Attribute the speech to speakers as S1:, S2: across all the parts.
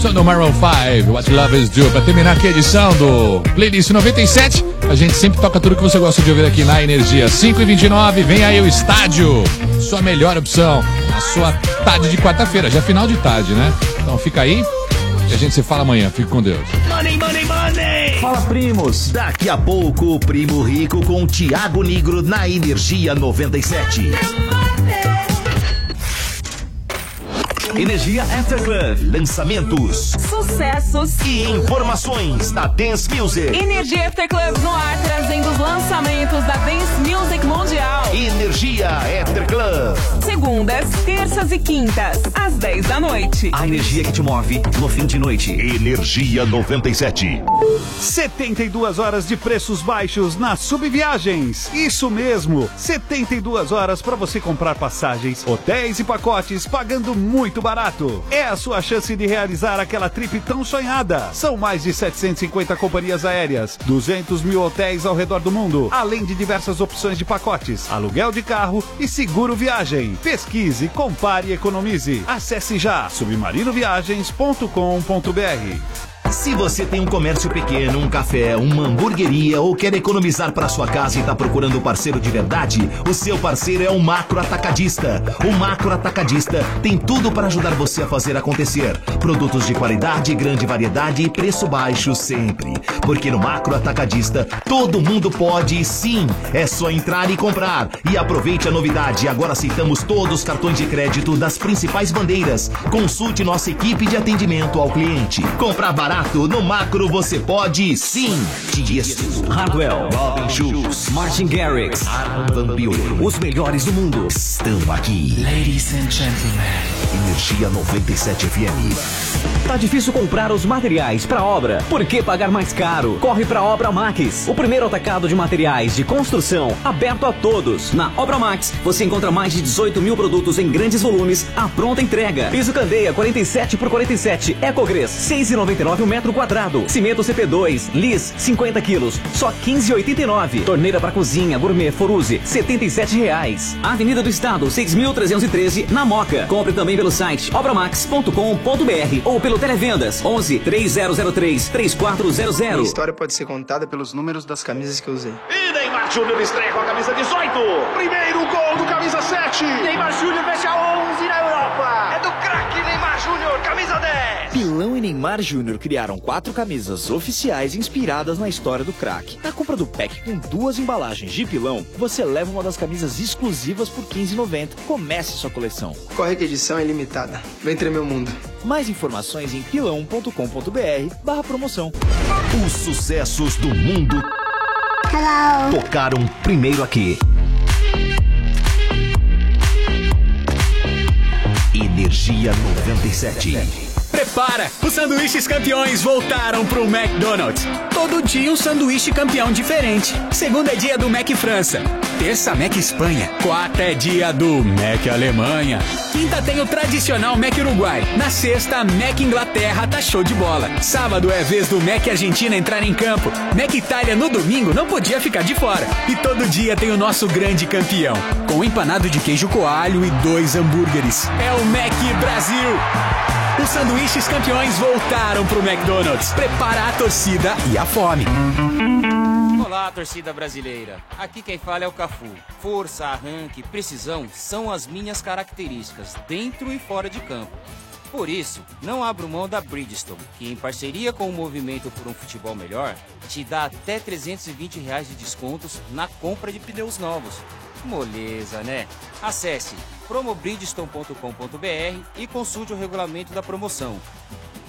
S1: Sou do Maroon 5, What Love Is Do. Pra terminar aqui a edição do Playlist 97, a gente sempre toca tudo que você gosta de ouvir aqui na Energia. 5 e 29 vem aí o estádio. Sua melhor opção, a sua tarde de quarta-feira, já final de tarde, né? Então fica aí e a gente se fala amanhã. Fique com Deus.
S2: Money, money, money!
S3: Fala, primos! Daqui a pouco, o Primo Rico com Tiago Negro na Energia 97. Energia After Club, lançamentos
S4: Sucessos.
S3: e informações da Dance Music.
S4: Energia After Club no ar, trazendo os lançamentos da Dance Music Mundial.
S3: Energia After Club,
S4: Segundas, terças e quintas, às 10 da noite.
S3: a energia que te move no fim de noite.
S2: Energia 97.
S5: 72 horas de preços baixos na Subviagens. Isso mesmo, 72 horas para você comprar passagens, hotéis e pacotes pagando muito barato. É a sua chance de realizar aquela trip tão sonhada. São mais de 750 companhias aéreas, 200 mil hotéis ao redor do mundo, além de diversas opções de pacotes, aluguel de carro e seguro viagem. Pesquise, compare e economize. Acesse já submarinoviagens.com.br.
S3: Se você tem um comércio pequeno, um café, uma hamburgueria ou quer economizar para sua casa e está procurando um parceiro de verdade, o seu parceiro é o Macro Atacadista. O Macro Atacadista tem tudo para ajudar você a fazer acontecer. Produtos de qualidade, grande variedade e preço baixo sempre. Porque no Macro Atacadista, todo mundo pode e sim. É só entrar e comprar. E aproveite a novidade. Agora aceitamos todos os cartões de crédito das principais bandeiras. Consulte nossa equipe de atendimento ao cliente. Comprar barato no macro você pode sim. Tiesto, Hardwell, Robin Schulz, Martin Garrix, Armin Van Buren. Os melhores do mundo estão aqui.
S6: Ladies and gentlemen.
S3: Energia 97 FM.
S7: Tá difícil comprar os materiais para obra. Por que pagar mais caro? Corre para Obra Max, o primeiro atacado de materiais de construção aberto a todos. Na Obra Max, você encontra mais de 18 mil produtos em grandes volumes à pronta entrega. Piso Candeia 47 por 47, Ecogres 6,99 o metro quadrado. Cimento CP2, Lis 50 quilos, só 15,89. Torneira para cozinha Gourmet Foruse 77 reais. Avenida do Estado 6.313 na Moca. Compre também pelo site obramax.com.br ou pelo Televendas 11 3003 3400.
S8: história pode ser contada pelos números das camisas que eu usei.
S2: E Neymar Júnior estreia com a camisa 18. Primeiro gol do camisa 7. Neymar Júnior fecha 11 na Europa. É do craque Neymar Júnior, camisa 10.
S9: Pilão e Neymar Júnior criaram quatro camisas oficiais inspiradas na história do craque. Na compra do pack com duas embalagens de pilão, você leva uma das camisas exclusivas por R$ 15,90. Comece sua coleção.
S8: Corre que a edição é limitada. Vem tremer o mundo.
S9: Mais informações em pilão.com.br barra promoção.
S3: Os sucessos do mundo tocaram primeiro aqui. Energia 97.
S10: Prepara! Os sanduíches campeões voltaram pro McDonald's. Todo dia um sanduíche campeão diferente. Segunda é dia do Mac França. Terça, Mac Espanha. Quarta é dia do Mac Alemanha. Quinta tem o tradicional Mac Uruguai. Na sexta, Mac Inglaterra tá show de bola. Sábado é vez do Mac Argentina entrar em campo. Mac Itália no domingo não podia ficar de fora. E todo dia tem o nosso grande campeão. Com empanado de queijo coalho e dois hambúrgueres. É o Mac Brasil! Os sanduíches campeões voltaram pro McDonald's. Prepara a torcida e a fome.
S11: Olá, torcida brasileira. Aqui quem fala é o Cafu. Força, arranque, precisão são as minhas características, dentro e fora de campo. Por isso, não abro mão da Bridgestone, que em parceria com o Movimento por um Futebol Melhor, te dá até 320 reais de descontos na compra de pneus novos. Moleza, né? Acesse promobridgestone.com.br e consulte o regulamento da promoção.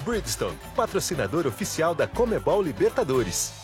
S12: Bridgestone, patrocinador oficial da Comebol Libertadores.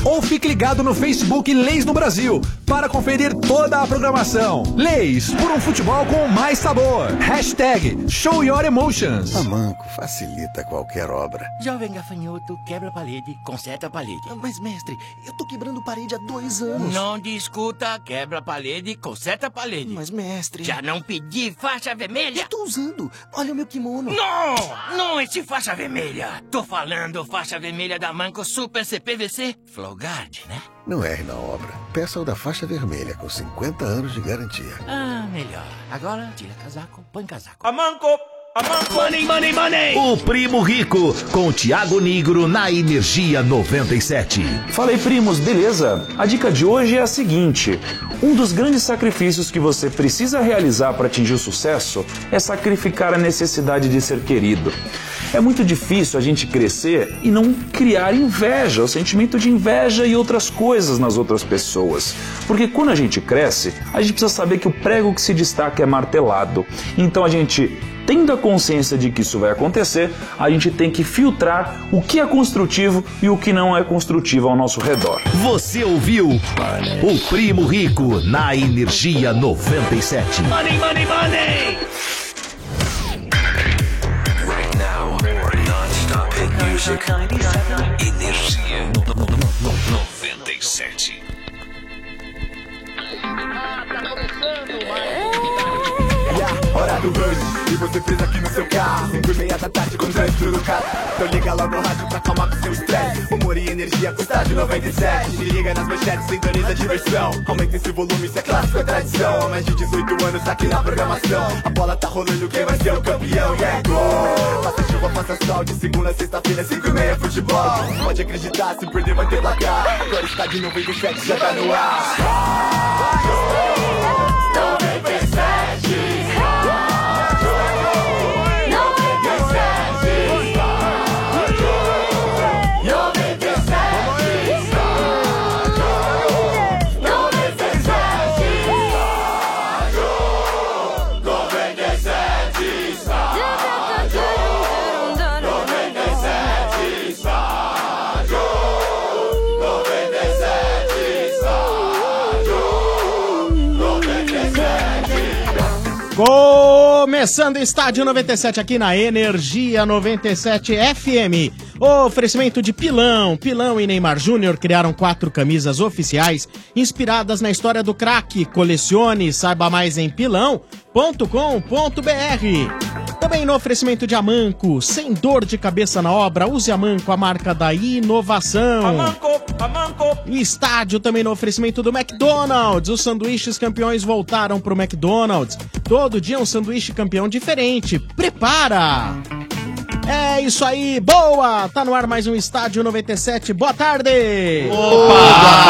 S1: ou fique ligado no Facebook Leis no Brasil para conferir toda a programação. Leis por um futebol com mais sabor. Hashtag Show Your Emotions.
S13: A Manco facilita qualquer obra.
S9: Jovem gafanhoto, quebra a parede, conserta a parede.
S14: Ah, Mas, mestre, eu tô quebrando parede há dois anos.
S9: Não discuta, quebra a parede, conserta a parede.
S14: Mas, mestre.
S9: Já não pedi faixa vermelha?
S14: Eu tô usando. Olha o meu kimono.
S9: Não! Não esse faixa vermelha. Tô falando faixa vermelha da Manco Super CPVC Flowguard, né?
S13: Não erre na obra. Peça o da faixa vermelha com 50 anos de garantia.
S9: Ah, melhor. Agora tira casaco, põe casaco.
S15: A Manco! A Manco! Money, money, money!
S3: O Primo Rico, com o Tiago Negro na Energia 97.
S16: Fala aí, primos, beleza? A dica de hoje é a seguinte: um dos grandes sacrifícios que você precisa realizar para atingir o sucesso é sacrificar a necessidade de ser querido. É muito difícil a gente crescer e não criar inveja, o sentimento de inveja e outras coisas nas outras pessoas. Porque quando a gente cresce, a gente precisa saber que o prego que se destaca é martelado. Então a gente tendo a consciência de que isso vai acontecer, a gente tem que filtrar o que é construtivo e o que não é construtivo ao nosso redor.
S3: Você ouviu o Primo Rico na Energia 97.
S17: Money, money, money!
S7: Right now, non-stop hit music. Energia 97.
S18: Hora do rush, e você fez aqui no seu carro Cinco e meia da tarde com trânsito no carro Então liga logo o rádio pra calmar com seu estresse Humor e energia com estádio 97 Me liga nas manchetes, sintoniza a diversão Aumenta esse volume, isso é clássico, é tradição Há mais de 18 anos aqui na programação A bola tá rolando, quem vai ser o campeão? E é gol! Passa chuva, passa sol, de segunda a sexta-feira, cinco e meia, futebol Pode acreditar, se perder vai ter placar Agora está de novo e o chat já tá no ar
S19: Começando Estádio 97 aqui na Energia 97 FM. Oferecimento de Pilão. Pilão e Neymar Júnior criaram quatro camisas oficiais inspiradas na história do craque. Colecione e saiba mais em pilão.com.br. Também no oferecimento de Amanco, sem dor de cabeça na obra, use Amanco, a marca da inovação.
S15: Amanco, Amanco.
S19: E Um estádio também no oferecimento do McDonald's. Os sanduíches campeões voltaram pro McDonald's. Todo dia um sanduíche campeão diferente. Prepara! É isso aí, boa! Tá no ar mais um Estádio 97. Boa tarde!
S20: Opa!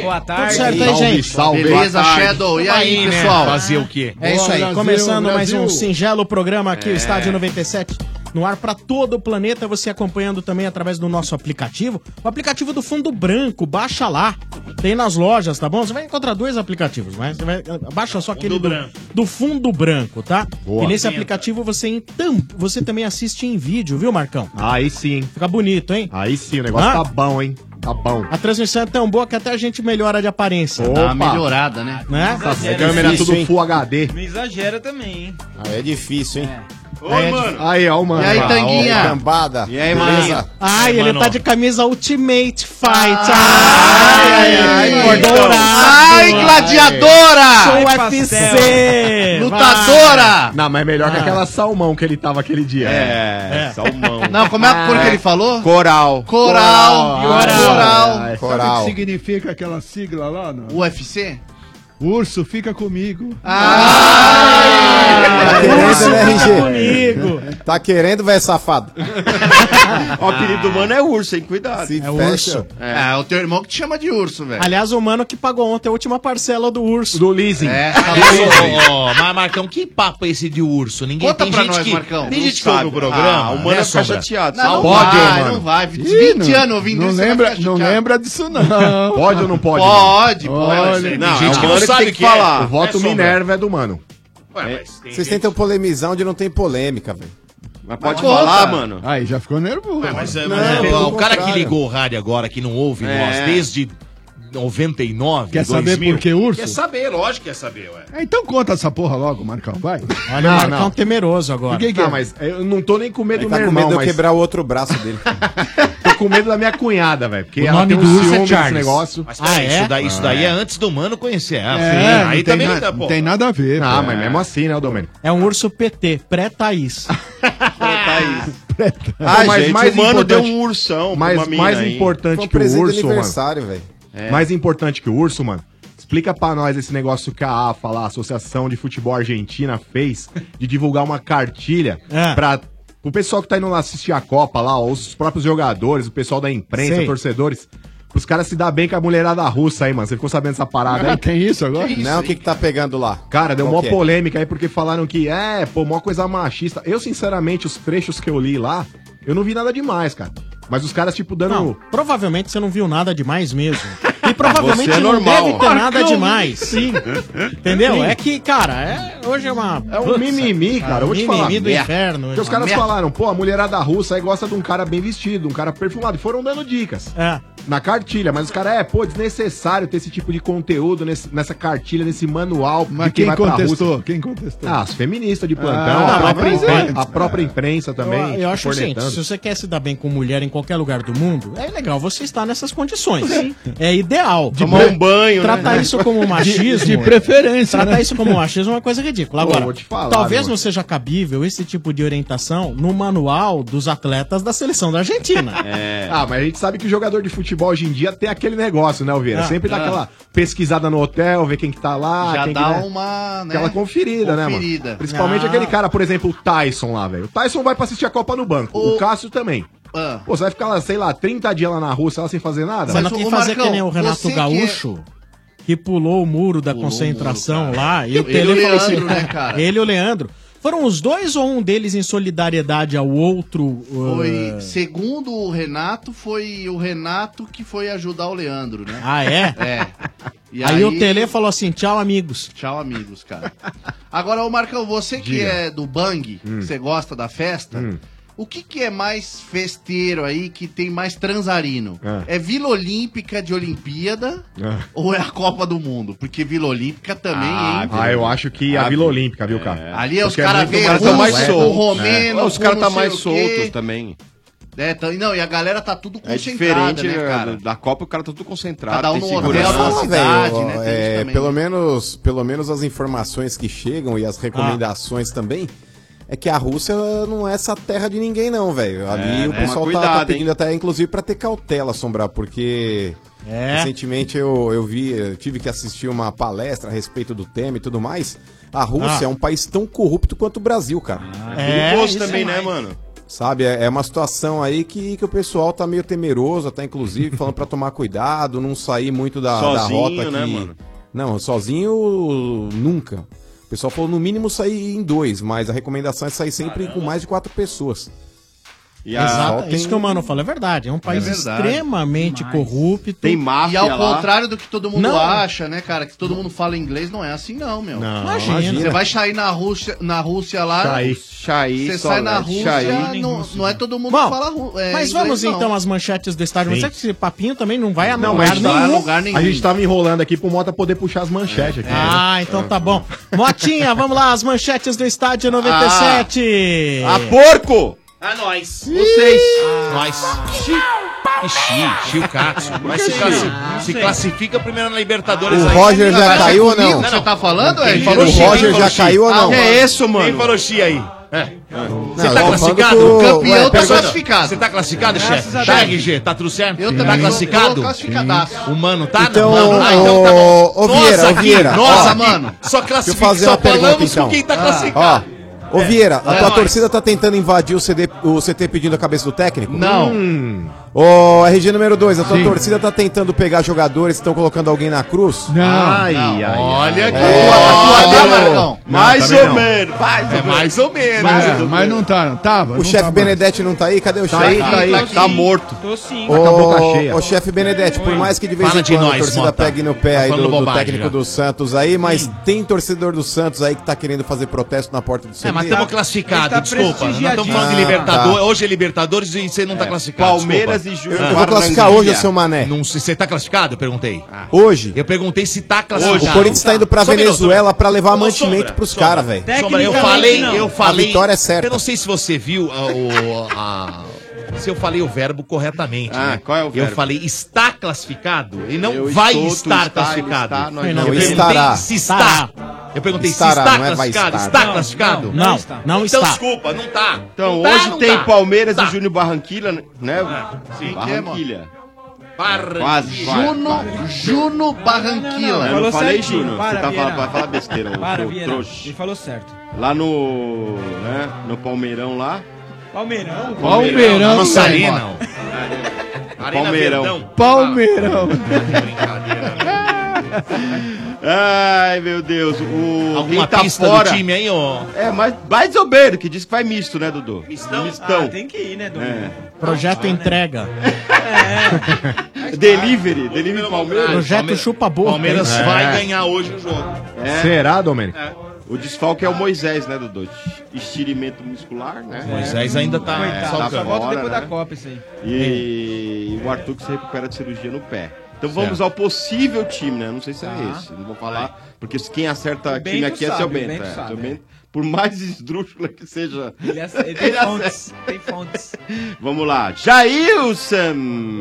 S19: Boa tarde! Tudo certo aí,
S20: Salve,
S19: gente?
S20: salve. Beleza, Shadow? E aí, pessoal?
S19: Fazer
S20: o quê?
S19: É isso
S20: Boa,
S19: aí,
S20: Brasil,
S19: começando mais
S20: Brasil.
S19: um singelo programa aqui,
S20: É.
S19: o Estádio 97. No ar pra todo o planeta, você acompanhando também através do nosso aplicativo. O aplicativo do Fundo Branco, baixa lá. Tem nas lojas, tá bom? Você vai encontrar dois aplicativos, mas você vai, baixa só aquele do,
S20: Branco.
S19: do Fundo Branco, tá?
S20: Boa.
S19: E nesse
S20: Entra.
S19: aplicativo você, então, você também assiste em vídeo, viu, Marcão?
S20: Aí sim.
S19: Fica bonito, hein?
S20: Aí sim, o negócio
S19: Ah.
S20: tá bom, hein? Tá bom.
S19: A transmissão é tão boa que até a gente melhora de aparência.
S20: Dá uma melhorada,
S19: né?
S20: Essa câmera tudo Full HD.
S21: Não exagera também, hein?
S20: Ah,
S21: É.
S20: é difícil, hein?
S21: Ô,
S20: É,
S21: mano.
S20: Aí, ó, o mano.
S21: E aí,
S20: Ah, ó,
S21: Tanguinha?
S20: Cambada.
S21: E aí,
S20: Beleza?
S21: mano?
S19: Ai, ele tá de camisa Ultimate Fight.
S20: Ai, ai, ai, gordão. então. Ai, gladiadora!
S19: Sou
S20: Ai,
S19: UFC!
S20: Lutadora!
S19: vai.
S20: Não, mas é melhor que aquela salmão que ele tava aquele dia. É, salmão. Ah.
S22: Não, como é a cor que ele falou?
S20: Coral.
S22: Coral.
S20: Coral.
S23: Ah,
S22: Coral.
S20: Ai,
S22: Sabe o
S20: Coral.
S22: que significa aquela sigla lá? Não? UFC?
S20: Urso, fica comigo.
S23: Ah,
S21: Tá querendo, né, RG?
S20: comigo.
S21: Tá querendo, velho safado?
S23: Ó, o apelido do mano é urso, hein? Cuidado.
S21: Se É fecha. urso.
S23: É. o teu irmão que te chama de urso, velho.
S19: Aliás, o mano que pagou ontem a última parcela do urso. Tá Do leasing.
S3: É, Ô, ô, ô, mas Marcão, que papo é esse de urso? Ninguém
S23: Conta
S3: tem
S23: pra
S3: gente
S23: nós,
S3: que,
S23: Marcão.
S3: Tem
S23: Não
S3: gente que ouve
S23: sabe.
S3: o programa.
S23: Ah, o mano
S3: né,
S23: vai ficar
S3: Sombra?
S23: chateado.
S3: Não, não
S23: Pode,
S3: vai,
S23: mano.
S3: não vai.
S23: 20 anos ouvindo
S20: não
S23: isso,
S20: lembra, Não lembra disso, não.
S23: Pode ou não pode? Pode, pode.
S20: Olha,
S23: Não,
S20: tem gente
S23: é o
S20: que não
S23: mano que
S20: sabe
S23: tem
S20: o
S23: que
S20: que é.
S23: falar.
S20: O voto
S23: Sombra?
S20: Minerva é do mano.
S23: Ué, mas tem
S21: É, Vocês
S23: gente-
S21: tentam polemizar onde não tem polêmica, velho.
S23: Mas
S20: pode
S23: falar, mano?
S20: Aí já ficou nervoso.
S3: Não, mas, é,
S20: Não,
S3: mas é,
S20: pelo
S3: o cara que
S20: contrário.
S3: ligou o rádio agora, que não ouve
S20: É.
S3: nós desde 99,
S20: Quer saber por que urso?
S23: Quer saber, lógico que quer saber, ué.
S20: É, então conta essa porra logo, Marcão, vai.
S21: Olha, o Marcão
S19: temeroso agora.
S20: Por que que é?
S21: Não, mas
S20: eu não tô nem com medo
S21: Ele tá com medo de eu quebrar o outro braço dele.
S20: Tô com medo da minha cunhada, velho. Porque
S21: O
S20: ela
S21: nome
S20: tem um
S21: do urso é
S20: ciúme desse
S21: Charles.
S20: negócio. Ah,
S3: Mas, peraí, isso daí, isso daí Ah, é. antes do mano conhecer. Ah, sim,
S20: não
S3: aí
S20: tem
S3: também
S20: na-
S3: não dá,
S20: É. não é,
S3: pô.
S20: tem nada a ver.
S3: Ah,
S20: pô.
S3: mas
S20: mesmo assim, né, Domênico?
S19: É um urso PT, pré-Thaís.
S23: Ah, gente, o mano deu
S20: importante-
S23: um ursão pra
S20: mais,
S23: uma mina
S20: mais
S23: aí.
S20: importante
S23: Foi um
S20: que o
S23: presente de
S20: urso,
S23: aniversário,
S20: mano.
S23: velho. É.
S20: Mais importante que o urso, mano. Explica pra nós esse negócio que a AFA, lá, a Associação de Futebol Argentina, fez de divulgar uma cartilha
S19: É.
S20: pra o pessoal que tá indo lá assistir a Copa lá, ó, os próprios jogadores, o pessoal da imprensa,
S21: Sei.
S20: torcedores, pros caras se dar bem com a mulherada russa aí, mano. Você ficou sabendo dessa
S19: Ah,
S20: parada aí?
S21: Tem
S20: isso agora?
S21: Não, o que que tá pegando lá?
S20: Cara, deu
S21: Qual
S20: mó
S21: que é?
S20: polêmica aí porque falaram que é, pô, mó coisa machista. Eu, sinceramente, os trechos que eu li lá, eu não vi nada demais, cara. Mas os caras, tipo, dando.
S19: Não, provavelmente você não viu nada demais mesmo. E provavelmente
S20: Você é
S19: não
S20: normal.
S19: deve ter nada
S20: Marcão,
S19: demais.
S20: sim.
S19: Entendeu?
S20: Sim.
S19: É que, cara, é- hoje é uma.
S20: É um mimimi, cara. Eu vou te falar.
S19: Mimimi do
S20: Merda.
S19: inferno.
S20: Porque os
S19: uma
S20: caras
S19: merda.
S20: falaram, pô, a mulherada russa aí gosta de um cara bem vestido, um cara perfumado. E foram dando dicas.
S19: É.
S20: Na cartilha, mas os caras, é, pô, desnecessário ter esse tipo de conteúdo nesse- nessa cartilha, nesse manual. de
S21: Mas
S20: quem
S21: quem
S20: vai pra
S21: contestou?
S20: Rússia.
S21: Quem contestou?
S20: Ah, as feministas de plantão,
S19: Ah,
S20: a,
S19: mas
S20: própria
S19: é.
S20: imprensa, a própria imprensa também.
S19: Eu, eu acho o seguinte,
S20: cornetando.
S19: se você quer se dar bem com mulher em qualquer lugar do mundo, é legal você estar nessas condições. É ideal.
S20: Tomar um banho, né?
S19: Tratar isso como machismo.
S20: De- de preferência,
S19: Tratar
S20: né?
S19: isso como machismo é uma coisa ridícula.
S20: Pô,
S19: Agora,
S20: vou te falar,
S19: talvez
S20: mano.
S19: não seja cabível esse tipo de orientação no manual dos atletas da seleção da Argentina.
S23: É.
S20: Ah, mas a gente sabe que o jogador de futebol hoje em dia tem aquele negócio, né, Alveira?
S19: Ah,
S20: Sempre dá
S19: ah.
S20: aquela pesquisada no hotel, ver quem que tá lá.
S23: Já
S20: quem
S23: dá
S20: que, né,
S23: uma, né,
S20: Aquela conferida, né,
S23: conferida.
S20: mano? Principalmente
S23: Ah.
S20: aquele cara, por exemplo, o Tyson lá, velho. O Tyson vai pra assistir a Copa no banco. O,
S23: O-
S20: Cássio também. Pô, você vai ficar lá, sei lá, 30 dias lá na Rússia, lá sem fazer nada?
S19: Você não tem que fazer que é nem o Renato
S20: é
S19: Gaúcho. Que pulou o muro da concentração lá. E
S23: Ele e
S19: o
S23: o
S19: Tele falou
S23: Leandro,
S19: assim,
S23: né, cara?
S19: Ele e o Leandro. Foram os dois ou um deles em solidariedade ao outro? uh,
S24: Foi, segundo o Renato, foi o Renato que foi ajudar o Leandro, né?
S19: Ah, é?
S24: É. E
S19: aí, o Tele falou assim: tchau, amigos.
S24: Tchau, amigos, cara. Agora, ô Marcão, você que
S19: Diga.
S24: é do bang,
S19: Hum.
S24: você gosta da festa,
S20: Hum.
S24: o que, que é mais festeiro aí, que tem mais transarino?
S20: Ah.
S24: É Vila Olímpica de Olimpíada ou é a Copa do Mundo? Porque Vila Olímpica também, hein?
S20: Ah, eu acho que a Vila Olímpica, viu, cara?
S24: Ali é os
S20: Porque
S24: caras
S20: muito
S24: veem
S20: mais
S24: russo,
S20: completo,
S24: com
S20: né?
S24: romeno,
S23: Tá Os
S24: com
S23: caras
S24: não
S23: tá
S24: sei
S23: mais
S24: o quê.
S23: soltos também.
S24: É, tá- não, e a galera tá tudo
S23: É
S24: concentrada,
S23: diferente
S24: né,
S23: né,
S24: cara?
S23: da Copa, o cara tá tudo concentrado.
S24: Cada um
S23: tem
S24: num
S23: segurança.
S24: hotel, numa
S21: Ah,
S24: cidade,
S21: velho,
S24: né?
S21: ó,
S24: Tem isso
S21: é,
S24: também,
S21: pelo,
S24: né?
S21: menos, pelo menos as informações que chegam e as
S23: Ah.
S21: recomendações também. É que a Rússia ela não é essa terra de ninguém, não, velho. Ali
S23: É,
S21: o
S23: né?
S21: pessoal
S23: Mas
S21: tá- tá,
S23: cuidado,
S21: pedindo até, inclusive, pra ter cautela, Sombrar, porque
S19: É.
S21: recentemente eu, eu vi, eu tive que assistir uma palestra a respeito do tema e tudo mais. A Rússia
S23: Ah.
S21: é um país tão corrupto quanto o Brasil, cara.
S23: É, Perigoso isso também, é né, mais. mano?
S21: Sabe, é é uma situação aí que, que o pessoal tá meio temeroso, até inclusive falando pra tomar cuidado, não sair muito da, da
S23: Sozinho,
S21: rota
S23: né,
S21: que...
S23: mano?
S21: Não, sozinho nunca. O pessoal falou no mínimo sair em dois, mas a recomendação é sair sempre com mais de quatro pessoas.
S23: E
S19: Exato, isso que o Mano fala é verdade. É um país
S24: verdade.
S19: extremamente corrupto.
S24: E ao contrário do que todo mundo
S19: Não.
S24: acha, né, cara? Que todo mundo fala inglês, não é assim, não, meu.
S19: Não, Imagina. imagina.
S24: Você vai sair na Rússia, na Rússia lá.
S19: Chaí.
S24: Chaí, Você sai
S23: né?
S24: na Rússia, não, não é todo mundo
S19: Bom,
S24: que fala ru- é,
S19: mas
S24: inglês,
S19: vamos
S24: não.
S19: então às manchetes do estádio. Mas
S20: Sim.
S19: será que esse papinho também não vai a
S20: Não,
S19: lugar
S20: mas a gente, tá-
S19: nenhum?
S20: a gente tava enrolando aqui pro Mota poder puxar as manchetes
S24: É.
S20: aqui.
S19: Ah, então tá bom. Motinha, vamos lá, as manchetes do estádio 97.
S23: Ah, porco!
S9: É
S19: A nós.
S23: Vocês.
S3: Nós. Ixi, Chiu Katsu. Mas se,
S23: Ixi.
S3: classi- se classifica primeiro na Libertadores
S21: O
S3: aí.
S21: Roger já
S3: Mas é
S21: caiu ou
S3: comigo
S21: não?
S3: que
S21: Você tá
S3: falando,
S21: é?
S3: Quem falou
S21: O
S3: Xi, quem
S21: Roger
S3: falou
S21: já
S3: Xi?
S21: caiu ou
S3: Ah,
S21: não?
S3: que é isso, mano? Quem falou Xi aí?
S15: Você tá
S21: eu tô
S15: classificado?
S21: falando pro-
S15: Campeão
S21: Ué,
S15: tá
S21: pergunta-
S15: classificado. Você tá classificado,
S21: Graças
S15: chefe?
S21: a Deus.
S15: Chegue, G, tá tudo certo?
S21: Eu
S15: Tá
S21: também.
S15: classificado?
S21: Eu tô classificadaço.
S15: Sim. O mano tá?
S21: Então,
S15: Não, não, não.
S21: ô,
S15: Então tá bom.
S21: ô,
S15: Nós
S21: Vieira, ô,
S15: aqui,
S21: Vieira,
S15: Nós
S21: ó.
S15: aqui,
S21: mano. Deixa
S15: Só
S21: eu
S15: classificamos,
S21: fazer
S15: só
S21: uma pergunta,
S15: falamos com
S21: então.
S15: quem tá
S21: Ah.
S15: classificado.
S21: Ó, ô Vieira, a
S15: É
S21: tua
S15: nóis.
S21: torcida tá tentando invadir o, CD, o CT pedindo a cabeça do técnico?
S15: Não.
S21: Hum. Ô, RG número 2, a tua
S15: Sim.
S21: torcida tá tentando pegar jogadores que estão colocando alguém na cruz?
S15: Não. Ai, ai, ai.
S21: Olha
S15: que
S23: É.
S15: boa, boa, Marcão. Mais
S23: Tá
S15: ou
S23: menos,
S3: É,
S23: É, mais
S21: ou menos.
S15: ou menos.
S21: Mais ou menos.
S3: Mas não tá, não tava.
S21: O chefe Benedetti não tá aí? Cadê o chefe?
S3: Tá aí, tá aí. Tá morto.
S21: Tô
S3: sim.
S21: Ô,
S3: Tá com a boca cheia.
S21: ô, chefe Benedetti, por mais que de vez
S3: Fala
S21: em
S3: de
S21: quando a
S3: nós,
S21: torcida
S3: Mota.
S21: pegue no pé
S3: Tá
S21: aí do,
S3: falando
S21: do
S3: bobagem
S21: técnico
S3: já.
S21: do Santos aí, mas tem torcedor do Santos aí que tá querendo fazer protesto na porta do CT.
S3: É, mas
S23: tá-
S3: estamos classificados, desculpa. Nós estamos falando de
S21: Ah,
S3: Libertadores.
S21: tá.
S3: Hoje é Libertadores e você não está
S21: É,
S3: classificado.
S21: Palmeiras
S3: desculpa.
S21: e Ju- Eu vou classificar hoje,
S3: Barranquilla.
S21: seu Mané. Ah.
S3: Não sei, você está classificado? Eu perguntei.
S21: Hoje?
S3: Eu perguntei se está classificado.
S21: O Corinthians tá indo pra
S3: Só um minuto. um
S21: Venezuela pra levar mantimento
S3: Sombra,
S21: pros
S3: Sombra.
S21: caras, velho.
S3: Sombra, eu falei,
S21: não.
S3: eu falei.
S21: A vitória é certa.
S3: Eu não sei se você viu a- o- a- se eu falei o verbo corretamente.
S23: Ah,
S3: né?
S23: qual é o verbo?
S3: Eu falei está classificado e não
S23: Eu
S3: vai
S23: estou, tu
S3: estar
S23: está,
S3: classificado.
S23: ele está, nós
S3: eu
S23: não.
S3: perguntei
S23: Estará.
S3: se está. Eu perguntei
S23: Estará,
S3: se está
S23: não é vai
S3: classificado.
S23: estar.
S3: Está
S23: Não,
S3: classificado?
S23: não, não está. Não
S3: então,
S23: está.
S3: desculpa, não está.
S23: Então,
S3: Não tá,
S23: hoje
S3: não
S23: tem
S3: tá.
S23: Palmeiras
S3: Tá. Ah,
S23: e Júnior Barranquilla, né?
S3: sim.
S23: Barranquilla. Tá.
S3: Barranquilla.
S23: Quase, vai,
S24: Juno,
S23: vai.
S24: Juno
S3: é,
S24: Barranquilla.
S23: Não, né? eu não falei Juno. Você
S24: Para,
S23: tá
S24: Vieira.
S23: falando, vai falar besteira,
S24: Para,
S23: ô, seu
S24: Vieira.
S23: trouxa.
S19: Ele falou certo.
S23: Lá no. né? No Palmeirão lá.
S19: Palmeirão.
S23: Palmeirão,
S19: Massarino.
S23: Massarino.
S19: Arena
S23: Palmeirão.
S19: Verdão.
S23: Palmeirão.
S3: é
S23: Ai, meu Deus. O,
S3: Alguma pista do time aí, ó?
S23: É, mas mais ou menos, que diz que vai misto, né, Dudu? Mistão? Mistão.
S19: Ah, tem que ir, né, Domingo?
S23: É.
S9: Projeto entrega.
S23: Delivery, delivery Palmeiras.
S9: Projeto chupa boca.
S23: Palmeiras
S9: hein?
S23: vai
S9: É.
S23: ganhar hoje o jogo.
S20: Será, Domênico?
S23: É. O desfalque é o Moisés, né, Dudu? Estiramento muscular, né?
S3: Moisés ainda tá-
S23: É,
S3: só
S23: tá
S3: volta
S23: fora,
S3: depois
S23: né?
S3: da Copa, isso aí.
S23: E, e o Arthur que se recupera de cirurgia no pé. Então vamos
S3: Certo.
S23: ao possível time, né? Não sei se é
S3: Tá.
S23: esse. Não vou falar, porque se quem acerta
S3: O
S23: time
S3: Bento
S23: aqui é
S3: sabe,
S23: seu
S3: o
S23: Bento.
S3: Bento
S23: é.
S3: sabe,
S23: Seu
S3: é.
S23: Bento, por mais esdrúxula que seja. Ele,
S3: ace- ele é tem fontes,
S19: Tem fontes.
S23: Vamos lá. Jailson!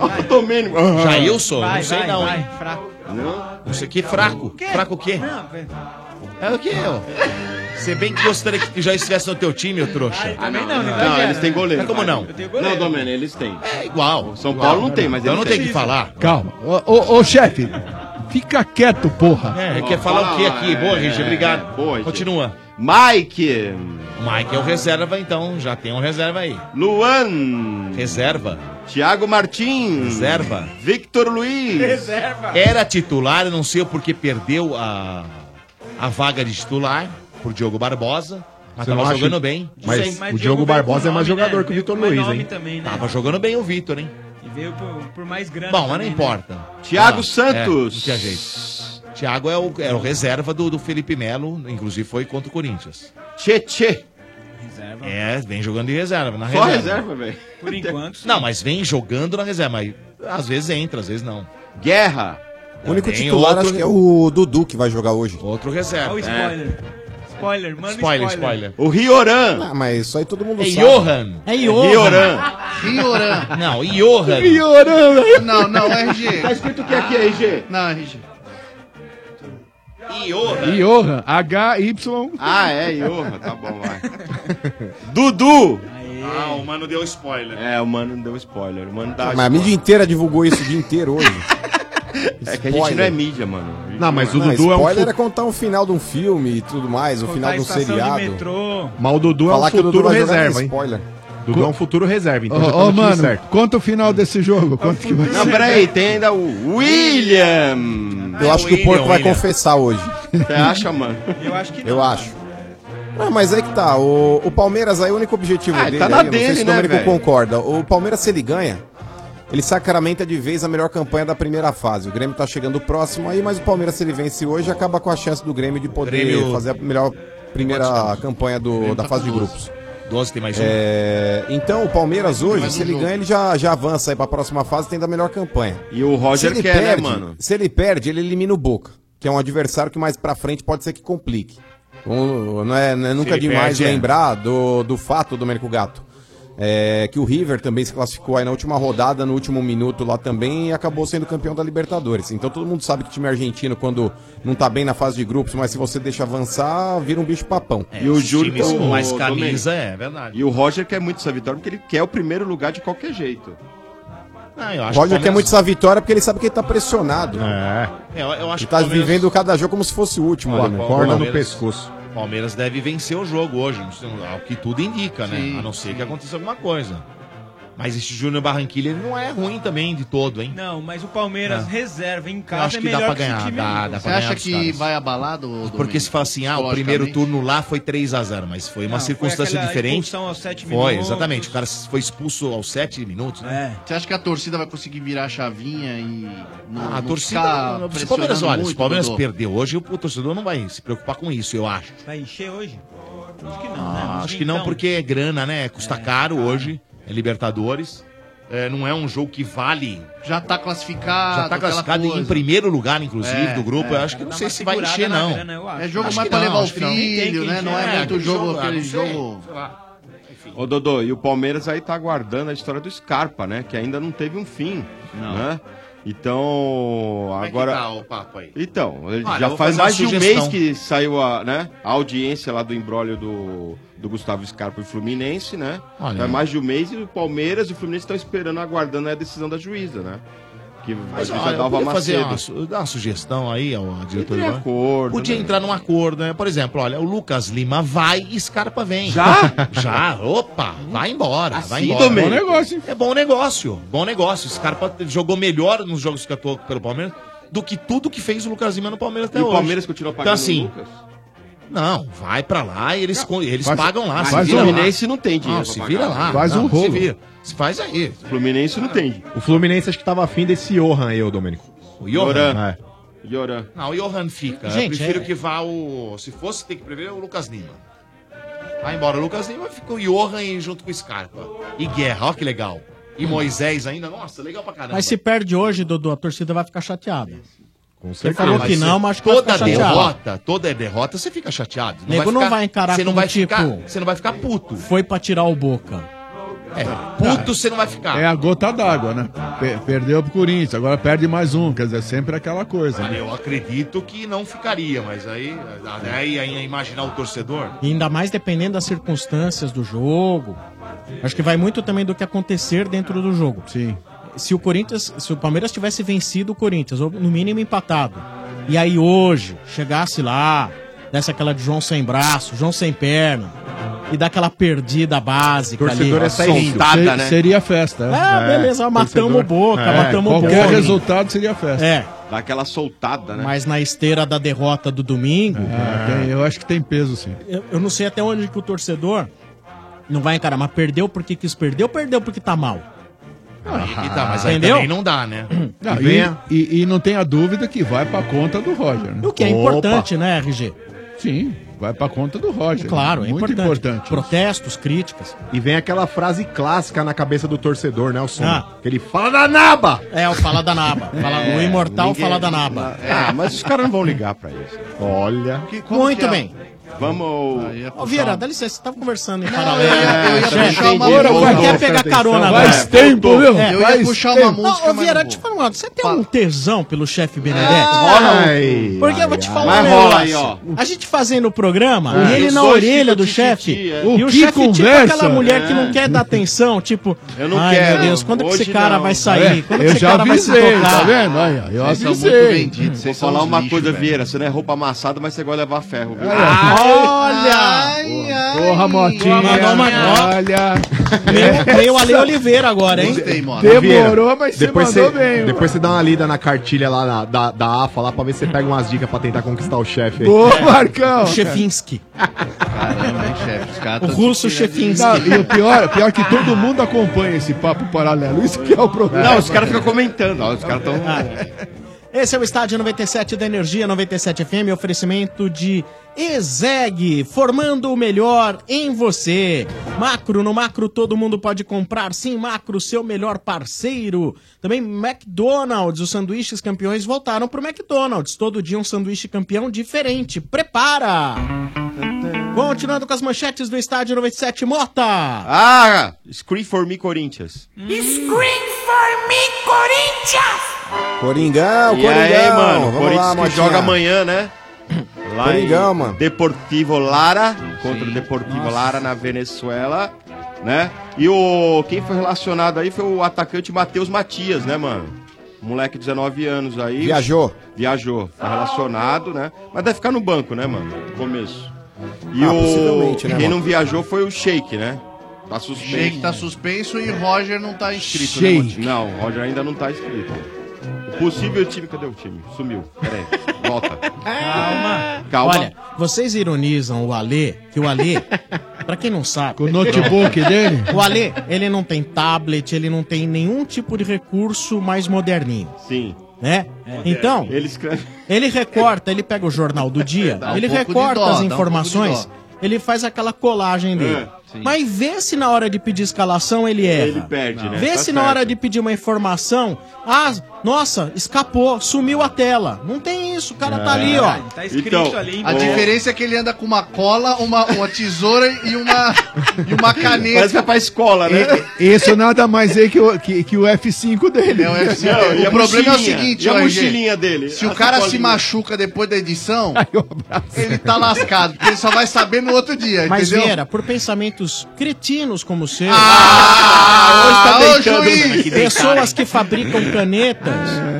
S23: Olha o Domênico.
S3: Jailson? Não É. Vai, sei vai, não, vai. hein?
S19: Fraco.
S23: Não?
S3: Isso aqui é fraco. Fraco o quê? É o quê, ó? Se bem que gostaria que já estivesse no teu time, ô trouxa.
S23: Ah, não, não, não, eles têm goleiro.
S3: Mas como não?
S23: Eu tenho goleiro. Não, Domênico, eles têm.
S3: É igual.
S23: São
S3: igual.
S23: Paulo não tem, mas
S3: Então
S23: eles
S3: não
S23: têm.
S3: tem que falar. Calma. Ô, ô, ô chefe. Fica quieto, porra. É,
S23: Ó,
S3: quer falar o quê
S23: fala,
S3: aqui? Boa,
S23: é,
S3: Richard, obrigado.
S23: boa, Richard.
S3: Continua.
S23: Mike.
S3: O Mike é o reserva, então. Já tem um reserva aí.
S23: Luan.
S3: Reserva.
S23: Thiago Martins.
S3: Reserva.
S23: Victor Luiz.
S3: Reserva. Era titular, eu não sei o porquê perdeu a, a vaga de titular pro Diogo Barbosa. Mas
S20: Você não
S3: tava
S20: acha-
S3: jogando bem.
S20: Mas Sim, mas o Diogo Diogo Barbosa é mais
S19: nome,
S20: jogador
S19: né?
S20: que o Vitor
S19: Veio com
S20: Luiz,
S19: nome
S20: hein?
S19: também, né?
S3: Tava jogando bem o Vitor, hein?
S19: E veio por, por mais grana.
S3: Bom, mas não
S19: também, né?
S3: importa.
S23: Thiago
S3: Ah,
S23: Santos.
S3: É, não tinha jeito. Thiago é o, é o reserva do, do Felipe Melo, inclusive foi contra o Corinthians.
S23: Tchê, tchê.
S19: Reserva.
S3: É, vem jogando de reserva, na
S23: Só
S3: reserva.
S23: reserva, velho.
S19: Por enquanto. sim.
S3: Não, mas vem jogando na reserva. Mas às vezes entra, às vezes não.
S23: Guerra.
S21: O único
S3: Também
S21: titular
S3: outro-
S21: acho que é o Dudu que vai jogar hoje.
S3: Outro
S19: Olha
S3: reserva. É.
S19: o spoiler. Spoiler, mano. Spoiler, spoiler.
S23: O Rioran.
S21: Ah, mas isso aí todo mundo
S3: É
S21: sabe.
S3: Johan.
S21: É
S23: Rioran.
S24: Rioran.
S3: Não, Johan.
S24: Não, não, RG.
S23: Tá escrito o que aqui, RG?
S24: Não, RG.
S3: Johan,
S15: HY.
S23: Ah, é, Johan. Tá bom, vai. Dudu.
S3: Ah, o mano deu spoiler.
S23: É, o mano deu spoiler. O mano tá.
S21: Mas a mídia inteira divulgou isso o dia inteiro hoje.
S23: É que a gente não é mídia, mano. A gente
S21: Não,
S20: um
S21: Spoiler é contar o final de um filme e tudo mais, o
S23: Contar
S21: final
S23: a
S21: de um
S23: estação de
S21: seriado.
S23: metrô.
S21: Mas
S20: o Dudu é um futuro reserva, hein?
S21: Spoiler.
S20: Dudu é um futuro reserva,
S3: Ô,
S20: então já tá
S3: ô,
S20: no time
S3: mano,
S20: certo.
S3: conta o final desse jogo. Quanto que vai
S23: Não, peraí, tem ainda o William.
S21: Eu acho que o porco vai confessar hoje.
S23: Você acha, mano?
S19: Eu acho que
S21: Eu acho. Ah, mas aí que tá. O, o Palmeiras aí, o único objetivo
S23: Ah,
S21: dele.
S23: tá
S21: aí,
S23: na
S21: eu não sei
S23: dele,
S21: se o
S23: né,
S21: Domênico
S23: velho?
S21: concorda. O Palmeiras, se ele ganha, ele sacramenta de vez a melhor campanha da primeira fase. O Grêmio tá chegando próximo aí, mas o Palmeiras, se ele vence hoje, acaba com a chance do Grêmio de poder
S3: Grêmio- tá
S21: fazer a melhor primeira campanha do, da fase de grupos.
S3: 12 tem mais um.
S21: É, então o Palmeiras hoje,
S3: Mais um
S21: se ele
S3: jogo.
S21: ganha, ele já, já avança aí pra próxima fase, tendo a melhor campanha.
S23: E o Roger
S21: Se ele
S23: quer, né,
S21: perde,
S23: mano?
S21: Se ele perde, ele elimina o Boca, que é um adversário que mais pra frente pode ser que complique. Um- não é, não é nunca
S23: ele
S21: demais
S23: perde, é.
S21: lembrar do, do fato do Domênico Gato. É, que o River também se classificou aí na última rodada, no último minuto lá também, e acabou sendo campeão da Libertadores. Então todo mundo sabe que time argentino, quando não tá bem na fase de grupos, mas se você deixa avançar, vira um bicho papão.
S23: É, e o Júlio
S21: times com mais
S3: camisa,
S23: Domênico.
S3: é verdade.
S23: E o Roger quer muito essa vitória porque ele quer o primeiro lugar de qualquer jeito.
S3: Ah, eu
S21: O
S3: acho
S21: Roger
S3: que o Palmeiras-
S21: quer é muito essa vitória porque ele sabe que ele tá pressionado. É.
S3: É, eu- eu acho
S21: ele tá
S3: que o Palmeiras-
S21: vivendo cada jogo como se fosse o último.
S3: Olha,
S21: ali, né?
S3: o
S21: Corda no
S3: Palmeiras-
S21: pescoço.
S3: O Palmeiras deve vencer o jogo hoje, não sei, ao que tudo indica, né?
S21: Sim,
S3: A não ser que aconteça alguma coisa. Mas esse Júnior Barranquilla ele não é ruim também de todo, hein?
S25: Não, mas o Palmeiras
S3: É.
S25: reserva em
S3: Eu
S25: casa
S3: acho
S25: é
S3: que dá
S25: melhor
S3: pra
S25: que esse
S3: ganhar,
S25: time
S3: dá,
S25: mesmo.
S3: dá
S24: Você
S3: pra ganhar
S24: acha
S3: dos
S24: que
S3: caras.
S24: vai abalar do.
S3: Porque se fala assim, ah, o primeiro turno lá foi 3 a 0 mas foi
S24: Não,
S3: uma
S24: foi
S3: circunstância
S24: aquela
S3: diferente.
S24: expulsão aos sete
S3: foi,
S24: minutos. É.
S3: exatamente. O cara foi expulso aos 7 minutos, né?
S24: Você acha que a torcida vai conseguir virar a chavinha e. não-
S3: Ah, a
S24: não
S3: torcida.
S24: ficar
S3: Se o Palmeiras,
S24: pressionando
S3: olha, se o
S24: muito,
S3: Palmeiras
S24: Dodô?
S3: perder hoje, o torcedor não vai se preocupar com isso, eu acho.
S25: Vai encher hoje? Acho que não,
S3: Ah,
S25: né?
S3: acho que
S24: então-
S3: não, porque é grana, né? Custa
S24: tá.
S3: caro hoje. É Libertadores. É, não é um jogo que vale.
S24: Já tá classificado.
S3: Já tá classificado
S24: aquela
S3: em
S24: coisa.
S3: primeiro lugar, inclusive,
S24: É,
S3: do grupo.
S24: é.
S3: eu acho que não sei se vai encher, não.
S24: É jogo
S3: Acho
S24: mais
S3: que
S24: pra
S3: não,
S24: levar o
S3: acho que não.
S24: filho, né? Não é muito jogo, aquele jogo.
S23: Ô Dodô, e o Palmeiras aí tá aguardando a história do Scarpa, né? Que ainda não teve um fim, né? Então,
S3: Como é que
S23: agora...
S3: tá o papo aí?
S23: Então, ele
S3: Olha, eu
S23: já
S3: vou
S23: faz
S3: fazer uma
S23: mais de um
S3: sugestão.
S23: mês que saiu a, né, a audiência lá do embrólio do, do Gustavo Scarpa e Fluminense, né?
S3: Olha.
S23: Faz mais de um mês e o Palmeiras e o Fluminense estão esperando, aguardando a decisão da juíza, né? Que
S3: Mas,
S23: a
S3: ó,
S23: juíza
S3: eu
S23: Dalva
S3: podia fazer
S23: Macedo.
S3: uma, su- dar uma sugestão aí ao diretor
S23: Entre
S3: do banco.
S23: acordo,
S3: Podia
S23: né?
S3: entrar num acordo, né? Por exemplo, olha, o Lucas Lima vai e Scarpa vem.
S23: Já?
S3: Já, opa, vai embora, vai
S23: Assim
S3: embora.
S23: também.
S3: Bom negócio, hein? É bom negócio, bom negócio. Scarpa jogou melhor nos jogos que atuou pelo Palmeiras do que tudo que fez o Lucas Lima no Palmeiras até
S23: E o
S3: hoje.
S23: Palmeiras continua pagando
S3: Então assim,
S23: o Lucas?
S3: não, vai pra lá e eles, co- eles
S23: Mas-
S3: pagam lá.
S23: mas
S3: se
S23: o
S3: vira lá.
S23: um Fluminense não tem dinheiro
S3: Não,
S23: pra
S3: se
S23: pagar.
S3: vira lá.
S23: Faz
S3: não,
S23: um
S3: Se
S23: rolo.
S3: vira. Se faz aí.
S23: Fluminense não tem.
S20: O Fluminense acho que tava afim desse Johan aí, ô Domênico.
S3: O Johan?
S20: É.
S23: Yoran.
S3: Não, o Johan fica.
S20: Gente,
S3: eu prefiro
S20: é-
S3: que vá o. Se fosse ter que prever, o Lucas Lima. Vai embora o Lucas Lima, fica o Johan aí junto com o Scarpa. E Guerra, ó que legal. E Moisés ainda, nossa, legal pra caramba.
S19: Mas se perde hoje, Dodô, a torcida vai ficar chateada. Você
S3: Ah,
S19: falou que
S3: mas
S19: não,
S3: se-
S19: mas acho que
S3: toda
S19: vai ficar chateado.
S3: derrota, toda derrota, você fica chateado.
S19: Nego não vai encarar
S3: você não
S19: como,
S3: vai
S19: tipo,
S3: ficar, Você não vai ficar puto.
S19: Foi pra tirar o Boca.
S3: É, puto você não vai ficar.
S22: É a gota d'água, né? Pe- perdeu pro Corinthians, agora perde mais um, quer dizer, sempre aquela coisa.
S3: Olha,
S22: Né?
S3: eu acredito que não ficaria, mas aí, aí, aí imaginar o torcedor.
S19: E ainda mais dependendo das circunstâncias do jogo. Acho que vai muito também do que acontecer dentro do jogo.
S22: Sim.
S19: Se o Corinthians, se o Palmeiras tivesse vencido o Corinthians, ou no mínimo empatado, e aí hoje chegasse lá, desse aquela de João sem braço, João sem perna, e dá aquela perdida básica
S23: é
S19: ali.
S22: Se-
S3: né?
S23: né?
S22: Seria festa. né? É.
S19: Ah, beleza, matamos o Boca, matamos o
S22: Qualquer
S19: Boca.
S22: resultado seria festa.
S19: É.
S23: Dá aquela soltada, né?
S19: Mas na esteira da derrota do domingo.
S22: Ah, tem- eu acho que tem peso, sim.
S19: eu, eu não sei até onde que o torcedor não vai encarar, mas perdeu porque quis perder ou perdeu porque tá mal?
S3: E tá, mas aí
S19: Entendeu?
S3: também não dá, né?
S22: Não, e, e- e não tenha dúvida que vai pra conta do Roger. Né?
S19: O que é importante, né, RG?
S22: Sim, vai pra conta do Roger.
S19: Claro, é
S22: Muito
S19: importante.
S20: Protestos,
S19: críticas.
S20: E vem aquela frase clássica na cabeça do torcedor, né, o som?
S19: Ah.
S20: Que ele fala da naba!
S19: É, o fala da naba. Fala- o imortal fala da naba.
S23: É, Ah, mas os caras não vão ligar pra isso.
S20: Olha.
S23: como
S19: Muito
S23: que é?
S19: bem.
S23: Vamos.
S19: Ô, Vieira, dá licença, você tava conversando em paralelo.
S23: eu ia
S19: chefe.
S23: puxar uma
S19: Agora
S23: música.
S19: vai- quer pegar carona agora.
S22: Faz tempo, viu?
S19: É.
S22: Eu ia Faz puxar uma tempo. música,
S19: Não, ô,
S22: mas
S19: Vieira,
S22: não
S19: deixa eu te falar, uma coisa, você tem um tesão pelo chefe Benedetti? um-
S22: Ai,
S19: Porque eu vou te
S22: ai,
S19: falar um
S22: ai. Mas rola
S19: negócio.
S22: aí, ó.
S19: A gente fazendo o programa,
S22: Ah.
S19: e ele
S22: Eu
S19: na
S22: sou
S19: orelha
S22: Chico
S19: do
S22: Tititi,
S19: chefe,
S22: é.
S19: e
S22: O
S19: o
S22: que
S19: chefe tipo
S22: conversa?
S19: aquela mulher que não
S22: É.
S19: quer dar atenção, tipo,
S22: Eu não
S19: ai
S22: quero,
S19: meu Deus, quando é que esse
S23: hoje
S19: cara
S23: não." É,
S19: vai
S22: Tá
S19: sair?
S22: vendo?
S19: Quando é que
S22: Eu
S19: esse
S22: já
S19: cara vai se
S22: avisei,
S19: tocar?
S22: tá vendo? Aí, ó, eu
S23: Vocês são
S22: avisei.
S23: muito vendidos. Vou
S22: Vocês são
S23: falar
S22: uns
S23: uma
S22: lixo,
S23: coisa,
S22: velho.
S23: Vieira. Você não é roupa amassada, mas você gosta de levar ferro. Viu?
S19: Ah,
S22: Olha! Porra, Motinha! Olha!
S23: Meio- meio Ale Oliveira
S19: agora,
S23: hein?
S20: Gostei, mano.
S22: Demorou, mas você
S20: tá depois
S22: mandou bem, mano.
S20: Depois você dá uma lida na cartilha lá na- da, da AFA lá pra ver se você pega umas dicas pra tentar conquistar o chefe aí.
S22: Boa, Marcão!
S20: Caramba, hein, chefe? Os
S22: O russo Chefinski. e o pior, pior é que todo mundo acompanha esse papo paralelo. Isso que é o problema.
S23: Não, os caras ficam comentando. ó, os caras estão.
S19: Esse é o Estádio 97 da Energia 97 FM, oferecimento de Ezeg, formando o melhor em você. Macro, no Macro todo mundo pode comprar, sim, Macro, seu melhor parceiro. Também McDonald's, os sanduíches campeões voltaram pro McDonald's. Todo dia um sanduíche campeão diferente. Prepara! Continuando com as manchetes do Estádio 97 Mota.
S23: Ah, Screen for Me Corinthians.
S9: Scream for me, Corinthians!
S21: Coringão,
S23: e
S21: Coringão.
S23: aí, mano, o
S21: Vamos lá,
S23: Corinthians que
S21: Motinha.
S23: joga amanhã, né? Lá
S21: Coringão,
S23: em
S21: mano.
S23: Deportivo Lara, contra o Deportivo
S21: Nossa.
S23: Lara na Venezuela, né? E o quem foi relacionado aí foi o atacante Matheus Matias, né, mano? Moleque de 19 anos aí.
S21: Viajou.
S23: Viajou. Foi relacionado, né? Mas deve ficar no banco, né, mano? No começo. E
S21: Ah,
S23: o
S21: possivelmente, né,
S23: quem
S21: mano?
S23: não viajou foi o Sheik, né? Tá suspenso.
S24: Sheik tá suspenso e Roger não tá inscrito, né,
S23: Sheik.
S24: Montinho?
S23: Não, o Roger ainda não tá inscrito. O possível time. Cadê o time? Sumiu. Pera aí. Volta. Calma. Calma.
S19: Olha, vocês ironizam o Alê, que o Alê, pra quem não sabe... Com o
S22: notebook dele?
S19: O Alê, ele não tem tablet, ele não tem nenhum tipo de recurso mais moderninho.
S23: Sim.
S19: Né? Então,
S23: ele escreve...
S19: Ele recorta, ele pega o jornal do dia,
S23: Dá um
S19: ele
S23: pouco de
S19: recorta
S23: dó, dá um
S19: as
S23: pouco de
S19: informações,
S23: dó.
S19: ele faz aquela colagem dele.
S23: É, sim.
S19: Mas vê se na hora de pedir escalação ele erra.
S23: Ele perde, né?
S19: Vê
S23: Tá
S19: se na
S23: certo.
S19: hora de pedir uma informação, ah, nossa, escapou, sumiu a tela. Não tem isso, o cara tá ali, ó.
S22: É.
S24: Tá escrito
S22: Então,
S23: Então,
S24: ali. A diferença é que ele anda com uma cola, uma, uma tesoura e uma, e uma caneta.
S22: Parece que é
S23: vai pra escola,
S22: E- Esse é nada mais aí que o, que, que o F5 dele.
S24: É o F5.
S22: Não, e a
S24: o problema é o
S22: mochilinha?
S24: seguinte,
S22: E a
S24: ó,
S22: mochilinha
S24: gente,
S22: dele?
S24: Se
S22: A
S24: o cara se
S22: sacolinha?
S24: machuca depois da edição, ele tá lascado, porque ele só vai saber no outro dia,
S19: Mas
S24: entendeu?
S19: Vera, por pensamentos cretinos como o seu,
S24: Ah,
S19: hoje
S24: hoje tá ô, deitando, juiz! né, que deitaram.
S19: pessoas que fabricam canetas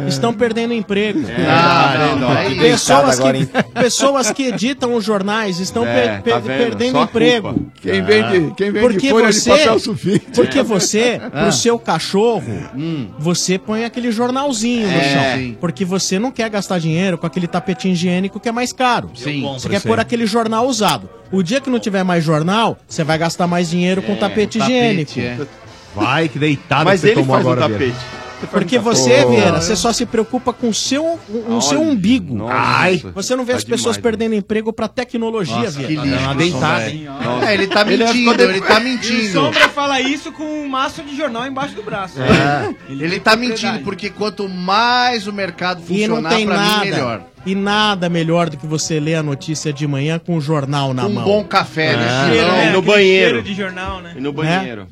S19: estão perdendo emprego.
S24: Ah, É. não, não, é
S19: pessoas,
S24: isso. Agora,
S19: que,
S24: hein?
S19: pessoas que editam os jornais estão
S22: É,
S19: per- per-
S22: tá vendo?
S19: perdendo
S22: Só a
S19: emprego.
S22: culpa. Quem vende- quem vende folha de papel sulfite.
S19: Porque
S22: É.
S19: você,
S22: Ah.
S19: pro seu cachorro,
S24: Hum.
S19: você põe aquele jornalzinho no
S22: É,
S19: chão.
S22: sim.
S19: Porque você não quer gastar dinheiro com aquele tapetinho higiênico que é mais caro.
S24: Sim.
S19: Você
S24: compro
S19: quer
S24: isso
S19: pôr
S24: aí.
S19: aquele jornal usado. O dia que não tiver mais jornal, você vai gastar mais dinheiro com
S24: É,
S19: tapete,
S24: tapete,
S19: higiênico.
S24: é.
S22: Vai, que deitado
S19: Mas
S22: que você
S19: ele
S22: tomou
S19: faz o
S22: agora, Vera.
S19: tapete. Porque
S24: Tá
S22: um
S19: você, Vera, você só se preocupa com o seu, o, o seu umbigo.
S22: Ai.
S19: você não vê
S22: Tá
S19: as pessoas
S22: demais,
S24: né?
S19: perdendo emprego pra tecnologia,
S22: Nossa,
S19: Vera.
S22: que lixo,
S19: Tá
S22: Sombra,
S19: hein?
S22: hein?
S19: Nossa.
S24: É, ele tá
S19: Ele
S24: mentindo,
S19: ficou de-
S24: ele tá
S19: E o
S24: mentindo.
S19: Sombra
S24: fala isso
S25: com um maço de jornal embaixo do braço.
S22: É.
S24: Ele, tá mentindo, porque quanto mais o mercado
S19: E não
S24: funcionar, pra
S19: tem nada.
S24: mim, melhor.
S19: E nada melhor do que você ler a notícia de manhã com o jornal na
S24: Um
S19: mão.
S24: bom café, né?
S19: Ah.
S24: Cheiro, né?
S19: E
S24: Aquele cheiro
S23: de
S25: jornal, né?
S23: E no banheiro.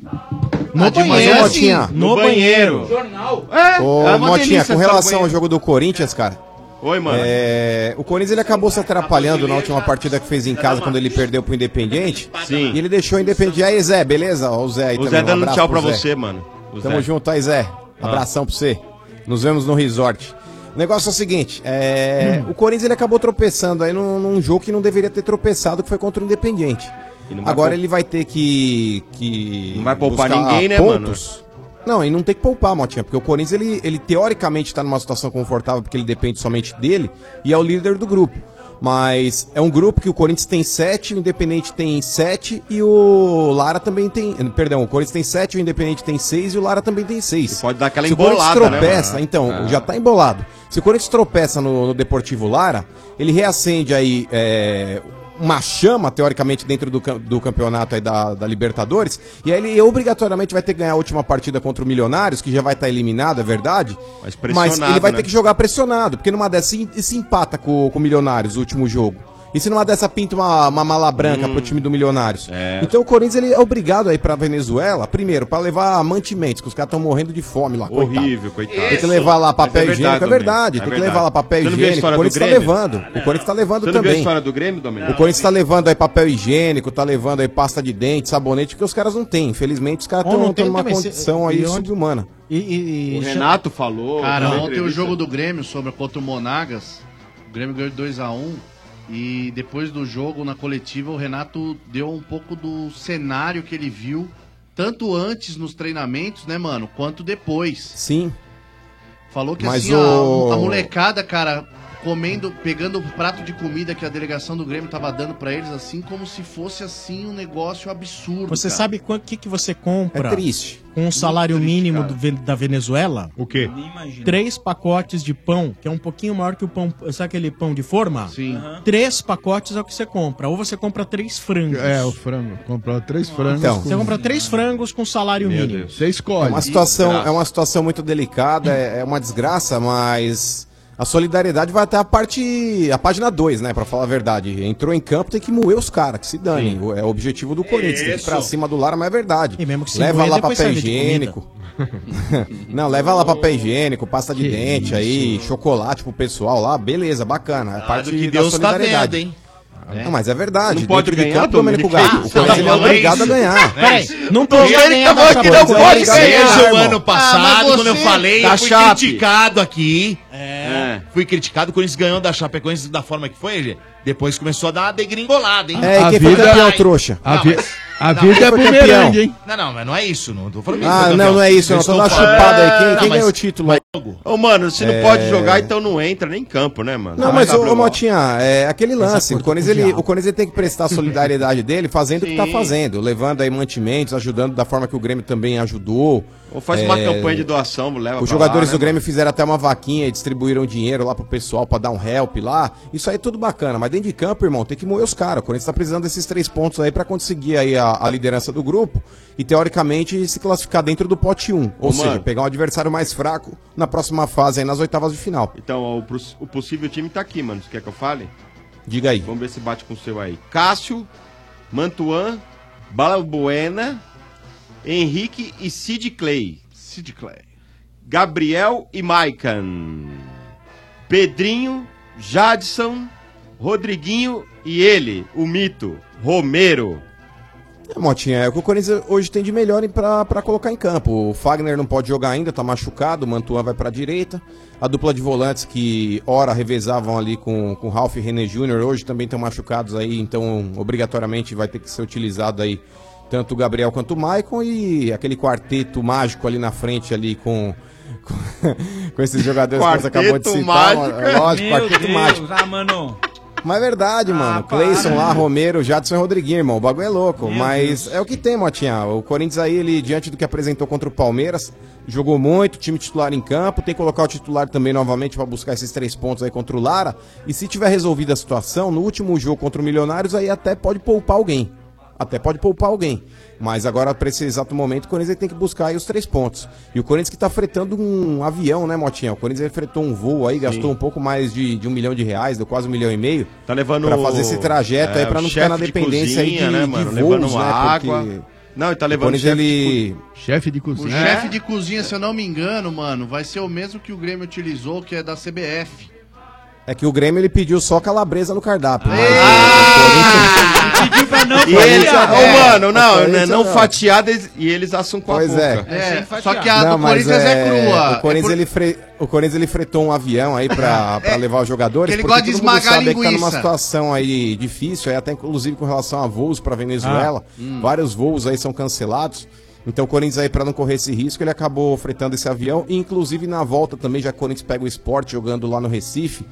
S19: No
S23: Ah, de manhã,
S19: banheiro,
S23: sim.
S19: Motinha.
S23: No, banheiro.
S25: Jornal.
S23: É,
S21: Ô,
S23: é uma
S21: Motinha,
S23: delícia
S21: com
S23: essa
S21: relação ao jogo do Corinthians, cara.
S23: Oi, mano.
S21: É, o Corinthians ele acabou se atrapalhando na última partida que fez em casa quando ele perdeu pro Independiente.
S23: Sim.
S21: E ele deixou o Independiente. Aí, Zé, beleza? Ó, O Zé aí
S23: O
S21: também,
S23: Zé
S21: um
S23: dando
S21: abraço
S23: tchau
S21: pro
S23: pra
S21: Zé.
S23: você, mano. O
S21: Tamo
S23: Zé. Ah.
S21: junto aí, Zé. Abração pra você. Nos vemos no resort. O negócio é o seguinte, é,
S23: Hum.
S21: o Corinthians ele acabou tropeçando aí num, num jogo que não deveria ter tropeçado, que foi contra o Independiente.
S23: E não vai
S21: Agora
S23: poupar-
S21: ele vai ter que, que
S23: Não vai poupar
S21: buscar
S23: ninguém, né,
S21: pontos. Não, e não tem que poupar, Motinha, porque o Corinthians, ele, ele teoricamente tá numa situação confortável, porque ele depende somente dele, e é o líder do grupo. Mas é um grupo que o Corinthians tem sete, o Independente tem sete e o Lara também tem. Perdão, o Corinthians tem sete, o Independente tem seis e o Lara também tem seis.
S23: Pode dar aquela
S21: Se o Corinthians
S23: embolada, né,
S21: tropeça,
S23: mano?
S21: então,
S23: Ah.
S21: já tá embolado. Se o Corinthians tropeça no, no Deportivo Lara, ele reacende aí é, uma chama, teoricamente, dentro do, cam- do campeonato aí da, da Libertadores, e aí ele obrigatoriamente vai ter que ganhar a última partida contra o Milionários, que já vai estar eliminado, é verdade. Mas, ele
S23: pressionado,
S21: vai
S23: né?
S21: ter que jogar pressionado, porque numa dessa se, se empata com, com o Milionários o último jogo. E se numa dessa pinta uma, uma mala branca
S23: Hum.
S21: pro time do Milionários? Então o Corinthians ele é obrigado aí pra Venezuela, primeiro, pra levar mantimentos, que os caras estão morrendo de fome lá. coitado.
S23: Horrível, coitado.
S21: Tem que levar lá
S23: Mas
S21: papel
S23: é
S21: higiênico, é
S23: Domênico.
S21: verdade.
S23: É
S21: tem que levar lá papel
S23: Você não viu a
S21: higiênico. O
S23: história do
S21: Corinthians tá
S23: Grêmio?
S21: levando. o Corinthians tá levando
S23: Você não viu a
S21: também.
S23: história do Grêmio, Domênico?
S21: o Corinthians tá levando aí papel higiênico, tá levando aí pasta de dente, sabonete, que os caras não têm. Infelizmente, os caras
S19: Ou não
S21: estão
S19: tem
S21: numa
S19: também,
S21: condição
S19: se- e
S21: aí
S19: onde-
S21: subhumana.
S19: E, e- e-
S23: O Renato falou.
S24: Cara,
S23: na
S24: ontem o
S23: entrevista.
S24: jogo do Grêmio sobre contra o Monagas, o Grêmio ganhou de 2x1 e depois do jogo, na coletiva, o Renato deu um pouco do cenário que ele viu, tanto antes nos treinamentos, né, mano, quanto depois.
S21: Sim.
S24: Falou que
S21: Mas
S24: assim, a-
S21: o-
S24: a, molecada, cara, comendo, pegando o prato de comida que a delegação do Grêmio tava dando pra eles, assim, como se fosse assim um negócio absurdo.
S19: Você
S24: cara.
S19: sabe quanto que, que você compra?
S24: É triste.
S19: Com o salário mínimo do Ve- da Venezuela?
S22: O quê?
S19: Três pacotes de pão, que é um pouquinho maior que o pão. Sabe aquele pão de forma? Sim. Três pacotes é o que você compra. Ou você compra três frangos.
S22: É, o frango. Comprou três frangos.
S21: Então.
S19: Você compra três frangos com salário mínimo.
S24: É
S22: Você escolhe.
S21: É uma situação, é uma situação muito delicada, é, é uma desgraça, mas A solidariedade vai até a parte. a página 2, né? Pra falar a verdade. Entrou em campo, tem que moer os caras, que se dane. O- É o objetivo do Corinthians. Tem que ir pra
S9: Isso.
S21: cima do Lara, mas é verdade.
S9: que se
S21: Leva
S9: moer,
S21: lá
S9: depois
S21: papel
S9: serve de
S21: higiênico. Não, leva lá papel higiênico, pasta de dente aí, chocolate pro pessoal lá, beleza, bacana. É parte
S3: do que
S21: da
S3: Deus tá
S21: solidariedade.
S3: vendo, hein?
S21: Não, mas é verdade.
S3: Não pode
S21: Dentro de
S3: ganhar,
S21: campo, Domênico
S3: Domênico?
S21: Gato.
S3: Ah,
S21: O Corinthians
S3: você
S21: ele
S3: tá
S21: é
S3: falando
S21: obrigado a
S3: isso?
S21: ganhar.
S3: Peraí,
S9: não
S3: tô
S21: Ele tá falando que
S3: não pode
S21: ganhar,
S3: ser isso.
S21: irmão.
S3: O ano
S21: Ah,
S3: passado,
S21: mas
S3: quando eu
S21: você-
S3: falei,
S21: Da
S3: eu fui
S21: Chape.
S3: criticado aqui.
S23: É.
S3: Fui criticado, o Corinthians ganhou da Chapecoense da forma que foi. ele. Depois começou a dar uma degringolada, hein?
S21: É, e quem foi campeão, trouxa?
S3: Não, mas- não,
S22: é
S24: é
S3: mas- é
S21: Quem foi campeão?
S3: Não, não, mas não é isso. Não tô falando que
S21: Ah,
S3: foi
S21: não,
S3: campeão.
S21: não é isso.
S3: Eu
S21: Não, tô
S3: estou
S21: lá
S3: falando-
S21: chupado aí. Quem,
S3: Não,
S21: quem
S3: mas-
S21: ganhou o título aí?
S23: Ô, mano, se não
S21: É.
S23: pode jogar, então não entra nem em campo, né, mano?
S21: Não,
S23: Vai
S21: mas
S23: dar
S21: ô,
S23: pra-
S21: ô Motinha, é aquele lance. O
S23: acordo
S21: Corinthians,
S23: com o
S21: ele,
S23: diabo.
S21: o Corinthians ele tem que prestar a solidariedade dele fazendo o que tá
S23: Sim.
S21: fazendo, levando aí mantimentos, ajudando da forma que o Grêmio também ajudou. É,
S23: Ou faz uma campanha de doação, leva pra
S21: Os jogadores
S23: lá, né,
S21: do Grêmio fizeram até uma vaquinha e distribuíram dinheiro lá pro pessoal pra dar um help lá. Isso aí é tudo bacana, mas dentro de campo, irmão, tem que moer os caras. O Corinthians tá precisando desses três pontos aí pra conseguir aí a, a liderança do grupo e, teoricamente, se classificar dentro do pote 1. Ou
S23: Ô,
S21: seja,
S23: mano.
S21: pegar um adversário mais fraco na próxima fase aí, nas oitavas de final.
S23: Então, ó, o, pros- o possível time tá aqui, mano. Você quer que eu fale?
S21: Diga aí.
S23: Vamos ver se bate com o seu aí. Cássio, Mantuan, Balbuena, Henrique e Sid Clay. Sid Clay. Gabriel e Maicon. Pedrinho, Jadson, Rodriguinho e ele, o mito, Romero.
S21: É, Motinha, é o que o Corinthians hoje tem de melhor em- pra pra colocar em campo. O Fagner não pode jogar ainda, tá machucado, o Mantuan vai pra direita. A dupla de volantes que ora revezavam ali com com o Ralf e René Júnior, hoje também estão machucados aí, então obrigatoriamente vai ter que ser utilizado aí tanto o Gabriel quanto o Maicon e aquele quarteto mágico ali na frente ali com com, com esses jogadores que você acabou de citar. ó, Lógico,
S19: Meu
S21: quarteto
S19: Deus,
S21: mágico.
S19: Ah, mano.
S21: Mas é verdade, mano. Cleison lá, Romero, Jadson e Rodriguinho, irmão. O bagulho é louco. mas é o que tem, Motinha. O Corinthians aí, ele, diante do que apresentou contra o Palmeiras, jogou muito, time titular em campo. Tem que colocar o titular também novamente pra buscar esses três pontos aí contra o Lara. E se tiver resolvida a situação, no último jogo contra o Milionários, aí até pode poupar alguém. Até pode poupar alguém. Mas agora, pra esse exato momento, o Corinthians tem que buscar aí os três pontos. E o Corinthians que tá fretando um avião, né, Motinha? O Corinthians fretou um voo aí, gastou um pouco mais de, de um milhão de reais, deu quase um milhão e meio.
S23: Tá levando
S21: Pra fazer esse trajeto
S23: é,
S21: aí, pra
S23: o
S21: não ficar na
S23: chefe de
S21: dependência
S23: cozinha,
S21: aí de,
S23: né,
S21: de
S23: mano?
S21: voos,
S23: Levando
S21: né?
S23: água.
S21: Porque
S23: Não, e tá
S21: o
S23: levando
S21: Corinthians,
S23: chefe de
S21: ele... É
S22: Chefe de
S24: cozinha.
S22: cozinha.
S24: O
S3: É.
S24: chefe de cozinha, se eu não me engano, mano, vai ser o mesmo que o Grêmio utilizou, que é da CBF.
S21: É que o Grêmio ele pediu só calabresa no cardápio.
S23: Ah!
S21: mas-
S23: E
S24: é.
S23: eles,
S21: fatiar.
S23: é- Ô, mano,
S21: é-
S23: não,
S21: O
S23: né,
S21: Corinthians é-
S23: não
S21: não.
S23: fatiada eles- e eles assam com
S21: Pois
S23: a boca.
S21: é.
S24: só que a
S21: Não,
S24: do
S21: mas
S24: Corinthians é, crua.
S21: O Corinthians, ele fre- o Corinthians ele fretou um avião aí pra, pra levar os jogadores.
S24: É, Ele
S21: porque
S24: gosta de
S21: todo mundo
S24: esmagar
S21: sabe que tá
S24: linguiça.
S21: numa situação aí difícil, aí até inclusive com relação a voos pra Venezuela.
S24: Ah, hum.
S21: Vários voos aí são cancelados. Então o Corinthians aí, pra não correr esse risco, ele acabou fretando esse avião. E, inclusive na volta também, já que o Corinthians pega o esporte jogando lá no Recife.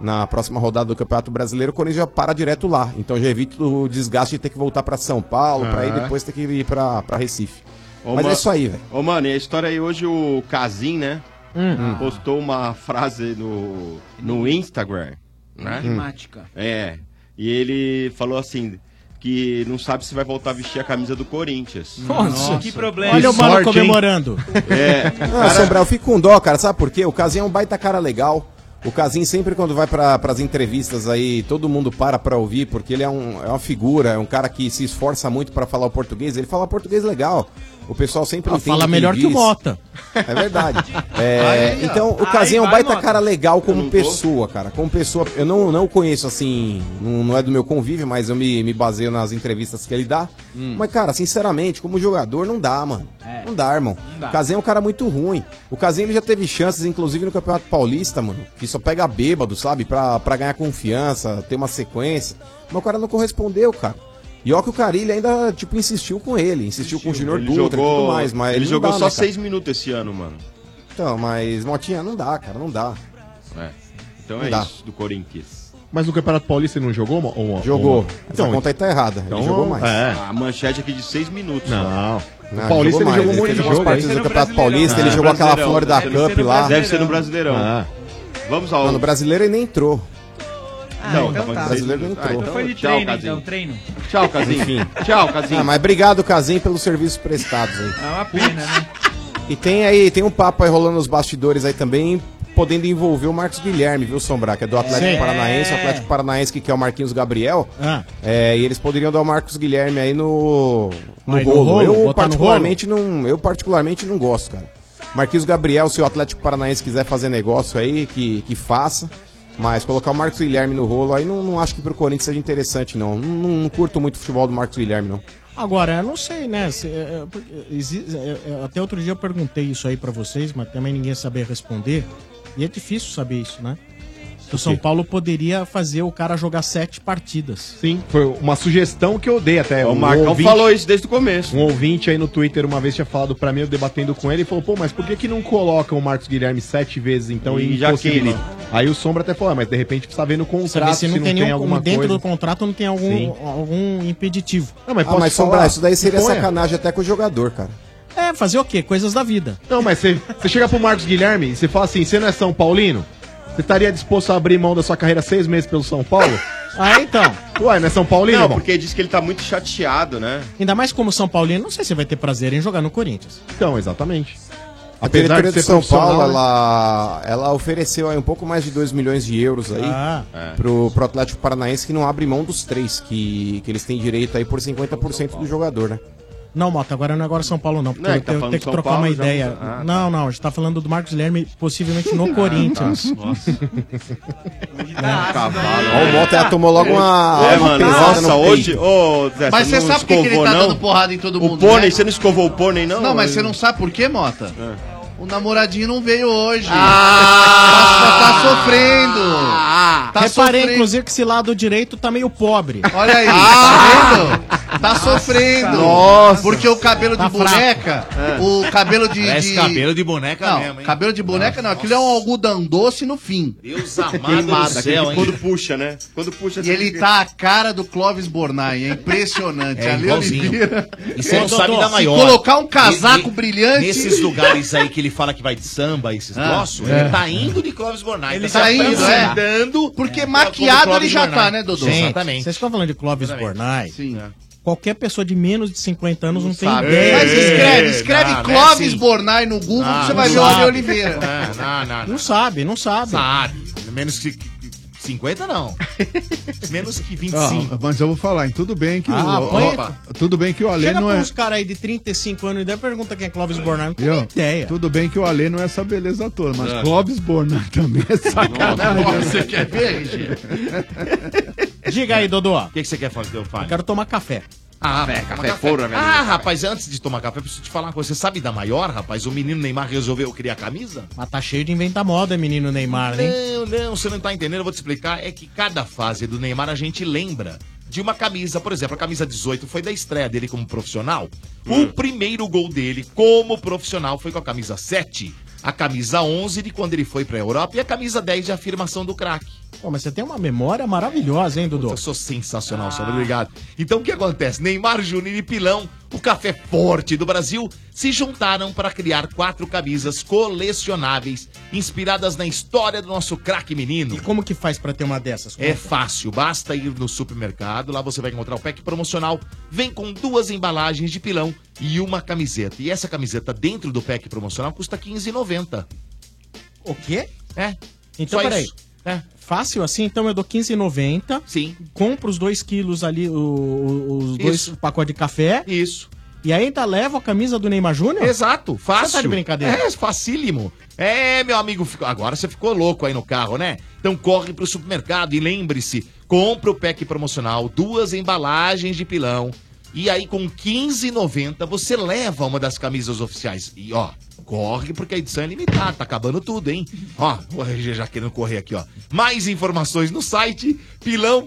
S21: Na próxima rodada do Campeonato Brasileiro, o Corinthians já para direto lá. Então já evita o desgaste de ter que voltar pra São Paulo, pra ir
S23: Ah.
S21: depois ter que ir pra pra Recife.
S23: Ô,
S21: Mas
S23: ma-
S21: é isso aí, velho.
S23: Ô, mano, e a história aí hoje, o Casim, né?
S19: Hum.
S23: Postou uma frase no, no Instagram, né?
S19: Enigmática.
S23: É. E ele falou assim. Que não sabe se vai voltar a vestir a camisa do Corinthians.
S19: Nossa, que problema. Olha o mano comemorando.
S23: É.
S21: Não, Sombra, eu fico com dó, cara, sabe por quê? O Casim é um baita cara legal. O Casim sempre quando vai para as entrevistas aí, todo mundo para pra ouvir, porque ele é, um, é uma figura, é um cara que se esforça muito pra falar o português. Ele fala português legal. O pessoal sempre
S9: Ah,
S21: entende
S9: fala
S21: ele
S9: melhor que o
S21: diz.
S9: Mota.
S21: É verdade. É,
S9: Aí, ó.
S21: então, o
S9: Aí
S21: Casim é um
S9: vai,
S21: baita
S9: Mota.
S21: cara legal como
S9: não tô.
S21: pessoa, cara. Como pessoa, eu não, não o conheço assim, não, não é do meu convívio, mas eu me, me baseio nas entrevistas que ele dá.
S23: Hum.
S21: Mas, cara, sinceramente, como jogador, não dá, mano.
S23: É.
S21: Não dá, irmão.
S9: dá.
S21: O Casim é um cara muito ruim. O Casim ele já teve chances, inclusive no Campeonato Paulista, mano, que só pega bêbado, sabe? Pra, pra ganhar confiança, ter uma sequência. Mas o cara não correspondeu, cara. E ó que o Carilli ainda, tipo, insistiu com ele, insistiu com o Junior
S23: Ele
S21: Dutra e tudo
S23: jogou,
S21: mais, mas
S23: ele
S21: não
S23: jogou
S21: dá,
S23: só
S21: né, cara?
S23: seis minutos esse ano, mano.
S21: Então, mas Motinha, não dá, cara, não dá.
S23: É. Então
S21: Não
S23: é
S21: dá.
S23: isso do Corinthians.
S20: Mas no Campeonato Paulista ele não jogou? Então, Mo- ou- ou-
S21: Jogou.
S20: ou-
S21: Essa conta aí tá errada. Ele jogou mais.
S23: É. A manchete aqui de seis minutos.
S20: Não.
S21: Não, jogou mais. Ele fez umas partidas do Campeonato Paulista, ele jogou aquela Florida Cup lá.
S23: Deve ser no Brasileirão.
S21: Ah.
S23: Vamos
S21: Não,
S23: ao. Ah,
S21: no brasileiro ele nem entrou.
S23: Não,
S21: então
S23: tava
S21: tá.
S23: em seis
S21: Brasileiro
S23: minutos.
S21: não entrou.
S23: Ah, então
S21: Foi
S23: de tchau,
S19: treino,
S23: Casinho.
S19: então, treino.
S23: Tchau, Casinho.
S21: Enfim.
S23: Tchau, Casinho.
S21: Ah, mas obrigado, Casim, pelos serviços prestados aí.
S19: É uma pena, né?
S21: E tem aí, tem um papo aí rolando nos bastidores aí também podendo envolver o Marcos Guilherme, viu, Sombra? Que é do Atlético
S19: Sim. É. Ah.
S21: Paranaense, o Atlético Paranaense que quer o Marquinhos Gabriel. É, e eles poderiam dar o Marcos Guilherme aí no, no
S19: Aí no
S21: rolo.
S19: rolo,
S21: eu,
S19: botar no
S21: particularmente Não, eu particularmente não gosto, cara. Marquinhos Gabriel, se o Atlético Paranaense quiser fazer negócio aí, que, que faça. Mas colocar o Marcos Guilherme no rolo aí não, não acho que pro Corinthians seja interessante, não. Não, não curto muito o futebol do Marcos Guilherme, não.
S19: Agora, eu não sei, né? se- é, é, porque exi- é, é, até outro dia eu perguntei isso aí pra vocês, mas também ninguém sabia responder. E é difícil saber isso, né? Que o São Paulo poderia fazer o cara jogar sete partidas.
S20: Sim. Foi uma sugestão que eu dei até.
S19: O Marcão falou
S20: isso desde o começo. Um ouvinte aí no Twitter uma vez tinha falado pra mim, eu debatendo com ele, e falou, pô, mas por que que não coloca o Marcos Guilherme sete vezes então e,
S19: E já que
S20: impossibilita?
S19: ele-
S20: Aí o Sombra até falou, ah, mas de repente precisa ver no contrato
S19: Saber
S20: se não tem,
S19: nenhum-
S20: alguma
S19: dentro
S20: coisa.
S19: do contrato não tem algum,
S20: Sim.
S19: algum impeditivo.
S20: Não,
S21: ah, mas Sombra, isso daí seria
S19: Imponha.
S21: sacanagem até com o jogador, cara.
S19: É, fazer o quê? Coisas da vida.
S20: Não, mas você você chega pro Marcos Guilherme e você fala assim, você não é São Paulino? Você estaria disposto a abrir mão da sua carreira seis meses pelo São Paulo?
S19: ah, então.
S20: Ué, não é São Paulino,
S23: Não,
S20: irmão?
S23: porque diz que ele tá muito chateado, né?
S19: Ainda mais como São Paulino, não sei se vai ter prazer em jogar no Corinthians.
S20: Então, exatamente.
S21: A diretoria de São Paulo,
S20: profissional, né?
S21: ela, ela ofereceu aí um pouco mais de 2 milhões de euros aí
S20: Ah.
S19: É.
S21: pro, pro Atlético Paranaense, que não abre mão dos três, que, que eles têm direito aí por 50% do jogador, né?
S19: Não, Mota, agora não é agora São Paulo, não. Porque
S21: Não,
S19: eu
S21: ele tá
S19: tenho,
S21: falando
S19: tenho
S21: de
S19: que
S21: São
S19: trocar
S21: Paulo,
S19: uma
S21: já-
S19: ideia.
S21: Ah, tá.
S19: não, não, a gente tá falando do Marcos Guilherme, possivelmente no
S21: Ah,
S19: Corinthians.
S21: tá.
S19: Nossa.
S21: Ó, o Mota já tomou logo uma.
S23: É,
S21: uma
S23: mano,
S21: pesada
S23: nossa,
S21: no
S23: hoje.
S21: peito.
S23: Ô, Zé,
S24: Mas você
S23: não
S24: sabe por que que ele
S23: escovou,
S24: tá
S23: não?
S24: dando porrada em todo
S23: O
S24: mundo,
S23: pônei,
S24: né?
S23: você não escovou o pônei, não? É.
S24: Não, mas você não sabe por quê, Mota? O namoradinho não veio hoje.
S3: Ah.
S24: Nossa, tá sofrendo. Tá
S19: Reparei,
S24: sofrendo.
S19: inclusive, que esse lado direito tá meio pobre.
S24: Olha
S3: Ah.
S24: aí, tá vendo? Tá sofrendo.
S19: Nossa.
S24: Porque o cabelo
S19: Tá
S24: de
S19: fraco.
S24: boneca,
S19: É.
S24: o cabelo de,
S19: Parece
S24: de-
S19: cabelo
S24: de
S3: boneca
S24: não,
S3: mesmo, hein?
S24: cabelo de boneca não, aquilo é um algodão doce no fim.
S3: Deus amado do céu, hein?
S24: Quando
S23: puxa, né? Quando puxa...
S24: E ele tá a cara do Clóvis Bornai, é impressionante.
S3: É,
S24: Ali
S3: igualzinho.
S24: Oliveira.
S3: E você não
S24: Ô,
S3: sabe
S24: doutor,
S3: da maior.
S24: Se colocar um casaco brilhante...
S3: Nesses lugares aí que ele fala que vai de samba, esses
S24: Ah,
S3: troços,
S24: é.
S3: ele tá indo de Clóvis Bornai.
S24: Ele tá indo, é. Porque maquiado ele já tá, né, Dodô?
S19: Gente, Vocês estão falando de Clóvis Bornai?
S24: Sim.
S19: Qualquer pessoa de menos de 50 anos não, tem
S24: Sabe?
S19: ideia.
S3: É,
S24: Mas escreve, escreve
S19: né,
S24: Clóvis
S3: né,
S24: Bornai no Google
S19: Ah,
S24: que você
S19: não
S24: vai ver o
S19: sabe.
S24: Ale Oliveira.
S3: Não, não,
S19: Não sabe, não sabe.
S3: Sabe. Menos que que- que 50, não. Menos que 25.
S22: Ó, Ah, mas eu vou falar, hein? Tudo bem que
S19: Ah,
S22: o,
S19: põe-
S22: ó, Tudo bem que o Ale
S19: Chega
S22: não
S19: pra
S22: é.
S19: uns caras aí de 35 anos e daí pergunta quem é Clóvis Bornai. Não tem
S22: Viu?
S19: ideia.
S22: Tudo bem que o Ale não é essa beleza toda, mas
S19: É.
S22: Clóvis Bornai também é sacanagem. né?
S24: Você quer ver, Gê?
S19: Diga aí, Dodô. O
S3: que, que você quer fazer, eu falo?
S19: Quero tomar café.
S3: Ah,
S19: Café,
S3: toma
S19: café fora, né?
S3: Ah, rapaz, antes de tomar café, eu preciso te falar uma coisa. Você sabe da maior, rapaz? O menino Neymar resolveu criar camisa?
S19: Mas tá cheio de inventar moda, menino Neymar, hein?
S3: Não, não, você não tá entendendo, eu vou te explicar. É que cada fase do Neymar a gente lembra de uma camisa. Por exemplo, a camisa 18 foi da estreia dele como profissional. O primeiro gol dele como profissional foi com a camisa 7, a camisa 11 de quando ele foi pra Europa e a camisa 10 de afirmação do craque.
S19: Pô, mas você tem uma memória maravilhosa, hein, Dudu?
S3: Eu sou sensacional, senhor. Obrigado. Então o que acontece? Neymar Júnior e Pilão, o café forte do Brasil, se juntaram para criar quatro camisas colecionáveis inspiradas na história do nosso craque menino. E
S19: como que faz para ter uma dessas?
S3: É fácil, basta ir no supermercado, lá você vai encontrar o pack promocional. Vem com duas embalagens de pilão e uma camiseta. E essa camiseta dentro do pack promocional custa R$15,90.
S19: O quê?
S3: É.
S19: Então,
S3: Só
S19: peraí.
S3: isso. É.
S19: Fácil assim, então eu dou 15,90.
S3: Sim.
S19: Compro os dois quilos ali, o- o- os dois
S3: Isso.
S19: pacotes de café.
S3: Isso.
S19: E aí ainda levo a camisa do Neymar Júnior?
S3: Exato, fácil.
S19: Você tá de brincadeira.
S3: É, facílimo. É, meu amigo, ficou- agora você ficou louco aí no carro, né? Então corre pro supermercado e lembre-se, compra o pack promocional, duas embalagens de pilão, e aí com 15,90 você leva uma das camisas oficiais. E ó, corre porque a edição é limitada, tá acabando tudo, hein? Ó, o RG já querendo correr aqui, ó. Mais informações no site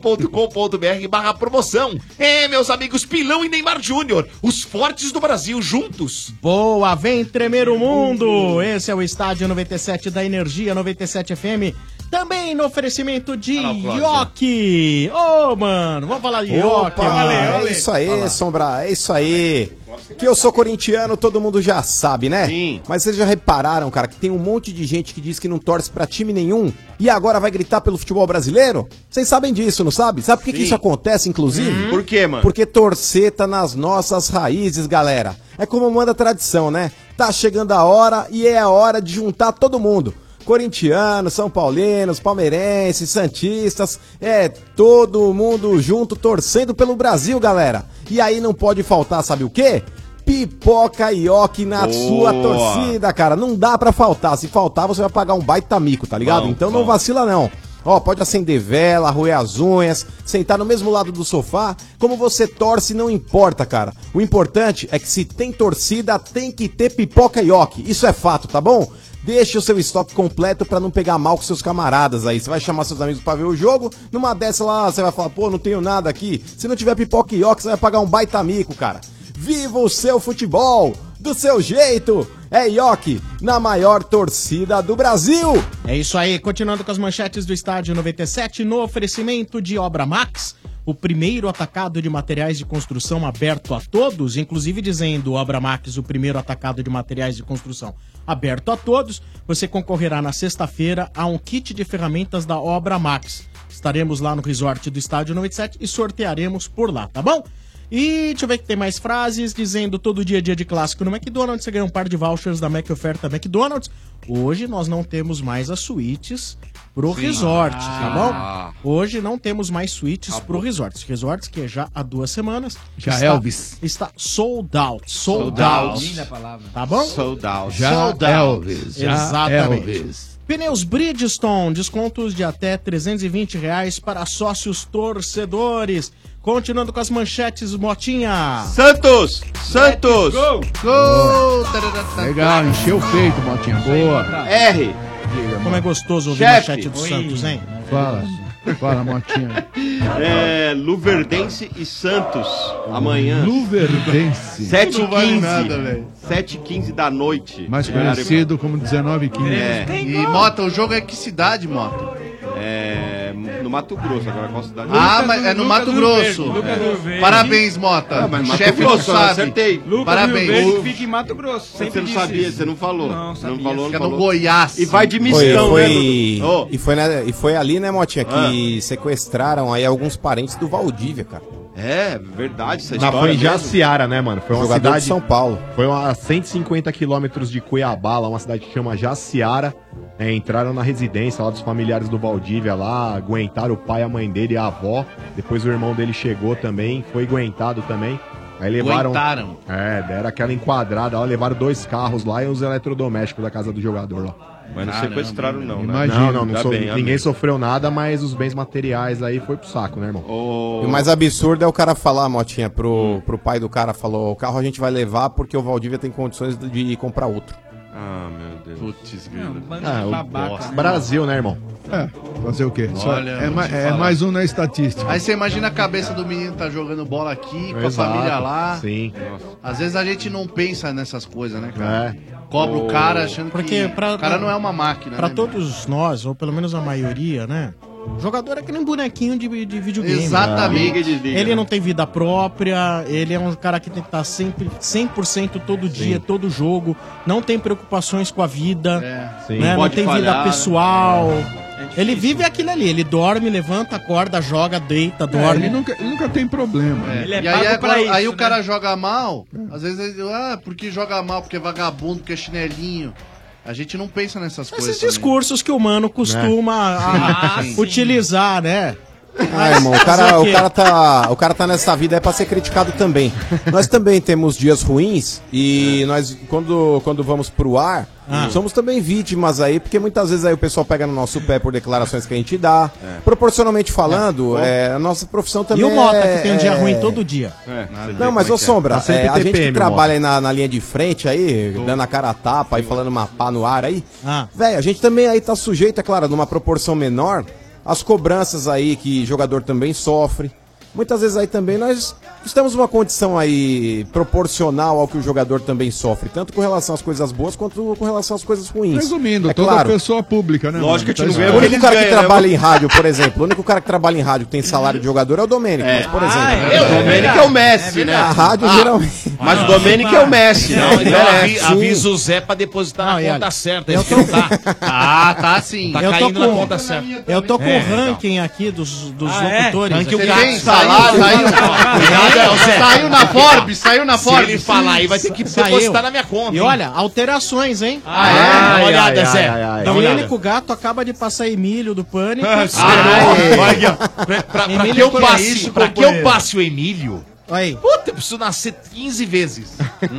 S3: pilão.com.br barra promoção. É, meus amigos, Pilão e Neymar Júnior, os fortes do Brasil juntos.
S19: Boa, vem tremer o mundo! Esse é o Estádio 97 da Energia 97 FM. Também no oferecimento de
S20: é.
S19: Yoki. Ô, mano, vamos falar de Yoki.
S21: Opa,
S19: mano.
S21: é isso aí, Sombra, é isso aí. Que eu sou corintiano, todo mundo já sabe, né? Sim. Mas vocês já repararam, cara, que tem um monte de gente que diz que não torce pra time nenhum e agora vai gritar pelo futebol brasileiro? Vocês sabem disso, não sabe? Sabe por que, que isso acontece, inclusive?
S19: Uhum.
S23: Por quê, mano?
S21: Porque torcer tá nas nossas raízes, galera. É como manda a tradição, né? Tá chegando a hora e é a hora de juntar todo mundo. corintianos, são paulinos, palmeirenses, santistas, é todo mundo junto torcendo pelo Brasil, galera. E aí não pode faltar, sabe o quê? Pipoca e oque na sua torcida, cara. Não dá pra faltar. Se faltar, você vai pagar um baita mico, tá ligado?
S23: Bom,
S21: então
S23: bom.
S21: não vacila não. Ó, pode acender vela, roer as unhas, sentar no mesmo lado do sofá. Como você torce, não importa, cara. O importante é que se tem torcida, tem que ter pipoca e oque. Isso é fato, tá bom? Deixe o seu estoque completo pra não pegar mal com seus camaradas aí. Você vai chamar seus amigos pra ver o jogo. Numa dessa lá, você vai falar, pô, não tenho nada aqui. Se não tiver pipoca e oque, você vai pagar um baita mico, cara. Viva o seu futebol do seu jeito. É Ioki na maior torcida do Brasil.
S19: É isso aí, continuando com as manchetes do Estádio 97, no oferecimento de Obra Max, o primeiro atacado de materiais de construção aberto a todos, inclusive dizendo Obra Max, o primeiro atacado de materiais de construção aberto a todos, você concorrerá na sexta-feira a um kit de ferramentas da Obra Max. Estaremos lá no resort do Estádio 97 e sortearemos por lá, tá bom? E deixa eu ver que tem mais frases dizendo todo dia é dia de clássico no McDonald's, você ganha um par de vouchers da Mac Oferta McDonald's. Hoje nós não temos mais as suítes pro
S9: Sim.
S19: resort,
S9: Ah.
S19: tá bom? Hoje não temos mais suítes pro resorts. Resorts que é já há duas semanas
S9: Já
S19: está,
S9: Elvis.
S19: está sold out, sold,
S9: Sold out.
S19: out.
S9: Linda
S19: palavra. Tá bom?
S23: Sold out.
S19: Já
S3: é
S23: Sold out.
S19: Elvis.
S23: Já
S19: Exatamente.
S23: Elvis.
S19: Pneus Bridgestone, descontos de até R$ 320 reais para sócios torcedores. Continuando com as manchetes, Motinha.
S23: Santos! Santos!
S24: Gol!
S22: Legal, encheu o peito, Motinha. Boa.
S23: R.
S19: Como é gostoso ouvir
S23: Chefe.
S19: manchete do
S23: Oi.
S19: Santos, hein?
S22: Fala. Fala, Motinha.
S23: É, Luverdense e Santos, amanhã.
S22: Luverdense.
S23: 7
S22: Não vale nada, velho.
S23: 7h15 da noite.
S22: Mais conhecido como 19 e 15.
S23: É.
S24: E Mota, o jogo é que cidade, Mota?
S23: É, no Mato Grosso, agora qual cidade?
S24: Ah, mas é no Mato Grosso. É. Parabéns, Mota.
S23: Ah, mas Mato
S24: Chefe
S23: Grosso,
S24: não sabe.
S23: acertei. Lucas
S24: Parabéns.
S23: Rio Verde
S24: fica em Mato Grosso.
S23: Você não sabia, você não falou. Não, não falou,
S24: Fica
S23: não
S24: no
S23: falou.
S24: Goiás.
S23: E vai de
S21: Foi,
S23: missão,
S21: foi-
S23: né, Ah. Dudu? Ô,
S21: e, foi na- e foi ali, né, Motinha, que sequestraram aí alguns parentes do Valdívia, cara.
S23: É, verdade, essa
S21: Mas
S23: história.
S21: foi em
S23: mesmo.
S21: Jaciara, né, mano?
S23: Foi uma
S21: Jogador
S23: cidade-
S21: de São Paulo.
S20: Foi a 150 quilômetros de Cuiabá, lá uma cidade que chama Jaciara. É, entraram na residência lá dos familiares do Valdívia lá, aguentaram o pai, a mãe dele e a avó. Depois o irmão dele chegou também, foi aguentado também. Aí levaram.
S24: Aguentaram.
S20: É, deram aquela enquadrada, ó, levaram dois carros lá e os eletrodomésticos da casa do jogador lá.
S23: Mas não
S20: Caramba,
S23: sequestraram, não, né?
S20: Imagina, não, não, não
S23: Ainda
S20: sou-
S23: bem, ainda
S20: ninguém
S23: bem.
S20: sofreu nada, mas os bens materiais aí foi pro saco, né, irmão?
S21: E o mais absurdo é o cara falar, Motinha,
S23: Hum.
S21: pro, pro pai do cara, falou, o carro a gente vai levar porque o Valdívia tem condições de ir comprar outro.
S23: Ah, meu Deus.
S24: Putz,
S20: Ah, o
S24: babaca, né?
S20: Brasil, né, irmão?
S22: É, fazer o quê? Só-
S24: Olha,
S22: é,
S24: vou
S22: ma-
S24: te
S22: é
S24: falar.
S22: mais um na estatística.
S24: Aí você imagina a cabeça do menino tá jogando bola aqui, com a
S22: Exato,
S24: família lá.
S20: Sim.
S24: Às vezes a gente não pensa nessas coisas, né, cara?
S20: É.
S24: Cobra o cara achando
S19: Porque
S24: que
S19: pra-
S24: o cara não é uma máquina,
S19: Pra
S24: né,
S19: todos nós, ou pelo menos a maioria, né? Jogador é que nem bonequinho de, de videogame.
S24: Exatamente. Liga e desliga,
S19: Ele
S24: né?
S19: não tem vida própria, ele é um cara que tem que estar sempre 100% todo dia, todo jogo, não tem preocupações com a vida,
S24: sim.
S19: né? não
S24: Pode
S19: tem vida
S24: falhar, né? É.
S19: pessoal. ele vive aquilo ali, ele dorme, levanta, acorda, joga, deita, dorme.
S22: ele nunca, ele nunca tem problema.
S24: É.
S22: né?
S24: e aí, agora- aí o cara joga mal, às vezes ele, ah, porque joga mal, porque é vagabundo, porque é chinelinho. A gente não pensa nessas coisas.
S19: Esses discursos que o
S21: Né?
S19: mano costuma a- a-
S24: Ah, sim.
S19: utilizar, né?
S21: Ah, irmão, o cara, o, cara tá, o cara tá nessa vida é pra ser criticado também. Nós também temos dias ruins e
S19: É.
S21: nós, quando, quando vamos pro ar,
S20: Ah.
S21: somos também vítimas aí, porque muitas vezes aí o pessoal pega no nosso pé por declarações que a gente dá. Proporcionalmente falando, é, a nossa profissão
S19: É. E
S21: também
S19: o Mota,
S21: é-
S19: que tem um dia
S21: é-
S19: ruim todo dia.
S21: Não, mas ô
S22: Tá
S21: Sombra, é, a gente que trabalha aí na, na linha de frente aí, dando a cara a tapa aí, falando uma pá no ar aí,
S19: Ah.
S21: velho, a gente também aí tá sujeito, é claro, numa proporção menor, às cobranças aí que jogador também sofre. Muitas vezes aí também nós estamos numa condição aí proporcional ao que o jogador também sofre, tanto com relação às coisas boas quanto com relação às coisas ruins.
S22: Resumindo,
S21: é
S22: toda
S21: claro.
S22: pessoa pública, né?
S21: Lógico
S22: mano?
S21: que a gente
S22: Tá
S21: não ganha. né, O
S22: escrito.
S21: único cara que trabalha em rádio, por exemplo, o único cara que trabalha em rádio que tem salário de jogador é o Domênico, mas,
S22: Ah,
S21: por exemplo.
S23: O Domênico é o Messi, né?
S21: A rádio geralmente.
S23: Mas o Domênico é o Messi,
S3: Ah. Não,
S23: né? Ele
S3: então avi-
S23: merece.
S3: avisa o Zé pra depositar
S19: Não, e
S3: na
S19: olha,
S3: conta certa. Eu tô... tá. Ah, tá sim. Tá
S19: eu tô
S3: caindo na
S19: com,
S3: conta certa.
S19: eu tô com
S3: É,
S19: o ranking aqui dos, dos
S3: Ah, é?
S19: locutores.
S3: Ranking
S19: aqui.
S3: é o Gato. Quem sabe, falar,
S24: saiu,
S3: Não, Zé.
S24: saiu na Forbes,
S3: Se
S24: saiu na
S3: ele
S24: Forbes.
S3: falar aí, vai ter que depositar na minha conta,
S19: E
S3: hein?
S19: olha, alterações, hein? Então,
S3: Ah, é? Dá uma olhada, Zé. Dá uma olhada.
S19: Domênico Gato acaba de passar Emílio do Pânico.
S3: Ah,
S19: Ai.
S3: Olha aqui, ó. Pra, pra- pra
S19: Emílio,
S3: que eu
S19: que é
S3: passe,
S19: isso,
S3: pra que eu
S19: companheiro?
S3: passe o Emílio?
S19: Aí.
S3: Puta, eu preciso nascer 15 vezes.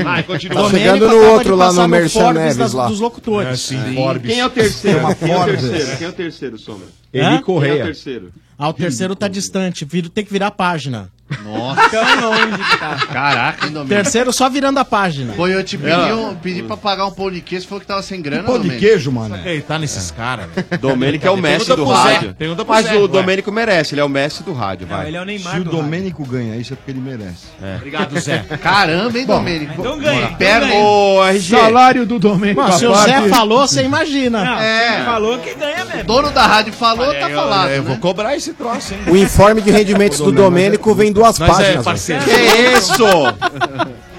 S3: Vai, continua.
S19: Tá chegando Domênico no acaba outro de lá passar no Merchan Forbes Neves das- lá. Dos locutores.
S3: Ah,
S19: É, sim,
S23: Quem é o terceiro? Quem Ah, é o terceiro? Quem é o terceiro, Sombra?
S19: Hã?
S23: Quem é o terceiro?
S19: Ah, o terceiro tá distante. vir- Tem que virar a página.
S24: Nossa.
S19: Tão longe que tá.
S24: Caraca, hein, Domênico?
S19: Terceiro só virando a página.
S24: Foi, eu te pedi,
S19: Ela-
S24: um- pedi pra pagar um pão de queijo, você falou que tava sem grana,
S19: pão de
S24: Domênico.
S19: queijo, mano?
S3: Ei, tá nesses caras, velho.
S23: Domênico é o mestre do rádio. Mas o Domênico merece, ele é o mestre do rádio, vai.
S7: Se o Domênico ganha isso, é porque ele merece.
S24: Obrigado, Zé. Caramba, hein, Domênico? Então
S7: ganha, então
S24: Pera,
S7: ganha.
S24: ô, RG.
S22: Salário do Domênico.
S19: Mano, se o
S22: Aparti.
S19: Zé falou, você imagina.
S24: É.
S19: falou que ganha mesmo.
S24: dono da rádio falou, tá falado.
S9: né?
S3: Eu vou cobrar esse troço, hein?
S21: O informe de rendimentos do Domênico vem em duas
S3: Mas é,
S21: páginas.
S3: parceiro.
S21: velho.
S23: Que isso?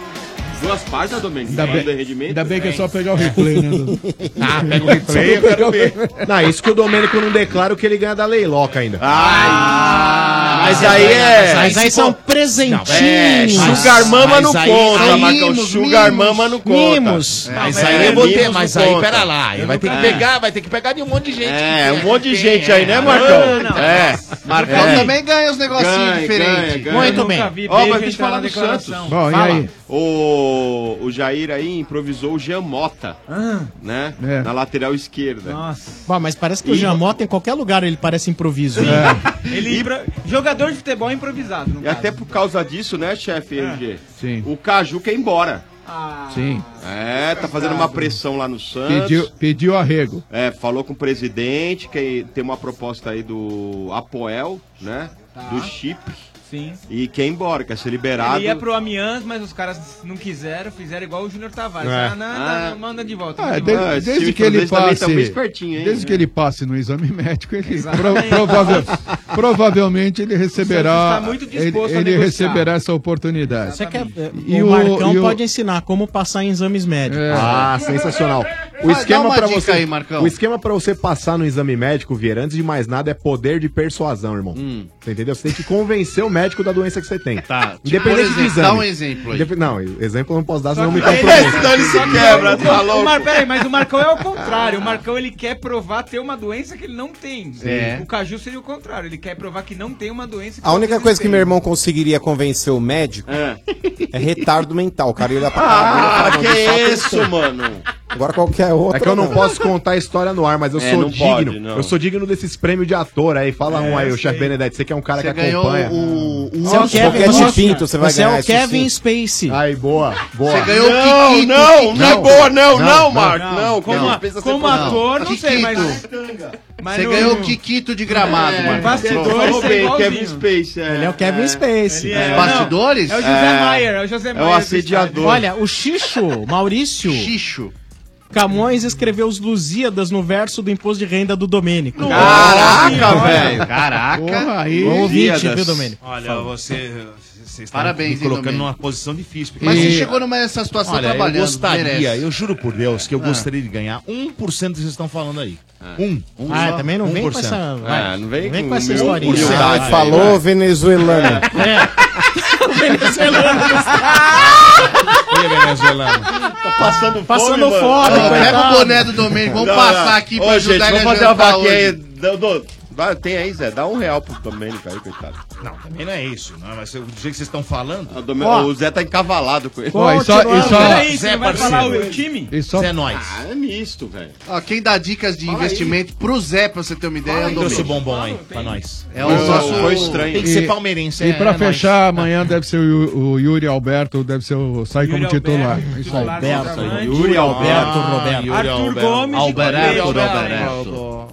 S23: Duas páginas, Domênico?
S7: Ainda
S23: Falando
S7: bem-
S23: do rendimento?
S7: Ainda bem que é só pegar o replay, né? Dudu?
S23: Ah,
S7: pega o replay, eu quero ver.
S20: Não, isso que o Domênico não declara o que ele ganha da Leiloca ainda.
S23: Ah, mas aí é.
S19: Mas aí
S20: um
S19: são presentinhos.
S23: É, Sugar Mama não
S3: é
S23: conta, Marcão. Sugar Mama não conta.
S19: Mimos.
S3: Mas é aí eu vou ter, mas aí, pera lá, aí
S23: Eu
S3: vai
S23: não
S3: ter que
S23: quero.
S3: pegar, vai ter que pegar de É um monte de gente.
S23: É,
S3: que-
S23: um monte de
S3: que-
S23: gente aí, né,
S3: é.
S23: Marcão?
S3: Não, não.
S23: É.
S24: Marcão
S23: É.
S24: também ganha os negocinhos
S23: Ganha,
S24: diferentes.
S23: ganha, ganha. Eu nunca vi Ó, mas deixa eu falar do Santos.
S7: Bom, e
S23: Fala.
S7: aí?
S23: O, o Jair aí improvisou o Jean Mota,
S19: Ah.
S23: né?
S7: É.
S23: Na lateral esquerda. Nossa.
S19: Bom, mas parece que o Jamota em qualquer lugar ele parece improviso.
S23: É. Ele Jogador de futebol improvisado, E até por causa disso, né, chefe RG? Sim. O Caju quer ir embora.
S7: Sim.
S23: É, tá fazendo uma pressão lá no Santos.
S7: Pediu, pediu arrego.
S23: É, falou com o presidente, que tem uma proposta aí do Apoel, né? Do Chip.
S25: Sim.
S23: E quer ir embora, quer ser liberado.
S25: Ele ia pro Amiens, mas os caras não quiseram, fizeram igual o Júnior Tavares.
S23: É.
S25: Ah, não, não,
S23: Ah.
S25: não, manda de volta.
S7: Ah,
S25: manda de
S7: de-
S25: volta.
S7: desde que ele
S22: tá
S7: passe.
S25: tá hein?
S7: Desde que ele passe no exame médico, ele pro- provável- provavelmente ele receberá.
S19: está muito
S7: ele
S19: disposto a
S7: ele
S19: negociar. Tá
S7: receberá essa oportunidade.
S19: Você quer, eh,
S7: E
S19: o,
S7: o-
S19: Marcão
S7: e o-
S19: pode ensinar como passar em exames médicos.
S20: Ah, sensacional. O esquema para você, o esquema para você passar no exame médico, Vieira, antes de mais nada é poder de persuasão, irmão. Você entendeu? Você tem que convencer o médico da doença que você tem. Tá. Independente
S24: por exemplo,
S20: de exame.
S24: dá um exemplo aí.
S20: Indep- Não, exemplo eu não posso dar, senão eu me
S25: Só que-
S20: comprometo.
S25: Só que
S20: tá
S25: o- o Mar- peraí, mas o Marcão é o contrário. O Marcão ele quer provar ter uma doença que ele não tem.
S21: É.
S25: O Caju seria o contrário. Ele quer provar que não tem uma doença que
S21: A única
S25: vocês
S21: coisa que
S25: têm.
S21: meu irmão conseguiria convencer o médico é, retardo mental. O cara ia olhar pra
S23: Ah,
S21: cara dele e falar, "Não,
S23: que
S21: deixa eu
S23: isso,
S21: pensar."
S23: mano?
S21: Agora qualquer outro.
S20: É que eu não posso contar a história no ar, mas eu
S21: É,
S20: sou
S21: não
S20: digno.
S21: pode, não.
S20: eu sou digno desses prêmios de ator aí. Fala
S21: É,
S20: um aí,
S21: eu
S20: o chefe
S21: sei.
S20: Benedetti. Você que é um cara
S21: Você
S20: que
S21: ganhou
S20: acompanha.
S21: o-
S20: um
S21: Você é o Kevin- você- você é o Kevin
S19: Space.
S20: Aí, boa, boa.
S21: Você ganhou o
S20: Não,
S21: Kikito,
S20: Não,
S21: Kikito.
S20: não é boa, não, não,
S21: Não,
S20: Marco.
S24: não,
S20: Não,
S24: não,
S20: como,
S24: não.
S25: Como ator, não sei, mas.
S24: Você ganhou o Kikito de gramado,
S25: É,
S24: Marcão.
S25: bastidores,
S24: Falou
S25: é
S24: bem,
S25: igualzinho.
S24: Kevin
S23: Space.
S19: Ele é o Kevin Space.
S24: É.
S19: Não,
S24: Bastidores?
S25: É o José Maier, é o José Maier. do estádio.
S19: Olha, o Xixo, Maurício.
S24: Xixo.
S19: Camões escreveu os Lusíadas no verso do imposto de renda do Domênico.
S24: Caraca, velho. Caraca.
S19: Porra, aí. Bom ouvinte, viu, Domênico?
S3: Olha, você, você está
S24: Parabéns, hein,
S3: me colocando
S24: Domênico.
S3: numa posição difícil. porque-
S24: Mas você chegou numa essa situação
S3: Olha,
S24: trabalhando.
S3: eu gostaria,
S24: merece.
S3: eu juro por Deus que eu
S24: Ah.
S3: gostaria de ganhar 1% do que vocês estão falando aí. Um. um
S19: Ah,
S3: só.
S19: também não vem com
S3: 1%.
S19: essa- vai.
S3: Ah, não vem,
S19: Vem
S3: com,
S19: com essa
S3: mil
S19: historinha.
S3: por cento.
S19: Ah,
S21: Falou venezuelano.
S3: é Olha, venezuelano.
S23: Tá passando
S24: Passando
S23: mano.
S24: fome, coitado.
S23: Ó,
S24: Pega o boné do Domênico, vamos passar aqui pra
S23: Ô,
S24: ajudar
S23: gente,
S24: ele
S23: vamos
S24: a
S23: fazer uma
S24: jantar
S23: vaquinha aí.
S24: hoje.
S23: Dô, dô, vai, tem aí, Zé. Dá um real pro Domênico aí, coitado. Não,
S3: Também não é isso, não é? Mas do jeito que vocês estão falando.
S23: Ó. o Zé tá encavalado com ele.
S24: Ó, e só- e só- Peraí, você
S3: Zé,
S24: vai
S3: parceiro.
S24: falar o time? E só-
S3: Zé, nós.
S23: Ah, é misto, velho.
S24: Ó, quem dá dicas de
S23: Fala
S24: investimento pro Zé, pra você ter uma ideia, é o
S3: Quem trouxe o
S24: Domênico.
S3: bombom aí pra nós?
S24: É o nosso- Foi estranho.
S3: Tem que ser palmeirense.
S24: é,
S7: E pra
S24: é
S7: fechar, amanhã deve ser o, Yu- o Yuri Alberto, deve ser o. Sai como titular. Isso aí.
S19: Yuri
S23: Ah,
S19: Alberto, Roberto.
S7: Yuri Alberto.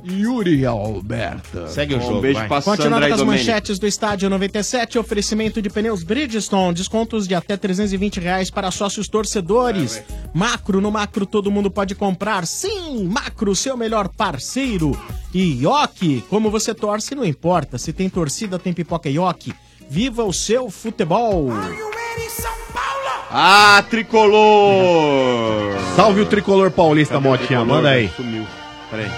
S24: Alberto,
S7: Yuri Alberto.
S3: Segue
S23: o jogo, vai.
S19: Continuando
S23: Sandra e
S19: com as
S23: Domênico.
S19: manchetes do Estádio 97, oferecimento de pneus Bridgestone, descontos de até 320 reais para sócios torcedores. macro, no Macro todo mundo pode comprar. Sim, Macro, seu melhor parceiro. E Yoki, como você torce, não importa. Se tem torcida, tem pipoca Yoki. Viva o seu futebol!
S23: Ah, tricolor!
S20: Salve o tricolor paulista,
S23: Cadê o
S20: Motinha.
S23: tricolor,
S20: Manda aí.
S23: velho? Sumiu. Peraí.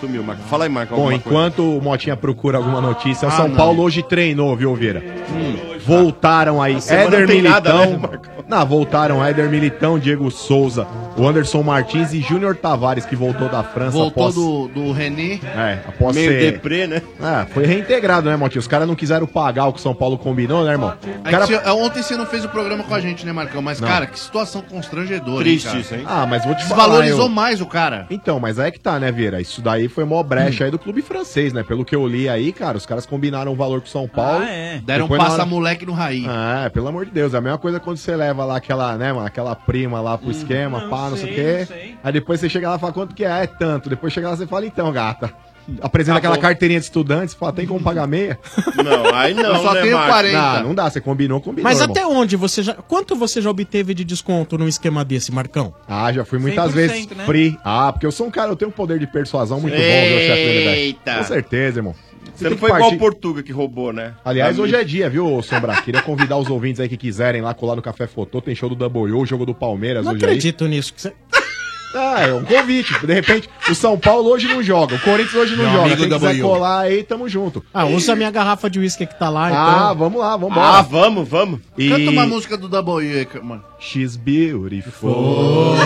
S23: Sumiu, Marco. Fala aí, Marco.
S20: Bom,
S23: alguma coisa.
S20: enquanto o Motinha procura alguma notícia, o
S23: Ah,
S20: São
S23: não.
S20: Paulo hoje treinou, viu, Vieira?
S23: Hum.
S20: Voltaram aí
S23: semana
S20: Éder
S23: não tem nada,
S20: Militão.
S23: né,
S20: não, voltaram Éder Militão, Diego Souza, o Anderson Martins e Júnior Tavares, que voltou da França
S24: Voltou
S20: após.
S24: do, do René.
S20: É, após
S24: Meio
S20: ser...
S24: deprê, né?
S20: É, foi reintegrado, né, Motinha? Os caras não quiseram pagar o que o São Paulo combinou, né, irmão? O
S24: É
S20: cara-
S24: que você- ontem você não fez o programa com a gente, né, Marcão? Mas,
S20: Não.
S24: cara, que situação constrangedora. cara?
S20: Ah, mas vou te falar.
S24: Desvalorizou
S20: eu-
S24: mais o cara. Hum.
S20: Então, mas aí que tá, né, Vieira? Isso daí foi mó brecha aí do clube francês, né? Pelo que eu li aí, cara, os caras combinaram o valor com o São Paulo.
S24: Deram
S20: Depois, na
S24: passa
S20: hora-
S24: moleque no raiz.
S20: Ah, pelo amor de Deus. É a mesma coisa quando você leva lá aquela, né, mano, aquela prima lá pro esquema, pá, não sei o quê. Aí depois você chega lá e fala quanto que é, é tanto. Depois chega lá e você fala, então, gata. Apresenta
S23: Acabou.
S20: aquela carteirinha de estudante, você fala, tem como pagar meia?
S23: Não, aí não,
S20: Eu só
S23: né,
S20: tenho
S23: Marco?
S20: 40. Não, não dá, você combinou, combinou.
S19: Mas Até onde você já. Quanto você já obteve de desconto num esquema desse, Marcão?
S20: Ah, já fui muitas
S19: 100%,
S20: vezes
S19: né?
S20: free. Ah, porque eu sou um cara, eu tenho um poder de persuasão muito bom, meu chefe da verdade.
S23: Eita.
S20: Com certeza, irmão.
S23: Você
S20: tem
S23: não
S20: que
S23: foi igual
S20: partir-
S23: o Portuga que roubou, né?
S20: Aliás,
S23: Amigo.
S20: hoje é dia, viu, Sombra? Queria convidar os ouvintes aí que quiserem lá colar no Café Fotô. Tem show do W, jogo do Palmeiras
S19: Não
S20: hoje
S19: acredito nisso. Que você...
S20: Ah, é um convite. De repente, o São Paulo hoje não joga, o Corinthians hoje não
S19: Meu
S20: joga.
S19: amigo
S20: Quem quiser
S19: W.
S20: colar aí, tamo junto.
S19: Ah, usa a minha garrafa de uísque que tá lá,
S20: Ah,
S19: então.
S20: vamos lá, vamos lá.
S19: Ah,
S23: vamos, vamos.
S24: Canta uma música do Double E, mano.
S20: She's beautiful.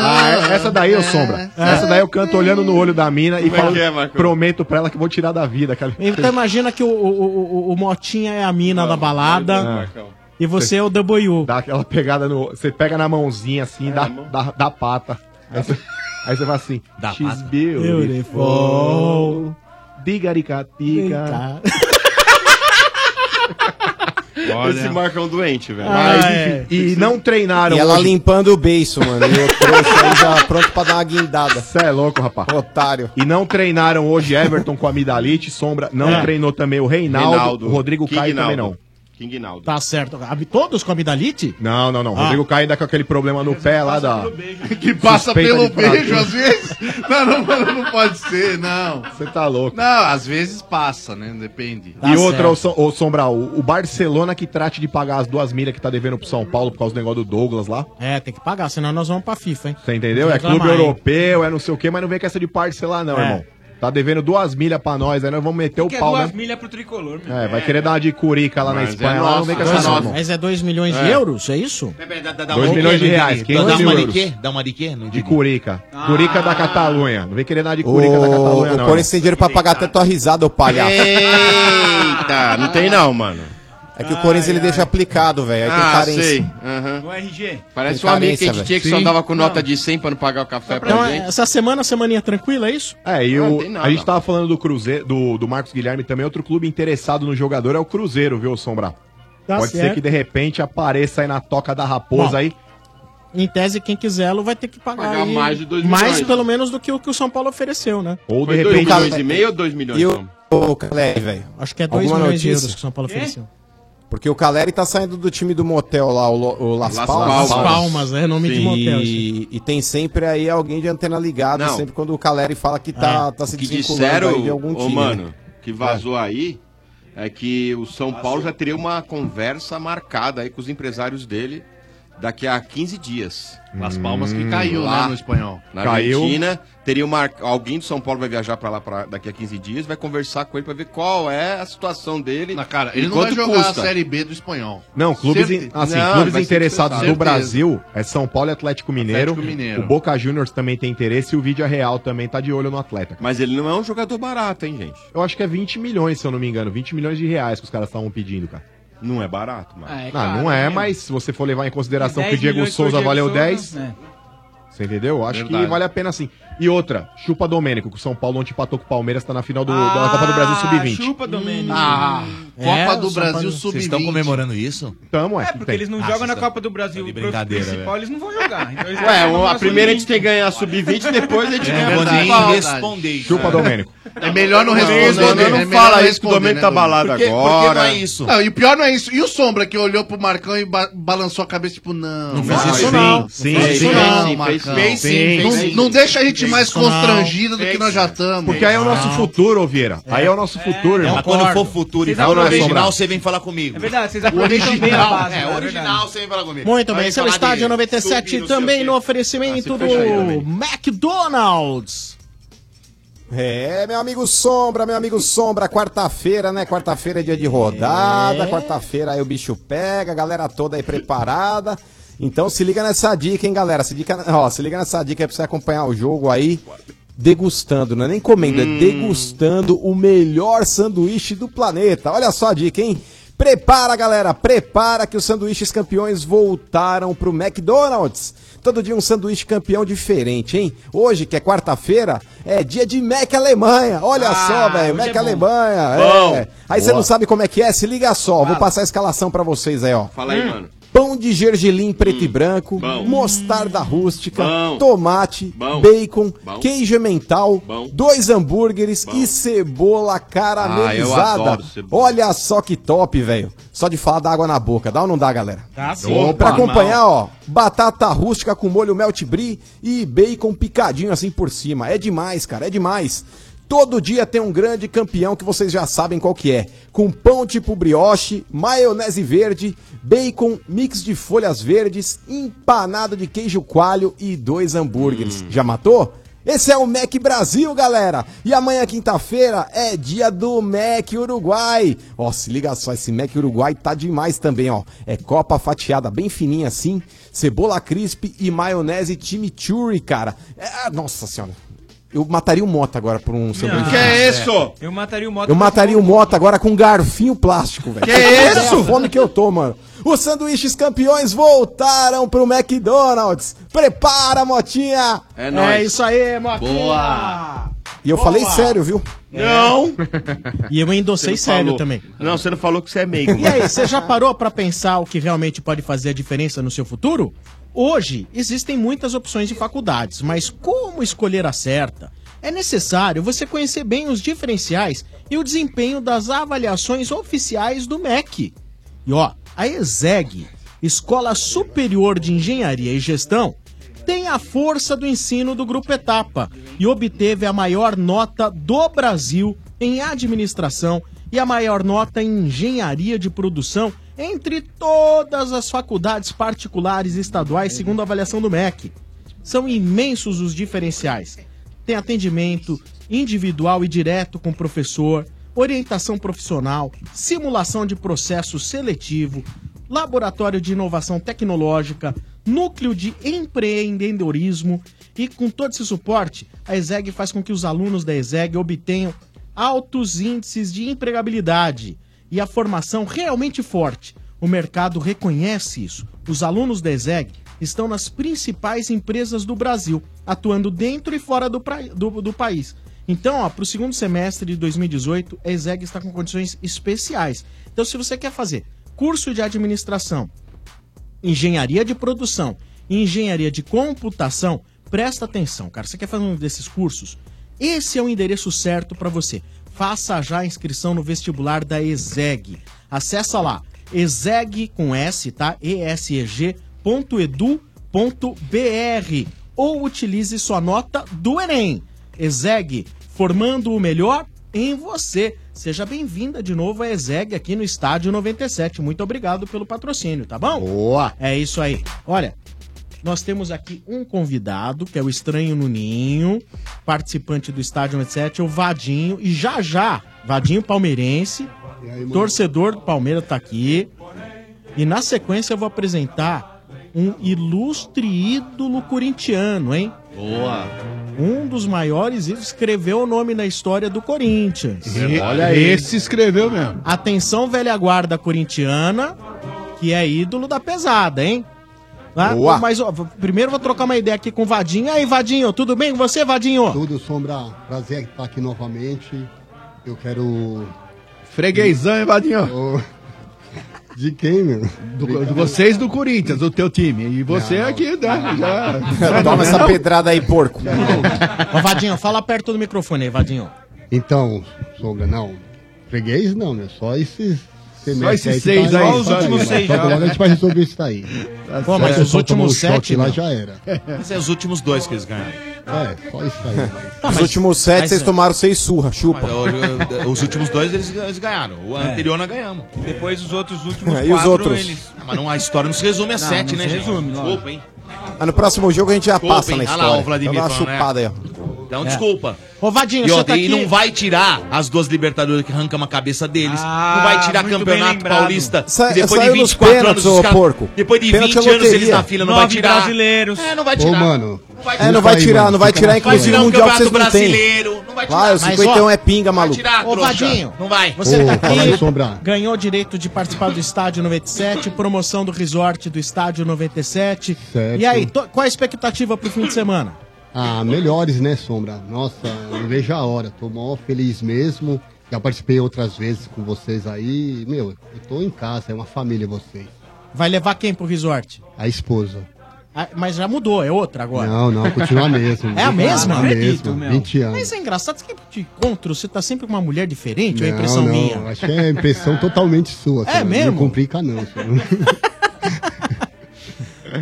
S20: Ah, é- essa daí eu sombra. Essa daí eu canto olhando no olho da mina e
S19: Como é
S20: falo,
S19: que é, Marco?
S20: prometo pra ela que vou tirar da vida, cara.
S19: Então imagina que o, o- o- o- o Motinha é a mina da balada.
S20: Marcão.
S19: E você é o W.
S20: Dá aquela pegada no. Você pega na mãozinha assim, dá, dá, dá pata. Aí você, aí você fala assim:
S19: Dá
S20: She's
S19: pata.
S20: beautiful.
S19: Beautiful.
S20: Digaricatica.
S21: Olha.
S23: Esse Marco é um doente, velho.
S20: Mas, Ah,
S23: é.
S20: enfim, E não treinaram.
S21: E ela
S20: hoje.
S21: limpando o beiço, mano. E o trouxa aí já pronto pra dar uma guindada.
S20: Você é louco, rapaz.
S21: Otário.
S20: E não treinaram hoje Everton com a Midalite, Sombra. Não
S19: É.
S20: treinou também o Reinaldo.
S23: Reinaldo.
S20: O Rodrigo
S23: King
S20: Caio também não.
S23: Naldo. King Naldo.
S19: Tá certo. Ah, Todos com amidalite?
S20: Não, não, não. O
S19: Ah.
S20: Rodrigo Caio ainda com aquele problema no pé lá da.
S24: Que passa
S20: Suspeita
S24: pelo
S20: de né? fratura.
S24: beijo, às vezes. Não, não, mano, não pode ser, não.
S20: Você tá louco.
S24: Não, às vezes passa, né? Depende.
S23: Tá
S19: Tá
S20: e outra, o, Som- o Sombra, o, o Barcelona que trate de pagar as duas milhas que tá devendo pro São Paulo por causa do negócio do Douglas lá.
S19: É, tem que pagar, senão nós vamos pra FIFA, hein?
S20: Você entendeu? É
S19: Reclamar,
S20: clube
S19: hein?
S20: europeu, é não sei o quê, mas não vem com essa de parcelar, não,
S19: É.
S20: irmão. Tá devendo duas milhas pra nós, aí nós vamos meter o
S25: Que é
S20: pau,
S25: duas
S20: né?
S25: milhas pro tricolor, meu.
S20: É, vai querer dar uma de curica lá na
S19: Mas
S20: Espanha,
S19: é
S20: lá não
S19: nossa,
S20: vem com
S19: é
S20: essa não,
S19: nossa.
S20: irmão.
S19: Mas é 2 milhões de
S20: É.
S19: euros, é isso?
S3: dá
S20: 2
S3: um
S20: milhões de
S3: quê,
S20: reais,
S3: Didi? Dá
S20: 500
S3: uma
S20: mil
S3: de quê? Ah.
S20: euros.
S3: Dá uma de quê? Não
S20: De
S3: digo.
S20: Curica. Curica da Catalunha. Não vem querer nada de
S21: O,
S20: Curica da Catalunha,
S21: o
S20: não.
S21: Corinthians tem
S23: é
S21: dinheiro pra pagar até tua risada, ô palhaço.
S23: Eita, não tem não, mano.
S21: É que o Corinthians ele deixa aplicado, velho. Aí tem
S23: Ah,
S21: carência.
S23: sei. Aham.
S25: O RG.
S23: Parece
S21: Tem
S23: um amigo que
S21: carência,
S23: a gente tinha que só
S21: velho. Sim.
S23: andava com nota de 100 pra não pagar o café pra,
S19: Então,
S23: gente.
S19: essa semana, a semaninha tranquila, é isso?
S20: É, e
S23: Não,
S20: o-
S23: Ah, tem nada.
S20: a gente tava falando do Cruzeiro, do, do Marcos Guilherme também. Outro clube interessado no jogador é o Cruzeiro, viu, Sombra?
S19: Tá
S20: Pode ser
S19: certo.
S20: que de repente apareça aí na toca da raposa
S19: Bom,
S20: aí.
S19: Em tese, quem quiser, ela vai ter que pagar,
S23: Pagar
S19: aí
S23: mais de dois
S19: Mais
S23: milhões.
S19: pelo menos do que o que o São Paulo ofereceu, né?
S20: Ou
S23: Foi 2 milhões e meio ou 2 milhões?
S21: E
S23: Tom?
S21: o, o Caleri, velho?
S19: Acho que é 2
S21: Alguma
S19: milhões de
S21: notícia? É?
S19: euros que o São Paulo ofereceu.
S21: Porque o Caleri tá saindo do time do motel lá, o, Lo- o Las,
S19: Las
S21: Palmas.
S19: Palmas. Las Palmas, é, nome de motel,
S21: E, e tem sempre aí alguém de antena ligada,
S23: Não.
S21: sempre quando o Caleri fala que
S19: É.
S21: tá, tá
S23: É.
S21: se
S23: O que
S21: desvinculando
S23: disseram,
S21: aí de algum
S23: ô,
S21: time.
S23: mano,
S21: né?
S23: que vazou aí, é que o São Paulo já teria uma conversa marcada aí com os empresários dele daqui a 15 dias. Hum.
S24: Las Palmas que caiu, né, no espanhol.
S23: Na
S24: Caiu.
S23: Argentina, teria uma, alguém do São Paulo vai viajar pra lá pra, daqui a 15 dias, vai conversar com ele pra ver qual é a situação dele. Na
S24: Cara, ele não vai jogar a Série B do espanhol.
S20: Não, clubes,
S24: Certe-
S20: in- assim,
S24: Não,
S20: clubes
S24: vai ser
S20: interessados no
S24: dispensado.
S20: Brasil é São Paulo e Atlético Mineiro.
S24: Atlético Mineiro.
S20: O Boca Juniors também tem interesse e o Vídeo Real também tá de olho no atleta.
S23: Mas ele não é um jogador barato, hein, gente?
S20: Eu acho que é 20 milhões, se eu não me engano. 20 milhões de reais que os caras estavam pedindo, cara.
S23: Não é barato, mano.
S20: não, não é, mas se você for levar em consideração que o Diego Souza né? valeu 10,
S25: né?
S20: você entendeu? Eu Acho
S23: Verdade.
S20: que vale a pena sim. E outra, chupa Domênico, que o São Paulo ontem empatou com o Palmeiras, tá na final do, da Copa do Brasil Sub-20.
S25: Ah, Chupa, Domênico.
S24: Ah,
S25: Copa do Brasil Sub-20.
S3: Vocês estão comemorando isso?
S20: Tamo, é.
S25: É, porque
S3: Tem.
S25: eles não
S3: Ah,
S25: jogam
S3: vocês
S25: na
S3: tão-
S25: Copa do Brasil.
S3: de
S25: O
S3: brincadeira,
S25: principal eles não vão jogar. Então eles
S23: Ué,
S25: vão
S23: a
S25: jogar
S23: primeira a
S25: sub-vinte.
S23: gente tem que ganhar a sub-20, depois a gente
S25: É,
S23: ganha
S25: vou
S23: a
S25: nem
S23: principal.
S25: responder.
S20: Chupa, Domênico.
S24: É melhor não responder.
S23: Não, não, não
S24: é melhor
S23: fala isso, que o
S24: responder,
S23: Domênico tá
S24: né, Domênico?
S23: balado agora.
S1: é
S24: Não, e o pior não é isso. E o Sombra que olhou pro Marcão e ba- balançou a cabeça, tipo, não.
S23: Não fez isso, não.
S24: Sim, sim, sim,
S23: fez
S24: não,
S23: sim, fez
S24: Não, tem, não, não deixa a gente mais constrangida do que nós já estamos.
S20: Porque aí é o nosso futuro, Oliveira. Aí é o nosso futuro, irmão.
S3: Mas quando for futuro e
S20: Não,
S3: for
S20: não é
S3: original,
S20: original.
S3: você vem falar comigo. É
S25: verdade, vocês
S9: aproveitam bem
S19: Tá
S9: a base,
S3: É,
S9: né?
S3: original, você vem falar comigo.
S9: Muito
S3: Aí
S9: bem, esse é o
S3: falar
S9: Estádio
S3: de
S9: 97
S3: subir, não sei
S9: também
S3: o quê.
S9: no
S20: Ah,
S9: oferecimento do McDonald's.
S21: É, meu amigo Sombra, meu amigo Sombra, quarta-feira, né? Quarta-feira é dia de rodada,
S19: É.
S21: quarta-feira aí o bicho pega, a galera toda aí preparada. Então se liga nessa dica, hein, galera? Se, dica, ó, se liga nessa dica aí pra você acompanhar o jogo aí, degustando, não é nem comendo, é degustando o melhor sanduíche do planeta. Olha só a dica, hein? Prepara, galera, prepara que os sanduíches campeões voltaram pro McDonald's. Todo dia um sanduíche campeão diferente, hein? Hoje, que é quarta-feira, é dia de Mac Alemanha. Olha
S23: Ah,
S21: só, velho, Mac Alemanha.
S23: é Bom.
S21: é. Aí você
S23: Boa.
S21: não sabe como é que é? Se liga só, vou passar a escalação pra vocês aí, ó.
S23: Fala aí, mano.
S21: Pão de gergelim preto e branco, mostarda rústica,
S23: Hum. Bom.
S21: tomate,
S23: Bom.
S21: bacon,
S23: Bom.
S21: queijo mental, dois hambúrgueres e cebola
S23: Ah, eu
S21: caramelizada.
S23: adoro cebola.
S21: Olha só que top, velho. Só de falar dá água na boca, dá ou não dá, galera?
S9: Tá
S25: Dá Ah, sim.
S21: Bom, pra
S25: Opa.
S21: acompanhar, ó, batata rústica com molho melt brie e bacon picadinho assim por cima. É demais, cara, é demais. Todo dia tem um grande campeão que vocês já sabem qual que é. Com pão tipo brioche, maionese verde, bacon, mix de folhas verdes, empanado de queijo coalho e dois hambúrgueres.
S25: Hum.
S21: Já matou? Esse é o Mac Brasil, galera! E amanhã, quinta-feira, é dia do Mac Uruguai! Ó, se liga só, esse Mac Uruguai tá demais também, ó. É copa fatiada bem fininha assim, cebola crisp e maionese chimichurri, cara. É, ah, nossa senhora, eu mataria o Mota agora por um sanduíche.
S25: é Eu mataria o moto.
S21: Eu mataria o Mota agora com um garfinho plástico, velho.
S25: Que
S21: Essa
S25: isso?
S21: É a fome que eu tô, mano. Os sanduíches campeões voltaram pro McDonald's. Prepara, Motinha!
S19: É nóis. isso aí, Motinha!
S21: Boa! E eu falei sério, viu?
S23: Não!
S19: E eu endossei
S23: Você não
S19: sério
S23: falou.
S19: também.
S23: Não, você não falou que você é meio.
S19: E aí, você já parou pra pensar o que realmente pode fazer a diferença no seu futuro? Hoje, existem muitas opções de faculdades, mas como escolher a certa? É necessário você conhecer bem os diferenciais e o desempenho das avaliações oficiais do MEC. E ó, a ESEG, Escola Superior de Engenharia e Gestão, tem a força do ensino do Grupo Etapa e obteve a maior nota do Brasil em administração e a maior nota em engenharia de produção entre todas as faculdades particulares e estaduais, segundo a avaliação do MEC. São imensos os diferenciais. Tem atendimento individual e direto com o professor, orientação profissional, simulação de processo seletivo, laboratório de inovação tecnológica, núcleo de empreendedorismo e com todo esse suporte, a ESEG faz com que os alunos da ESEG obtenham altos índices de empregabilidade e a formação realmente forte. O mercado reconhece isso. Os alunos da ESEG estão nas principais empresas do Brasil, atuando dentro e fora do, pra- do- do país. Então, para o segundo semestre de 2018, a ESEG está com condições especiais. Então, se você quer fazer curso de administração, engenharia de produção e engenharia de computação, presta atenção, cara. Você quer fazer um desses cursos? Esse é o endereço certo para você. Faça já a inscrição no vestibular da ESEG. Acessa lá, ESEG com S, tá? ESEG.edu.br ou utilize sua nota do Enem. ESEG, formando o melhor em você. Seja bem-vinda de novo à ESEG aqui no Estádio 97. Muito obrigado pelo patrocínio, tá bom? Boa! É isso aí. Olha, nós temos aqui um convidado, que é o Estranho Nuninho, participante do Estádio 97, o Vadinho, e já já, Vadinho Palmeirense, torcedor do Palmeiras tá aqui. E na sequência eu vou apresentar um ilustre ídolo corintiano, hein?
S24: Boa.
S19: Um dos maiores ídolos escreveu o nome na história do Corinthians.
S7: E- Olha aí. esse
S19: escreveu mesmo. Atenção, velha guarda corintiana, que é ídolo da pesada, hein? Ah,
S26: Boa.
S19: Mas ó, v- primeiro vou trocar uma ideia aqui com o Vadinho. Aí, Vadinho, tudo bem com você, Vadinho?
S26: Tudo, Sombra. Prazer estar aqui novamente. Eu quero.
S7: Freguesão, hein, Vadinho?
S26: Oh. De quem, meu?
S7: Do, do- vocês do Corinthians, o teu time. E você aqui, né? Já...
S21: Toma essa pedrada aí, porco.
S19: Ó, Vadinho, fala perto do microfone aí, Vadinho.
S26: Então, Sombra, não. Freguês não, né? Só esses tem
S22: Só
S26: médico
S22: esses
S26: que
S22: seis
S26: tá
S22: aí,
S26: aí,
S22: só os últimos
S26: mas
S22: seis
S26: logo,
S22: já.
S26: logo a gente vai resolver isso daí.
S3: Pô, mas
S26: Só
S3: é os
S26: tomar
S3: últimos
S26: um choque
S3: sete,
S26: lá
S3: meu.
S26: já era.
S3: Mas é os últimos dois que eles Tá, ganham.
S26: É, só isso aí.
S3: Ah,
S21: Os últimos sete, vocês tomaram seis surra, chupa.
S3: é. Mas, ó, eu- Os últimos dois eles, eles ganharam. O anterior nós ganhamos. E depois os outros últimos
S21: É. E os quatro, outros? eles-
S3: Ah, mas não, a história não se resume a
S21: Não,
S3: sete,
S21: não
S3: né,
S21: se
S3: gente?
S21: resume, lógico.
S3: desculpa, hein?
S21: Ah, no próximo jogo a gente já
S3: Desculpa,
S21: passa
S3: hein?
S21: na
S3: Olha
S21: história.
S3: lá, ó, Vladimir
S21: Dá uma
S3: falando, né?
S21: chupada aí, ó.
S3: Então,
S21: É.
S3: desculpa.
S19: Ô, Vadinho,
S3: e,
S19: você
S3: ó,
S19: tá
S3: e
S19: aqui...
S3: não vai tirar as duas Libertadores que arrancam a cabeça deles.
S19: Ah,
S3: não vai tirar
S19: muito bem
S3: Campeonato
S19: lembrado.
S3: Paulista.
S19: Sa-
S3: que depois de
S19: saiu nos
S3: 24
S21: pênaltis,
S3: anos,
S21: ô
S3: os caras-
S21: porco.
S3: Depois de
S21: Pênalti
S3: 20
S21: é
S3: anos eles
S21: loteria.
S3: na fila, não vai
S21: Nove
S3: tirar.
S21: brasileiros.
S3: É, não vai
S21: Ô,
S3: tirar.
S21: mano.
S3: Não vai
S21: É, não vai tirar, não vai tirar, inclusive o Mundial que vocês não têm. Vai, o 51 é pinga, maluco.
S19: Ô, Vadinho,
S3: Não vai.
S19: Você
S21: Ô,
S19: tá
S21: fala aí,
S19: aqui,
S21: Sombra.
S19: ganhou direito de participar do Estádio 97, promoção do resort do Estádio 97.
S26: Certo.
S19: E aí, to- qual a expectativa pro fim de semana?
S26: Ah, melhores, né, Sombra? Nossa, não vejo a hora. Tô mó feliz mesmo. Já participei outras vezes com vocês aí. Meu, eu tô em casa, é uma família vocês.
S19: Vai levar quem pro resort?
S26: A esposa.
S19: Ah, Mas já mudou, é outra agora.
S26: Não, não, continua a mesma.
S19: É a mesma?
S26: A mesma, 20 anos.
S19: Mas é engraçado, você sempre te encontro, você tá sempre com uma mulher diferente, ou é
S26: Não,
S19: impressão
S26: não,
S19: minha?
S26: Acho que é impressão totalmente sua.
S19: É
S26: Sombra.
S19: mesmo?
S26: Não complica, não. Sombra.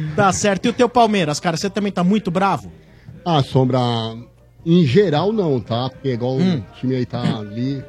S19: Tá certo. E o teu Palmeiras, cara, você também tá muito bravo?
S26: Ah, Sombra, em geral não, tá? Porque igual
S19: Hum.
S26: o time aí tá ali,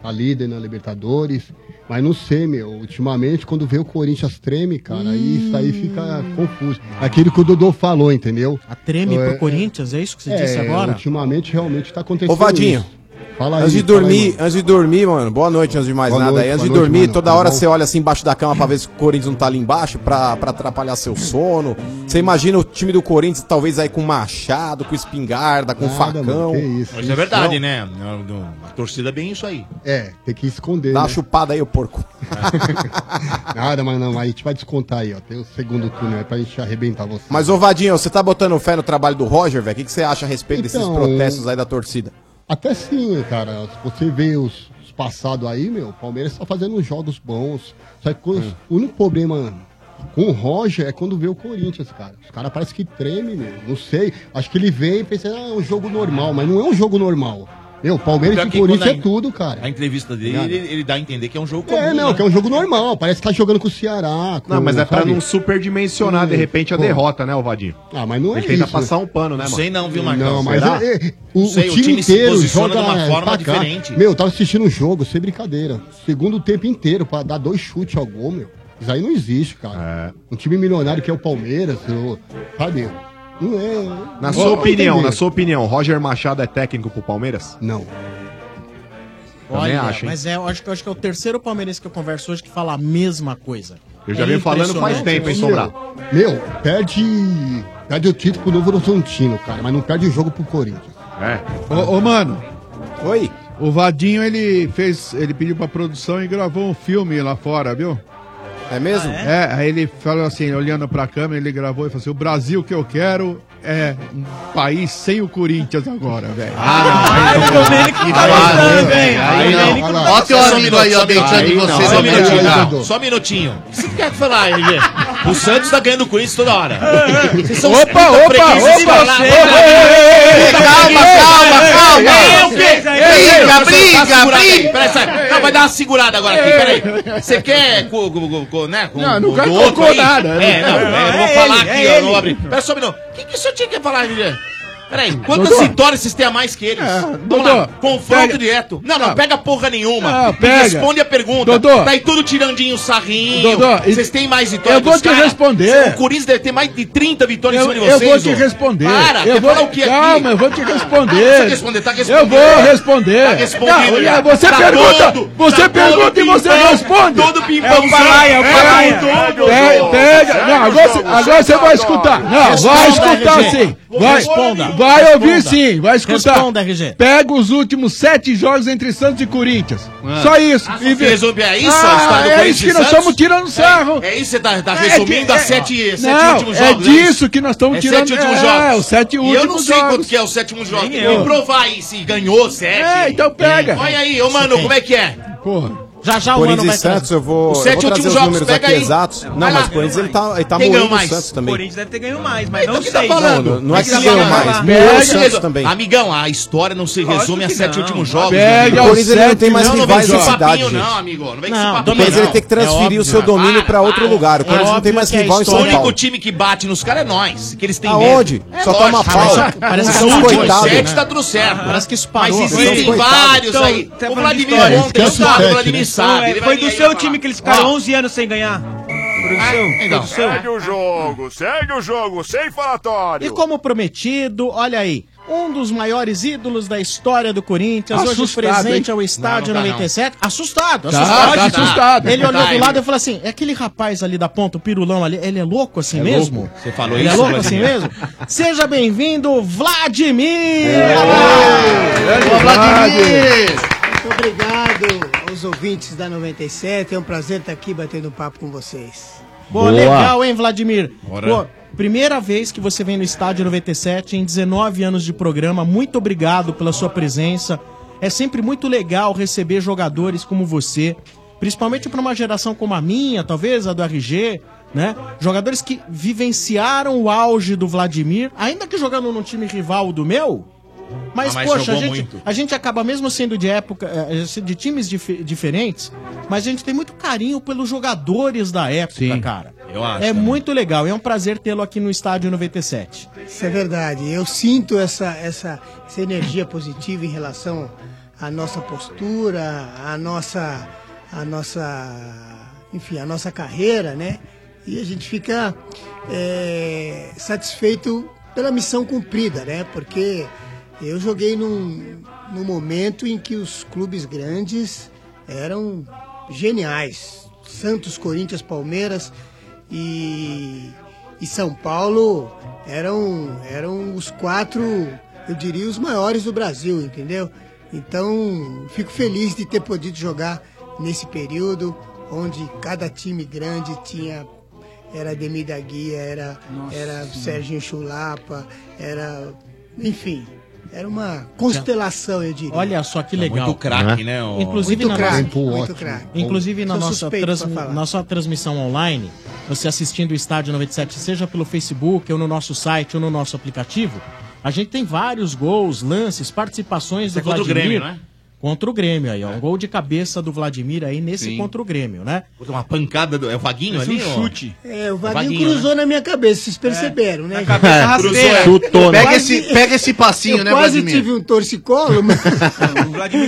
S26: tá líder na Libertadores. Mas não sei, meu. Ultimamente, quando vê o Corinthians treme, cara, aí isso aí fica confuso. Aquilo que o Dodô falou, entendeu?
S19: Hum. A Treme pro Corinthians, é isso que você disse agora?
S26: Ultimamente realmente tá acontecendo.
S21: Ô, Vadinho.
S26: isso. Fala aí.
S21: antes de
S26: fala aí,
S21: dormir,
S26: mano.
S21: antes de dormir, mano, boa noite antes de mais
S26: Boa
S21: nada
S26: noite,
S21: aí. Antes
S26: boa
S21: de
S26: noite,
S21: dormir,
S26: mano.
S21: toda
S26: Tá
S21: hora
S26: bom?
S21: você olha assim embaixo da cama pra ver se o Corinthians não tá ali embaixo pra, pra atrapalhar seu sono. Você imagina o time do Corinthians talvez aí com machado, com espingarda, com
S26: Nada,
S21: facão.
S26: mano, que isso,
S3: Mas é verdade, né? Não, não, A torcida é bem isso aí.
S26: É, tem que esconder.
S21: Dá
S26: né?
S21: uma chupada aí, o porco.
S26: Nada, mas não, aí a gente vai descontar aí, ó. Tem o segundo turno aí pra gente arrebentar você.
S21: Mas, ô Vadinho, você tá botando fé no trabalho do Roger, velho? O que, que você acha a respeito desses
S26: Então,
S21: protestos aí da torcida?
S26: Até sim, cara. Se você vê os, os passados aí, meu, o Palmeiras tá fazendo uns jogos bons. Só que
S20: Hum.
S26: quando- o único problema com o Roger é quando vê o Corinthians, cara. Os caras parece que treme, meu. Não sei. Acho que ele veio e pensa, ah, é um jogo normal, mas não é um jogo normal. Meu, Palmeiras
S3: Pior
S26: e
S3: que
S26: Corinthians
S3: quando
S26: é tudo, cara.
S3: A entrevista dele,
S26: Nada.
S3: ele, ele dá a entender que é um jogo comum.
S26: É, não,
S3: né?
S26: que é um jogo normal. Parece que tá jogando com o Ceará. com-
S20: Não, mas é pra
S26: sabe?
S20: não superdimensionar, de
S26: Hum,
S20: repente, a
S26: pô.
S20: derrota, né, Ovadinho?
S26: Ah, mas não é
S20: Ele tenta
S26: isso,
S20: passar
S26: né?
S20: um pano, né,
S26: Não
S20: mano?
S26: sei não,
S20: viu,
S26: Não, mas é, é, o, o time, inteiro joga pra cá. Meu, eu tava assistindo um jogo, sem brincadeira. Segundo tempo inteiro, pra dar dois chutes ao gol, meu. Isso aí não existe, cara. Um time milionário que é o Palmeiras, eu- sabe? Não é.
S20: Na
S26: não
S20: sua
S26: dá pra
S20: opinião,
S26: entender.
S20: na sua opinião, Roger Machado é técnico pro Palmeiras?
S26: Não.
S20: Também
S19: Olha,
S20: acho, hein?
S19: mas é, eu acho, que- eu acho que é o terceiro palmeirense que eu converso hoje que fala a mesma coisa.
S20: Eu já
S19: É
S20: venho falando faz
S19: impressionante,
S20: tempo, hein,
S19: né?
S20: Sombra?
S26: Meu, perde. Perde o título pro Novo Horizontino, cara, mas não perde o jogo pro Corinthians.
S7: Ô, ô, mano.
S21: Oi.
S7: O Vadinho, ele fez. Ele pediu pra produção e gravou um filme lá fora, viu?
S21: É mesmo?
S7: é? aí ele falou assim, olhando pra câmera, ele gravou e falou assim: o Brasil que eu quero é um país sem o Corinthians agora, velho.
S3: Ah, não, aí não. Aí não, aí não. Ó teu amigo um aí, ó, deitando em vocês ao mesmo tempo. Não, Só um minutinho. O que você quer falar, RG? O Santos tá ganhando com isso toda hora. Vocês são
S5: Opa,
S3: uns puta
S5: opa,
S3: preguiças de
S5: opa,
S3: falar.
S5: opa, opa,
S3: Puta
S5: calma,
S3: preguiça.
S5: calma, calma.
S3: Ei, o quê?
S5: Briga,
S3: Ei,
S5: briga,
S3: dá uma segurada
S5: briga.
S3: aqui, peraí, sabe? Não, vai dar uma segurada agora aqui, peraí. Você quer co- co- co- né, com,
S5: Não, não
S3: com o
S5: colocou
S3: outro aí?
S5: nada,
S3: É,
S5: né?
S3: não, é, eu vou
S5: É
S3: falar
S5: ele,
S3: aqui,
S5: é
S3: ó,
S5: ele.
S3: não abri. Pera só um minuto. O que que o senhor tinha que falar, RG? Peraí, quantas vitórias vocês têm a mais que eles?
S7: É,
S3: Vamos lá, confronto direto. Não, não, pega porra nenhuma.
S7: Não, Ah. pega.
S3: Responde a pergunta.
S7: Dodô.
S3: Daí tudo tirandinho, sarrinho.
S7: Dodô, e-
S3: vocês têm mais vitórias
S7: Eu vou
S3: dos
S7: te
S3: caras?
S7: responder.
S3: O Corinthians deve ter mais de 30 vitórias
S7: Eu,
S3: em cima de
S7: eu
S3: vocês.
S7: vou te
S3: ô.
S7: responder.
S3: Para,
S7: eu
S3: quer
S7: vou
S3: falar o que aqui?
S7: Calma, eu vou te
S3: Ah,
S7: responder.
S3: você responder, tá
S7: eu
S3: respondendo.
S7: vou responder.
S3: Tá respondendo,
S7: Não,
S3: já.
S7: você
S3: Tá
S7: pergunta,
S3: todo-
S7: você
S3: tá todo
S7: pergunta e você
S3: pimpão,
S7: responde.
S3: todo pimpão, É o Palaia, é o
S7: É,
S3: Palaia.
S7: tudo.
S3: É,
S7: Pe- Pega, não, agora, você- agora você vai escutar. Não, vai
S19: Responda,
S7: escutar
S19: RG.
S7: sim. Vai,
S19: Responda.
S7: vai ouvir
S19: Responda.
S7: sim, vai escutar.
S19: Responda, RG.
S7: Pega os últimos sete jogos entre Santos e Corinthians. Só isso.
S3: Ah,
S7: E
S3: você
S7: vê-
S3: resolve- é isso a história
S7: Ah,
S3: do
S7: é
S3: Corinthians
S7: isso que nós
S3: e Santos?
S7: estamos tirando sarro.
S3: É isso, você tá, tá
S7: É
S3: resumindo
S7: de-
S3: as
S7: é-
S3: sete, sete
S7: não,
S3: últimos
S7: é
S3: jogos.
S7: disso que nós estamos tirando-
S3: Sete últimos
S7: é,
S3: jogos.
S7: os sete
S3: E eu não
S7: últimos
S3: sei
S7: jogos.
S3: quanto que é o sétimo jogo.
S7: Nem eu.
S3: Me prova aí se ganhou sete.
S7: É, então pega.
S3: Olha aí, ô mano, como é que é?
S7: Porra.
S19: Já já o Mano
S21: Corinthians
S19: vai
S21: e Santos, eu vou,
S19: Os
S21: eu
S19: sete
S21: vou trazer
S19: últimos
S21: os
S19: jogos,
S21: números
S19: pega
S21: aqui
S19: aí.
S21: exatos. Não,
S19: Vai
S21: mas
S19: lá.
S21: o Corinthians ele tá, ele tá
S19: Quem
S21: moendo
S19: ganhou mais?
S21: o Santos também.
S25: O Corinthians deve ter ganho mais, mas
S3: Então
S25: não
S3: o que tá
S25: sei.
S3: falando?
S21: Não, não, não é que
S3: Tá
S21: se ganhou
S3: falando?
S21: mais,
S3: Ah,
S21: moeu o
S3: pega-
S21: Santos também.
S3: Amigão, a história não se resume a
S21: que
S3: sete
S21: não.
S3: últimos jogos.
S21: Pega
S3: amigo.
S21: os O Corinthians ele não sete, tem mais
S3: não, não vem
S21: rivais na
S3: com esse
S21: cidade,
S3: papinho, não,
S21: gente.
S3: amigo. Não vem com esse
S21: Não,
S3: papinho,
S21: Corinthians ele
S3: não.
S21: tem que transferir o seu domínio pra outro
S19: É
S21: lugar. O Corinthians não tem mais rival em São
S3: O único
S21: Paulo.
S3: time que bate nos caras é nós, que eles têm
S21: Aonde?
S3: medo.
S21: Só toma
S3: lógico.
S21: pau.
S3: Ah, mas
S21: Parece
S3: os
S21: que é um
S3: últimos
S21: coitado,
S3: sete
S21: né?
S3: tá tudo certo.
S19: Ah, Parece que isso
S3: Mas
S19: parou.
S3: existem
S19: Então,
S3: vários
S19: então,
S3: aí.
S19: tá
S3: O
S19: falando
S3: Vladimir
S19: história.
S3: ontem
S25: um
S19: Esquece o
S3: sabe, o
S19: sete,
S3: Vladimir
S19: né?
S3: sabe.
S25: Foi,
S3: ele
S25: É, foi
S3: vai-
S25: do
S3: ele
S25: seu
S3: vai
S25: time
S3: falar.
S25: que eles ficaram
S3: Ó, Ah, então.
S25: 11 anos sem ganhar. Produção, produção.
S27: Segue o jogo, segue o jogo, sem falatório.
S19: E como prometido, olha aí, um dos maiores ídolos da história do Corinthians, hoje
S9: Assustado,
S19: presente
S9: hein?
S19: ao estádio
S9: Não, não tá,
S19: 97. Assustado,
S9: Tá,
S19: assustado.
S9: tá, tá, assustado.
S19: Ele
S9: Tá,
S19: olhou do
S9: ele-
S19: lado e falou assim: é aquele rapaz ali da ponta, o pirulão ali, ele é louco assim
S9: É
S19: mesmo?
S9: louco. Você falou
S19: ele
S9: isso, né?
S19: é louco assim
S9: Vladimir?
S19: mesmo? Seja bem-vindo, Vladimir!
S14: Muito obrigado aos ouvintes da 97. É um prazer estar aqui batendo papo com vocês.
S19: Pô, legal, hein, Vladimir?
S14: Bora.
S19: Pô, primeira vez que você vem no Estádio 97 em 19 anos de programa. Muito obrigado pela sua presença. É sempre muito legal receber jogadores como você, principalmente para uma geração como a minha, talvez a do RG, né? Jogadores que vivenciaram o auge do Vladimir, ainda que jogando num time rival do meu. Mas,
S9: Ah, mas
S19: poxa, a
S9: jogou
S19: gente,
S9: muito.
S19: a gente acaba mesmo sendo de época, eh, de times dif- diferentes, mas a gente tem muito carinho pelos jogadores da época, cara.
S3: Eu acho.
S19: É muito legal, é um prazer tê-lo aqui no Estádio 97.
S14: Isso é verdade. Eu sinto essa, essa, essa energia positiva em relação à nossa postura, à nossa, à nossa, enfim, à nossa carreira, né? E a gente fica eh, satisfeito pela missão cumprida, né? Porque eu joguei num, num momento em que os clubes grandes eram geniais. Santos, Corinthians, Palmeiras e e São Paulo eram, eram os quatro, eu diria, os maiores do Brasil, entendeu? Então, fico feliz de ter podido jogar nesse período onde cada time grande tinha. Era Ademir da Guia, era, Nossa era Senhora. Sérgio Chulapa, era. Enfim, era uma constelação, eu diria.
S19: Olha só que legal.
S14: Muito
S3: Tá craque, né, o-
S19: Inclusive
S14: Muito
S19: na
S14: craque,
S19: nossa,
S14: muito Muito craque. craque.
S19: Inclusive na
S14: Sou
S19: nossa,
S14: suspeito
S19: trans-
S14: pra falar.
S19: nossa transmissão online, você assistindo o Estádio 97, seja pelo Facebook, ou no nosso site, ou no nosso aplicativo, a gente tem vários gols, lances, participações
S3: Isso
S19: do
S3: é contra o
S19: Vladimir.
S3: Grêmio, né? É.
S19: Contra o Grêmio aí, ó. Um gol de cabeça do Vladimir aí nesse
S3: Sim.
S19: contra o Grêmio, né?
S3: Uma pancada do. É o Vaguinho
S19: Mas
S3: ali?
S19: um
S3: ó?
S19: chute.
S14: É, o Vaguinho,
S3: Vaguinho, né? É.
S14: cruzou na minha cabeça, vocês perceberam, né?
S22: É,
S3: cabeça rasteira. Chutou, né?
S14: Pega
S24: esse- pega esse passinho,
S14: eu
S24: né,
S14: quase
S24: Vladimir?
S14: tive um torcicolo, mas...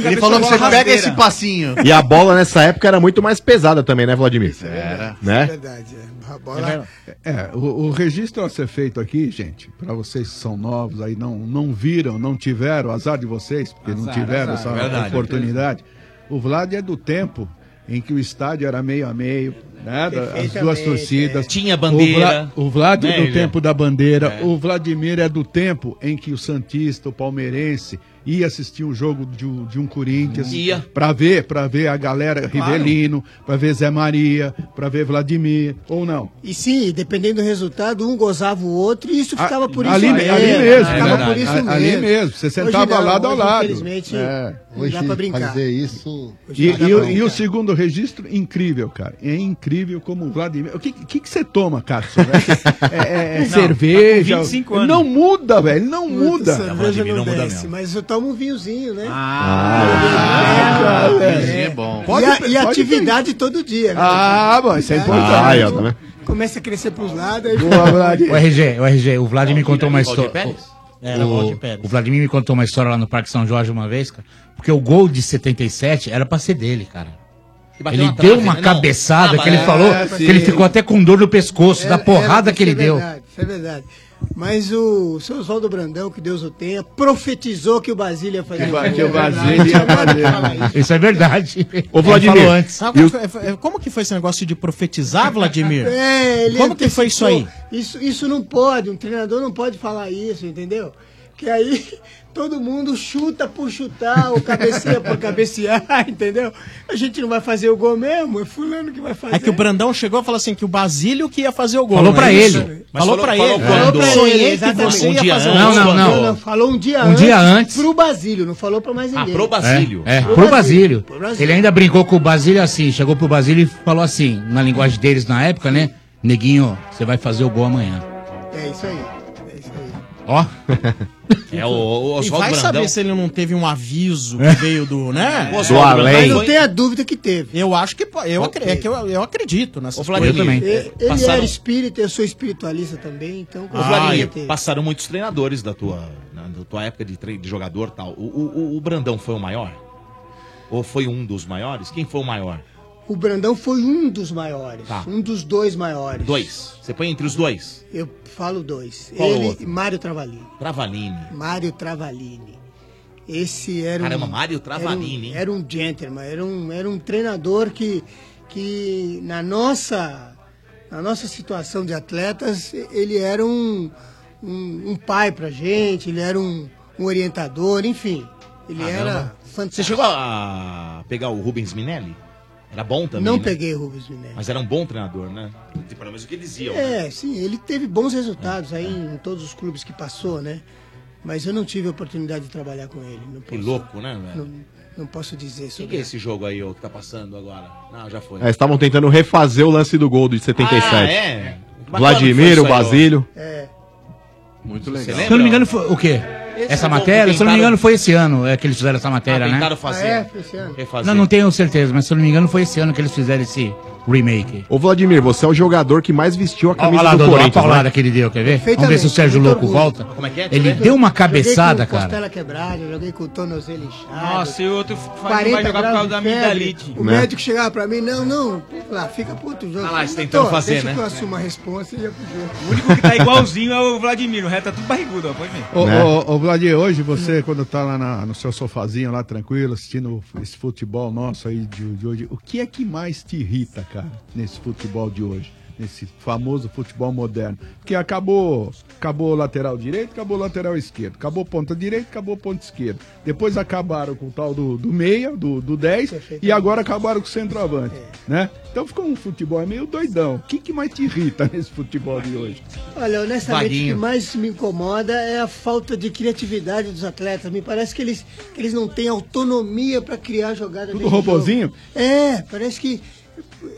S24: Ele falou pra você, pega esse passinho.
S20: E a bola nessa época era muito mais pesada também, né, Vladimir? Era. Né?
S14: verdade. É. A bola...
S22: É, o, o registro a ser feito aqui, gente, para vocês que são novos aí, não, não viram, não tiveram, azar de vocês, porque não
S24: Azar,
S22: tiveram
S24: azar.
S22: essa
S24: Verdade.
S22: oportunidade. O Vlad é do tempo em que o estádio era meio a meio, né? as duas
S24: Perfeitamente,
S22: torcidas.
S24: é. Tinha bandeira.
S22: O, Vla, o Vlad
S24: Né,
S22: é do
S24: Ilha?
S22: tempo da bandeira,
S24: É.
S22: o Vladimir é do tempo em que o Santista, o Palmeirense, ia assistir o jogo de, um- de um Corinthians.
S24: Ia.
S22: Pra ver, pra ver a galera
S14: Claro.
S22: Rivelino, pra ver Zé Maria, pra ver Vladimir, ou não.
S14: E sim, dependendo do resultado, um gozava o outro e isso ficava por isso
S22: ali me- ali
S14: mesmo,
S22: mesmo,
S14: Ficava
S22: é verdade.
S14: por isso
S22: A-
S14: mesmo.
S22: ali mesmo, você
S14: Hoje
S22: sentava
S14: não,
S22: lado a
S14: hoje,
S22: lado.
S14: Infelizmente,
S22: É.
S14: não dá
S22: Hoje
S14: pra brincar.
S22: fazer
S14: isso...
S22: E, e o- e o segundo registro, incrível, cara. É incrível como o Vladimir. O que que que você toma, Cássio? É, é- é
S14: Não,
S22: cerveja.
S14: tá com 25 anos.
S22: Não muda, velho. Não muda.
S3: É,
S14: Cerveja não, desce, mas eu tomo um vinhozinho, né?
S22: Ah,
S14: É,
S22: cara,
S14: é.
S22: Ah, é bom.
S14: E
S22: Pode-
S14: a- e
S22: pode
S14: atividade todo dia, né?
S22: Ah, bom, isso é importante.
S14: Ah,
S22: eu
S23: tá
S22: também.
S14: Começa a crescer pros lados. aí-
S28: O RG, o RG, o Vladimir me contou uma
S14: Valdir
S28: história.
S14: Pérez?
S28: O- É, um
S14: Era Valdir
S28: O Vladimir me contou uma história lá no Parque São Jorge uma vez, cara. Porque o gol de 77 era pra ser dele, cara.
S24: bateu
S28: Ele
S24: na
S28: deu
S24: trave,
S28: uma
S24: né? Não.
S28: cabeçada
S14: Ah,
S28: que ele
S14: mas-
S28: falou
S14: é,
S28: que ele
S14: sim.
S28: ficou até com dor no pescoço, da
S14: Era-
S28: porrada
S14: era-
S28: que ele
S14: isso é
S28: deu.
S14: Verdade, isso é verdade. Mas o seu Oswaldo Brandão, que Deus o tenha, profetizou que o Basílio ia fazer
S28: Que
S14: gol.
S28: ba- que o
S14: É verdade.
S28: Basílio ia
S14: Agora que
S28: fazer.
S14: fala isso.
S28: Isso é verdade.
S19: Ele
S28: Ele falou
S19: antes.
S28: antes.
S19: Sabe qual foi- como que foi esse negócio de profetizar, Vladimir?
S14: É, ele
S19: como que foi isso aí?
S14: antecipou. Isso, isso não pode, um treinador não pode falar isso, entendeu? Que aí todo mundo chuta por chutar, ou cabeceia por cabecear, entendeu? A gente não vai fazer o gol mesmo, é fulano que vai fazer.
S19: É que o Brandão chegou e falou assim que o Basílio que ia fazer o gol.
S28: Falou
S19: não é
S28: pra
S19: isso?
S28: ele.
S19: Mas falou, pra
S3: É.
S19: ele. Um
S14: Falou pra ele,
S19: Sonhei que
S14: exatamente.
S3: Um
S19: você ia fazer o gol.
S28: Não, não, não.
S14: um Falou um dia
S28: Um
S14: antes.
S28: dia antes.
S14: Pro Basílio, não falou pra mais
S3: Ah,
S14: ninguém.
S3: pro Basílio.
S28: É, é,
S14: Pro
S28: pro,
S14: Basílio,
S28: Basílio.
S14: pro Basílio.
S28: Ele ainda brincou com o Basílio assim, chegou pro Basílio e falou assim, na linguagem deles na época, né? Neguinho, você vai fazer o gol amanhã.
S14: É isso aí.
S28: Ó.
S3: É o, o
S19: E
S3: Oswaldo
S19: vai
S3: Brandão.
S19: saber se ele não teve um aviso que veio do, né?
S3: O Oswaldo Do Brandão além. foi-
S19: Mas
S14: tenha dúvida que teve.
S19: Eu acho que po- eu, acre- é que eu, eu acredito nessa
S14: Ele, é ele era espírita, eu sou espiritualista também, então.
S3: Ô, Vladimir,
S19: Ah,
S3: passaram muitos treinadores da tua, na, da tua época de, tre- de jogador e tal. O, o- o- o Brandão foi o maior? Ou foi um dos maiores? Quem foi o maior?
S14: O Brandão foi um dos maiores,
S3: Tá.
S14: um dos dois maiores.
S3: Dois. Você põe entre os dois?
S14: Eu falo dois.
S3: Qual o
S14: ele
S3: outro?
S14: e Mário Travalini.
S3: Travalini.
S14: Mário Travalini. Esse era
S3: Caramba,
S14: um.
S3: Mário Travalini, hein?
S14: Era um, era um gentleman, era um, era um treinador que, que na, nossa, na nossa situação de atletas, ele era um, um, um pai pra gente, ele era um, um orientador, enfim. Ele era
S3: Caramba.
S14: fantástico.
S3: Você chegou a pegar o Rubens Minelli? Era bom também,
S14: Não
S3: né?
S14: peguei Rubens Minelli.
S3: Mas né? era um bom treinador, né? Pelo menos o que diziam.
S14: É, sim, ele teve
S3: É,
S14: bons resultados aí em todos os clubes que passou, né? Mas eu não tive a oportunidade de trabalhar com ele. Não
S3: Que
S14: posso,
S3: louco, né, velho?
S14: não, não posso dizer
S3: O que, que é
S14: sobre
S3: esse jogo aí ó, que tá passando agora? Não, já foi.
S20: É, estavam tentando refazer o lance do gol de 77.
S3: Ah, é? Mas
S20: Vladimir,
S3: quando
S20: o
S3: foi isso aí,
S20: Basílio.
S3: Muito
S20: legal.
S28: Se eu não me engano, foi o quê?
S3: Esse
S24: é
S28: essa
S3: gol que
S28: matéria? Se eu
S3: tentaram-
S28: não me engano, foi esse ano é, que eles fizeram essa matéria, né?
S3: Ah, Tentaram fazer.
S14: É, foi esse ano.
S3: refazer.
S28: Não, não tenho certeza, mas se eu não me engano, foi esse ano que eles fizeram esse remake.
S20: Ô Vladimir, você é o jogador que mais vestiu a camisa
S28: Olha lá,
S20: do
S28: Dodô, olha a
S20: Corinthians. né?
S28: paulada que ele deu, quer ver? Vamos ver se o Sérgio
S14: Muito
S28: Louco
S14: orgulho.
S28: volta.
S14: Como é que é?
S28: Ele
S14: Deixa eu ver.
S28: deu uma
S14: joguei
S28: cabeçada,
S14: com
S28: cara.
S14: costela quebrada, joguei com o tornozelo inchado.
S25: Nossa, e o outro fa- não
S14: 40
S25: vai jogar por
S14: graus
S25: causa
S14: de
S25: da
S14: febre.
S25: amigdalite.
S14: O
S20: Né?
S14: médico chegava pra mim, não, não, lá, fica pro outro jogo.
S25: Ah lá, você
S14: Doutor,
S25: tentando fazer,
S14: deixa
S25: né?
S14: que eu assumo a responsa e ia pro jogo.
S25: O único que tá igualzinho é o Vladimir, o resto tá tudo barrigudo, ó, pode ver.
S7: Ô,
S19: Né?
S7: ô, ô, Vladir, hoje você, quando tá lá na- no seu sofazinho, lá tranquilo, assistindo esse futebol nosso aí de, de hoje, o que é que mais te irrita, cara, nesse futebol de hoje? Nesse famoso futebol moderno. Porque acabou, acabou o lateral direito, acabou o lateral esquerdo, acabou ponta direita, acabou ponta esquerda. Depois acabaram com o tal do, do meia, do, do 10, e agora acabaram com o centroavante, né? Então ficou um futebol meio doidão. O que, que mais te irrita nesse futebol de hoje?
S14: Olha, honestamente, o que
S7: Vaguinho.
S14: mais me incomoda é a falta de criatividade dos atletas. Me parece que eles, que eles não têm autonomia para criar jogada.
S7: Tudo
S14: dentro do jogo.
S7: robozinho?
S14: É, parece que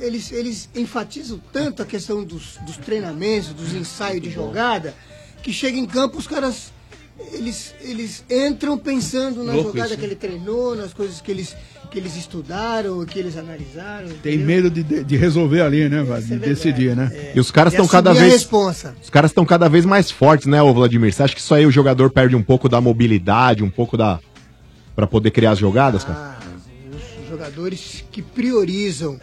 S14: eles, eles enfatizam tanto a questão dos, dos treinamentos, dos ensaios de jogada, que chega em campo os caras. Eles, eles entram pensando na
S7: Louco
S14: jogada
S7: isso, né?
S14: que ele treinou, nas coisas que eles, que eles estudaram, que eles analisaram.
S7: Tem medo de, de- de resolver ali, né,
S24: é
S7: vai? De decidir, né?
S20: E os caras
S14: E
S20: estão cada
S14: assumir a
S20: vez.
S14: responsa.
S20: Os caras estão cada vez mais fortes, né, ô Vladimir? Você acha que isso aí o jogador perde um pouco da mobilidade, um pouco da. Pra poder criar as jogadas, cara?
S14: Ah, os jogadores que priorizam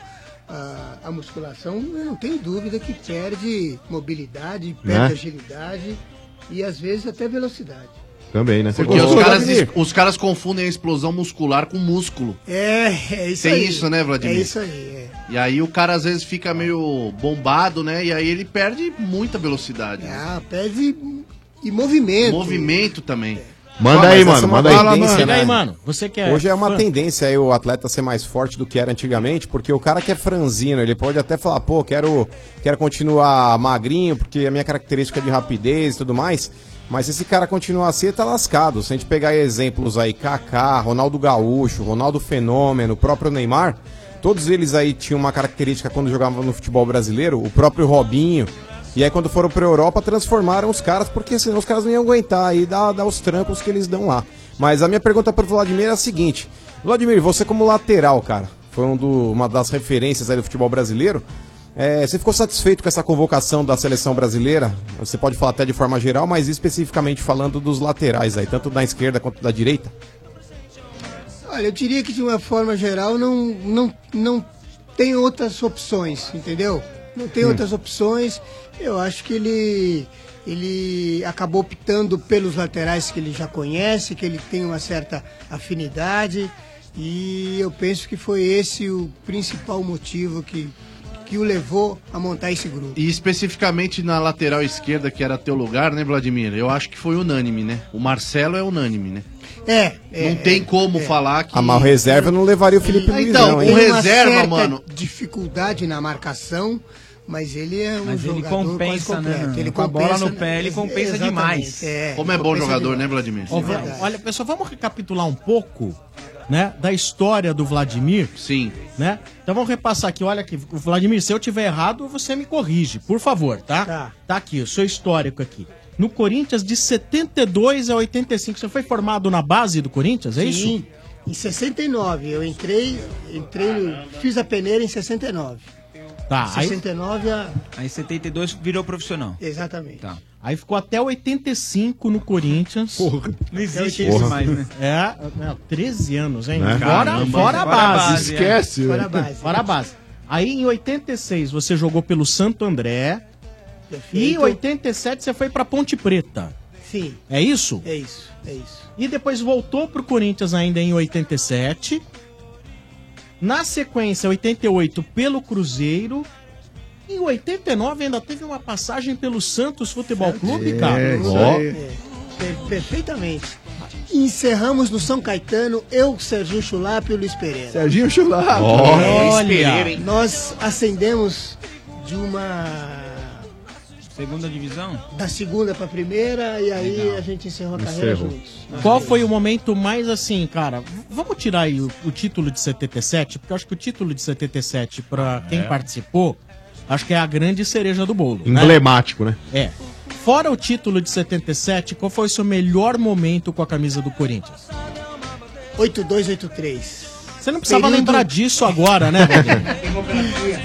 S14: ah, a musculação, eu não tenho dúvida que perde mobilidade, perde
S20: Né?
S14: agilidade e às vezes até velocidade.
S20: Também, né?
S24: Porque os
S20: Ô,
S24: caras,
S20: Vladimir,
S24: os caras confundem a explosão muscular com músculo.
S14: É, é isso
S24: Tem
S14: aí.
S24: isso, né, Vladimir?
S14: É isso aí, é.
S24: E aí o cara às vezes fica meio bombado, né? E aí ele perde muita velocidade. né?
S14: Ah, perde e movimento.
S24: Movimento também.
S20: Manda aí,
S24: é
S21: é
S20: mano, manda aí.
S24: né?
S19: Chega aí, mano. Você que é
S21: né? Hoje é uma
S19: fã.
S21: tendência aí o atleta ser mais forte do que era antigamente, porque o cara que é franzino, ele pode até falar, pô, quero, quero continuar magrinho, porque a minha característica é de rapidez e tudo mais. Mas se esse cara continuar assim, tá lascado. Se a gente pegar exemplos aí, Kaká, Ronaldo Gaúcho, Ronaldo Fenômeno, o próprio Neymar, todos eles aí tinham uma característica quando jogavam no futebol brasileiro, o próprio Robinho. E aí quando foram pra Europa, transformaram os caras, porque senão os caras não iam aguentar aí dar, dar os trancos que eles dão lá. Mas a minha pergunta pro Vladimir é a seguinte: Vladimir, você como lateral, cara, foi um do- uma das referências aí do futebol brasileiro. é, você ficou satisfeito com essa convocação da seleção brasileira? Você pode falar até de forma geral, mas especificamente falando dos laterais aí, tanto da esquerda quanto da direita.
S14: Olha, eu diria que de uma forma geral não, não, não tem outras opções, entendeu? Não tem
S29: Hum.
S14: outras opções. Eu acho que ele, ele acabou optando pelos laterais que ele já conhece, que ele tem uma certa afinidade. E eu penso que foi esse o principal motivo que, que o levou a montar esse grupo.
S24: E especificamente na lateral esquerda, que era teu lugar, né, Vladimir? Eu acho que foi unânime, né? O Marcelo é unânime, né?
S14: É, é
S24: não tem como falar que.
S21: Ah, mas o reserva não levaria o Felipe
S24: Ah, então,
S21: Luizão,
S24: o
S21: hein?
S24: reserva,
S14: certa
S24: mano.
S14: dificuldade na marcação, mas ele é um
S24: Mas ele
S14: jogador
S24: compensa,
S14: quase completo.
S24: né?
S14: Ele
S24: Com a bola
S14: compensa-
S24: no pé, ele compensa
S14: Exatamente,
S24: demais. Como é bom
S14: compensa
S24: jogador,
S14: demais.
S24: né, Vladimir?
S19: Ó, Vla- olha, pessoal, vamos recapitular um pouco, né, da história do Vladimir.
S24: Sim.
S19: Né? Então vamos repassar aqui. Olha aqui, o Vladimir, se eu tiver errado, você me corrige, por favor, tá? Tá. aqui, o seu histórico aqui. No Corinthians, de 72 a 85, você foi formado na base do Corinthians, é isso?
S14: Sim, em 69. Eu entrei, entrei no- fiz a peneira em 69.
S24: Ah,
S19: Tá, aí,
S14: 69 a...
S25: Aí 72 virou profissional.
S14: Exatamente.
S25: Tá.
S19: aí ficou até 85 no Corinthians. Porra.
S25: Não existe isso Porra. mais, né?
S19: É, não, 13 anos, hein? Né? Fora, Caramba. fora a Fora a base. base, Esquece. é. Fora a base. Fora a base. Aí em 86 você jogou pelo Santo André. E em 87 você foi pra Ponte Preta.
S14: Sim.
S19: É isso?
S14: É isso, é isso.
S19: E depois voltou pro Corinthians ainda em 87. Na sequência, 88 pelo Cruzeiro. Em 89 ainda teve uma passagem pelo Santos Futebol Clube, cara.
S14: É,
S24: É,
S14: isso
S19: Ó.
S14: aí. Per- perfeitamente. Encerramos no São Caetano, eu, Serginho Chulap e o Luiz Pereira.
S22: Serginho Chulapa.
S19: Olha.
S14: Nós ascendemos de uma
S25: Segunda divisão?
S14: da segunda pra primeira e aí a gente encerrou a carreira juntos.
S19: Qual foi o momento mais assim, cara? v- Vamos tirar aí o, o título de 77, porque eu acho que o título de 77, pra quem
S20: é.
S19: participou, acho que é a grande cereja do bolo. né?
S20: Emblemático, né?
S19: É. Fora o título de 77, qual foi o seu melhor momento com a camisa do Corinthians?
S14: 8283.
S19: Você não precisava lembrar disso agora, né, Valdir?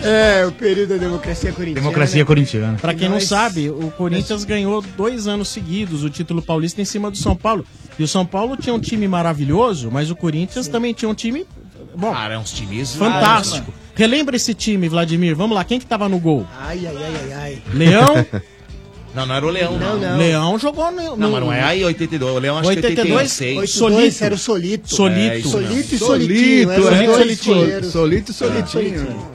S14: É, o período da democracia corintiana.
S19: corintiana. Pra quem não
S14: Nós-
S19: sabe, o Corinthians ganhou dois anos seguidos o título paulista em cima do São Paulo. E o São Paulo tinha um time maravilhoso, mas o Corinthians também tinha um time Bom,
S3: cara, é uns times
S19: fantástico. Relembra esse time, Vladimir. Vamos lá, quem que tava no gol?
S14: Ai, ai, ai, ai, ai.
S19: Leão?
S3: Não, não era o Leão, não.
S19: Leão jogou no.
S3: Não, mas não é aí 82. O Leão acho
S19: 82,
S3: que é 86.
S19: Solito.
S14: era o Solito.
S19: Solito.
S3: É, isso
S14: Solito e
S3: mesmo.
S14: Solitinho.
S19: Solito,
S14: eram
S19: é,
S14: dois
S19: Solitinho.
S14: goleiros.
S19: Solito e Solitinho.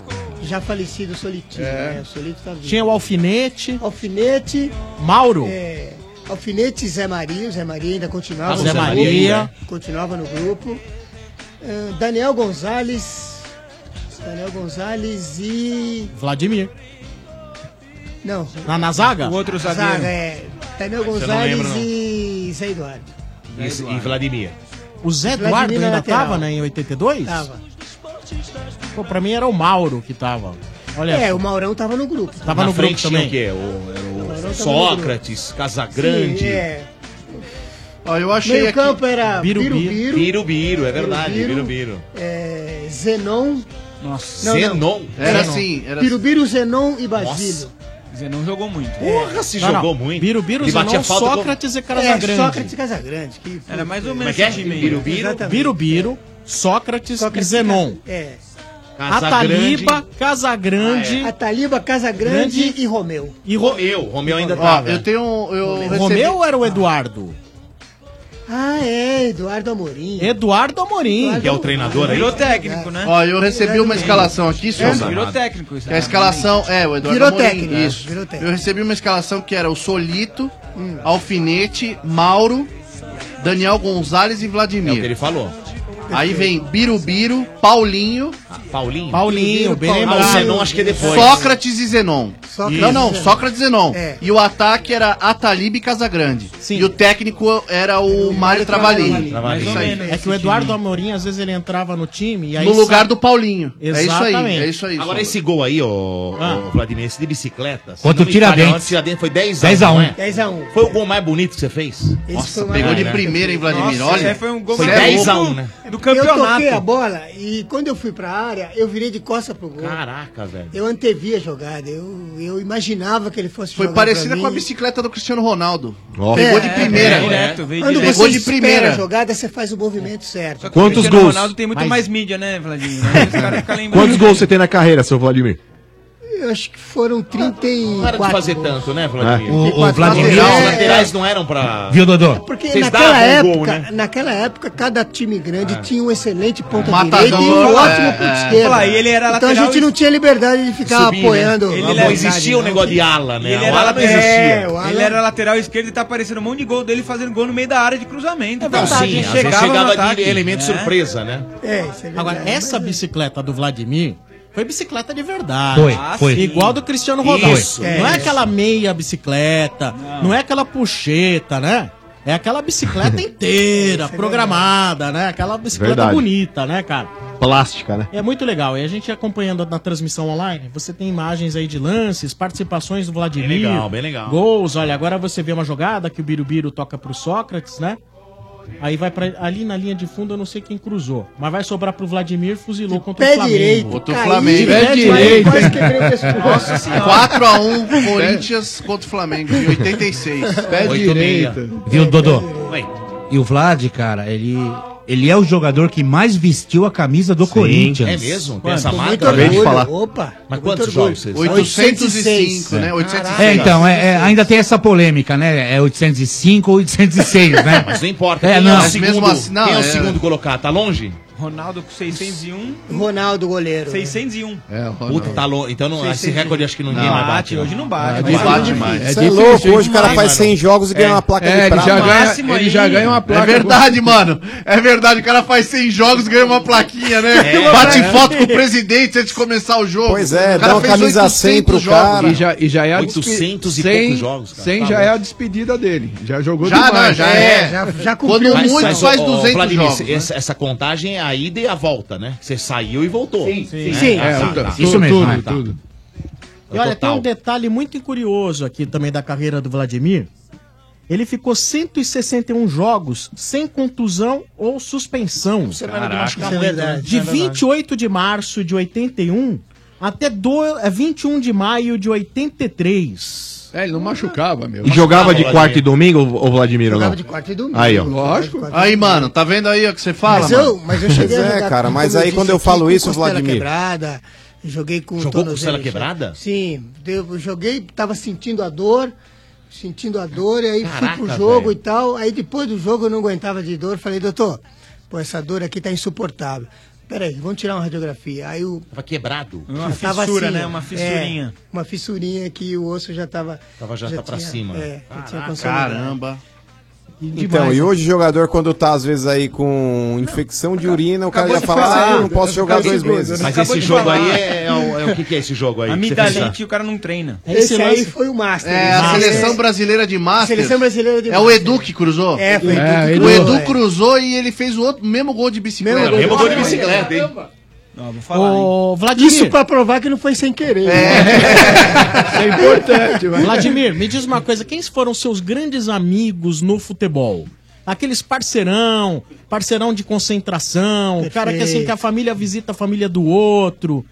S14: Já falecido Solitinho, né? O Solito tá vivo.
S19: Tinha o Alfinete.
S14: Alfinete.
S19: Mauro.
S14: É, Alfinete e Zé Maria. O Zé Maria ainda continuava
S19: Ah,
S14: no
S19: Zé
S14: grupo,
S19: Maria. é.
S14: Continuava no grupo. Ah, Daniel Gonzalez. Daniel Gonzalez e...
S19: Vladimir.
S14: Não.
S19: Na, na zaga?
S25: O outro
S14: Zaga, é. Daniel
S3: não
S14: Gonzalez
S3: lembra, não.
S14: e Zé Eduardo.
S3: Isso, E Vladimir.
S19: O Zé
S14: Vladimir
S19: Eduardo
S14: na
S19: ainda
S14: lateral.
S19: tava, né, em 82?
S14: Tava.
S19: Pô, pra mim era o Mauro que tava. Olha
S14: é,
S19: só.
S14: o Maurão tava no grupo.
S19: Tava
S3: Na
S19: no
S3: frente
S19: grupo
S3: tinha
S19: também.
S3: o quê? O, era o
S14: Agora tá
S3: Sócrates, Casagrande.
S14: Sim, é.
S24: Ó, eu
S14: Meio campo era Birubiru.
S3: Birubiru. Birubiru, é verdade,
S14: Birubiru.
S3: Birubiru.
S14: É, Zenon.
S25: Nossa,
S14: Não, não.
S3: Zenon.
S25: Era assim, era assim.
S14: Birubiru, Zenon e Basílio.
S25: Zenon jogou muito.
S3: Porra, se jogou muito.
S19: Birubiru,
S3: Ele batia
S19: Zenon,
S3: falta como-
S19: Sócrates e Casagrande.
S14: É, Sócrates e Casagrande. Que
S25: Era mais ou
S19: Como
S25: menos
S19: é que é?
S25: esse time aí.
S19: Birubiru, Birubiru, Sócrates,
S14: Sócrates
S19: e Zenon.
S14: É.
S19: Casagrande. Ataliba,
S14: Ah,
S19: Casagrande.
S14: Ataliba, Casagrande e Romeu.
S19: E
S3: Romeu, Romeu ainda
S24: Ó,
S3: tava.
S24: Ah, eu tenho um. Eu
S19: O
S24: recebi-
S19: Romeu ou era o Eduardo?
S14: Ah, é, Eduardo Amorim.
S19: Eduardo Amorim.
S3: Que é o treinador aí.
S25: Virou técnico, né?
S24: Ó, eu recebi uma escalação aqui,
S25: É, Virou
S24: Souza.
S25: técnico, isso.
S24: Que a escalação. É, o Eduardo
S25: Virou
S24: Amorim,
S25: técnico, é,
S24: Isso.
S25: virou técnico. Hum.
S24: Eu recebi uma escalação que era o Solito, Alfinete, Mauro, Daniel Gonzalez e Vladimir. É o que
S3: ele falou.
S24: Aí vem Birubiru, Paulinho.
S3: Paulinho.
S19: Paulinho, bem lembrado.
S24: Paulinho,
S19: Zenon, acho que é depois.
S24: Sócrates e Zenon.
S19: Sócrates
S24: não,
S19: e
S24: não,
S19: Zenon.
S24: Sócrates e Zenon.
S19: É.
S24: E o ataque era Atalib e Casagrande. E o técnico era o Mário Travalini. Isso aí.
S19: É que o Eduardo Amorim, às vezes, ele entrava no time e aí.
S24: No lugar
S19: sa-
S24: do Paulinho. É isso aí.
S19: Exatamente.
S24: Ah. É isso aí.
S3: Agora, esse gol aí, ô, ô, Vladimir, esse de bicicleta. se
S19: Contra
S3: não
S19: o
S3: me
S19: Tiradentes.
S3: falha, o Tiradentes foi 10
S19: 10 a 1,
S3: não é?
S14: 10 a 1.
S3: Foi o gol mais bonito que você fez?
S14: foi o mais
S3: pegou de
S24: bonito.
S3: primeira, hein, Vladimir?
S24: Nossa,
S3: Olha.
S24: esse foi um gol
S3: Foi
S24: mais
S3: 10 a
S24: bonito.
S3: 1, né?
S25: Do campeonato.
S14: Eu toquei a bola e quando eu fui pra área, eu virei de costa pro gol.
S3: Caraca, velho.
S14: Eu antevi a jogada, eu, eu imaginava que ele fosse
S24: Foi
S14: jogar pra
S24: parecida
S14: mim.
S24: com a bicicleta do Cristiano Ronaldo.
S14: Ó.
S24: Pegou
S14: É,
S24: de
S14: é,
S24: primeira.
S14: é, direto, veio Quando
S24: Pegou
S14: você
S24: de
S14: espera a
S24: primeira.
S14: jogada, você faz o movimento certo.
S20: que o Quantos Cristiano gols?
S25: Ronaldo tem muito
S20: Mas-
S25: mais mídia, né, Vladimir? Os caras ficam lembrando.
S20: Quantos gols você tem na carreira, seu Vladimir?
S14: Eu acho que foram 34.
S3: Para de fazer tanto, né, Vladimir?
S28: É. O- o
S3: Os
S28: Vladimir-
S3: laterais- Os
S28: é-
S3: laterais não eram pra.
S28: Viu, Dodô?
S14: Porque
S3: Vocês
S14: naquela
S3: davam
S14: época,
S3: um gol, né? É.
S14: naquela época, cada time grande tinha um excelente ponta
S3: Matador,
S14: direita e um ótimo
S3: é,
S14: ponta
S3: é.
S14: esquerda.
S3: Fala, e ele era
S14: então a
S3: lateral
S14: gente
S3: e-
S14: não tinha liberdade de ficar
S3: Subir, né?
S14: apoiando.
S3: Ele
S14: a
S3: não
S14: vontade,
S3: existia o
S14: não.
S3: negócio de ala, né?
S25: Ele
S3: o
S25: era,
S3: ala não existia.
S25: é,
S14: o Alan-
S25: ele era lateral esquerdo e tá aparecendo um monte de gol dele fazendo gol no meio da área de cruzamento. Então,
S19: Então,
S25: assim,
S3: Não, Então, sim, às vezes É né? chegava de elemento surpresa, né?
S14: É,
S19: Agora, essa bicicleta do Vladimir foi bicicleta de verdade. Foi, foi. Igual do Cristiano Ronaldo. Isso, não é isso. aquela meia bicicleta, não. é aquela puxeta, né? É aquela bicicleta inteira, programada, né? Aquela bicicleta
S20: Verdade.
S19: bonita, né, cara?
S20: Plástica, né?
S19: E É muito legal. E a gente acompanhando na transmissão online, você tem imagens aí de lances, participações do Vladimir.
S3: Bem legal, bem legal.
S19: Gols, olha, agora você vê uma jogada que o Birubiru toca pro Sócrates, né? Aí vai para ali na linha de fundo, eu não sei quem cruzou, mas vai sobrar pro Vladimir, fuzilou contra
S14: pé
S19: o Flamengo.
S14: direito,
S19: Contra o
S14: caiu,
S19: Flamengo.
S14: de pé direito. Quase quebrei o pescoço. um,
S24: Nossa senhora. 4x1 Corinthians contra o Flamengo, em 86.
S19: Oito direita.
S28: Viu, Dodô?
S24: Ué.
S28: E o Vlad, cara, ele, ele é o jogador que mais vestiu a camisa do Corinthians.
S3: É mesmo? Tem essa
S28: Com
S3: marca?
S28: muito Acabei de orgulho. falar.
S14: Opa!
S3: Mas
S14: com muito
S3: quantos
S14: orgulho.
S3: jogos vocês
S24: 805, né?
S28: É.
S24: 806.
S28: É, então, é, é, ainda tem essa polêmica, né? É 805 ou 806, né?
S3: Mas não importa.
S28: É,
S3: quem
S28: não.
S3: é o segundo, quem é o segundo colocar? Tá longe?
S25: Ronaldo com 601.
S14: Ronaldo, goleiro.
S25: 601.
S24: É,
S3: Puta, tá longe. Então não,
S25: Sim,
S3: esse
S25: sim,
S3: recorde acho que ninguém
S25: Não,
S3: mais
S25: bate,
S3: bate.
S25: hoje não bate.
S3: Não,
S25: Não bate
S3: bate
S25: mais.
S3: mais.
S25: É
S21: Isso é louco, hoje o cara faz 100 jogos e ganha uma placa de prata.
S24: É verdade, mano. É verdade, o cara faz 100 jogos e ganha uma plaquinha, né?
S21: É,
S24: Bate
S21: é.
S24: foto com o presidente antes de começar o jogo.
S21: Pois é,
S24: O cara
S21: dá uma
S24: fez
S21: camisa 100 pro
S24: 800 jogos.
S21: cara.
S24: E já- e já é a despe-
S3: 800 e
S24: 100
S3: poucos jogos, cara.
S7: 100
S3: Tá
S7: já
S3: louco.
S7: é a despedida dele. Já jogou
S24: Já,
S7: demais.
S24: não, já é. Já- já cumpriu. Quando muito, faz
S3: ô, ô,
S24: 200
S3: Vladimir,
S24: jogos,
S3: esse- Essa, essa contagem é a ida e a volta, né? Você saiu e voltou. Sim,
S19: sim. Sim. É, tudo,
S3: Isso
S19: tudo,
S3: mesmo.
S19: tudo,
S3: tá.
S19: tudo. E
S3: É
S19: olha, tem
S3: total.
S19: um detalhe muito curioso aqui também da carreira do Vladimir. Ele ficou 161 jogos sem contusão ou suspensão.
S3: Semana de Caraca. machucar
S19: Isso é
S3: muito, né?
S19: verdade.
S3: É
S19: De
S3: verdade.
S19: 28 de março de 81 até do- é, 21 de maio de 83.
S7: É, ele não machucava, meu.
S20: E jogava de quarta e domingo, ô ô, Vladimir, ou
S24: Jogava
S20: não?
S24: de
S14: quarta e
S24: domingo.
S20: Aí, ó.
S24: Lógico. Aí, mano, tá vendo aí o que você fala?
S14: Mas eu,
S24: mano?
S14: mas eu cheguei a
S24: Pois é,
S14: jogar
S24: cara,
S14: com-
S24: mas
S14: como
S24: aí
S14: eu
S24: quando eu
S14: aqui,
S24: falo
S14: com
S24: isso,
S14: costela
S24: Vladimir-
S14: quebrada, joguei com
S24: Jogou com
S14: tornozelo
S24: costela quebrada?
S14: Sim, eu joguei, tava sentindo a dor, sentindo a dor, e aí fui pro
S3: Caraca,
S14: jogo
S3: velho.
S14: e tal. Aí depois do jogo eu não aguentava de dor, falei, doutor, pô, essa dor aqui tá insuportável. Peraí, vamos tirar uma radiografia. Aí o
S3: Tava quebrado.
S14: já tava assim,
S3: né?
S14: ó.
S25: Uma fissurinha.
S14: É, uma fissurinha que o osso já tava.
S3: Tava já tá pra
S14: tinha-
S3: cima.
S14: É, já tinha
S3: Caraca,
S14: consolidado.
S24: Caramba.
S21: Então, e hoje o jogador, quando tá, às vezes, aí com infecção de urina, o cara
S3: Acabou
S21: já
S3: de
S21: fala,
S3: falar.
S21: ah, não posso jogar
S3: Acabou
S21: dois
S3: de falar.
S21: meses.
S3: Mas esse jogo aí é, é o, é o que, que é esse jogo aí? que você fez lá?
S25: Amidalite e o cara não treina.
S14: Esse, aí foi o Master.
S24: É, a
S25: É Master.
S24: seleção brasileira de Masters.
S14: Seleção brasileira de
S24: É o
S14: Masters.
S24: Edu que cruzou?
S14: É, foi o Edu
S24: o
S14: que
S24: Edu.
S14: cruzou, é.
S24: cruzou e ele fez o outro mesmo gol de bicicleta.
S14: Mesmo gol de Mesmo gol de bicicleta,
S24: hein?
S25: Não, vou falar.
S19: Ô, Vladimir.
S14: Isso pra provar que não foi sem querer.
S19: É
S14: importante, vai.
S19: Vladimir, me diz uma coisa: quem foram seus grandes amigos no futebol? Aqueles parceirão, parceirão de concentração, o cara que assim
S14: Perfeito.
S19: que a família visita a família do outro.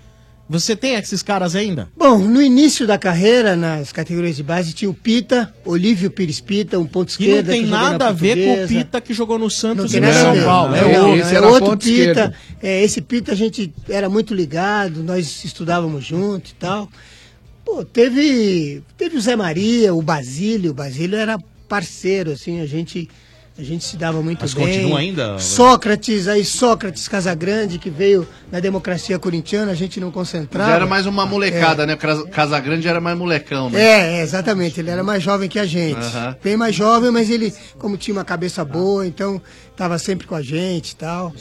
S19: Você tem esses caras ainda?
S14: Bom, no início da carreira, nas categorias de base, tinha o Pita, Olívio Pires Pita, um ponto
S19: E não
S14: esquerdo.
S19: tem nada a ver com o Pita que jogou no Santos e
S14: Não
S19: no
S14: tem nada a
S19: São
S14: ver.
S19: Paulo.
S14: Não,
S19: É
S14: não,
S19: outro.
S14: não, era outro Pita. É, esse Pita a gente era muito ligado, nós estudávamos junto e tal. Pô, teve, teve o Zé Maria, o Basílio. O Basílio era parceiro, assim, a gente, a gente se dava muito
S3: Mas
S14: bem.
S3: continua ainda?
S14: Sócrates, aí Sócrates Casagrande, que veio na democracia corintiana, a gente não concentrava.
S24: Já era mais uma molecada, né? Casa- Casagrande era mais molecão, né?
S14: É, é, exatamente. Ele era mais jovem que a gente.
S24: Aham.
S14: Bem mais jovem, mas ele, como tinha uma cabeça boa, então estava sempre com a gente e tal.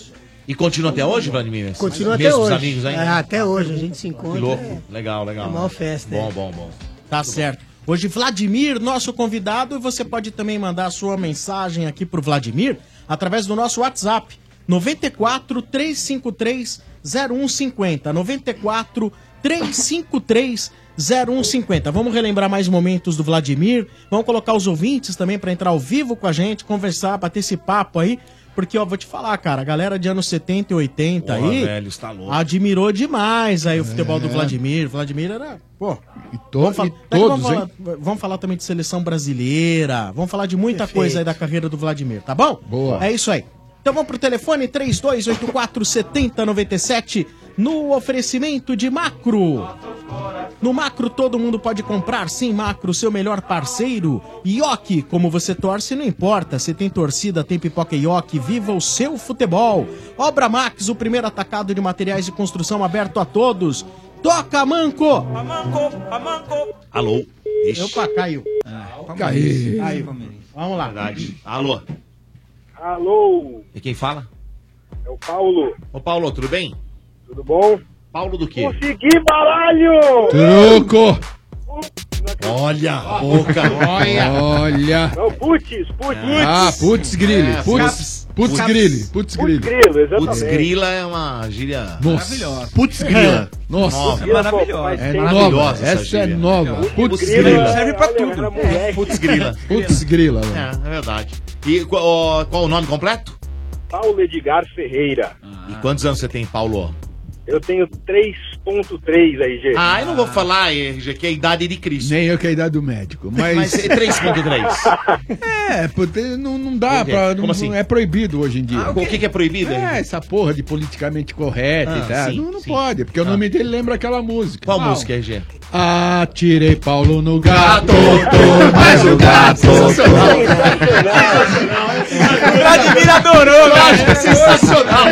S3: E continua até hoje, Vladimir?
S14: Continua até
S3: Mesmos
S14: hoje.
S3: amigos ainda? Ah,
S14: É, até hoje a gente se
S3: Que
S14: encontra.
S3: louco. Legal, legal.
S14: É a maior festa,
S3: Bom,
S14: é.
S3: bom, bom.
S19: Tá certo. Hoje, Vladimir, nosso convidado, e você pode também mandar a sua mensagem aqui pro Vladimir através do nosso WhatsApp, 94 353 0150. 94 353 0150. Vamos relembrar mais momentos do Vladimir. Vamos colocar os ouvintes também para entrar ao vivo com a gente, conversar, bater esse papo aí. Porque, ó, vou te falar, cara, a galera de anos 70 e
S30: Tá
S19: 80
S3: Porra,
S19: aí
S3: velho, está louco.
S30: Ah.
S3: É.
S19: admirou demais aí o futebol do Vladimir. Vladimir era, pô,
S7: Vamos
S19: falar,
S7: e
S19: daqui
S7: todos,
S19: vamos, falar,
S7: hein?
S19: vamos falar também de seleção brasileira. Vamos falar de muita
S7: Perfeito.
S19: coisa aí da carreira do Vladimir, tá bom?
S7: Boa.
S19: É isso aí. Então vamos pro telefone 3284 7097 no oferecimento de macro. No macro, todo mundo pode comprar. Sim, macro, seu melhor parceiro. Ioki, como você torce, não importa. Você tem torcida, tem pipoca Ioki. Viva o seu futebol. Obra Max, o primeiro atacado de materiais de construção aberto a todos. Toca, Manco!
S3: Alô? Ixi.
S19: Opa, caiu. Ah,
S3: Caiu.
S19: Aí, Vamos lá.
S3: Alô?
S15: Alô,
S3: E quem fala?
S15: é o Paulo.
S3: Ô, Paulo, tudo bem?
S15: Tudo bom?
S3: Paulo do quê?
S15: Consegui baralho!
S3: Troco! Olha a boca!
S15: Olha.
S22: Olha.
S15: Não, putz, putz.
S22: Ah, putz grille.
S3: É,
S22: Putz,
S3: caps-
S22: putz
S3: caps-
S22: grille. Putz grille.
S3: Putz grila é uma gíria
S22: Nossa.
S3: maravilhosa.
S22: Putz grila. Nossa.
S3: Nova.
S22: É maravilhosa.
S3: É
S22: É nova.
S3: maravilhosa
S22: Essa é
S3: gíria.
S22: nova. Putz grila.
S3: Serve pra tudo. Putz grila.
S22: Putz grila. velho.
S3: É, é verdade. E qual, ó, qual o nome completo? Ah.
S15: Paulo Edgar Ferreira.
S3: E quantos anos você tem, Paulo?
S15: Ah. Eu tenho 3.3 aí, gente.
S3: Ah, eu não vou falar, RG, que é a idade de Cristo.
S22: Nem eu que é a idade do médico. Mas,
S3: Mas é 3.3.
S22: É, porque não, não dá
S3: Entendi.
S22: pra. Não,
S3: Como assim?
S22: não é proibido hoje em dia.
S3: Ah, o quê? O que que é proibido,
S22: É,
S3: hein?
S22: essa porra de politicamente correto
S3: Ah,
S22: e tal.
S3: sim,
S22: não não
S3: sim. Ah.
S22: pode, porque o nome dele lembra aquela música.
S3: Qual música, RG?
S22: Atirei Paulo no gato, mas o gato.
S3: Admira adorou, eu acho que é sensacional.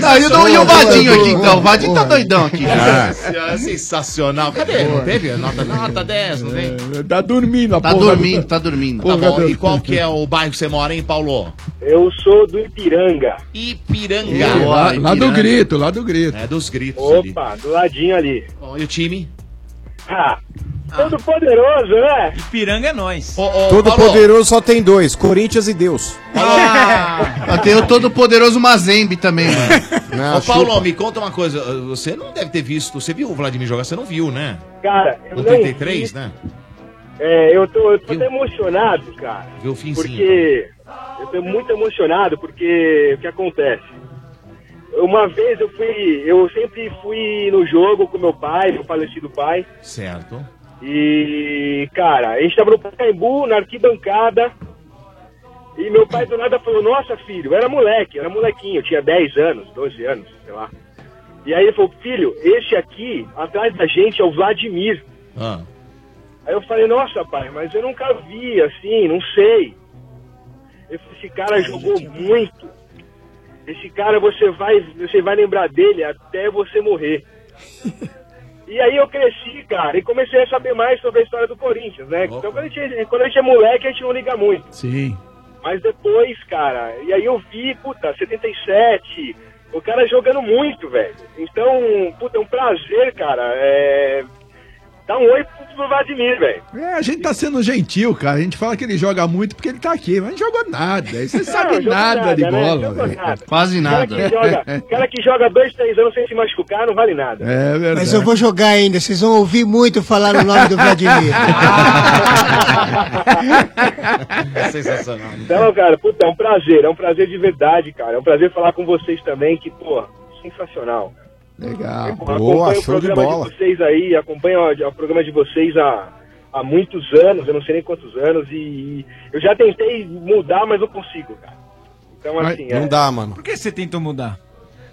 S24: Não, e o do- e o Vadinho aqui, então? O Vadinho tá doidão aqui.
S3: Nossa
S14: Ah.
S3: senhora, É sensacional. Cadê? Não teve? Nota, nota 10, não tem?
S22: Tá dormindo, a
S24: Tá
S22: porra.
S24: dormindo, tá dormindo.
S3: Tá bom, e qual que é o bairro que você mora, hein, Paulo?
S15: Eu sou do Ipiranga.
S3: Ipiranga.
S22: É, lá, lá do grito, lá do grito.
S3: É dos gritos.
S15: Opa, do ladinho ali.
S3: Ó, E o time?
S15: Ah, todo poderoso, né?
S25: Ipiranga é nós.
S21: Todo É poderoso só tem dois, Corinthians e Deus.
S3: ah,
S24: Eu tenho Ah, o todo poderoso Mazembe também, mano.
S3: Ô, Paulo, me conta uma coisa. Você não deve ter visto. Você viu o Vladimir jogar? Você não viu, né?
S15: Cara, eu
S3: No
S15: não
S3: 33, né?
S15: É, eu tô, eu tô até emocionado, cara.
S3: Viu o finzinho.
S15: Porque eu tô muito emocionado porque o que acontece? Uma vez eu fui, eu sempre fui no jogo com meu pai, meu falecido pai,
S3: Certo.
S15: e cara, a gente tava no Pacaembu, na arquibancada, e meu pai do nada falou: "Nossa, filho, eu era moleque, eu era molequinho, eu tinha 10 anos, 12 anos, sei lá". E aí ele falou: "Filho, este aqui atrás da gente é o Vladimir".
S3: Ah.
S15: Aí eu falei, nossa, pai, mas eu nunca vi, assim, não sei. Esse esse cara jogou muito. Esse cara, você vai, você vai lembrar dele até você morrer. E aí eu cresci, cara, e comecei a saber mais sobre a história do Corinthians, né? Então, quando a, gente, quando a gente é moleque, a gente não liga muito.
S22: Sim.
S15: Mas depois, cara, e aí eu vi, puta, 77, o cara jogando muito, velho. Então, puta, é um prazer, cara, é... Dá um oi pro- pro Vladimir, velho.
S22: É, a gente tá sendo gentil, cara. A gente fala que ele joga muito porque ele tá aqui, mas não jogou nada. Aí Você sabe
S15: jogou
S22: nada,
S15: nada,
S22: de
S15: né?
S22: bola.
S15: Jogou
S22: velho.
S15: nada. O cara que joga, o cara que joga dois, três anos sem se machucar não vale nada.
S22: É verdade.
S14: Mas eu vou jogar ainda, vocês vão ouvir muito falar o nome do Vladimir.
S3: É sensacional.
S15: Então, cara, puta, é um prazer, é um prazer de verdade, cara. É um prazer falar com vocês também, que, pô, sensacional.
S22: Legal.
S15: acompanho o programa de vocês aí, acompanho o, o programa de vocês há, há muitos anos, eu não sei nem quantos anos, e, e eu já tentei mudar, mas não consigo, cara. Então, assim, é,
S21: mano.
S25: Por que você tentou mudar?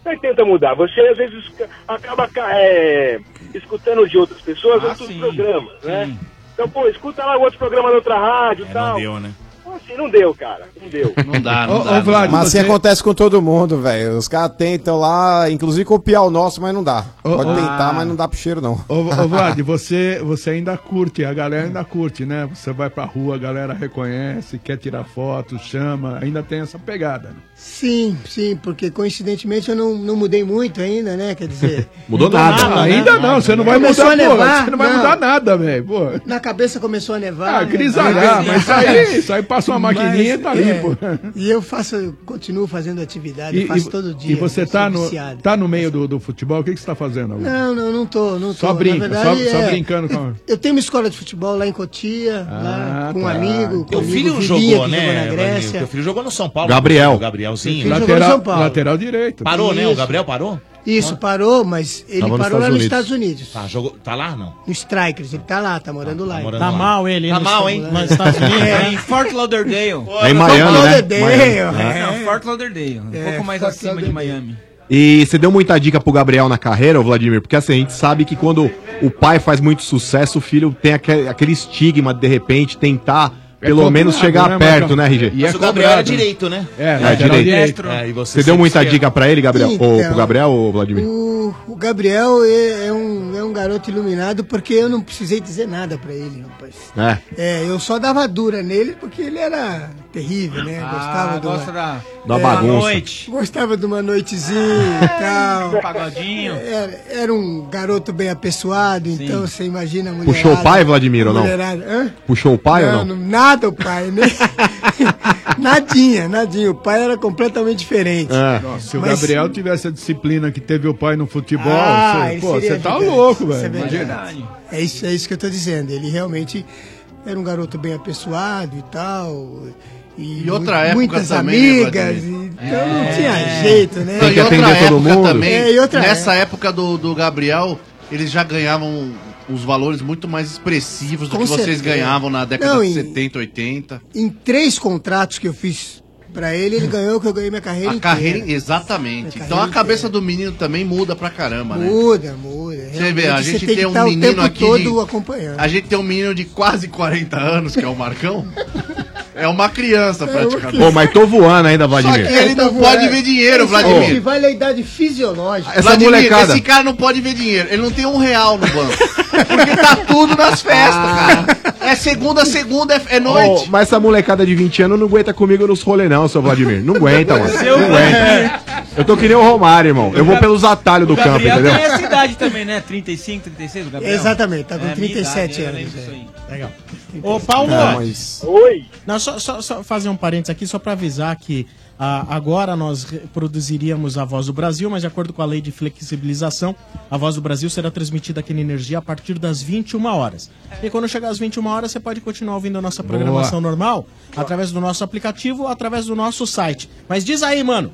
S15: Você tenta mudar, você às vezes ca- acaba ca- é, escutando de outras
S3: Ah,
S15: pessoas outros programas, né? Então, pô, escuta lá o outro programa da outra rádio e tal.
S3: Deu, né?
S15: Então, assim, não deu, cara, não deu.
S3: Não dá, né?
S15: não
S21: Ô, ô, Vlad, mas assim acontece com todo mundo, velho. Os caras tentam lá, inclusive copiar o nosso, mas não dá. Pode
S22: ô.
S21: tentar, mas não dá pro cheiro, não.
S22: Ô, ô Vlad, você, você ainda curte, a galera ainda curte, né? Você vai pra rua, a galera reconhece, quer tirar foto, chama, ainda tem essa pegada. né?
S14: Sim, sim, porque coincidentemente eu não, não mudei muito ainda, né? Quer dizer.
S22: Mudou nada. Ainda não, você não vai
S14: Começou
S22: mudar,
S14: a Ah,
S22: porra,
S14: nevar,
S22: você não vai mudar nada, velho, pô.
S14: Na cabeça começou a nevar. né?
S22: Ah, grisalhar, mas isso aí, isso aí passa uma maquininha e tá limpo.
S14: E eu faço, eu continuo fazendo atividade,
S22: E,
S14: eu faço
S22: e-
S14: todo dia.
S22: e você
S14: eu
S22: tá
S14: sou
S22: no,
S14: viciado.
S22: tá no meio do, do futebol, o que, que você tá fazendo agora?
S14: Não, não, não tô, não tô.
S22: Só
S14: Na
S22: brinca,
S14: verdade,
S22: só, só
S14: é,
S22: brincando com a...
S14: Eu tenho uma escola de futebol lá em Cotia, lá com um
S22: tá.
S14: amigo.
S3: Teu
S14: comigo,
S3: filho
S14: Vilinha,
S3: jogou, né?
S14: que Jogou na
S3: Vladimir?
S14: Grécia.
S3: Teu filho jogou no São Paulo.
S22: Gabriel.
S3: O Gabrielzinho.
S14: Meu filho jogou no São Paulo.
S22: lateral direito.
S3: Parou, né? O
S14: Isso.
S3: Gabriel parou? Ah.
S14: Isso, parou, mas ele
S3: Tava Tá nos
S14: parou lá
S3: Estados
S14: nos
S3: Unidos.
S14: Estados Unidos.
S3: Tá, jogou... tá lá, não?
S14: No Strikers, ele tá lá, tá morando lá.
S3: morando Tá lá. mal
S19: ele,
S3: hein, Tá nos mal, hein?
S19: nos Estados Unidos,
S14: É,
S19: né?
S14: em Fort Lauderdale.
S19: É em Miami, né?
S14: tá Lauderdale.
S19: Miami.
S14: é.
S19: É,
S25: Não, Fort Lauderdale. Um pouco mais acima de Miami.
S20: E você deu muita dica pro Gabriel na carreira, ô Vladimir, porque assim, a gente sabe que quando o pai faz muito sucesso, o filho tem aquele, aquele estigma de, de repente tentar
S3: É
S20: pelo
S3: cobrado,
S20: menos chegar
S3: né, Marcão?
S20: perto, né, RG?
S3: Mas o Gabriel era direito, né?
S20: É,
S3: Ele era
S20: direito.
S3: direito.
S20: É,
S3: e
S20: e
S3: você
S20: você deu
S3: sempre
S20: muita
S3: esquerda.
S20: dica pra ele, Gabriel? Ô,
S14: Então.
S20: pro Gabriel ou Vladimir?
S14: O, o Gabriel é, é um, é um garoto iluminado porque eu não precisei dizer nada pra ele, rapaz.
S20: É.
S14: É, eu só dava dura nele porque ele era terrível, né? Gostava de uma-
S25: Ah,
S14: É,
S25: gosta da-
S20: da bagunça.
S25: noite.
S14: Gostava de uma noitezinha e tal.
S25: Um pagodinho.
S14: Era, era um garoto bem apessoado, então você imagina a mulherada.
S20: Puxou o pai, Vladimir, ou não?
S14: mulherada- Hã?
S20: Puxou o pai ou não?
S14: não? Nada o pai, né? nadinha, nadinha. O pai era completamente diferente.
S21: É.
S20: É.
S22: Se o
S14: Mas-
S22: Gabriel tivesse a disciplina que teve o pai no futebol,
S14: Ah,
S22: você,
S14: ele
S22: pô,
S14: seria
S22: você tá
S14: gigante.
S22: louco,
S14: Isso é
S22: velho.
S14: verdade.
S22: Imagina.
S14: É isso, é isso que eu tô dizendo. Ele realmente era um garoto bem apessoado e tal. E,
S24: E outra
S14: mu-
S24: época
S14: muitas
S24: também, né,
S14: amigas.
S24: Vladimir?
S14: e- então não
S24: É.
S14: tinha jeito, né?
S24: Não, e outra época Também,
S14: É, e outra
S24: nessa
S14: época.
S24: época do, do Gabriel, eles já ganhavam os valores muito mais expressivos do
S14: Com
S24: que vocês
S14: certeza.
S24: ganhavam na década
S14: Não,
S24: de
S14: e-
S24: 70, 80.
S14: Em três contratos que eu fiz pra ele, ele ganhou o que eu ganhei minha carreira
S24: A
S14: inteira.
S24: carreira, exatamente.
S14: Minha
S24: então a
S14: carreira
S24: cabeça do menino também muda pra caramba, né?
S14: Muda, muda.
S24: Você vê, a
S14: Realmente,
S24: gente
S14: você
S24: tem,
S14: que
S24: um
S14: tá
S24: menino
S14: o tempo
S24: aqui.
S14: todo
S24: de-
S14: acompanhando.
S24: A gente tem um menino de quase 40 anos, que é o Marcão. é uma criança, praticamente.
S20: Pô, mas tô voando ainda, Vladimir.
S24: que ele tá não pode ver dinheiro, Vladimir.
S14: Que vale a idade fisiológica.
S20: Essa molecada.
S24: esse cara não pode ver dinheiro. Ele não tem um real no banco. Porque tá tudo nas festas, cara. É segunda, segunda, é, é noite.
S20: Ô, mas essa molecada de 20 anos não aguenta comigo nos rolê, não, seu Vladimir. Não aguenta, mano.
S25: Seu
S20: Não aguenta. Eu tô que nem o Romário, irmão. Eu vou pelos atalhos do
S25: o
S20: campo,
S25: Gabriel
S20: entendeu?
S25: tem essa idade também, né? 35, 36, o Gabriel?
S14: Exatamente, tá com
S25: a minha idade,
S14: 37
S25: eu lembro
S14: anos,
S25: disso aí.
S19: é. Legal. Ô, Paulo! Não, mas-
S15: Oi!
S19: Não, só, só- só fazer um parênteses aqui, só para avisar que ah, agora nós re- produziríamos a Voz do Brasil, mas de acordo com a lei de flexibilização, a Voz do Brasil será transmitida aqui na Energia a partir das 21 horas. E quando chegar às 21 horas, você pode continuar ouvindo a nossa
S22: Boa.
S19: programação normal, através do nosso aplicativo ou através do nosso site. Mas diz aí, mano.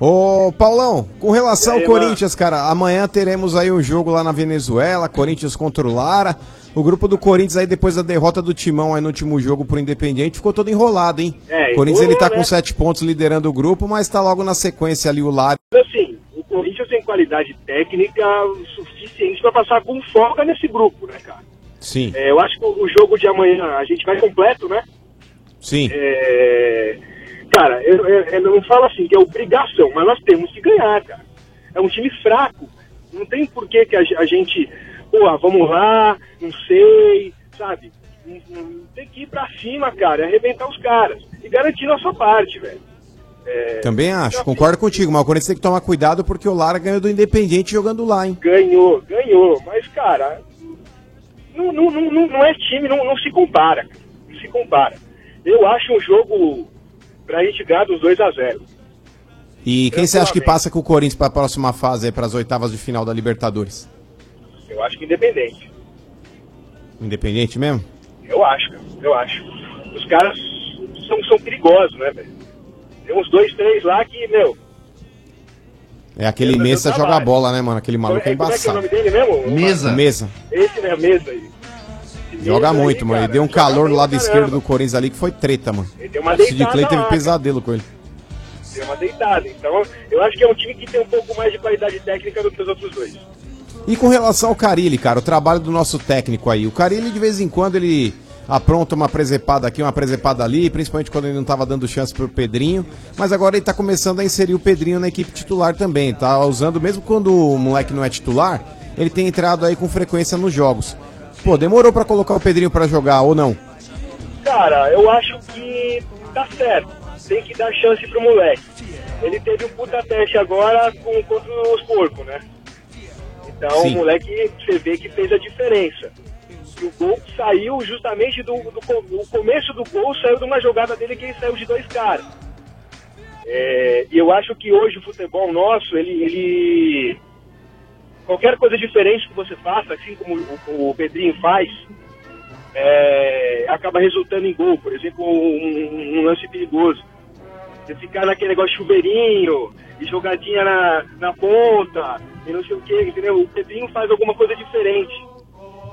S21: Ô, Paulão, com relação
S19: E aí,
S21: ao Corinthians, cara, amanhã teremos aí um jogo lá na Venezuela, Corinthians contra o Lara. O grupo do Corinthians aí, depois da derrota do Timão aí no último jogo pro Independiente, ficou todo enrolado, hein?
S15: É,
S21: o Corinthians ele tá
S15: enrolou,
S21: com
S15: né?
S21: sete pontos liderando o grupo, mas tá logo na sequência ali o Lara.
S15: Assim, o Corinthians tem qualidade técnica suficiente para passar com folga nesse grupo, né, cara?
S21: Sim,
S15: É, eu acho que o jogo de amanhã a gente vai completo, né?
S21: sim.
S15: É, cara, eu, eu- eu não falo assim que é obrigação, mas nós temos que ganhar, cara. É um time fraco. Não tem porquê que a, ge- a gente, pô, ah, vamos lá, não sei, sabe? Não- não- Tem que ir pra cima, cara, e arrebentar os caras. E garantir nossa parte, velho. É,
S21: Também acho, concordo contigo, mas o Corinthians tem que tomar cuidado porque o Lara ganhou do Independiente jogando lá, hein?
S15: Ganhou, ganhou, mas cara, não, não, não, não- não é time, não, não se compara, cara. não se compara. Eu acho um jogo pra gente ganhar dos 2 a 0
S21: E quem você acha que passa com o Corinthians pra próxima fase aí, pras oitavas de final da Libertadores?
S15: Eu acho que independente,
S21: Independente mesmo?
S15: eu acho, cara, eu acho. Os caras são, são perigosos, né, velho? Tem uns dois, três lá que, meu,
S21: É aquele Mesa joga a bola, né, mano? Aquele maluco é
S15: tá como é que é o
S21: embaçado.
S15: nome dele mesmo?
S21: Mesa.
S15: Esse, né, mesa aí.
S21: Joga
S15: Mesa
S21: muito,
S15: aí,
S21: mano. Ele deu um calor no lado esquerdo do Corinthians ali que foi treta, mano.
S15: deu uma
S21: O Sid
S15: deitada
S21: Clay teve
S15: lá,
S21: pesadelo com ele.
S15: Deu uma deitada. Então, eu acho que é um time que tem um pouco mais de qualidade técnica do que os outros dois.
S21: E com relação ao Carilli, cara, o trabalho do nosso técnico aí. O Carilli, de vez em quando, ele apronta uma presepada aqui, uma presepada ali, principalmente quando ele não tava dando chance pro Pedrinho. Mas agora ele tá começando a inserir o Pedrinho na equipe titular também. Tá usando, mesmo quando o moleque não é titular, ele tem entrado aí com frequência nos jogos. Pô, demorou pra colocar o Pedrinho pra jogar ou não?
S15: Cara, eu acho que tá certo. Tem que dar chance pro moleque. Ele teve um puta teste agora com, contra os porcos, né? Então
S1: Sim.
S15: o moleque, você vê que fez a diferença. E o gol saiu justamente do, do co- o começo do gol saiu de uma jogada dele que ele saiu de dois caras. É, e eu acho que hoje o futebol nosso, ele, ele- Qualquer coisa diferente que você faça, assim como o, o Pedrinho faz, é, acaba resultando em gol. Por exemplo, um, um lance perigoso. Você ficar naquele negócio de chuveirinho, e jogadinha na, na ponta, e não sei o que, entendeu? O Pedrinho faz alguma coisa diferente.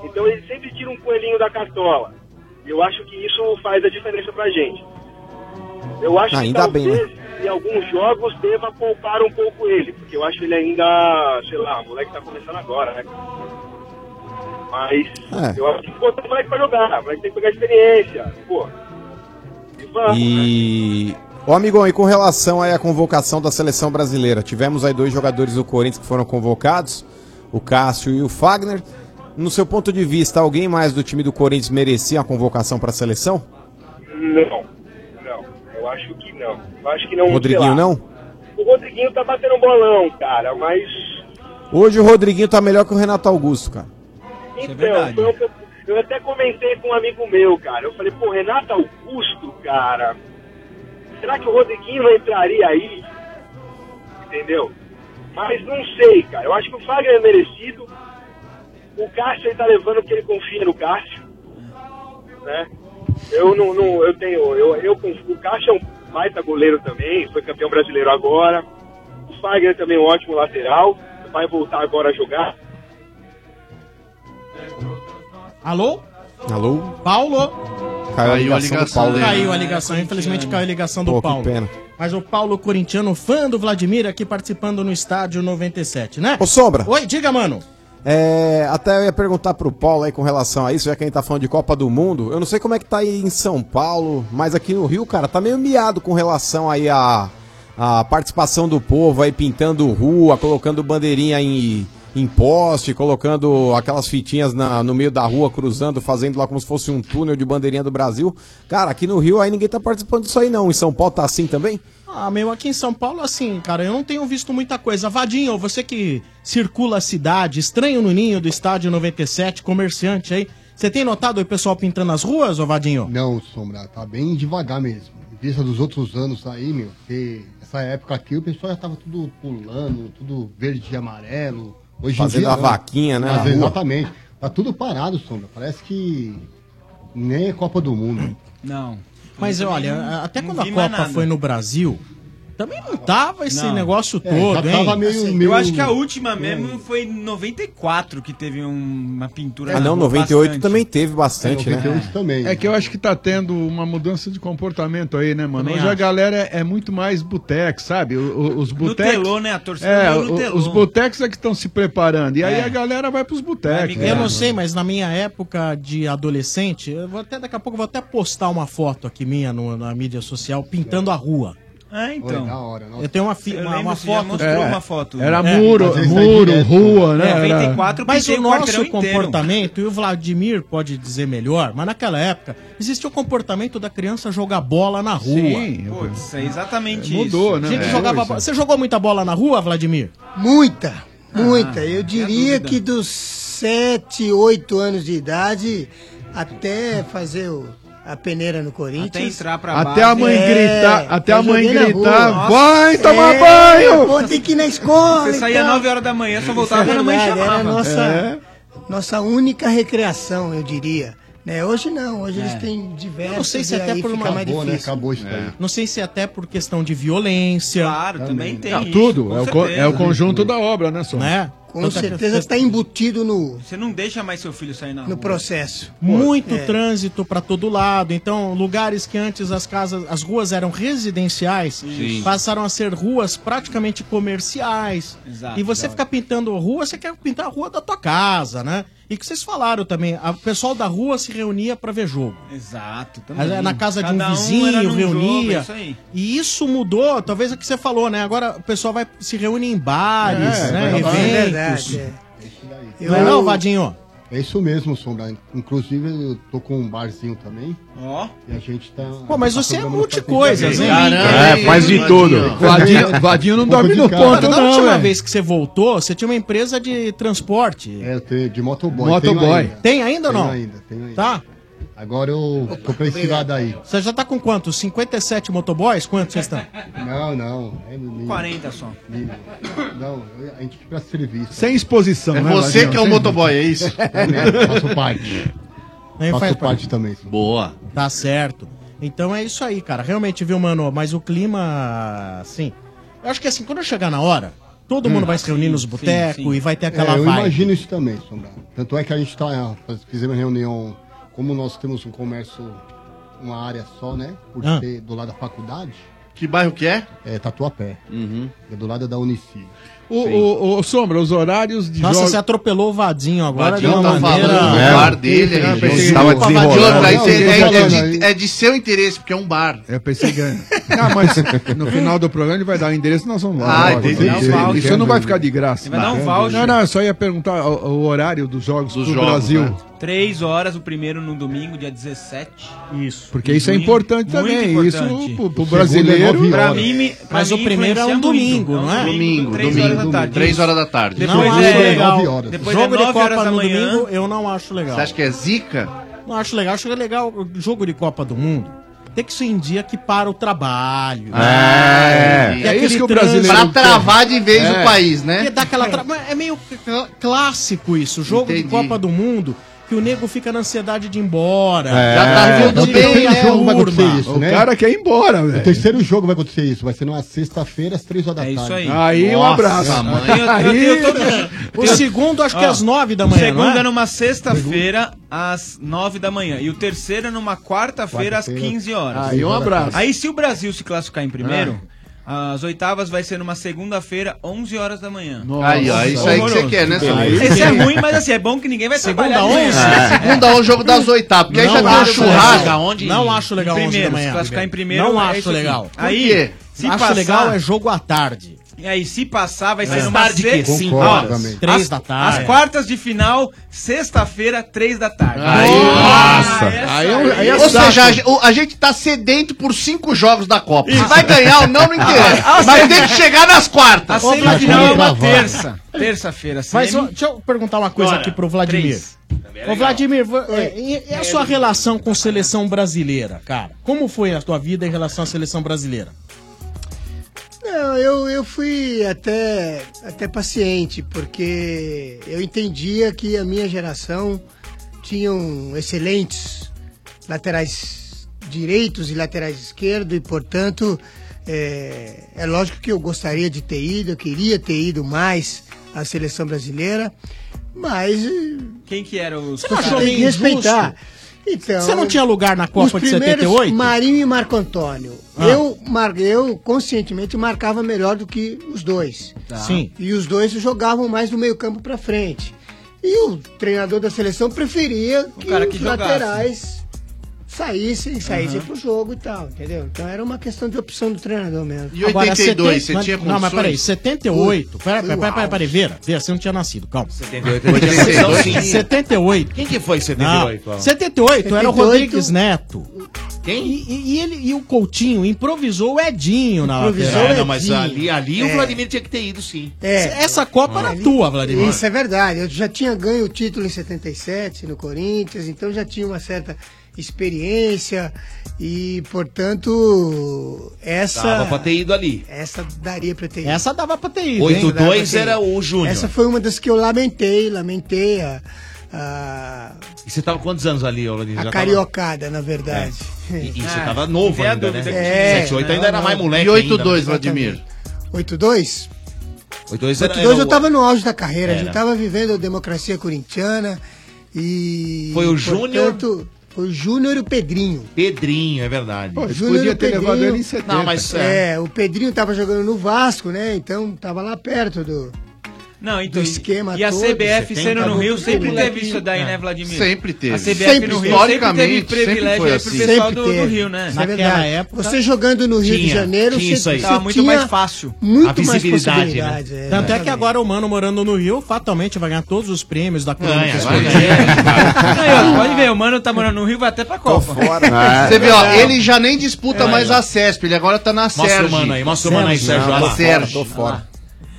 S15: Então ele sempre tira um coelhinho da cartola. E eu acho que isso faz a diferença pra gente. Eu acho
S21: Ainda
S15: que talvez,
S21: bem, né?
S15: em alguns jogos deva poupar um pouco ele, porque eu acho ele ainda, sei lá, o moleque tá começando agora, né? Mas
S21: É.
S15: eu acho que botar o moleque pra jogar, o moleque tem que pegar experiência, pô. E vamos.
S21: E. Ô, amigão, e com relação aí à convocação da seleção brasileira, tivemos aí dois jogadores do Corinthians que foram convocados, o Cássio e o Fagner. No seu ponto de vista, alguém mais do time do Corinthians merecia a convocação para a seleção?
S15: Não, não, eu acho que não. Eu acho que não. sei
S21: Rodriguinho
S15: um lá.
S21: não?
S15: O Rodriguinho tá batendo um bolão, cara, mas.
S21: Hoje o Rodriguinho tá melhor que o Renato Augusto, cara.
S15: Então, foi um que eu- eu até comentei com um amigo meu, cara. Eu falei, pô, Renato Augusto, cara, será que o Rodriguinho não entraria aí? Entendeu? Mas não sei, cara. Eu acho que o Fagner é merecido. O Cássio ele tá levando porque ele confia no Cássio. Né? Eu não, não eu tenho. Eu, eu, confio- o Cássio é um baita goleiro também, foi campeão brasileiro agora. O Fagner também é um ótimo lateral. Vai voltar agora a jogar.
S19: Alô?
S21: Alô?
S19: Paulo?
S21: Caiu a ligação do Paulo. né?
S19: Caiu a ligação, infelizmente caiu a ligação do
S21: Pô, que
S19: Paulo.
S21: pena.
S19: Mas o Paulo corintiano, fã do Vladimir, aqui participando no estádio 97, né?
S21: Ô, Sombra.
S19: Oi, diga, mano.
S21: É, até eu ia perguntar pro Paulo aí com relação a isso, já que a gente tá falando de Copa do Mundo. Eu não sei como é que tá aí em São Paulo, mas aqui no Rio, cara, tá meio miado com relação aí à a participação do povo aí pintando rua, colocando bandeirinha em, em poste, colocando aquelas fitinhas na- no meio da rua, cruzando, fazendo lá como se fosse um túnel de bandeirinha do Brasil. Cara, aqui no Rio aí ninguém tá participando disso aí não. Em São Paulo tá assim também?
S19: Ah, meu, aqui em São Paulo, assim, cara, eu não tenho visto muita coisa. Vadinho, você que circula a cidade, estranho no ninho do estádio 97, comerciante aí, você tem notado o pessoal pintando as ruas, ô Vadinho?
S26: Não, Sombra, tá bem devagar mesmo. Em vista dos outros anos aí, meu, que essa época aqui o pessoal já tava tudo pulando, tudo verde e amarelo. Hoje em
S21: Fazendo
S26: dia,
S21: a
S26: não.
S21: vaquinha, né,
S26: Mas,
S21: na rua.
S26: exatamente. Tá tudo parado, Sombra. Parece que nem é Copa do Mundo.
S19: Não. Mas
S26: Não
S19: olha,
S26: vi
S19: até quando a
S26: mais
S19: Copa
S26: nada.
S19: foi no Brasil, também não tava esse
S26: Não.
S19: negócio
S26: É,
S19: todo,
S26: já
S19: hein?
S26: tava meio-
S19: Assim,
S26: meio-
S19: eu
S25: Eu
S19: acho-
S25: acho que a última mesmo foi em 94 que teve um- uma pintura.
S21: Ah,
S25: na
S21: não,
S25: rua
S21: 98
S25: bastante.
S21: também teve bastante, né?
S26: também.
S22: É que eu acho que tá tendo uma mudança de comportamento aí, né, mano?
S25: Também
S22: Hoje a
S25: acho.
S22: galera é muito mais boteco, sabe? O- o- os botecos.
S25: telô, né? A torcida
S22: é,
S25: no
S22: o-
S25: telô.
S22: Os botecos é que estão se preparando. E aí
S19: É.
S22: a galera vai É pros botecos. né?
S19: Eu não sei, mas na minha época de adolescente, eu vou até daqui a pouco eu vou até postar uma foto aqui minha no- na mídia social pintando a rua.
S25: Ah, então.
S19: Olha, da
S26: hora,
S19: Eu tenho uma, fi-
S25: Eu
S19: uma,
S25: lembro,
S19: uma
S25: você já
S19: foto.
S25: mostrou É. uma foto.
S22: Era muro, muro,
S25: é
S19: é
S22: rua, né? Era-
S19: mas o
S25: pintei o
S19: nosso
S25: um quarteirão inteiro.
S19: comportamento, e o Vladimir pode dizer melhor, mas naquela época existia o comportamento da criança jogar bola na rua.
S22: Sim,
S25: Putz, é exatamente
S19: Mudou,
S25: isso.
S19: né? Gente,
S22: É.
S19: jogava bo- Você jogou muita bola na rua, Vladimir?
S14: Muita,
S25: Ah,
S14: muita. Eu
S19: é a
S14: diria
S19: dúvida.
S14: que dos 7, 8 anos de idade até fazer o- a peneira no Corinthians. É,
S25: Até entrar pra
S22: Até a mãe gritar, até
S14: eu
S22: a mãe
S14: joguei na rua.
S22: gritar,
S14: Nossa.
S22: vai tomar
S14: É,
S22: banho!
S14: Pô, tem que ir na escola.
S25: Você
S14: e
S25: saía
S14: tal.
S25: 9 horas da manhã, só voltava
S14: Isso é
S25: quando a mãe
S14: verdade,
S25: chamava.
S14: Era a nossa,
S25: É.
S14: nossa única recreação, eu diria. Né? Hoje não, hoje
S19: É.
S14: eles têm diversos.
S19: Eu não sei se
S14: e
S19: até
S14: aí
S19: por uma-
S14: fica mais
S19: Acabou, né?
S14: difícil.
S26: Acabou isso daí.
S19: Não sei se até por questão de violência. Claro,
S25: também tem
S22: Ah, tudo, é o, co- é o conjunto da obra, né, Sombra?
S19: Né?
S14: Com certeza está embutido no,
S25: Você não deixa mais seu filho sair na rua.
S14: no processo.
S19: Muito
S14: É.
S19: trânsito pra todo lado. Então, lugares que antes as casas, as ruas eram residenciais,
S25: Sim.
S19: passaram a ser ruas praticamente comerciais.
S25: Exato,
S19: e você
S25: da
S19: ficar pintando rua, você quer pintar a rua da tua casa, né? E que vocês falaram também, a- o pessoal da rua se reunia pra ver jogo.
S25: Exato,
S19: Mas Na casa de um
S25: Cada era
S19: vizinho,
S25: num jogo, é
S19: reunia.
S25: isso aí.
S19: e isso mudou, talvez é o que você falou, né? Agora o pessoal vai se reúne em bares,
S26: É,
S19: né?
S26: vai
S19: Eventos.
S26: jogar.
S19: É
S26: É
S19: verdade,
S26: verdade,
S19: Não é não, Vadinho?
S26: É isso mesmo, Sombra. Inclusive, eu tô com um barzinho também.
S25: Ó.
S26: E a gente tá.
S19: Pô, mas você é né?
S26: Jogando
S19: multicoisas, hein?
S26: Caramba, É, faz de hein, tudo. Vadinho? Vadinho- Vadinho não Um pouco dorme de no cada. ponto,
S19: Da
S26: não,
S19: última
S26: velho.
S19: vez que você voltou, você tinha uma empresa de transporte.
S26: É, eu tenho de motoboy.
S19: Motoboy.
S26: Tenho
S19: Tem ainda ou
S26: Tenho
S19: não?
S26: ainda, tenho ainda.
S19: Tá?
S26: Agora eu tô pra esse lado aí.
S19: Você já tá com quantos? 57 motoboys? Quantos vocês estão?
S26: Não, não. É, menino.
S25: 40 só.
S26: Menino. Não, eu- a gente fica a serviço.
S22: Sem exposição,
S26: É
S22: né,
S26: você
S22: Vadinho?
S26: que é o
S22: Sem-
S26: motoboy, é isso? É, né? Faço parte.
S19: Aí
S26: Faço
S19: faz
S26: parte também.
S23: Boa.
S19: Tá certo. Então é isso aí, cara. Realmente, viu, mano? Mas o clima, assim. Eu acho que assim, quando eu chegar na hora, todo
S22: Hum.
S19: mundo vai se reunir nos botecos e vai ter aquela
S26: É, eu
S19: vibe.
S26: imagino isso também, Sombra. Tanto é que a gente tá, faz- fizemos reunião, como nós temos um comércio, uma área só, né? Por
S19: Ah.
S26: ser do lado da faculdade,
S24: Que bairro que é? Uhum.
S26: É Tatuapé. É do lado da Unifi.
S22: O, o, o Sombra, os horários de
S19: Nossa,
S22: jogos-
S19: você atropelou o Vadinho agora.
S22: Vadinho
S19: de
S24: né?
S19: uma
S22: tá
S19: maneira-
S22: falando do
S19: É.
S22: bar dele,
S19: Eu
S22: ele
S19: pensei-
S22: tava
S19: Opa,
S22: desenrolando.
S19: Vadinho,
S22: Não,
S24: Outra,
S22: não,
S24: isso é,
S22: não,
S24: é
S22: não,
S24: de, é de seu interesse, porque é um bar.
S22: Eu pensei que. Ah, mas no final do programa ele vai dar o endereço e nós vamos lá.
S24: Ah,
S22: Lógico,
S24: entendi.
S22: isso-
S24: Vai dar um voucher.
S22: Isso não vai ficar de graça.
S25: Ele vai dar um voucher.
S22: Não, não, eu só ia perguntar o, o horário dos jogos do
S25: jogos,
S22: Brasil.
S25: né? Três horas, o primeiro no domingo, dia 17. Isso.
S22: Porque isso é importante também. Isso pro,
S19: é
S22: pro brasileiro.
S25: Pra mim, me- pra
S19: Mas
S25: mim,
S19: o primeiro é um
S25: influencia
S19: domingo,
S25: muito.
S19: não é?
S24: Domingo,
S25: Três
S24: domingo,
S25: horas da tarde.
S24: três horas da tarde.
S19: Depois
S24: Não
S19: não é
S24: acho
S19: legal.
S24: nove horas.
S19: Depois
S25: Jogo
S19: é
S25: de
S19: nove
S25: Copa
S19: horas da
S25: no
S19: manhã.
S25: domingo,
S19: eu não acho legal.
S24: Você acha que é zica?
S19: Não acho legal. Acho legal o jogo de Copa do Mundo. Tem que ser em dia que para o trabalho.
S24: É.
S19: Tem
S24: É
S19: aquele
S24: isso que o
S19: trânsito.
S24: brasileiro Pra quer. travar de vez o país, né?
S19: Porque dá aquela tra- Mas É meio cl- clássico isso. Jogo de
S24: Entendi.
S19: Copa do Mundo. Que o nego fica na ansiedade de ir embora.
S26: É. Já tá
S19: Fica
S26: tudo
S19: de-
S26: bem,
S19: fica
S26: né,
S19: na
S26: jogo vai
S19: turma.
S26: acontecer isso, né?
S22: quer ir embora,
S26: O terceiro jogo vai acontecer isso. Vai ser numa sexta-feira, às três
S25: É
S26: horas da tarde.
S22: Aí um abraço.
S19: O segundo, acho que é às nove da
S25: O
S19: manhã,
S25: segundo
S19: não é?
S25: é numa sexta-feira, às nove da manhã. E o terceiro é numa quarta-feira, às
S22: Quarta-feira.
S25: 15 horas.
S22: Aí, um abraço.
S25: Aí, se o Brasil se classificar em primeiro,
S24: Ah.
S25: as oitavas vai ser numa segunda-feira, 11 horas da manhã.
S24: Aí, ó, isso aí que você quer, né, Sombra?
S25: Esse é ruim, mas assim, é bom que ninguém vai Né? Ah. segunda
S24: É. Segunda ou jogo das oitavas, porque aí já tem um churrasco.
S19: Aonde? Não acho legal
S25: Em primeiro,
S19: onze da manhã.
S25: se classificar em primeiro,
S19: Não
S25: é
S19: acho
S25: isso aqui.
S19: legal.
S25: Aí,
S19: Por quê?
S25: se
S19: acho
S25: passar-
S19: legal é jogo à tarde.
S25: E aí, se passar, vai
S24: É.
S25: ser
S19: Mais
S25: numa
S19: tarde que
S25: sexta.
S19: cinco horas. Três da tarde.
S25: As quartas de final, sexta-feira, três da tarde.
S24: Aí é um- aí é
S25: Ou
S24: Ou
S25: seja,
S24: seja, a ge- o- a gente tá sedento por cinco jogos da Copa. Se vai ganhar ou não, não interessa.
S25: Ah, ah,
S24: Mas
S25: sim.
S24: tem que chegar nas quartas.
S25: A semifinal é uma terça. Terça-feira,
S19: Mas ó,
S25: semi.
S19: deixa eu perguntar uma coisa
S25: Bora.
S19: aqui pro Vladimir.
S25: Três.
S19: Ô, Vladimir, vo- é, e- e a sua relação com seleção brasileira, cara? Como foi a sua vida em relação à seleção brasileira?
S14: Não, eu, eu fui até, até paciente, porque eu entendia que a minha geração tinham excelentes laterais direitos e laterais esquerdo, e portanto é, é lógico que eu gostaria de ter ido, eu queria ter ido mais à seleção brasileira, mas eh,
S25: Quem que era o...
S14: Você achou meio injusto? Então,
S19: Você não tinha lugar na
S14: os
S19: Copa de
S14: primeiros,
S19: 78?
S14: Marinho e Marco Antônio.
S19: Ah.
S14: Eu, mar, eu conscientemente marcava melhor do que os dois.
S19: Tá. Sim.
S14: E os dois jogavam mais do meio campo pra frente. E o treinador da seleção preferia que,
S25: cara que
S14: os
S25: jogasse.
S14: laterais saíssem, saíssem
S25: Aham.
S14: pro jogo e tal, entendeu? Então era uma questão de opção do treinador mesmo.
S24: E 82, você
S19: mas-
S24: tinha
S19: Não, mas
S24: condições?
S19: peraí, 78. Peraí, peraí, peraí,
S24: Uau.
S19: peraí, peraí, Vera. Vera, você não tinha nascido, calma.
S3: 78.
S19: 78. 78.
S3: Quem que foi em
S19: Não,
S3: 78? ó?
S19: 78 era
S3: 78.
S19: o Rodrigues Neto. Quem? E, e- e ele, e o Coutinho improvisou o Edinho na
S3: Improvisou
S19: lateral.
S3: o É, não, mas Edinho. ali- ali o É. Vladimir
S24: tinha que ter ido sim.
S14: É.
S19: Essa Copa era tua, Vladimir.
S14: Isso é verdade. Eu já tinha ganho o título em 77 no Corinthians, então já tinha uma certa experiência e, portanto, essa
S3: Dava pra ter ido ali.
S14: Ah. essa daria pra ter ido.
S19: Essa dava pra ter
S3: ido, hein? 8-2
S14: Dava pra ter
S3: era
S14: ido.
S3: o Júnior.
S14: Essa foi uma das que eu lamentei, lamentei a, a,
S3: E você tava quantos anos ali, ô Vladimir?
S14: a
S3: Já tava- É.
S14: cariocada, na verdade.
S3: E, e você tava novo ainda, né?
S14: É,
S3: 7, 8 ainda
S14: não,
S3: era
S14: não.
S3: mais moleque.
S14: E 8-2,
S3: 8-2,
S14: Vladimir?
S3: 8-2
S14: 8-2?
S3: era,
S14: 82
S3: era
S14: eu tava no auge da carreira, a gente
S3: Era.
S14: tava vivendo a democracia corintiana e.
S3: Foi o Júnior?
S14: portanto, Foi o Júnior e o Pedrinho.
S3: Pedrinho, é verdade.
S14: O Júnior e o Pedrinho-
S3: Não, mas...
S14: é, o Pedrinho tava jogando no Vasco, né? Então tava lá perto do.
S25: Não, então,
S14: do esquema
S25: E a
S14: todo.
S25: CBF sendo no Rio sempre
S14: Molequinho.
S25: teve isso daí, né, Vladimir?
S24: É. Sempre teve.
S25: A CBF
S24: Sempre
S25: no Rio sempre
S24: historicamente,
S25: teve privilégio
S24: sempre
S25: aí pro
S24: foi assim.
S25: pessoal
S24: Sempre
S25: do, do
S24: teve.
S25: Rio, né?
S14: Isso é verdade.
S19: época-
S14: Você jogando no Rio de
S19: Tinha,
S14: Janeiro,
S19: tinha isso
S14: você,
S19: aí.
S14: você
S19: Tava muito
S14: tinha
S19: mais fácil.
S14: Muito
S19: A
S14: mais
S19: visibilidade, né?
S14: possibilidades, é,
S19: Tanto é que
S14: exatamente.
S19: agora o Mano morando no Rio, fatalmente vai ganhar todos os prêmios da crônica
S24: Ganha,
S19: esportiva.
S25: Aí, ó, pode ver, o Mano tá morando no Rio, vai até pra Copa.
S3: Ah,
S24: Você vê, ó, ele já nem disputa
S25: É,
S24: mais
S25: ó.
S24: a CESP, ele agora tá na
S25: Mostra o
S24: Sérgio.
S25: mano aí, mostra o mano aí, Sérgio, olha lá.
S24: Sérgio.
S25: Tô fora.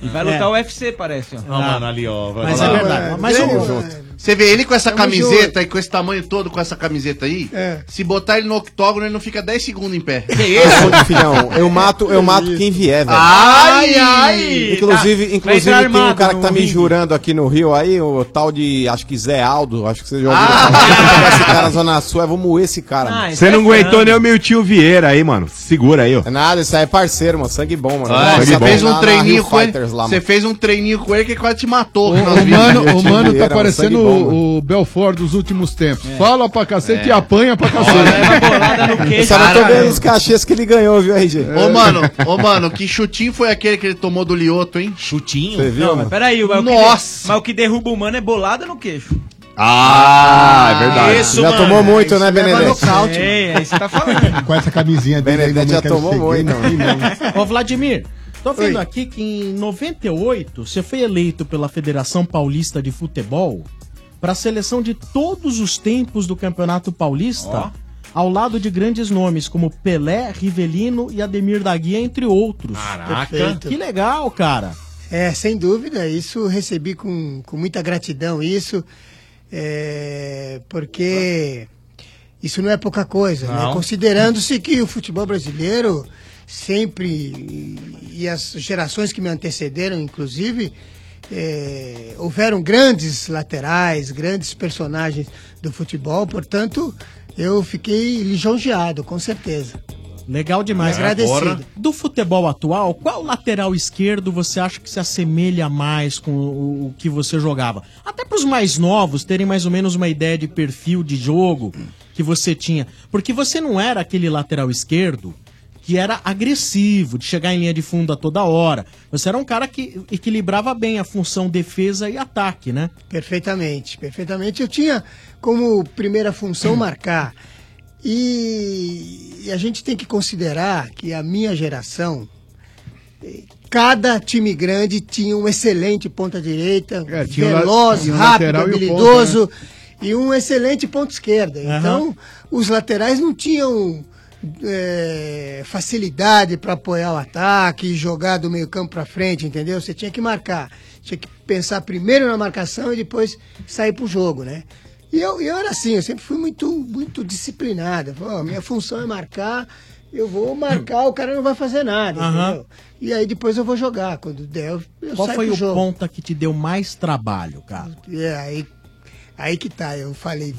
S25: E vai lutar o UFC, parece, ó.
S3: É. Não,
S21: Ah.
S3: mano, ali, ó.
S24: Mas é verdade.
S25: Mas
S24: Grêmio
S25: o-
S22: é,
S24: junto. Você vê ele com essa
S25: Tamo
S24: camiseta e com esse tamanho todo, com essa camiseta aí,
S22: É.
S24: se botar ele no octógono, ele não fica 10 segundos em pé. Que
S21: Ô, Ah, Filhão, eu mato,
S22: É
S21: eu mato quem vier, velho.
S24: Ai, ai!
S21: Inclusive,
S24: Tá- vai
S21: inclusive
S24: entrar
S21: tem um
S24: armado
S21: cara que tá
S24: no
S21: me
S24: ringue.
S21: jurando aqui no Rio aí, o tal de, acho que Zé Aldo, acho que você já ouviu. falar. esse cara na Zona Sul, eu vou moer esse cara.
S19: Ah,
S21: mano.
S19: é
S20: Você não aguentou né? nem o meu tio Vieira aí, mano. Segura aí, ó.
S21: É nada, isso aí é parceiro, mano. Sangue bom, mano.
S20: Ah,
S21: Nossa,
S20: sangue bom.
S21: eu tava
S20: Fez um
S21: lá na
S24: treininho
S21: Rio
S24: com ele.
S21: Fighters lá,
S24: Você
S21: mano.
S24: fez um treininho com ele que quase te matou.
S22: O, o mano, o mano tá
S21: Era um sangue
S22: parecendo
S21: bom, Toma.
S22: o, o Belfort dos últimos tempos.
S21: É.
S22: Fala pra cacete
S21: É.
S22: e apanha pra cacete. Tá
S21: Eu só não tô vendo os cachês que ele ganhou, viu, RG?
S22: Ô, mano,
S24: Ô, mano, que chutinho foi aquele que ele tomou do Lioto, hein?
S3: Chutinho?
S21: Você viu,
S24: Não,
S21: mano?
S24: mas
S25: Peraí, mas o, que de-
S24: Nossa!
S25: mas o que derruba o mano é bolada no queixo.
S21: Ah,
S26: é verdade.
S21: Isso, Já mano. tomou muito, né, Benedetti?
S25: É, é isso que tá falando.
S26: Com essa camisinha dele aí, é
S21: Benedetti já
S26: quero
S21: tomou
S26: ser gay,
S21: muito.
S26: não, nem não.
S19: Ô, Vladimir, tô vendo
S26: Oi.
S19: aqui que em 98 você foi eleito pela Federação Paulista de Futebol para a seleção de todos os tempos do Campeonato Paulista, ao lado de grandes nomes como Pelé, Rivelino e Ademir da Guia, entre outros.
S14: Caraca.
S19: Que legal, cara.
S14: É, sem dúvida, isso recebi com, com muita gratidão, isso, é, porque isso não é pouca coisa, né?
S1: Não.
S14: Considerando-se que o futebol brasileiro sempre, e- e as gerações que me antecederam, inclusive, é, houveram grandes laterais, grandes personagens do futebol, portanto, eu fiquei lisonjeado, com certeza.
S19: Legal demais.
S14: É, Agradecido. porra.
S19: Do futebol atual, qual lateral esquerdo você acha que se assemelha mais com o, o que você jogava? Até para os mais novos terem mais ou menos uma ideia de perfil de jogo que você tinha. Porque você não era aquele lateral esquerdo que era agressivo, de chegar em linha de fundo a toda hora. Você era um cara que equilibrava bem a função defesa e ataque, né?
S14: Perfeitamente, perfeitamente. Eu tinha como primeira função marcar. E, e a gente tem que considerar que a minha geração, eh, cada time grande tinha um excelente ponta-direita,
S22: É, tinha o la-
S14: veloz,
S22: tinha o
S14: rápido,
S22: lateral e o ponta, né?
S14: habilidoso e um excelente ponta-esquerda. Então, os laterais não tinham eh, facilidade para apoiar o ataque e jogar do meio campo para frente, entendeu? Você tinha que marcar, tinha que pensar primeiro na marcação e depois sair pro jogo, né? E eu, eu era assim, eu sempre fui muito, muito disciplinado. Eu falava, "Ó, minha função é marcar, eu vou marcar, o cara não vai fazer nada,
S19: Aham.
S14: entendeu? E aí depois eu vou jogar, quando der, eu, eu
S19: Qual
S14: saio
S19: foi
S14: pro
S19: o
S14: jogo.
S19: ponta que te deu mais trabalho, cara?
S14: E aí, aí que tá, eu falei,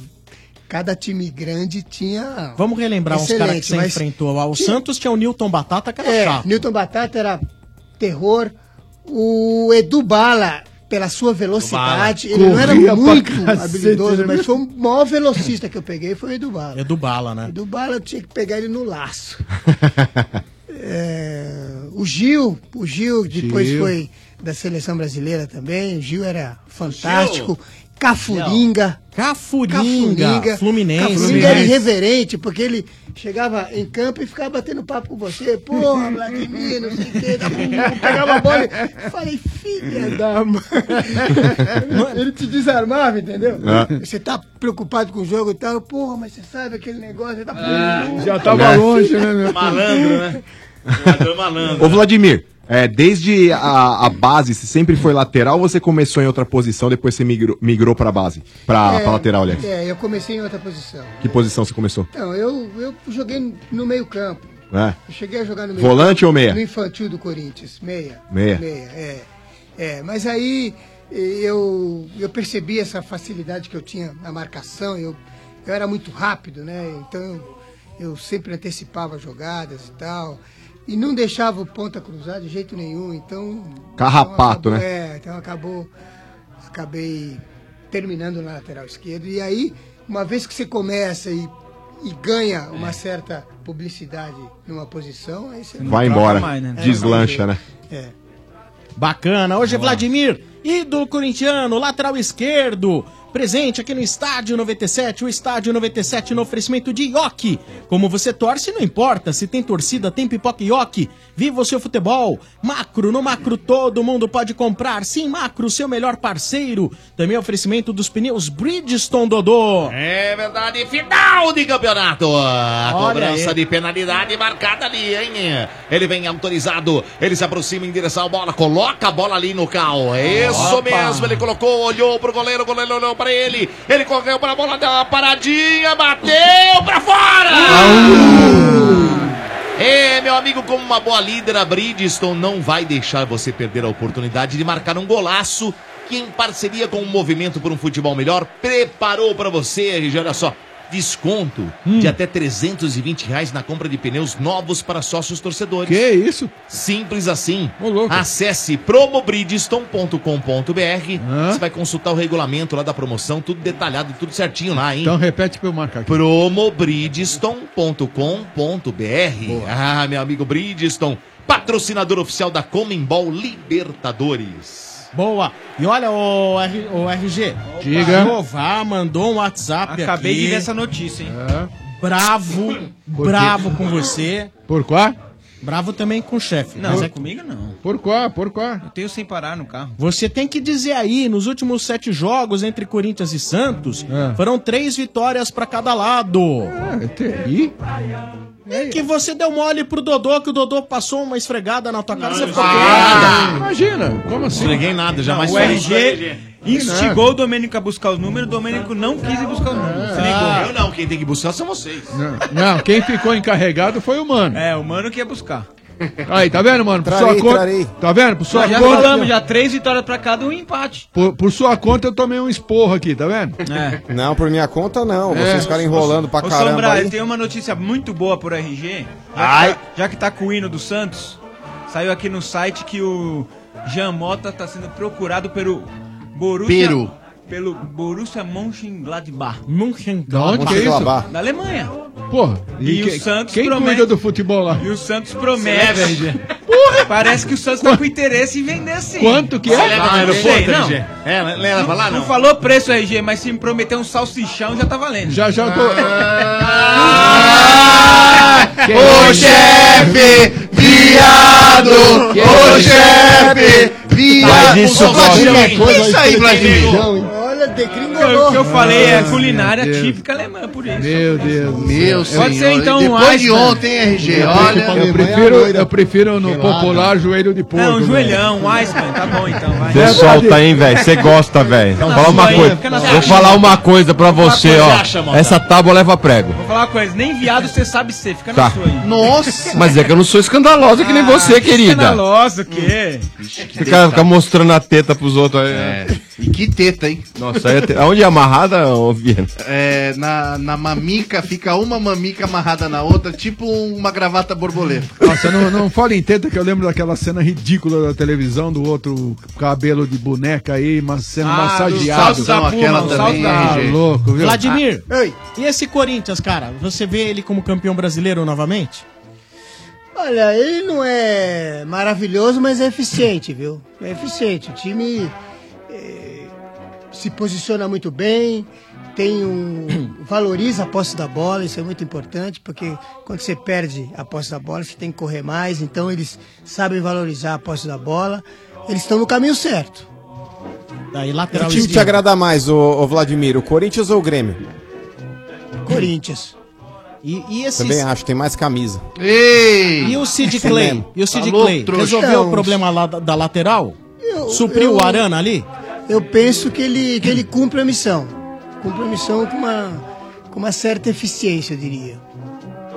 S14: cada time grande tinha.
S19: Vamos relembrar uns caras que
S14: Excelente,
S19: você
S14: mas-
S19: enfrentou. O
S14: Sim.
S19: Santos tinha o Newton Batata, cara
S14: É,
S19: chato.
S14: Newton Batata era terror. O Edu Bala, pela sua velocidade,
S19: Bala.
S14: ele não era
S19: Corria pra
S14: muito
S19: cacete,
S14: habilidoso,
S19: né?
S14: mas foi o maior velocista que eu peguei, foi o Edu Bala.
S19: É do Bala, né?
S14: Edu Bala eu tinha que pegar ele no laço. É, o Gil, o Gil depois
S31: Gil.
S14: foi da seleção brasileira também. O Gil era fantástico. Cafuringa.
S19: Cafuringa.
S14: Cafuringa.
S19: Fluminense.
S14: Cafuringa era irreverente, porque ele chegava em campo e ficava batendo papo com você. Porra, Vladimir, não sei o que. Pegava a bola e falei, filha da mãe. Ele- Ele te desarmava, entendeu?
S26: É.
S14: Você tá preocupado com o jogo e tal. Porra, mas você sabe aquele negócio. Você tá...
S22: Já tava
S20: É.
S14: um
S22: longe, né, meu?
S3: Malandro, né? Jogador malandro.
S20: Ô Vladimir, é, desde a, a base, você sempre foi lateral ou você começou em outra posição, depois você migrou, migrou pra base? Pra, pra lateral, aliás.
S14: É, eu comecei em outra posição.
S20: Que posição você começou?
S14: Então, eu, eu joguei no meio campo.
S20: É.
S14: Eu cheguei a jogar no meio
S20: Volante ou meia?
S14: No infantil do Corinthians, meia.
S20: Meia.
S14: é. É, mas aí eh, eu, eu percebi essa facilidade que eu tinha na marcação, eu, eu era muito rápido, né? Então eu, eu sempre antecipava jogadas e tal. E não deixava o ponta cruzar de jeito nenhum, então...
S20: Carrapato,
S14: então acabou-
S20: né?
S14: É, então acabou... Acabei terminando na lateral esquerda. E aí, uma vez que você começa e, e ganha
S25: É.
S14: uma certa publicidade numa posição, aí você não
S20: Vai
S14: troca
S20: embora.
S14: mais, né? É,
S20: Deslancha, né?
S14: É.
S19: Bacana. Hoje é Vladimir, ídolo corintiano, lateral esquerdo. Presente aqui no Estádio 97, o Estádio 97 no oferecimento de Ioki. Como você torce, não importa. Se tem torcida, tem pipoca Ioki. Viva o seu futebol. Macro, no Macro todo mundo pode comprar. Sim, Macro, seu melhor parceiro. Também é oferecimento dos pneus Bridgestone Dodô.
S3: É verdade, final de campeonato. A
S19: Olha
S3: cobrança
S19: aí.
S3: de penalidade marcada ali, hein? Ele vem autorizado, ele se aproxima em direção à bola, coloca a bola ali no cal. É Isso
S5: Opa.
S3: mesmo, ele colocou, olhou pro goleiro, o goleiro olhou pra ele. Ele correu pra bola, deu uma paradinha, bateu pra fora! É, meu amigo, como uma boa líder, a Bridgestone não vai deixar você perder a oportunidade de marcar um golaço que, em parceria com o Movimento por um Futebol Melhor, preparou para você, RG, olha só. desconto
S22: Hum.
S3: de até 320 reais na compra de pneus novos para sócios torcedores.
S22: Que isso?
S3: Simples assim. Acesse promobridgestone.com.br. Você vai consultar o regulamento lá da promoção, tudo detalhado, tudo certinho lá, hein?
S22: Então repete pra eu marcar aqui.
S3: promobridgestone.com.br. Ah, meu amigo Bridgestone, patrocinador oficial da Comembol Libertadores.
S19: Boa. E olha, o, R, o RG. Diga. O Jeová mandou um WhatsApp
S25: Acabei
S19: aqui. É.
S25: de ver essa notícia, hein?
S19: Bravo,
S25: quê?
S19: bravo com você.
S22: Por qual?
S19: Bravo também com o chefe.
S25: Não,
S19: mas
S25: não
S19: é
S25: é comigo não.
S22: Por qual? Por qual?
S25: Eu tenho sem parar no carro.
S19: Você tem que dizer aí, nos últimos sete jogos entre Corinthians e Santos,
S25: É.
S19: foram três vitórias pra cada lado. É, que você deu mole pro Dodô, que o Dodô passou uma esfregada na tua cara, você ficou
S25: Ah,
S19: quebrado.
S22: Imagina, como assim?
S3: Esfreguei nada, jamais
S25: o
S3: falei.
S25: RG instigou o Domênico a buscar os números, o Domênico não quis ir buscar os números. Se ligou.
S3: Eu não, quem tem que buscar são vocês.
S22: Não, quem ficou encarregado foi o mano.
S25: É, o mano que ia buscar.
S22: Aí, tá vendo, mano? Por
S25: Trarei,
S22: sua conta.
S25: trarei.
S22: Tá vendo? Por sua
S25: Nós já
S22: conta.
S25: falamos, já três vitórias pra cada um empate.
S22: Por, por sua conta eu tomei um esporro aqui, tá vendo? É.
S21: Não, por minha conta não. Vocês ficaram enrolando pra
S25: É. Ô,
S21: caramba.
S25: Sombra,
S21: aí.
S25: eu tenho uma notícia muito boa por RG. Já,
S21: Ai.
S25: Que, tá- já que tá com o hino do Santos, saiu aqui no site que o Jean Mota tá sendo procurado pelo Borussia...
S24: Peru.
S25: Pelo Borussia Mönchengladbach.
S22: Da onde que é isso?
S25: Da Alemanha.
S22: Porra.
S25: E, o
S22: que-
S25: Santos
S22: quem
S25: promete...
S22: cuida do futebol lá?
S25: E o Santos promete.
S22: Você leva, RG?
S25: Parece que o Santos tá com interesse em vender assim. sim.
S22: Quanto que é? Você leva no
S25: Não
S22: aeroporto,
S25: sei, não.
S22: RG? É, le- leva lá,
S25: não.
S22: não.
S25: falou preço, RG, mas se me prometer um salsichão já tá valendo. Ah!
S22: Já, já eu tô.
S5: Ô chefe, viado! Ô chefe, viado!
S10: Mas isso
S5: Ô, Vladimir,
S10: qualquer coisa
S5: pensa
S10: aí
S5: aí,
S10: tem
S5: Vladimir!
S10: feijão, hein?
S5: Olha,
S25: O que eu falei é
S22: Ah,
S25: culinária
S22: meu Deus.
S25: típica alemã, por isso.
S22: Meu Deus.
S25: Meu Pode ser, então, um
S22: Depois de
S25: Iceman.
S22: ontem, RG.
S25: Eu
S22: Olha,
S25: prefiro-
S21: é
S22: eu prefiro, eu prefiro no popular joelho de porco.
S25: Não, um
S22: velho.
S25: joelhão, um Iceman, tá bom então, vai.
S1: Você solta tá aí, velho. Você gosta, velho.
S25: Fica na
S1: Fala uma
S25: sua aí,
S1: coisa.
S25: fica na sua.
S1: Vou falar uma coisa pra
S25: Fala
S1: você,
S25: coisa,
S1: ó.
S25: acha, moda.
S1: Essa tábua leva prego.
S25: Vou falar uma coisa, nem viado você sabe ser, fica
S1: Tá.
S25: na sua aí. Ah,
S24: Nossa!
S1: Mas é que eu não sou escandalosa que nem você, querida.
S25: Escandalosa, o quê?
S1: Fica, fica mostrando a teta pros outros aí. né?
S24: E que teta, hein?
S1: Nossa, aí é te- aonde é amarrada, ô Viana?
S24: É, na, na mamica, fica uma mamica amarrada na outra, tipo uma gravata borboleta.
S22: Nossa, não, não fala em teta que eu lembro daquela cena ridícula da televisão do outro cabelo de boneca aí, mas sendo
S19: Ah, do
S22: massageado. Então,
S24: salto da Não, aquela puma, o também, salto da-
S22: Tá
S24: RG.
S22: louco, viu? Ah,
S19: Vladimir, e esse Corinthians, cara? Você vê ele como campeão brasileiro novamente?
S14: Olha, ele não é maravilhoso, mas é eficiente, viu? É eficiente. O time eh, se posiciona muito bem, tem um. valoriza a posse da bola, isso é muito importante, porque quando você perde a posse da bola, você tem que correr mais, então eles sabem valorizar a posse da bola. Eles estão no caminho certo.
S19: Daí
S21: Que
S19: lateral
S21: time te
S19: esquerdo.
S21: agrada mais, ô, ô Vladimir? O Corinthians ou o Grêmio?
S14: Corinthians.
S19: E, e esses-
S21: Também acho, tem mais camisa.
S24: Ei! Tá
S19: E o Sid
S21: Esse
S19: Clay?
S21: mesmo.
S19: E o Sid
S21: Alô,
S19: Clay?
S21: trouxa.
S19: Resolveu
S21: Então,
S19: o problema lá da, da lateral?
S14: Eu-
S19: Supriu
S14: eu-
S19: o Arana ali?
S14: Eu penso que ele, que ele cumpre a missão. Cumpre a missão com uma, com uma certa eficiência, eu diria.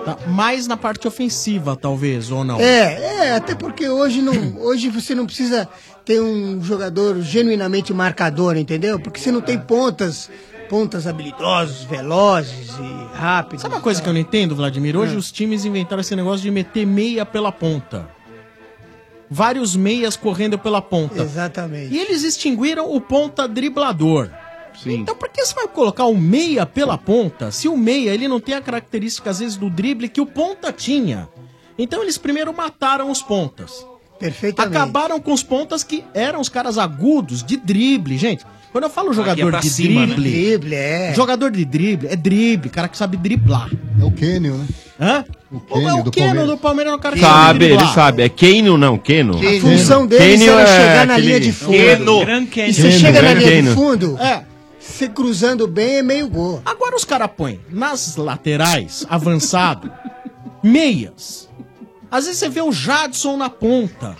S19: Tá, mais na parte ofensiva, talvez, ou não?
S14: É, é, até porque hoje, não, hoje você não precisa ter um jogador genuinamente marcador, entendeu? Porque você não tem pontas, pontas habilidosos, velozes e rápidos.
S19: Sabe uma coisa que eu não entendo, Vladimir? Hoje
S14: É.
S19: os times inventaram esse negócio de meter meia pela ponta. Vários meias correndo pela ponta.
S14: Exatamente.
S19: E eles extinguiram o ponta driblador.
S24: Sim.
S19: Então por que você vai colocar o meia pela ponta se o meia ele não tem a característica às vezes do drible que o ponta tinha? Então eles primeiro mataram os pontas.
S14: Perfeitamente.
S19: Acabaram com os pontas que eram os caras agudos de drible, gente. Quando eu falo jogador
S14: é pra
S19: de
S14: cima, né?
S19: drible,
S14: Drible, é.
S19: Jogador de drible é drible, cara que sabe driblar.
S26: É o Kenio, né?
S19: Hã? O
S26: Keno
S19: é o
S26: do
S19: Keno
S26: Palmeiras.
S19: do Palmeiras é o cara que
S1: Sabe,
S19: driblar.
S1: ele sabe. É Keno, não, Keno.
S19: A função
S14: deles era chegar
S1: é
S14: na linha
S1: aquele-
S14: de fundo. Keno.
S19: Gran Keno.
S14: E você
S1: Keno,
S14: chega na
S1: Gran
S14: linha de
S1: Keno.
S14: fundo,
S19: É.
S14: você cruzando bem é meio gol.
S19: Agora os caras põem nas laterais, avançado, meias. Às vezes você vê o Jadson na ponta.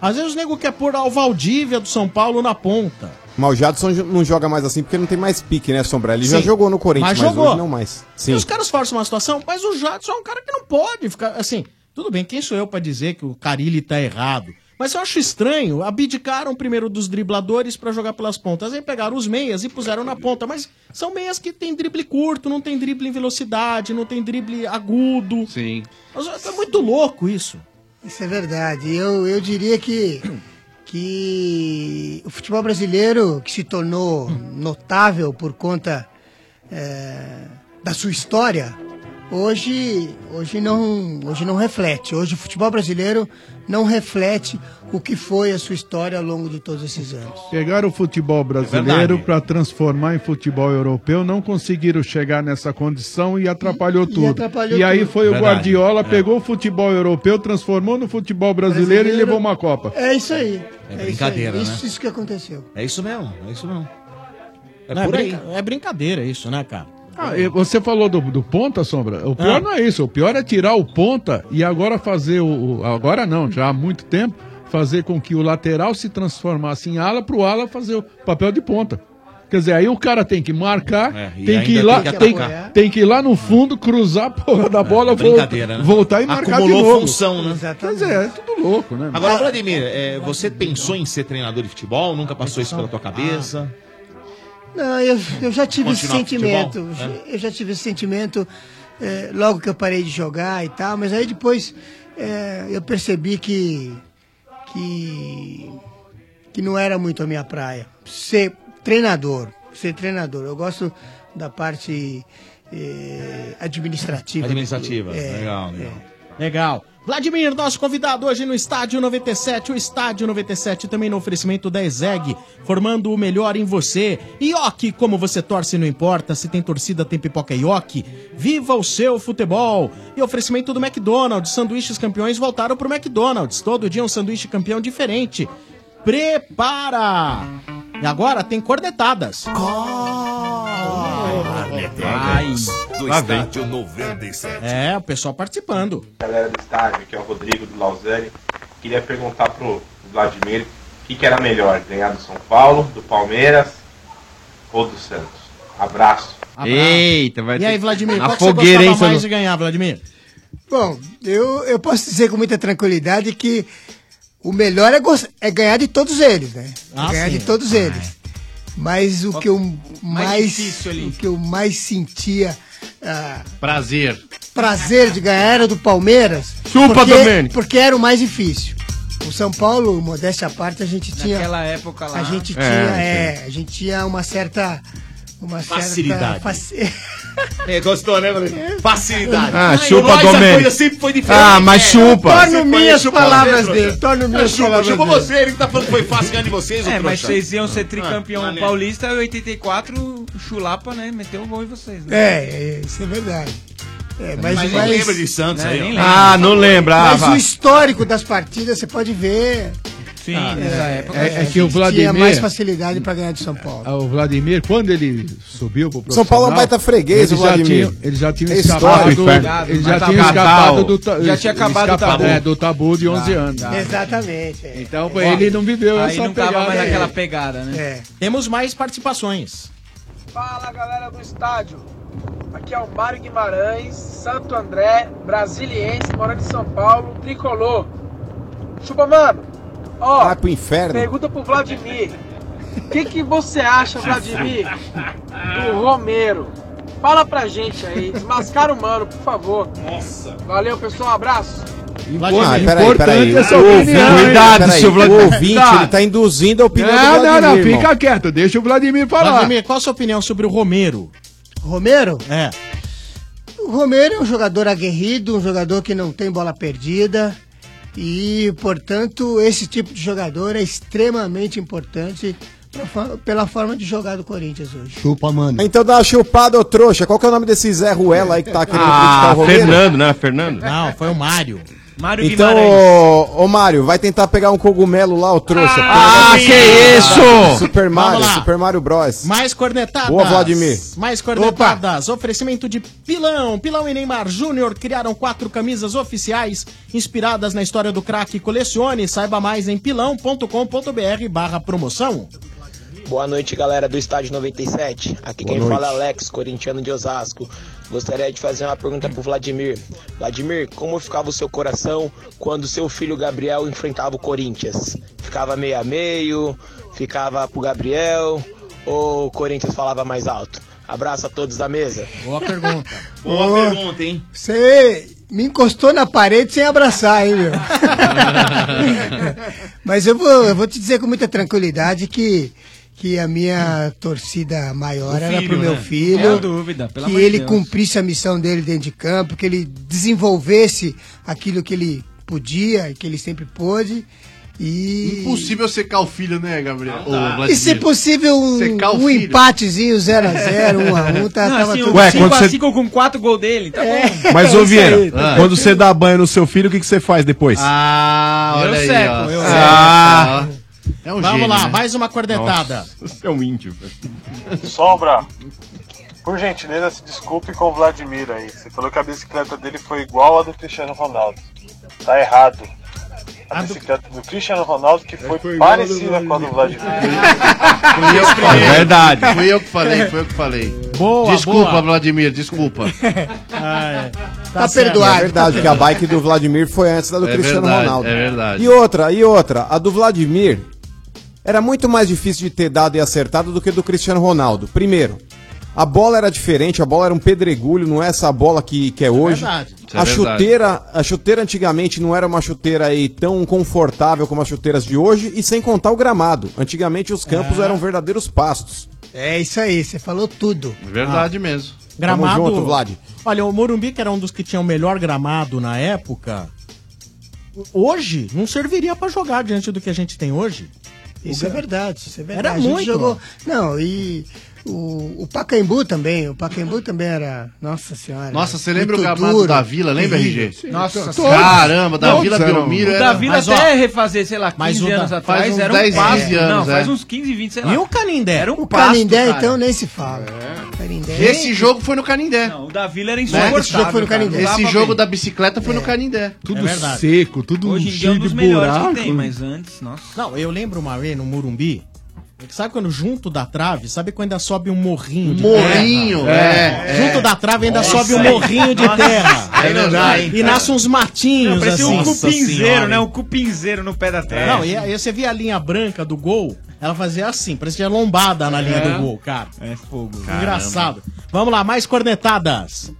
S19: Às vezes o nego quer pôr o Valdívia do São Paulo na ponta.
S21: Mas o Jadson jo- não joga mais assim porque não tem mais pique, né, Sombra? Ele já
S19: Sim.
S21: jogou no Corinthians,
S19: Mas
S21: mas,
S19: jogou.
S21: hoje não mais. Sim.
S19: E os caras forçam uma situação, mas o Jadson é um cara que não pode ficar assim. Tudo bem, quem sou eu pra dizer que o Carilli tá errado? Mas eu acho estranho, abdicaram primeiro dos dribladores pra jogar pelas pontas, aí pegaram os meias e puseram na ponta, mas são meias que tem drible curto, não tem drible em velocidade, não tem drible agudo.
S24: Sim.
S19: É muito louco isso.
S14: Isso é verdade. Eu, eu diria que, que o futebol brasileiro, que se tornou notável por conta eh, da sua história, hoje, hoje, não, hoje não reflete. Hoje o futebol brasileiro não reflete o que foi a sua história ao longo de todos esses anos.
S22: Pegaram o futebol brasileiro para transformar em futebol europeu, não conseguiram chegar nessa condição e atrapalhou tudo. E,
S14: atrapalhou
S22: aí
S14: tudo.
S22: foi o
S14: Verdade,
S22: Guardiola,
S14: é.
S22: pegou o futebol europeu, transformou no futebol brasileiro, e
S14: Brasileiro.
S22: levou uma Copa.
S14: É isso
S22: É
S14: aí. isso aí.
S22: brincadeira, né?
S14: Isso, isso que aconteceu.
S3: É isso mesmo, é isso mesmo.
S19: É,
S22: por aí.
S19: brinca- é brincadeira isso, né, cara?
S22: Ah, e você falou do, do ponta, Sombra. O
S3: Ah.
S22: pior não é isso. O pior é tirar o ponta e agora fazer o. o- Agora não, já há muito tempo. Fazer com que o lateral se transformasse em ala para o ala fazer o papel de ponta. Quer dizer, aí o cara tem que marcar,
S3: É,
S22: tem,
S3: e
S22: que
S3: ainda
S22: ir lá,
S3: tem que
S22: tem,
S3: apoiar.
S22: tem que ir lá no fundo, cruzar a porra da bola, vol-
S3: brincadeira, né?
S22: voltar e marcar
S3: Acumulou
S22: de novo.
S3: função, né?
S22: Quer dizer, é tudo louco, né?
S3: Agora, Vladimir, é, você pensou em ser treinador de futebol? Nunca passou isso pela tua cabeça?
S14: Não, eu, eu já tive esse
S3: Continuar
S14: sentimento.
S3: futebol, né?
S14: Eu já tive esse sentimento eh, logo que eu parei de jogar e tal, mas aí depois eh, eu percebi que, que que não era muito a minha praia. Ser treinador, ser treinador. Eu gosto da parte eh, administrativa.
S3: Administrativa.
S14: É,
S3: legal, legal.
S19: Legal. Vladimir, nosso convidado hoje no Estádio 97. O Estádio 97 também no oferecimento da Ezeg, formando o melhor em você. Ioki, como você torce, não importa. Se tem torcida, tem pipoca é Ioki. Viva o seu futebol! E oferecimento do McDonald's. Sanduíches campeões voltaram pro McDonald's. Todo dia um sanduíche campeão diferente. Prepara! E agora tem cornetadas.
S10: Cornetadas do
S19: Lá vem.
S10: estádio 97.
S19: É, o pessoal participando.
S31: galera do estádio, que é o Rodrigo do Lausanne, queria perguntar pro Vladimir o que, que era melhor, ganhar do São Paulo, do Palmeiras ou do Santos. Abraço.
S1: Eita, vai
S19: E aí, Vladimir,
S1: na
S19: qual que você
S1: fogueira, hein,
S19: gostava mais de
S1: Sandro?
S19: ganhar, Vladimir?
S14: Bom, eu, eu posso dizer com muita tranquilidade que o melhor é, gos- é ganhar de todos eles, né?
S30: Ah,
S14: ganhar
S30: sim.
S14: de todos eles. Mas o que eu mais,
S24: difícil ali?
S14: o que eu mais sentia ah,
S24: Prazer.
S14: prazer de ganhar era do Palmeiras.
S24: Chupa,
S14: porque,
S24: Domênico.
S14: Porque era o mais difícil. O São Paulo, modéstia à parte, a gente tinha.
S25: Naquela época lá.
S14: A gente
S25: É,
S14: tinha, é, a gente tinha uma certa. Uma
S3: Facilidade.
S14: Certa, faci-
S3: É, gostou, né? Facilidade.
S1: Ah,
S3: Ai,
S1: chupa,
S3: nós, a
S1: Domênico.
S3: coisa sempre foi diferente.
S1: Ah, mas chupa.
S3: Sempre
S1: Torno
S3: foi,
S1: minhas
S3: chupa,
S1: palavras
S3: né, trouxa?
S1: dele, torno minhas
S3: É, chupa,
S1: palavras
S3: Chupa
S1: dele.
S3: você, ele que tá falando que foi fácil ganhar de vocês, ô
S25: É, mas
S3: trouxa.
S25: vocês iam ser
S3: Ah,
S25: tricampeão
S3: maneiro.
S25: paulista em 84, o Chulapa, né? Meteu o gol em vocês, né?
S14: É, é, isso é verdade. É, mas,
S25: Mas
S14: mas-
S25: nem lembra de Santos
S14: É,
S25: aí, ó.
S14: nem
S1: Ah, não lembra, ah,
S14: Mas
S1: vá.
S14: o histórico das partidas, você pode ver. Ah,
S25: Sim,
S22: nessa época- É- é
S14: a
S22: que o
S14: gente Tinha
S22: Vladimir-
S14: mais facilidade para ganhar de São Paulo.
S22: Ah, O Vladimir, quando ele subiu pro
S14: São Paulo é
S22: profissional,
S14: um baita freguês,
S22: ele
S14: o
S22: já
S14: Vladimir.
S22: tinha- ele já tinha
S14: É
S22: escapado,
S14: histórico. Cuidado,
S22: ele já
S14: mas
S22: tinha
S14: tá
S22: escapado
S14: catal.
S22: do, ta-
S14: Já tinha acabado o
S22: escapado,
S14: tabu.
S22: é, do tabu de 11
S14: Já,
S22: anos.
S14: já. Ah. Exatamente. é.
S22: Então, foi ele não viveu
S25: Aí
S22: essa
S25: não tava
S22: pegada.
S25: mais
S22: aí.
S25: naquela pegada, né?
S14: É.
S19: Temos mais participações.
S16: Fala galera do estádio, aqui é o Mário Guimarães, Santo André, brasiliense, morando em São Paulo, tricolor. Chupa, mano, ó,
S21: Vai pro inferno.
S16: pergunta pro Vladimir: o que, que você acha, Vladimir, do Romero? Fala pra gente aí, desmascara o mano, por favor. Nossa, valeu pessoal, um abraço.
S21: Ah,
S19: Vladimir,
S21: peraí, peraí.
S19: importante
S22: é
S19: essa
S21: O
S19: opinião,
S21: ouvinte-
S19: hein?
S21: Cuidado,
S19: Peraí,
S21: seu Vladimir.
S19: o
S21: O
S19: ouvinte,
S21: ouvinte,
S19: ele
S21: ele tá induzindo a opinião
S19: Não,
S21: do
S19: não,
S21: Vladimir,
S19: não, fica
S21: irmão.
S22: quieto, deixa o Vladimir
S19: falar. Vladimir, qual a sua opinião sobre o Romero?
S14: Romero?
S19: É.
S14: O Romero é um jogador aguerrido, um jogador que não tem bola perdida. E, portanto, esse tipo de jogador é extremamente importante pra fo- pela forma de jogar do Corinthians hoje.
S21: Chupa, mano. Então dá uma chupada, ô trouxa. Qual que é o nome desse Zé Ruela aí que tá querendo criticar
S1: Ah,
S21: o Romero?
S1: Fernando, né? Fernando?
S19: Não, foi o Mário.
S25: Mário
S21: Então, ô, ô, Mário, vai tentar pegar um cogumelo lá, ô trouxa.
S19: Ah,
S21: Pega-
S19: que isso!
S21: Super Mario,
S19: Vamos lá.
S21: Super Mario Bros.
S19: Mais cornetadas.
S21: Boa, Vladimir.
S19: Mais cornetadas. Oferecimento de Pilão. Pilão e Neymar Júnior criaram quatro camisas oficiais inspiradas na história do craque. Colecione. Saiba mais em pilão.com.br barra promoção.
S27: Boa noite, galera do Estádio 97. Aqui
S8: Boa
S27: quem
S8: noite.
S27: fala é Alex, corintiano de Osasco. Gostaria de fazer uma pergunta pro Vladimir. Vladimir, como ficava o seu coração quando seu filho Gabriel enfrentava o Corinthians? Ficava meio a meio? Ficava pro Gabriel? Ou o Corinthians falava mais alto? Abraço a todos da mesa.
S28: Boa pergunta.
S14: Ô, Você me encostou na parede sem abraçar, hein, meu? Mas eu vou, eu vou te dizer com muita tranquilidade que, que a minha torcida maior
S25: O
S14: era
S25: filho,
S14: pro meu
S25: né?
S14: filho.
S25: Não há dúvida, pelo
S14: que
S25: amor de
S14: ele
S25: Deus.
S14: cumprisse a missão dele dentro de campo, que ele desenvolvesse aquilo que ele podia e que ele sempre pôde. E...
S24: Impossível secar o filho, né, Gabriel? Ô,
S14: E
S24: Vladimir.
S14: se possível um,
S24: Secar o
S14: um
S24: filho.
S14: empatezinho 0x0, 1x1, tá,
S25: Não,
S14: tava
S25: assim,
S14: tudo É.
S25: o
S14: bem.
S20: Ué, quando você-
S25: 5x5 com 4 gols dele, tá bom.
S20: Mas,
S21: É
S20: ô Vieira,
S25: tá
S20: quando você dá banho no seu filho, o que, que você faz depois?
S24: Ah,
S20: olha
S25: eu
S20: aí,
S25: seco,
S20: ó.
S25: eu
S20: Ah.
S25: seco.
S24: É
S20: um
S9: Vamos
S20: gênio,
S9: lá,
S20: né?
S9: mais uma cornetada.
S20: Você é um índio, velho.
S30: Sombra, por gentileza, se desculpe com o Vladimir aí. Você falou que a bicicleta dele foi igual à do Cristiano Ronaldo. Tá errado. A bicicleta Ah, do Cristiano Ronaldo que foi,
S24: igual
S30: parecida com a do Vladimir.
S24: Fui eu que falei. É verdade. Fui eu que falei, foi eu que falei.
S21: Boa,
S24: desculpa,
S21: boa.
S24: Vladimir, desculpa. Ah, é.
S14: Tá Tá certo. perdoado.
S21: É verdade, porque a bike do Vladimir foi antes da do
S24: É
S21: Cristiano
S24: verdade,
S21: Ronaldo.
S24: é verdade.
S21: E outra, e outra, a do Vladimir era muito mais difícil de ter dado e acertado do que a do Cristiano Ronaldo. Primeiro, a bola era diferente, a bola era um pedregulho, não é essa bola que, que é hoje.
S9: verdade. Isso é
S21: A
S9: verdade.
S21: chuteira, a chuteira antigamente não era uma chuteira aí tão confortável como as chuteiras de hoje e sem contar o gramado. Antigamente os campos
S14: É.
S21: eram verdadeiros pastos.
S14: É isso aí, você falou tudo.
S22: É
S24: Verdade mesmo.
S19: Gramado.
S21: Tamo junto, Vlad.
S19: Olha, o Morumbi, que era um dos que tinha o melhor gramado na época, hoje não serviria pra jogar diante do que a gente tem hoje.
S14: Isso é verdade, isso é verdade.
S19: Era
S14: A gente
S19: muito.
S14: Jogou... Não, e o, o Pacaembu também, o Pacaembu também era, nossa senhora.
S24: Nossa, você lembra
S14: muito
S24: o gramado
S14: duro,
S24: da Vila, lembra,
S14: terrível.
S24: RG? Nossa Todos, Caramba, da todos Vila eram- Belmiro
S25: O
S24: era-
S25: da Vila
S24: Mas, ó,
S25: até refazer, sei lá,
S24: mas
S25: 15
S24: o da-
S25: anos
S24: faz
S25: atrás
S24: uns
S25: era
S24: 10,
S25: um pasto.
S24: 15
S25: Não,
S24: anos,
S25: faz
S24: é.
S25: uns 15, 20, sei lá.
S24: E o
S19: Canindé?
S25: Era um
S14: O
S25: pasto,
S14: Canindé,
S25: cara.
S9: né?
S25: É.
S14: então, nem se fala. Canindé.
S24: Esse jogo foi no Canindé.
S25: Não, o da Vila era
S24: Né?
S25: insuportável.
S24: Esse jogo foi no
S25: cara.
S24: Canindé.
S25: Não dava
S24: Esse jogo
S25: bem.
S24: da bicicleta foi no Canindé.
S19: Tudo verdade.
S24: seco, tudo
S19: Hoje em dia é um dos melhores que tem, mas antes, nossa. Não, eu lembro uma vez no Morumbi. Sabe quando junto da trave, sabe quando ainda sobe um morrinho de
S24: Morrinho, é,
S19: terra?
S24: é.
S19: Junto da trave ainda Nossa, sobe um aí- morrinho de Nossa, terra. aí não dá, hein, E cara. nasce uns matinhos Não, assim. parecia um Nossa cupinzeiro, senhora,
S25: né?
S19: hein?
S25: Um cupinzeiro no pé da
S14: É.
S25: trave.
S19: Não, e aí você via a linha branca do gol, ela fazia assim, parecia lombada na linha
S25: É.
S19: do gol, cara. É fogo.
S25: Caramba.
S19: Engraçado. Vamos lá, mais cornetadas.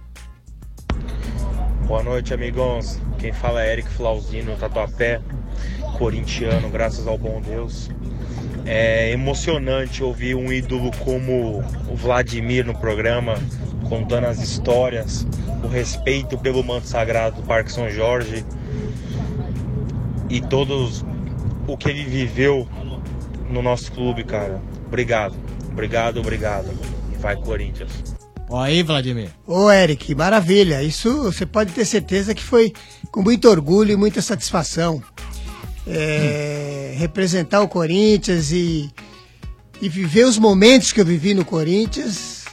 S32: Boa noite, amigões. Quem fala é Eric Flauzino, Tatuapé, corintiano, graças ao bom Deus. É emocionante ouvir um ídolo como o Vladimir no programa, contando as histórias, o respeito pelo manto sagrado do Parque São Jorge e todos o que ele viveu no nosso clube, cara. Obrigado, obrigado, obrigado. Vai, Corinthians.
S19: Ó aí, Vladimir.
S14: Ô, Eric, maravilha. Isso você pode ter certeza que foi com muito orgulho e muita satisfação. É,
S19: Hum.
S14: Representar o Corinthians e, e viver os momentos que eu vivi no Corinthians,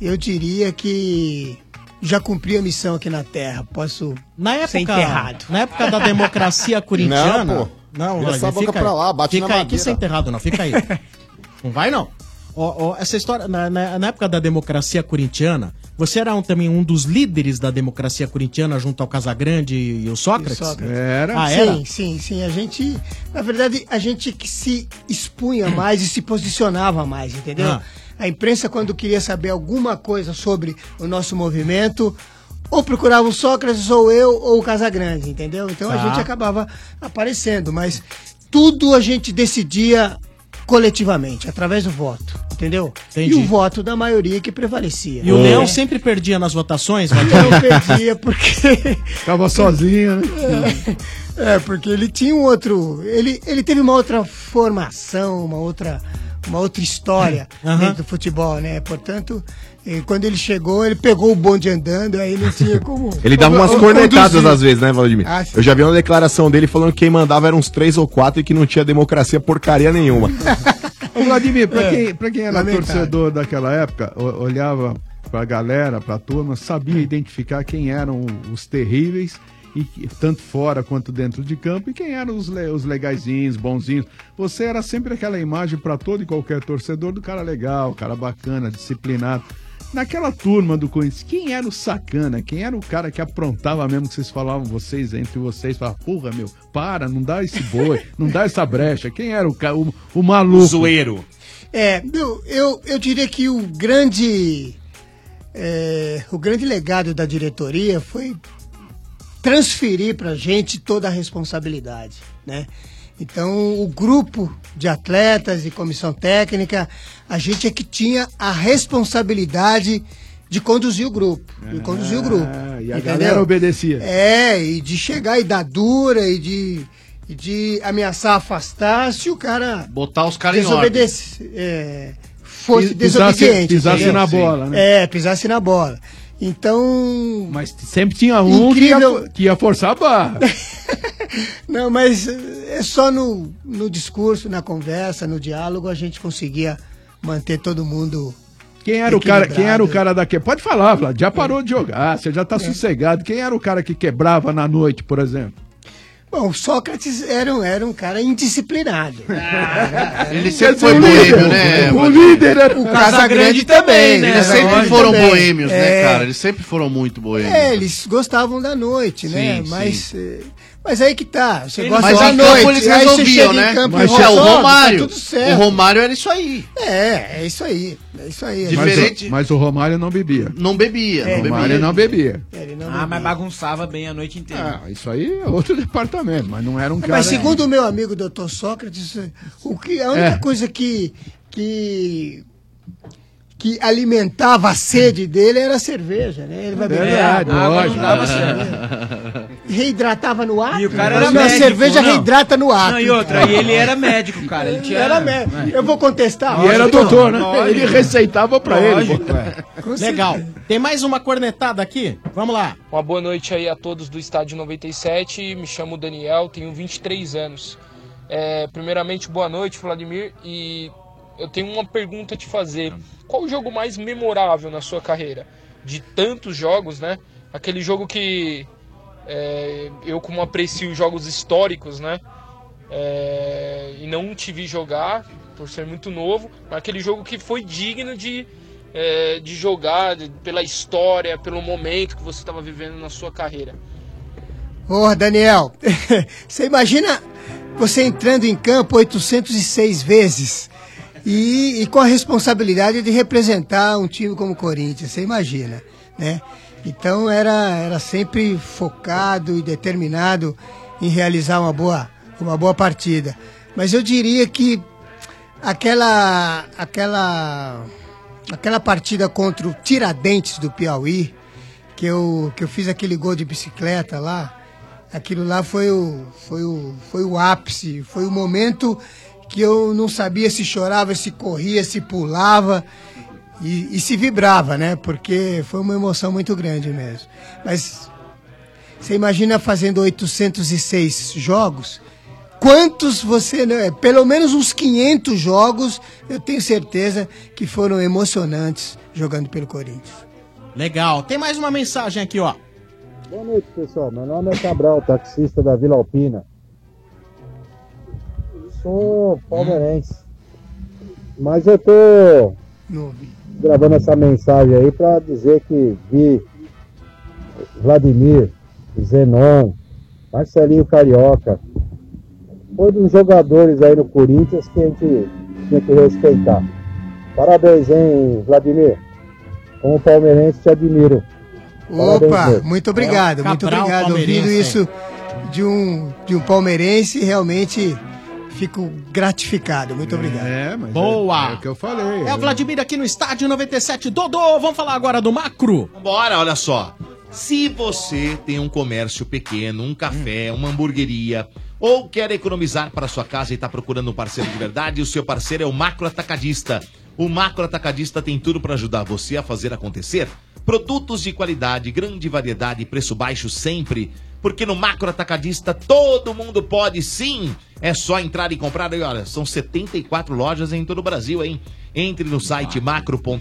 S14: eu diria que já cumpri a missão aqui na Terra. Posso
S19: Na época,
S14: ser é enterrado.
S19: Na época da democracia corintiana.
S14: Não, pô.
S19: Não,
S14: Vira
S19: Vladimir,
S14: essa boca
S19: fica
S14: pra
S19: aí.
S14: lá, bate
S19: Fica
S14: na
S19: aí, aqui
S14: madeira.
S19: sem enterrado, não. Fica aí. não vai, não. Ó, ó, essa história, na, na- na época da democracia corintiana, você era um- também um dos líderes da democracia corintiana junto ao Casagrande e o Sócrates? Ah, era?
S14: Sim, sim, sim. A gente, na verdade, a gente que se expunha mais e se posicionava mais, entendeu?
S19: Ah.
S14: A imprensa, quando queria saber alguma coisa sobre o nosso movimento, ou procurava o Sócrates, ou eu, ou o Casagrande, entendeu? Então a
S33: Tá.
S14: gente acabava aparecendo, mas tudo a gente decidia coletivamente, através do voto, entendeu? E o voto da maioria que prevalecia.
S19: E o Leão sempre perdia nas votações, Vladimir?
S14: Eu perdia porque
S19: Ficava sozinho, né?
S14: É, porque ele tinha um outro. Ele, ele teve uma outra formação, uma outra, uma outra história
S19: Aham.
S14: dentro do futebol, né? Portanto, eh, quando ele chegou, ele pegou o bonde andando, aí não tinha como.
S20: Ele dava umas
S14: como-
S20: cornetadas
S14: conduzir.
S20: às vezes, né, Vladimir?
S14: Ah, sim.
S20: Eu já vi uma declaração dele falando que quem mandava eram uns três ou quatro e que não tinha democracia porcaria nenhuma.
S7: Ô, Vladimir, pra,
S20: É,
S7: quem, pra quem era
S20: lamentável.
S7: torcedor daquela época, o- olhava pra galera, pra turma, sabia identificar quem eram os terríveis
S22: e que- tanto fora quanto dentro de campo, e quem eram os, le, os legaizinhos, bonzinhos. Você era sempre aquela imagem para todo e qualquer torcedor do cara legal, cara bacana, disciplinado. Naquela turma do Corinthians, quem era o sacana? Quem era o cara que aprontava mesmo que vocês falavam, vocês, entre vocês, falavam, porra, meu, para, não dá esse boi, não dá essa brecha. Quem era o, ca- o, o maluco?
S3: O zoeiro.
S14: É, eu, eu, eu diria que o grande é, o grande legado da diretoria foi transferir para gente toda a responsabilidade, né? Então, o grupo de atletas e comissão técnica, a gente é que tinha a responsabilidade de conduzir o grupo, de conduzir o grupo.
S22: Ah, E a galera obedecia.
S14: É, e de chegar e dar dura e de, e de ameaçar afastar se o cara
S24: Botar os caras em ordem.
S14: desobedece, é, fosse
S22: Pis- pisasse-
S14: desobediente.
S22: pisasse
S14: entendeu?
S22: na bola, né?
S14: É, pisasse na bola. Então.
S22: Mas sempre tinha um que ia,
S14: Incrível.
S22: que ia forçar a barra.
S14: Não, mas eh, é só no, no discurso, na conversa, no diálogo, a gente conseguia manter todo mundo.
S22: Quem era o cara, quem era o
S14: equilibrado.
S22: cara da que... Pode falar, Vlad,
S14: É.
S22: já parou de jogar, você já tá sossegado. Quem era o cara que quebrava na noite, por exemplo?
S14: Bom, Sócrates era, um- era um cara indisciplinado.
S24: Ele
S14: sempre
S22: foi boêmio,
S24: né,
S22: O líder era
S14: O Casagrande também, né?
S24: Eles sempre
S14: Casagrande
S24: foram
S14: também.
S24: boêmios,
S14: É.
S24: né, cara? Eles sempre foram muito boêmios.
S14: É, eles gostavam da noite, né?
S24: Sim,
S14: mas,
S24: sim.
S14: eh, mas aí que tá. Você
S24: Eles-
S14: gosta
S24: mas
S14: da
S24: em campo
S14: noite.
S24: eles
S14: aí você
S24: resolviam,
S14: chega em
S24: né?
S14: campo e
S24: Mas é o
S14: resolve, tá
S24: Romário.
S14: tudo certo.
S24: O Romário era isso aí.
S14: É, é isso aí. É isso aí.
S22: Mas o- Mas, o Romário não bebia.
S24: Não bebia,
S22: o
S24: não
S22: Romário
S24: bebia.
S22: não bebia.
S25: Ah, mas bagunçava bem a noite inteira.
S22: Ah, Isso aí é outro departamento, mas não era um cara...
S14: Mas segundo o meu amigo Dr. Sócrates, o que, a única
S22: É.
S14: coisa que, que, que alimentava a sede dele era a cerveja, né? Ele vai beber
S22: Verdade,
S14: água, água
S22: lógico.
S14: não dava cerveja. Reidratava no ato.
S25: E o cara
S14: mas
S25: era
S14: uma
S25: médico,
S14: cerveja
S25: não.
S14: reidrata no ato. Ah.
S25: Não, e outra, e ele era médico, cara. Ele
S14: Ele
S25: tinha... É.
S14: era médico. Eu vou contestar.
S22: E era
S14: Lógico.
S22: doutor, né? Ele
S14: Lógico.
S22: receitava pra ele.
S19: Lógico, Legal. Tem mais uma cornetada aqui? Vamos lá.
S8: Uma boa noite aí a todos do Estádio 97. Me chamo Daniel, tenho 23 anos. É, primeiramente, boa noite, Vladimir. E eu tenho uma pergunta a te fazer. Qual o jogo mais memorável na sua carreira? De tantos jogos, né? Aquele jogo que é, eu, como aprecio jogos históricos, né? É, e não te vi jogar, por ser muito novo, mas aquele jogo que foi digno de, é, de jogar de- pela história, pelo momento que você estava vivendo na sua carreira.
S14: Porra, Daniel, você imagina você entrando em campo 806 vezes e, e com a responsabilidade de representar um time como o Corinthians, você imagina, né? Então era, era sempre focado e determinado em realizar uma boa, uma boa partida. Mas eu diria que aquela, aquela, aquela partida contra o Tiradentes do Piauí, que eu, que eu fiz aquele gol de bicicleta lá, aquilo lá foi o, foi o, foi o ápice, foi o momento que eu não sabia se chorava, se corria, se pulava e, e se vibrava, né? Porque foi uma emoção muito grande mesmo. Mas você imagina fazendo 806 jogos? Quantos você. né, Pelo menos uns 500 jogos, eu tenho certeza que foram emocionantes jogando pelo Corinthians.
S19: Legal. Tem mais uma mensagem aqui, ó.
S29: Boa noite, pessoal. Meu nome é Cabral, taxista da Vila Alpina. Sou palmeirense. Mas eu tô gravando essa mensagem aí pra dizer que vi Vladimir, Zenon, Marcelinho Carioca. Foi dos jogadores aí no Corinthians que a gente tinha que respeitar. Parabéns, hein, Vladimir? Como palmeirense, te admiro. Parabéns
S14: Opa,
S29: mesmo.
S19: É
S14: muito obrigado,
S29: Cabral,
S14: muito obrigado. Ouvindo
S29: palmeirense.
S14: isso de um, de um palmeirense, realmente fico gratificado. Muito obrigado.
S22: É, mas
S19: Boa.
S22: É, o que eu falei.
S19: É o Vladimir aqui no estádio 97. Dodô, vamos falar agora do macro.
S3: Bora, olha só. Se você tem um comércio pequeno, um café, uma hamburgueria, ou quer economizar para sua casa e está procurando um parceiro de verdade, o seu parceiro é o Macro Atacadista. O Macro Atacadista tem tudo para ajudar você a fazer acontecer. Produtos de qualidade, grande variedade e preço baixo sempre. Porque no Macro Atacadista todo mundo pode sim. É só entrar e comprar. E olha, são 74 lojas em todo o Brasil, hein? Entre no site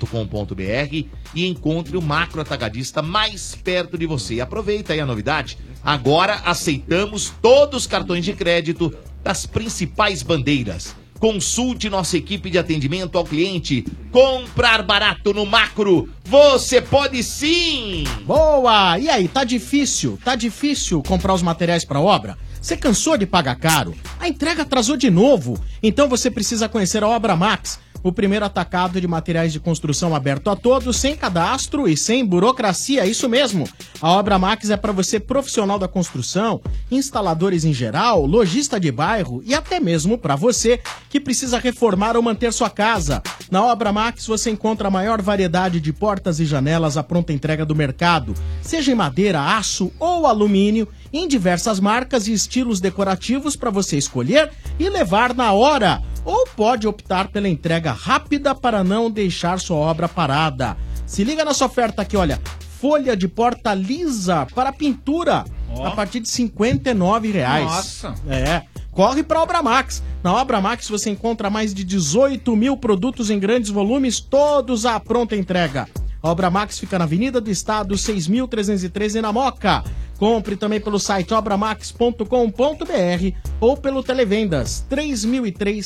S3: macro.com.br e encontre o macro atacadista mais perto de você. E aproveita aí a novidade. Agora aceitamos todos os cartões de crédito das principais bandeiras. Consulte nossa equipe de atendimento ao cliente. Comprar barato no macro. Você pode sim!
S19: Boa! E aí, tá difícil? Tá difícil comprar os materiais para obra? Você cansou de pagar caro? A entrega atrasou de novo? Então você precisa conhecer a Obra Max, o primeiro atacado de materiais de construção aberto a todos, sem cadastro e sem burocracia, é isso mesmo. A Obra Max é para você profissional da construção, instaladores em geral, lojista de bairro e até mesmo para você que precisa reformar ou manter sua casa. Na Obra Max você encontra a maior variedade de portas e janelas à pronta entrega do mercado, seja em madeira, aço ou alumínio, em diversas marcas e estilos decorativos para você escolher e levar na hora. Ou pode optar pela entrega rápida para não deixar sua obra parada. Se liga nessa oferta aqui, olha. Folha de porta lisa para pintura a partir de R$ 59 reais.
S9: Nossa.
S19: É. Corre para a Obra Max. Na Obra Max você encontra mais de 18 mil produtos em grandes volumes, todos à pronta entrega. A Obra Max fica na Avenida do Estado, 6.313 na Moca. Compre também pelo site obramax.com.br ou pelo Televendas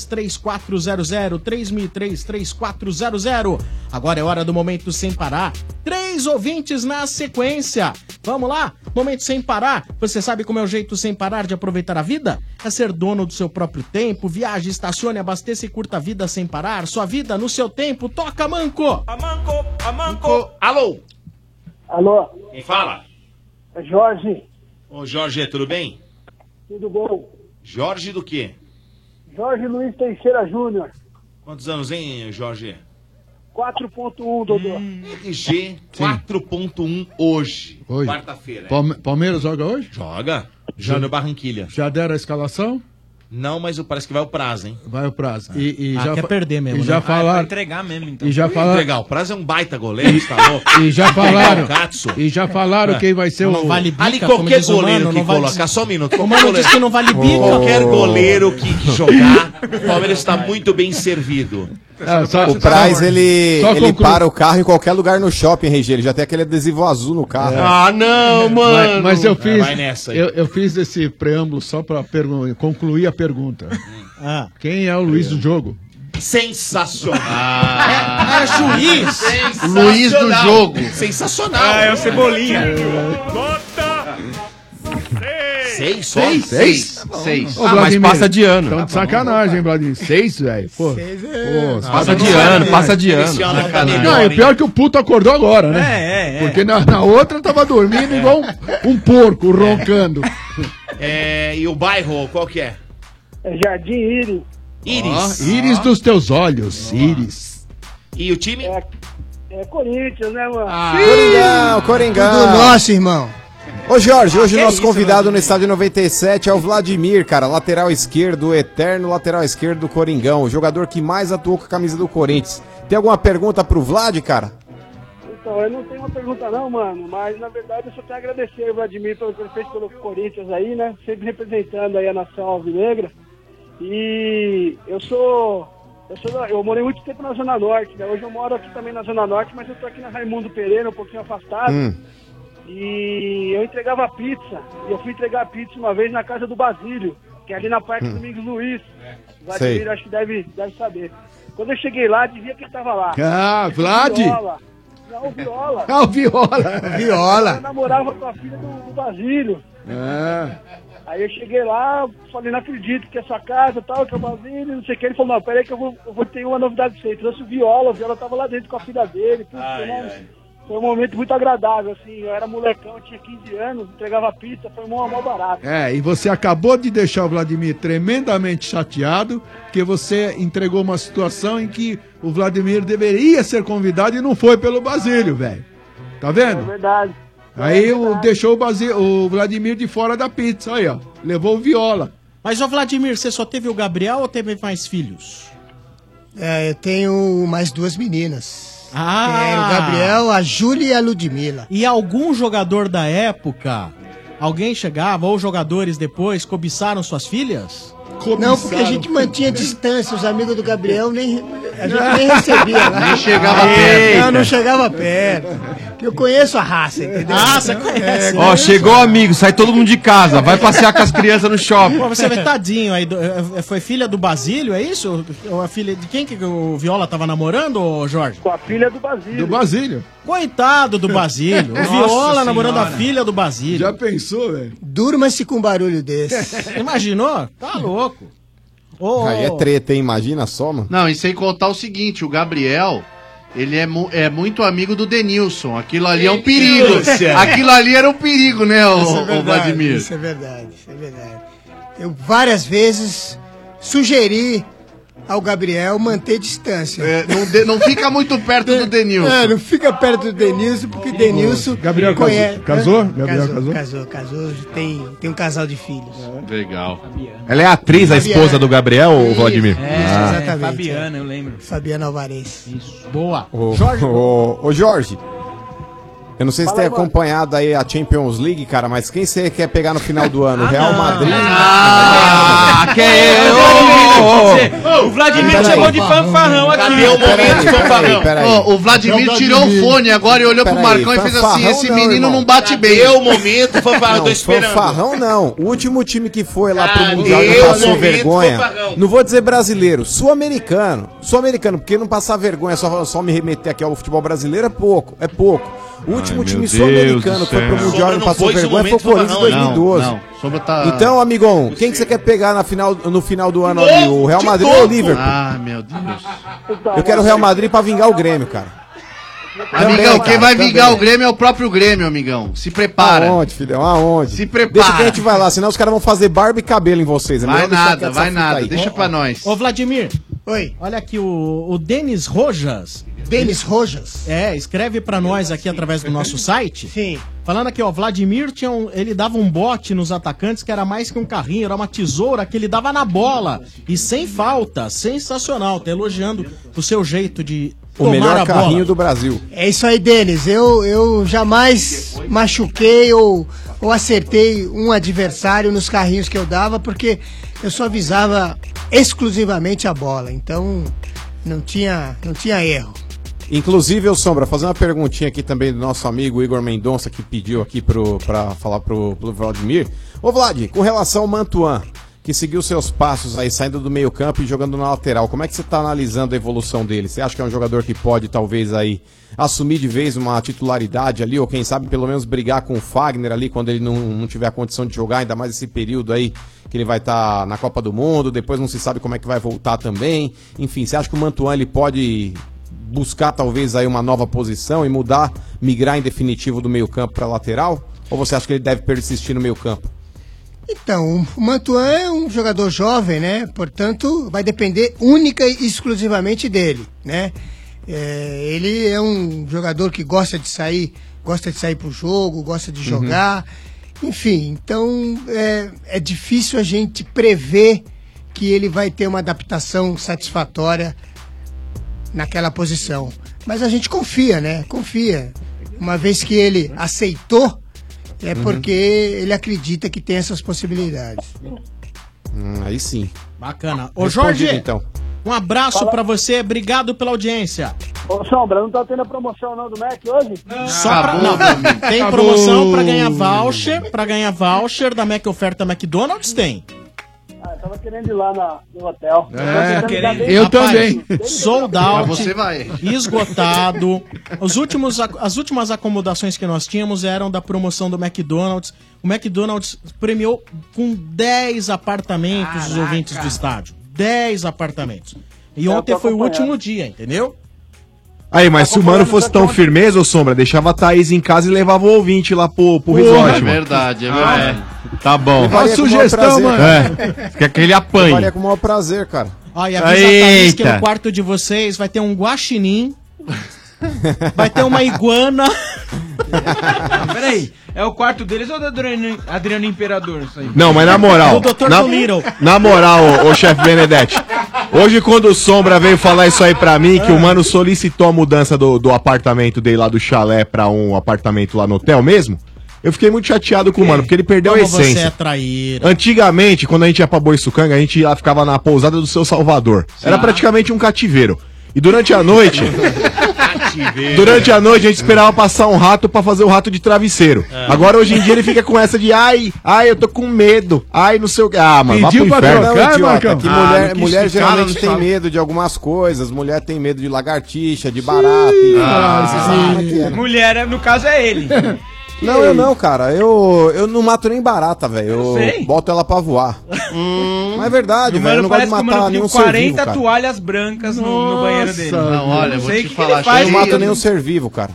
S19: 3003-3400, 3003-3400. Agora é hora do Momento Sem Parar. Três ouvintes na sequência. Vamos lá? Momento Sem Parar. Você sabe como é o jeito sem parar de aproveitar a vida? É ser dono do seu próprio tempo. Viaje, estacione, abasteça e curta a vida sem parar. Sua vida no seu tempo. Toca, Manco!
S3: Amanco, amanco. Alô?
S30: Alô,
S3: Quem fala?
S30: Jorge,
S3: Ô Jorge, tudo bem?
S30: tudo bom?
S3: Jorge do quê?
S30: Jorge Luiz Teixeira Júnior,
S3: Quantos anos, hein, Jorge?
S30: 4.1, Dodô.
S3: Hum, RG 4.1 hoje.
S22: Hoje.
S3: Quarta-feira. é.
S22: Palme- Palmeiras joga hoje?
S3: Joga. Já no Barranquilha.
S22: Já deram a escalação?
S3: Não, mas parece que vai o prazo, hein?
S22: Vai o prazo. E, e
S3: Ah,
S22: já
S3: quer
S22: fa-
S3: perder mesmo,
S22: E
S3: né?
S22: já
S3: Ah, é pra
S22: falaram.
S3: entregar mesmo, então.
S22: E já
S3: Ih,
S22: falaram.
S3: Legal, o prazo é um baita goleiro, tá louco?
S22: E já
S3: Pegar
S22: falaram.
S3: o Gatso.
S22: E já falaram quem vai ser
S3: Não
S22: o-
S3: vale bica, Ali
S22: como
S3: qualquer
S22: diz o
S3: goleiro
S22: Mano,
S3: que
S22: não vale-
S3: colocar, só um minuto.
S22: O
S3: qualquer
S22: Mano
S3: goleiro-
S22: disse que não vale bica.
S3: Qualquer
S22: Oh.
S3: goleiro que jogar, o Palmeiras está muito bem servido.
S21: Ah,
S22: Ah,
S21: o Praz, ele,
S3: Só
S21: ele
S3: conclui.
S21: para o carro em qualquer lugar no shopping, RG. Ele já tem aquele adesivo azul no carro.
S22: Ah,
S3: não,
S22: Mas, mas eu fiz.
S21: É. vai nessa aí.
S22: eu, eu fiz esse preâmbulo só pra pergun- concluir a pergunta. Quem é o Luiz do jogo?
S3: Sensacional.
S22: É- é juiz.
S3: Sensacional.
S22: Luiz do jogo.
S3: Sensacional.
S22: Ah, é o Cebolinha.
S3: Seis, Tá Ah, só?
S22: Seis?
S3: Seis.
S9: Ah,
S22: Ô, Vladimir, Tão de sacanagem, hein, Vladimir. Seis, velho. Pô. Pô,
S29: Ah, passa de ano, passa de ano. Sacanagem.
S22: Não, e o pior é que o puto acordou agora, né?
S3: É, é, é.
S22: Porque na, na outra tava dormindo igual um, um porco roncando.
S3: É, e o bairro, qual que é?
S30: É Jardim Íris.
S3: Íris.
S22: Ó, íris dos teus olhos, íris.
S3: E o time?
S30: É Corinthians, né, mano?
S21: Ah, Coringão, Coringão.
S30: Tudo nosso,
S21: irmão. Ô Jorge, hoje o nosso convidado no estádio 97 é o Vladimir, cara, lateral esquerdo, eterno lateral esquerdo do Coringão, o jogador que mais atuou com a camisa do Corinthians. Tem alguma pergunta pro Vlad, cara?
S30: Então, eu não tenho uma pergunta não, mano, mas na verdade eu só tenho a agradecer ao Vladimir pelo que ele fez pelo Corinthians aí, né? Sempre representando aí a nação alvinegra. E eu sou. Eu, sou da- eu morei muito tempo na Zona Norte, né? Hoje eu moro aqui também na Zona Norte, mas eu tô aqui na Raimundo Pereira, um pouquinho afastado. E eu entregava pizza. E eu fui entregar pizza uma vez na casa do Basílio, que é ali na Parque
S21: Hum.
S30: Domingos Luiz. O
S21: Sei.
S30: Vladimir acho que deve, deve saber. Quando eu cheguei lá, dizia que ele tava lá.
S22: Ah, Vlad?
S30: Viola. Não, Viola.
S22: Ah, o Viola.
S30: Eu namorava com a filha do, do Basílio.
S22: É.
S30: Aí eu cheguei lá, falei, não acredito que é sua casa tal, que é o Basílio, não sei o que. Ele falou, não, peraí que eu vou, eu vou ter uma novidade pra você. Ele Trouxe o Viola, o Viola tava lá dentro com a filha dele. Putz, foi, um- foi um momento muito agradável, assim. Eu era molecão, eu tinha 15 anos, entregava pizza, foi mó, mó barato.
S22: É, e você acabou de deixar o Vladimir tremendamente chateado, porque você entregou uma situação em que o Vladimir deveria ser convidado e não foi pelo Basílio, velho. Tá
S30: É
S22: vendo?
S30: verdade.
S22: Aí o, deixou o, Basi- o Vladimir de fora da pizza, aí ó, levou o Viola.
S19: Mas, ô Vladimir, você só teve o Gabriel ou teve mais filhos?
S14: É, eu tenho mais duas meninas.
S19: Ah!
S14: Tenho o Gabriel, a Júlia e a Ludmilla.
S19: E algum jogador da época, alguém chegava, ou jogadores depois, cobiçaram suas filhas?
S14: Não, porque a gente mantinha distância, os amigos do Gabriel nem. A gente nem recebia lá.
S24: Nem chegava
S14: É,
S24: perto.
S14: Não, não chegava perto. Porque eu conheço a raça, entendeu? Ah, você
S19: né?
S14: conhece.
S1: Ó, chegou o amigo, sai todo mundo de casa, vai passear com as crianças no shopping.
S19: Pô, você vê, tadinho aí. do- eh, Foi filha do Basílio, é isso? Ou a filha de quem que o Viola tava namorando, ô Jorge? Com a filha do Basílio. Do
S22: Basílio.
S19: Coitado do Basílio. O
S14: Nossa
S19: Viola namorando a
S14: Senhora.
S19: filha do Basílio. Já
S22: pensou, velho?
S14: Durma-se com um barulho desse.
S19: Imaginou? Tá louco. Ô,
S21: Aí é treta, hein? Imagina só, mano.
S24: Não, e sem contar o seguinte, o Gabriel, ele é, mu- é muito amigo do Denilson. Aquilo ali é um perigo.
S14: Denilson.
S24: Aquilo ali era um perigo, né, o,
S14: Isso é
S24: o Vladimir?
S14: Isso é verdade, isso é verdade. Eu várias vezes sugeri ao Gabriel manter distância.
S21: É,
S24: não, fica muito perto do Denilson.
S14: É, não fica perto do Denilson, porque Denilson.
S22: Gabriel casou-
S14: conhece-
S22: casou?
S14: Hã?
S22: Gabriel
S14: casou? Casou, casou. Tem, tem um casal de filhos.
S24: Legal.
S21: Ela é atriz, a
S14: Fabiana.
S21: esposa do Gabriel, ô Vladimir?
S14: É,
S21: Ah.
S14: exatamente.
S25: Fabiana,
S14: eu lembro. Fabiana Alvarez.
S19: Isso. Boa.
S21: Ô, ô, ô, Jorge. Eu não sei se você tem acompanhado aí a Champions League, cara, mas quem você quer pegar no final do ano? Real Madrid?
S1: Ah, que é?
S25: O Vladimir
S21: Peraí.
S25: chegou de fanfarrão aqui.
S24: Cadê o momento
S25: Peraí,
S24: fanfarrão?
S25: peraí.
S24: Ó, o Vladimir
S25: É o
S24: tirou o
S25: Vladimir.
S24: fone agora e olhou pro
S21: Peraí,
S24: Marcão e fez assim:
S21: fanfarrão
S24: esse
S21: não,
S24: menino
S21: irmão.
S24: não bate
S21: Cadê
S24: bem.
S21: o momento
S24: fanfarrão?
S21: Não, Fanfarrão não. O último time que foi lá pro
S24: Cadê
S21: Mundial e
S24: o
S21: passou
S24: momento,
S21: vergonha.
S24: fanfarrão?
S21: Não vou dizer brasileiro, sul-americano. Sul-americano, porque não passar vergonha, só, só me remeter aqui ao futebol brasileiro é pouco, é pouco. O último
S24: meu
S21: time
S24: Deus
S21: sul-americano
S24: do
S21: que foi pro
S24: céu.
S21: Mundial e
S24: Sombra
S21: não
S24: não
S21: passou
S24: pôs o
S21: vergonha foi o
S24: momento
S21: Corinthians
S24: fanfarrão, não.
S21: 2012.
S24: Não, não. Sombra tá-
S21: Então, amigão, quem que você quer pegar na final, no final do ano ali? O Real
S24: De
S21: Madrid ou o
S24: novo?
S21: Liverpool?
S24: Ah, meu Deus.
S21: Eu quero o Real Madrid pra vingar o Grêmio, cara.
S24: Amigão, quem vai
S21: Também.
S24: vingar É o Grêmio é o próprio Grêmio, amigão. Se prepara.
S21: Aonde, filhão? Aonde?
S24: Se
S21: Deixa que a
S24: prepara.
S21: gente vai lá, senão os caras vão fazer barba e cabelo em vocês. É
S24: Vai
S21: melhor deixar
S24: nada,
S21: quieto
S24: vai
S21: essa fita
S24: nada.
S21: aí.
S24: Deixa pra nós.
S19: Ô, Vladimir.
S14: Oi.
S19: Olha aqui o, o Denis Rojas.
S14: Denis Rojas?
S19: É, escreve pra nós aqui através do nosso site.
S14: Sim.
S19: Falando aqui, ó, Vladimir tinha um- ele dava um bote nos atacantes que era mais que um carrinho, era uma tesoura que ele dava na bola. E sem falta, sensacional. Tá elogiando o seu jeito de
S21: O melhor
S19: a
S21: carrinho
S19: bola.
S21: do Brasil.
S14: É isso aí, Denis. Eu, eu jamais machuquei ou, ou acertei um adversário nos carrinhos que eu dava, porque eu só visava exclusivamente a bola. Então não tinha, não tinha erro.
S21: Inclusive, eu Sombra, fazer uma perguntinha aqui também do nosso amigo Igor Mendonça, que pediu aqui pro, pra falar pro, pro Vladimir. Ô, Vlad, com relação ao Mantuan, que seguiu seus passos aí, saindo do meio campo e jogando na lateral, como é que você tá analisando a evolução dele? Você acha que é um jogador que pode, talvez, aí, assumir de vez uma titularidade ali, ou quem sabe, pelo menos, brigar com o Fagner ali, quando ele não, não tiver a condição de jogar, ainda mais esse período aí que ele vai estar na Copa do Mundo, depois não se sabe como é que vai voltar também. Enfim, você acha que o Mantuan, ele pode buscar talvez aí uma nova posição e mudar, migrar em definitivo do meio-campo para lateral? Ou você acha que ele deve persistir no meio-campo?
S14: Então, o Mantuan é um jogador jovem, né? Portanto, vai depender única e exclusivamente dele, né? É, ele é um jogador que gosta de sair, gosta de sair pro jogo, gosta de jogar, enfim. Então, é, é difícil a gente prever que ele vai ter uma adaptação satisfatória naquela posição. Mas a gente confia, né? Confia. Uma vez que ele aceitou, é
S21: Uhum.
S14: porque ele acredita que tem essas possibilidades.
S21: Hum, aí sim.
S19: Bacana. Ô,
S21: Respondido,
S19: Jorge,
S21: então.
S19: um abraço pra você, obrigado pela audiência.
S5: Ô, Sombra, não tá tendo a promoção não do Mac hoje? Não.
S19: Só pra- não, tem promoção pra ganhar voucher, pra ganhar voucher da Mac Oferta McDonald's tem.
S5: Ah, eu tava querendo ir lá na- no hotel.
S30: Então, tá
S19: É,
S5: Tô tentando
S19: eu
S5: ligar bem.
S19: também. Sold out.
S5: Mas você
S24: vai.
S19: Esgotado. Os últimos, ac- as últimas acomodações que nós tínhamos eram da promoção do McDonald's. O McDonald's premiou com 10 apartamentos os ouvintes do estádio. 10 apartamentos. E
S5: Eu
S19: ontem
S5: Então, tô
S19: foi o
S5: acompanhando.
S19: último dia, entendeu?
S26: Aí, mas se o mano fosse tão firmeza, ô Sombra, deixava a Thaís em casa e levava o ouvinte lá pro, pro resort,
S24: é
S26: mano.
S24: verdade, é
S26: Ah,
S24: verdade.
S26: Tá bom.
S21: Levaria com o maior prazer, cara.
S26: É. Fica aquele
S21: Faria
S26: apanho.
S21: com o maior prazer, cara.
S19: Ó, e avisa a Thaís que no quarto de vocês vai ter um guaxinim. Vai ter uma iguana.
S25: Peraí, é o quarto deles ou do Adriano, Adriano Imperador isso aí?
S26: Não, mas na moral.
S25: O Dr.
S26: Na,
S25: Dolittle.
S26: na moral, ô, ô chefe Benedetti. Hoje, quando o Sombra veio falar isso aí pra mim, que o mano solicitou a mudança do, do apartamento dele lá do chalé pra um apartamento lá no hotel mesmo, eu fiquei muito chateado com o mano, porque ele perdeu a
S19: Como você é
S26: essência.
S19: traíra.
S26: Antigamente, quando a gente ia pra Boiçucanga, a gente ia, ficava na pousada do seu Salvador. Era praticamente um cativeiro.
S20: E durante a noite.
S3: Tá
S20: Durante a noite a gente esperava passar um rato pra fazer o rato de travesseiro.
S9: É.
S20: Agora hoje em dia ele fica com essa de ai, ai, eu tô com medo. Ai, não sei o que. Ah, mano,
S21: Pediu
S20: vá pro inferno.
S21: pra trocar,
S20: Não, é idiota,
S21: Marcão?
S20: que
S21: Ah, não
S20: mulher,
S21: quis
S20: mulher
S21: ficar,
S20: geralmente
S21: não
S20: tem
S21: sabe.
S20: medo de algumas coisas. Mulher tem medo de lagartixa, de barata. e-
S21: Ah,
S20: Vocês
S21: sim.
S20: sabem como é que é, né?
S25: Mulher, no caso, é ele.
S21: Não, eu não, cara. Eu, eu não mato nem barata, velho. Eu,
S25: sei.
S21: boto ela pra voar. Mas é verdade,
S25: O
S21: velho. Eu não gosto de
S25: parece que o mano
S21: matar
S25: tem
S21: nenhum ser
S25: 40
S21: vivo, cara.
S25: toalhas brancas no, no banheiro dele.
S24: Não, olha, vou
S25: sei
S24: te
S25: o
S24: falar,
S25: ele
S21: Eu
S25: faz.
S21: não mato nenhum ser vivo, cara.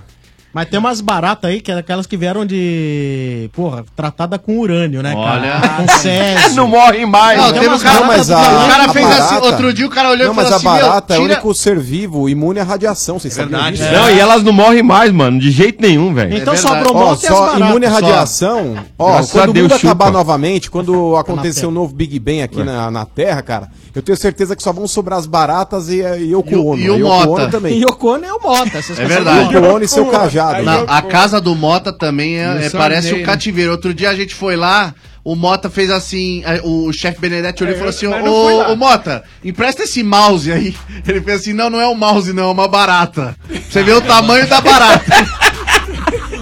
S19: Mas tem umas baratas aí, que é aquelas que vieram de. Porra, tratada com urânio, né, cara?
S24: Olha.
S19: Com césio.
S24: Não morre mais,
S19: Não,
S24: né? Não,
S19: tem umas baratas
S21: mas
S19: do
S21: a-
S19: Piauí.
S21: a
S24: O cara fez assim,
S21: barata-
S24: outro dia o cara olhou
S21: Não,
S24: e
S21: mas
S24: falou
S21: a
S24: assim, meu,
S21: barata é o
S24: tira-
S21: único ser vivo imune à radiação, vocês sabiam disso?
S3: É.
S9: é. Não, e elas não morrem mais, mano, de jeito nenhum, velho.
S3: Então
S23: Então
S21: É verdade. Ó, só imune à radiação. Ó,
S9: Graças
S21: quando
S9: a
S21: o
S9: Deus,
S21: mundo acabar
S9: chupa.
S21: novamente, quando acontecer
S9: Terra.
S21: o novo Big Bang aqui na, na Terra, cara, eu tenho certeza que só vão sobrar as baratas e, e Yoko Ono.
S24: e o
S21: Yoko
S24: Mota.
S21: Ono também.
S24: E
S19: Yoko Ono é o Mota.
S24: É verdade.
S21: Yoko Ono e seu cajado.
S24: Na- a casa do Mota também é-
S21: No
S24: é-
S21: Sarney,
S24: parece um
S21: né?
S24: cativeiro. Outro dia a gente foi lá, o Mota fez assim, a- o chefe Benedetti olhou e
S34: É,
S24: falou assim,
S34: mas não foi lá.
S24: ô, ô Mota, empresta esse mouse aí. Ele fez assim, não, não é um mouse não, é uma barata. Pra Você vê o tamanho da barata.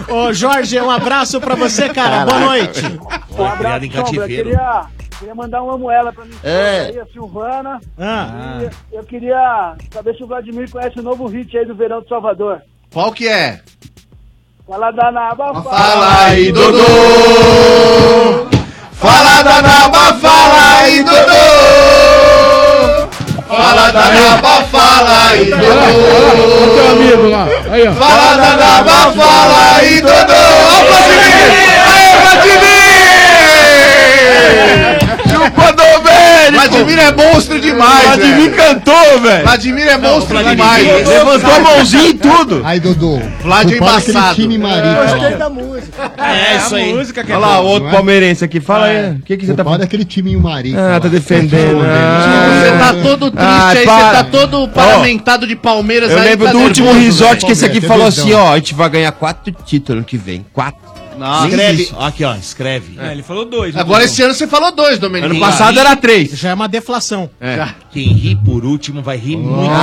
S19: Ô, Jorge, um abraço pra você, cara. Boa noite.
S30: Um abraço, Sombra. Eu queria, queria mandar uma moela pra minha esposa
S19: É.
S30: aí, a Silvana.
S19: Ah.
S30: E eu queria saber se o Vladimir conhece o novo hit aí do Verão de Salvador. Tá
S24: Qual que é?
S30: Fala da Naba,
S24: Fala aí, Dodô! Fala da Naba, fala aí, Dodô! Fala da Naba, fala aí, Dodô!
S22: Meu amigo lá. Aí, ó.
S24: Fala da Naba, fala aí, Dodô! Vladimir! Vladimir é monstro demais, Vladimir cantou, velho. Vladimir é monstro demais.
S9: Levantou a mãozinha e tudo.
S26: Aí, Dodô.
S24: Vlad é
S26: culpado aquele
S24: embaçado.
S26: time marido.
S19: Gostei
S26: lá.
S19: da música.
S24: É, isso aí.
S9: Olha lá, outro palmeirense aqui. Fala aí. O que, que você tá
S26: falando? é? aquele time marido.
S9: Ah, tá defendendo.
S24: Você tá todo triste
S9: Ah,
S24: aí,
S9: para.
S24: você tá todo paramentado de Palmeiras
S9: Eu
S24: aí.
S9: lembro
S24: tá
S9: do
S24: nervoso,
S9: último resort
S24: velho.
S9: que esse aqui
S3: é
S9: falou assim, ó, a gente vai ganhar quatro títulos ano que vem. Quatro.
S23: Ah,
S24: Nossa.
S9: Nem
S24: Escreve.
S9: existe.
S3: Aqui, ó, escreve.
S25: É, ele falou dois. né,
S24: Agora
S25: Dodô?
S24: esse ano você falou dois, Domenico. É.
S9: Ano passado era três.
S19: Já é uma deflação.
S3: Já. Quem ri por último vai rir muito.
S19: né?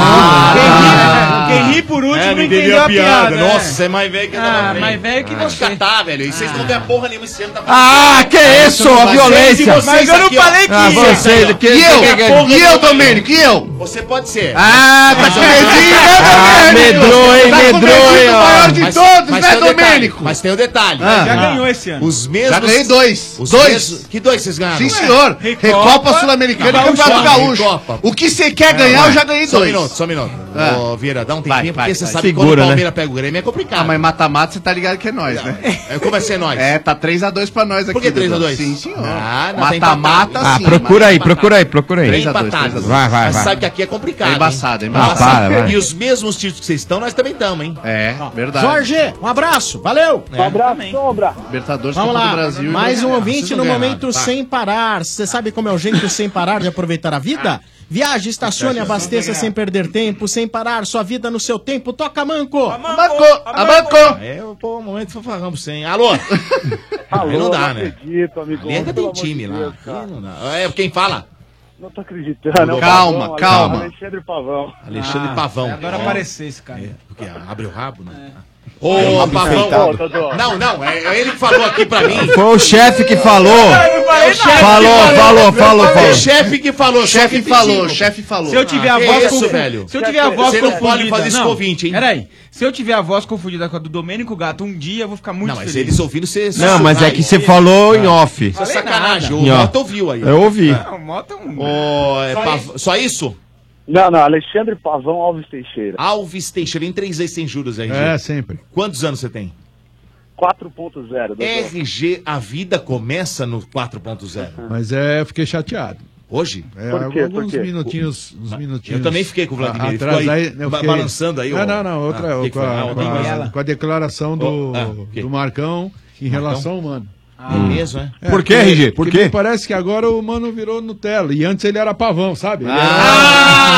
S25: Quem ri por último
S3: É,
S25: não
S3: não
S25: entendeu a piada. né?
S3: Nossa, é mais velho que eu tava
S25: Ah,
S3: vendo.
S25: mais velho que
S3: Vamos
S25: você.
S3: catar, velho. E vocês não ganham porra nenhuma esse ano. Tá
S9: Ah, que isso? A violência.
S3: Mas eu não falei que
S9: Ah,
S3: ia.
S9: vocês, que-
S24: E eu?
S9: que- que-
S24: E eu, Domênico? E eu?
S3: Você pode ser.
S9: Ah, tá com medinho,
S3: Ah,
S9: né, Domênico?
S3: medrou, hein,
S9: Tá com
S3: medrou,
S9: medinho
S3: hein,
S9: do
S3: ó.
S9: maior de
S3: Mas-
S9: todos,
S3: mas
S9: né,
S3: tem um detalhe,
S9: Domênico?
S3: Mas tem o detalhe.
S9: Ah.
S25: Já ganhou esse ano.
S3: Os mesmos.
S25: Já ganhei
S24: dois.
S3: Os
S24: Dois.
S3: mesmos- Que dois vocês ganharam?
S24: Sim, senhor.
S3: Ué,
S24: É. Recopa Sul-Americana e Campeonato Gaúcho.
S3: Recopa.
S24: O que você quer ganhar, eu já ganhei
S3: Só um
S24: dois.
S3: minuto, só um minuto.
S24: É.
S3: Ô, Vieira, dá um tempinho,
S24: Vai,
S3: porque
S24: vai,
S3: você
S24: vai.
S3: sabe que quando
S24: Segura,
S3: o
S24: né?
S3: Palmeiras pega o Grêmio é complicado.
S24: Ah, mas mata-mata, você tá ligado que é nós, né?
S3: É, como é ser nós?
S24: É, tá 3x2 pra nós aqui.
S3: Por que
S24: Dudu.
S3: 3x2?
S24: Sim, senhor.
S3: Ah, não, tá empatado.
S24: Mata-mata,
S9: Ah,
S24: sim.
S9: procura aí, procura aí, procura aí.
S3: Três empatados.
S9: Vai, vai,
S3: Mas sabe
S9: vai.
S3: que aqui é complicado.
S24: É embaçado,
S3: hein?
S9: é embaçado. Ah, para, vai.
S3: E os mesmos títulos que vocês estão, nós também estamos, hein?
S24: É,
S19: Jorge, um abraço. Valeu.
S3: É. Um abraço,
S19: Sombra.
S24: Libertadores
S19: Vamos
S24: Copa
S19: lá,
S24: do Brasil. e
S19: mais
S24: não-
S19: um
S24: Ah,
S19: ouvinte
S24: vocês
S19: no
S24: não ganharam,
S19: momento
S24: tá.
S19: sem parar. Você sabe como é o jeito sem parar de aproveitar a vida? Viaje, estacione, abasteça sem perder tempo, sem parar, sua vida no seu tempo. Toca manco!
S3: Amanco!
S19: Amanco!
S3: É, pô, um momento fanfarrão pra você, hein? Alô? Alô, não dá, né? Ali ainda tem time lá. Aqui não dá. É, quem fala?
S30: Não tô acreditando. é o
S3: Calma,
S30: Pavão,
S3: calma.
S30: Alexandre Pavão.
S22: Ah,
S3: Alexandre Pavão.
S25: Agora
S3: Ó.
S25: apareceu esse cara.
S3: Porque abre o rabo, né? Ô,
S25: É um
S3: Pavão.
S25: enfeitado.
S3: Não, não, é é ele que falou aqui pra mim.
S9: Foi o chefe que falou.
S3: É o chefe que
S9: Falou, falou, falou,
S3: É
S9: falou.
S3: o chefe que falou,
S24: Chefe falou,
S3: 75.
S24: chefe falou.
S25: Se eu tiver a
S3: que
S25: voz
S3: isso,
S25: confu-
S3: velho?
S25: Se eu tiver a voz
S3: Você não pode fazer isso com
S25: Não,
S3: ouvinte, hein?
S25: Peraí. Se eu tiver a voz confundida com a do Domênico Gato, um dia eu vou ficar muito
S3: Não, mas
S25: feliz.
S3: eles ouvindo você.
S9: Não, mas é que você falou em off.
S3: Isso é sacanagem. O
S9: Em off.
S3: Mota ouviu aí.
S9: Eu ouvi.
S25: Não, Mota é um.
S3: Ô, é
S25: Só
S3: Pav-
S25: isso.
S3: Só isso?
S30: Não, não, Alexandre Pavão Alves Teixeira.
S3: Alves Teixeira, em três vezes sem juros, RG.
S22: É, sempre.
S3: Quantos anos você tem?
S30: 4.0. Dodô.
S3: RG, a vida começa no 4.0.
S22: Mas é, eu fiquei chateado.
S3: Hoje?
S22: É,
S3: Por quê?
S22: alguns
S3: Por quê?
S22: minutinhos, uns minutinhos.
S3: Eu também fiquei com o Vladimir, ele ficou aí
S22: Ah, eu
S3: ba- balançando aí,
S22: Não,
S3: ó.
S22: não, não, outra,
S3: Ah, o que que
S22: com,
S3: foi? Ah,
S22: a,
S3: o
S22: com, a,
S3: Daniela.
S22: com a declaração do,
S3: Oh, ah, o quê?
S22: do Marcão em
S3: Marcão?
S22: relação ao Mano.
S3: Ah, é mesmo, é?
S22: É, porque- porque me Parece que agora o Mano virou Nutella e antes ele era pavão, sabe? Ele
S3: Ah!